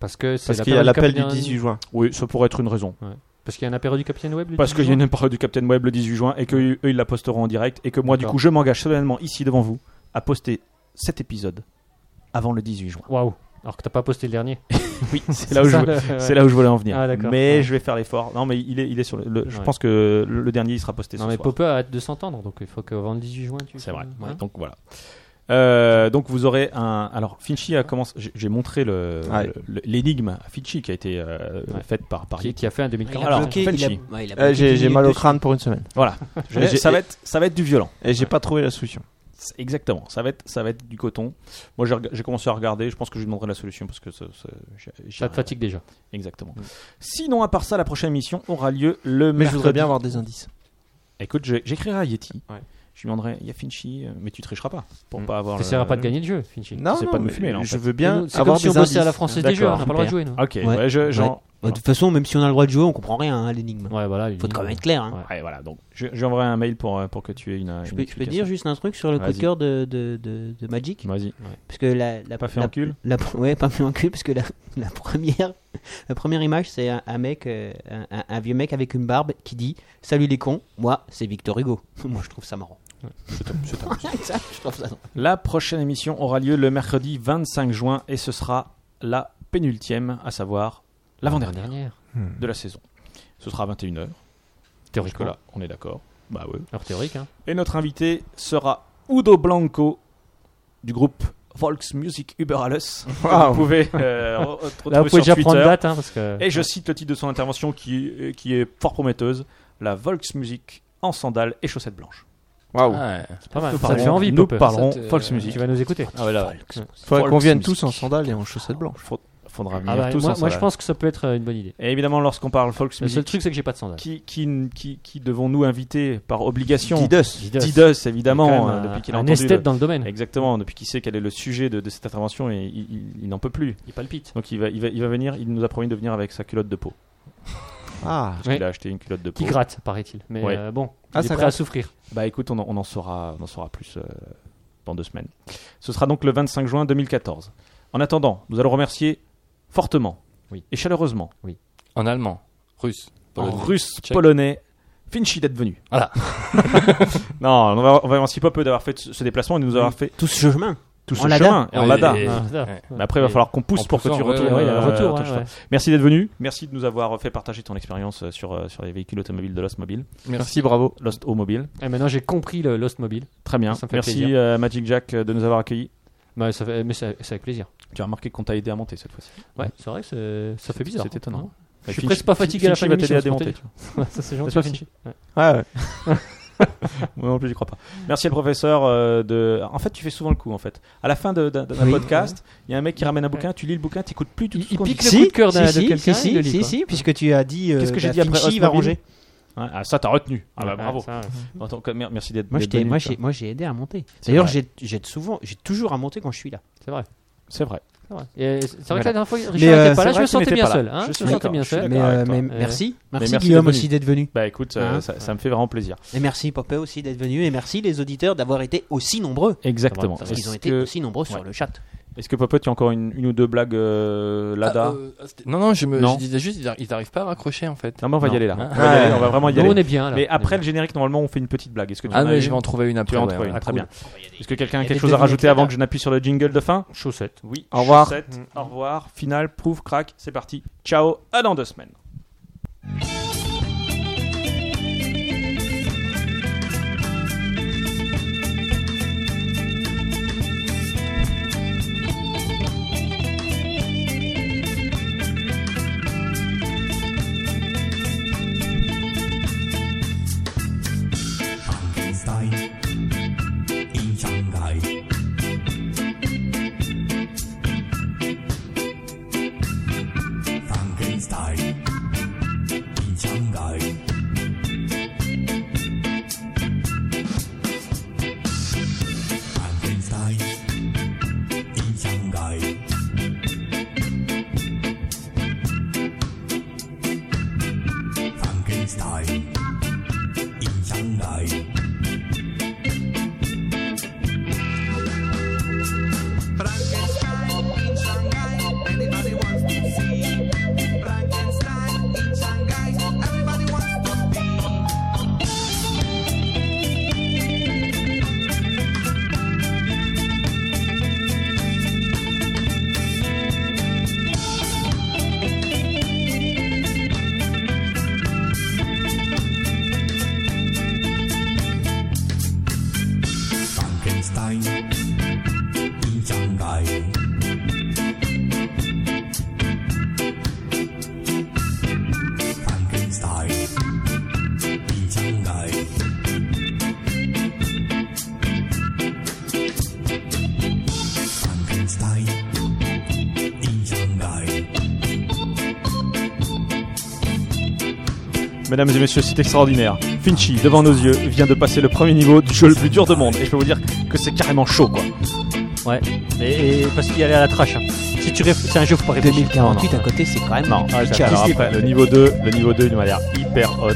S3: Parce que c'est
S5: Parce qu'il y a l'appel du 18 juin.
S2: Oui, ça pourrait être une raison.
S3: Parce qu'il y a un apéro du Capitaine Web. le
S2: Parce
S3: 18
S2: qu'il y a
S3: juin
S2: une apéro du Capitaine Web le 18 juin et qu'eux, ils la posteront en direct et que moi, du
S3: D'accord.
S2: coup, je m'engage solennement ici devant vous à poster cet épisode avant le 18 juin.
S3: Waouh. Alors que t'as pas posté le dernier.
S2: Oui,
S3: [LAUGHS]
S2: c'est là où je
S3: ça,
S2: veux-
S3: le-
S2: C'est là où je voulais en venir.
S3: Ah, d'accord.
S2: mais
S3: Ouais.
S2: je vais faire l'effort. Non, mais il est, il est sur le. le- Je
S3: Ouais.
S2: pense que le, le dernier, il sera posté
S3: Non
S2: ce
S3: mais
S2: soir.
S3: Popper a hâte de s'entendre, donc il faut qu'avant le 18 juin, tu. Hein
S2: C'est vrai.
S3: Ouais.
S2: Donc voilà. Euh, donc vous aurez un. Alors Finchy a commencé. j'ai- J'ai montré le
S5: Ouais.
S2: le- l'énigme à Finchy qui a été euh,
S3: Ouais.
S2: faite par par.
S3: Qui, qui a fait un
S1: Il
S3: 2040.
S1: a
S2: Alors,
S1: bloqué, il a-
S2: Felchi.
S1: ouais, il
S5: Euh,
S1: a bloqué
S5: j'ai
S1: dix
S5: j'ai
S1: minutes
S5: mal au
S1: dessus.
S5: crâne pour une semaine.
S3: [LAUGHS]
S2: Voilà.
S5: J'ai-
S2: ça va être ça va être du violent.
S5: Et j'ai pas trouvé la solution.
S2: C'est- Exactement. Ça va être ça va être du coton. Moi j'ai reg- j'ai commencé à regarder. Je pense que je lui demanderai la solution parce que ça, ça- j'ai- j'ai-
S3: ça te fatigue déjà.
S2: Exactement. Sinon à part ça, la prochaine émission aura lieu le.
S5: Mais je voudrais
S2: mercredi
S5: bien avoir des indices.
S2: Écoute, je- j'écrirai à Yeti.
S5: Ouais.
S2: Je lui demanderai, il y a Finchi, euh, mais tu tricheras pas pour
S5: Mm.
S2: pas avoir. euh,
S3: Tu
S2: le-
S3: n'essaieras pas de gagner le jeu, Finchi.
S5: Non,
S2: c'est
S5: non,
S2: pas de
S5: mais
S2: fumer, là, en
S5: Je
S2: fait.
S5: veux bien
S3: C'est
S5: avoir
S3: comme si on
S5: des
S3: bossait à la
S5: indices.
S3: française des jeux, on n'a pas le droit de jouer, nous.
S2: Ok,
S1: Ouais.
S2: ouais, je, j'en-
S1: Bah, de toute façon, même si on a le droit de jouer, on comprend rien hein, à l'énigme.
S3: Ouais, voilà. il-
S1: Faut quand même être clair. hein.
S3: Ouais.
S2: Ouais, voilà, donc je- j'enverrai un mail pour, euh, pour que tu aies une. euh, une
S1: Je peux, je peux
S2: explication.
S1: dire juste un truc sur le coup de
S2: Vas-y.
S1: cœur de, de, de, de Magic
S2: Vas-y.
S1: Parce que la, la,
S2: Pas fait
S1: la-
S2: en cul
S1: la- [LAUGHS] Ouais, pas fait en cul, parce que la, la première, la première image, c'est un, un mec, euh, un, un- un vieux mec avec une barbe qui dit Salut les cons, moi c'est Victor Hugo. [LAUGHS] moi je trouve ça marrant. Ça, je trouve ça drôle.
S2: La prochaine émission aura lieu le mercredi 25 juin et ce sera la pénultième, à savoir l'avant-dernière
S3: Dernière.
S2: de la saison. Ce sera à 21h.
S3: Théoriquement.
S2: Là, on est d'accord. Bah ouais.
S3: Alors théorique, hein.
S2: Et notre invité sera Udo Blanco du groupe Volksmusik über alles.
S5: Waouh.
S2: Vous pouvez
S3: [LAUGHS]
S2: euh, re- retrouver
S3: Là, vous pouvez
S2: sur
S3: déjà prendre
S2: Twitter.
S3: date, hein, parce que.
S2: Et je cite le titre de son intervention qui, est- qui est fort prometteuse La Volksmusik en sandales et chaussettes blanches.
S5: Waouh.
S4: Ah, Ouais.
S3: C'est pas mal.
S2: Nous
S3: Ça te fait
S2: parlerons-
S3: envie,
S2: Nous
S3: Popper.
S2: parlerons
S4: Ça te-
S2: Volksmusik.
S3: Tu vas nous écouter.
S2: Ah ouais, là,
S5: Faudrait qu'on vienne
S2: Volksmusik.
S5: tous en sandales et en chaussettes blanches.
S2: Faut- Faudra venir
S3: Ah bah,
S2: tous en
S3: moi, moi, je
S2: sandales.
S3: pense que ça peut être euh, une bonne idée.
S2: Et évidemment, lorsqu'on parle
S3: Le seul
S2: Volksmusik,
S3: truc, c'est que j'ai pas de sandales.
S2: qui, qui, qui, qui devons-nous inviter par obligation
S5: Didus.
S3: Didus.
S2: Didus,
S3: Il est
S2: évidemment,
S3: quand
S2: hein,
S3: même
S2: depuis qu'il
S3: un,
S2: a
S3: un
S2: entendu.
S3: esthète
S2: le-
S3: dans le domaine.
S2: Exactement, depuis qu'il sait quel est le sujet de, de cette intervention, et il, il- il n'en peut plus.
S3: Il palpite.
S2: Donc il va, il, va, il va venir, il nous a promis de venir avec sa culotte de peau.
S5: Ah.
S2: Parce
S3: Ouais.
S2: qu'il a acheté une culotte de
S3: Qui
S2: peau.
S3: gratte, paraît-il. Mais
S2: Ouais.
S3: euh, bon,
S5: Ah,
S3: il est
S5: ça
S3: prêt à
S5: gratte.
S3: souffrir.
S2: Bah écoute, on en, on en saura, on en saura plus euh, dans deux semaines. Ce sera donc le 25 juin 2014. En attendant, nous allons remercier fortement
S3: Oui.
S2: et chaleureusement
S4: En allemand, russe, polonais.
S2: en russe,
S4: Tchèque.
S2: polonais, Finchi d'être venu.
S4: Voilà.
S2: [LAUGHS] non, on va, on va remercier peu d'avoir fait ce ce déplacement et de nous avoir fait
S1: Tout ce chemin.
S2: tout ce
S1: En Lada.
S2: chemin. Et en
S4: Ouais,
S2: Lada.
S4: et-
S3: Ah,
S4: ouais.
S3: ça.
S2: Mais après, il va
S3: Et-
S2: falloir qu'on pousse
S4: en
S2: pour que tu
S4: poussant, ouais,
S2: retournes.
S4: ouais, ouais,
S2: euh,
S4: le
S3: retour,
S2: ton
S3: ouais,
S2: chemin.
S3: ouais.
S2: Merci d'être venu. Merci de nous avoir fait partager ton expérience euh, sur, euh, sur les véhicules automobiles de Lost Mobile.
S5: Merci, bravo.
S2: Lost O Mobile.
S3: Et maintenant, j'ai compris le Lost Mobile.
S2: Très bien.
S3: Ça me fait
S2: Merci
S3: plaisir.
S2: euh, Magic Jack euh, de nous avoir accueillis.
S3: Bah, ça fait- mais c'est c'est avec plaisir.
S2: Tu as remarqué qu'on t'a aidé à monter cette fois-ci.
S3: Ouais, c'est vrai que c'est- ça fait bizarre.
S2: C'est étonnant. Bah,
S3: Je suis presque pas fatigué à la fin de
S2: va t'aider à
S3: l'émission,
S2: démonter.
S3: c'est ça, c'est gentil.
S2: N'est-ce pas, Finchi
S3: Ouais.
S5: Ouais, ouais.
S2: [LAUGHS] Moi non plus, j'y crois pas. Merci le professeur euh, de. En fait, tu fais souvent le coup. En fait, à la fin de- d'un d'un
S1: Oui.
S2: podcast, il y a un mec qui ramène un bouquin. Tu lis le bouquin, t'écoutes plus du tout.
S3: Il-
S2: ce
S3: il
S2: qu'on
S3: pique
S2: dit.
S3: le coup de cœur d'un-
S1: si,
S3: de
S1: si,
S3: quelqu'un,
S1: si,
S3: il le lit,
S1: si,
S3: quoi.
S1: si, puisque tu as dit. euh,
S2: Qu'est-ce que j'ai
S1: bah,
S2: dit après
S1: Finchi va
S2: Osmobile
S1: ranger.
S2: Ouais, ah, ça, t'as retenu. Ah, bah,
S3: Ah,
S2: bravo.
S3: ça, ouais.
S2: En tant que- mer- Merci d'être.
S1: Moi,
S2: d'être
S1: je t'ai-
S2: venu,
S1: moi,
S2: quoi.
S1: j'ai- moi, j'ai aidé à monter.
S2: C'est
S1: D'ailleurs,
S2: vrai.
S1: j'ai- j'aide souvent, j'ai toujours à monter quand je suis là.
S3: C'est vrai.
S2: C'est vrai.
S3: C'est vrai, Et euh, c'est- c'est vrai
S2: Voilà.
S3: que la dernière fois, Richard
S1: Mais, euh,
S3: n'était pas là,
S2: c'est
S3: je
S2: vrai
S3: me
S2: qu'il n'était
S3: sentais bien
S2: pas là.
S3: seul. hein,
S2: Je
S3: Je
S2: suis
S3: me sentais
S2: d'accord,
S3: bien
S2: je suis
S3: seul.
S1: Mais,
S2: D'accord,
S1: euh,
S2: avec toi.
S1: mais
S3: Euh,
S1: merci,
S2: mais
S1: merci
S2: merci
S1: Guillaume
S2: d'être venu.
S1: aussi d'être venu.
S2: Bah écoute, euh,
S1: Hein
S2: ça, ça me fait vraiment plaisir.
S1: Et merci Popé aussi d'être venu. Et merci les auditeurs d'avoir été aussi nombreux.
S2: Exactement.
S1: Parce qu'ils ont
S2: Est-ce
S1: été
S2: que-
S1: aussi nombreux
S2: Ouais.
S1: sur le chat.
S2: Est-ce que Papa, tu as encore une, une ou deux blagues euh, Lada
S4: Ah, euh, c'était- non, non, je me
S2: Non.
S4: je disais juste, ils n'arri- ils n'arrivent pas à raccrocher en fait.
S2: Non, mais on va y
S4: Non.
S2: aller là.
S4: Ah.
S2: On, va y aller, on va vraiment y
S3: Nous,
S2: aller.
S3: on est bien, là.
S2: Mais
S3: On
S2: après
S3: est
S2: le générique, normalement, on fait une petite blague. Est-ce que tu
S4: Ah,
S2: en as
S4: mais
S2: une
S4: je vais en trouver une
S2: Tu
S4: après,
S2: vas en
S4: ouais,
S2: trouver une,
S4: ouais,
S2: Très
S4: cool.
S2: bien. Est-ce que quelqu'un a
S4: Il y
S2: quelque
S4: avait
S2: chose
S4: des
S2: à rajouter
S4: vignettes,
S2: avant
S4: là.
S2: que je n'appuie sur le jingle de fin
S3: Chaussettes.
S2: Oui.
S5: Au revoir.
S2: chaussettes, Mm. Au revoir. Finale. Proof. Crack. C'est parti. Ciao. À dans deux semaines.
S11: Frankenstein in Shanghai. Frankenstein in Shanghai. Frankenstein in Shanghai. Frankenstein in Shanghai.
S7: Frankenstein in Shanghai, anybody wants to see. Frankenstein in Shanghai, everybody wants to
S11: Frankenstein in Shanghai. Frankenstein in Shanghai. Frankenstein in Shanghai.
S2: Mesdames et messieurs, c'est extraordinaire. Finchi, devant nos yeux, vient de passer le premier niveau du jeu le plus dur de monde. Et je peux vous dire que c'est carrément chaud, quoi.
S3: Ouais. Et, et parce qu'il allait à la trash. hein. Si tu réfl- c'est un jeu faut pas réfléchir.
S1: 2048 à côté, c'est quand même.
S2: Non, ah,
S1: Picard.
S2: alors après, le niveau 2, le niveau 2, il m'a l'air hyper hot.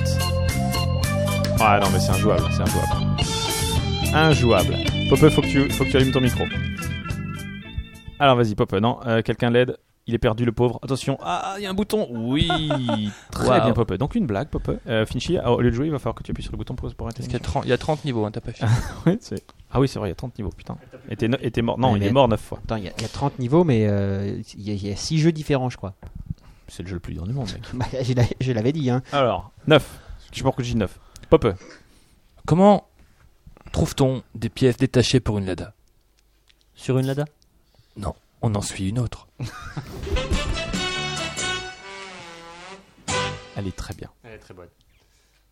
S2: Ah non, mais c'est injouable, c'est injouable. Injouable. Pope, faut que tu, faut que tu allumes ton micro. Alors vas-y, Pope, non, euh, quelqu'un l'aide. Il est perdu, le pauvre. Attention. Ah, il y a un bouton. Oui. [LAUGHS] Très
S4: Waouh.
S2: bien, Pope. Donc une blague, Pope. Euh, Finchy, ah, au lieu de jouer, il va falloir que tu appuies sur le bouton pour, pour arrêter
S4: Parce qu'il y a
S2: l'émission.
S4: 30, il y a 30 niveaux, hein, t'as pas fait.
S2: Ouais, c'est- Ah oui, c'est vrai, il y a 30 niveaux, putain. Et t'es, no- et t'es mort. Non,
S1: Ouais,
S2: il
S1: mais-
S2: est mort 9 fois.
S1: Attends, il y, a- il y a 30 niveaux, mais euh, il y a- il y, a 6 jeux différents, je crois.
S2: C'est le jeu le plus dur du monde, mec.
S1: [LAUGHS] Bah, je l'ai- je l'avais dit, hein.
S2: Alors, 9. Je sais pas pourquoi je dis 9. Pope.
S4: Comment trouve-t-on des pièces détachées pour une Lada
S3: Sur une Lada
S4: Non, on en suit une autre.
S2: Elle est très bien.
S3: Elle est très bonne.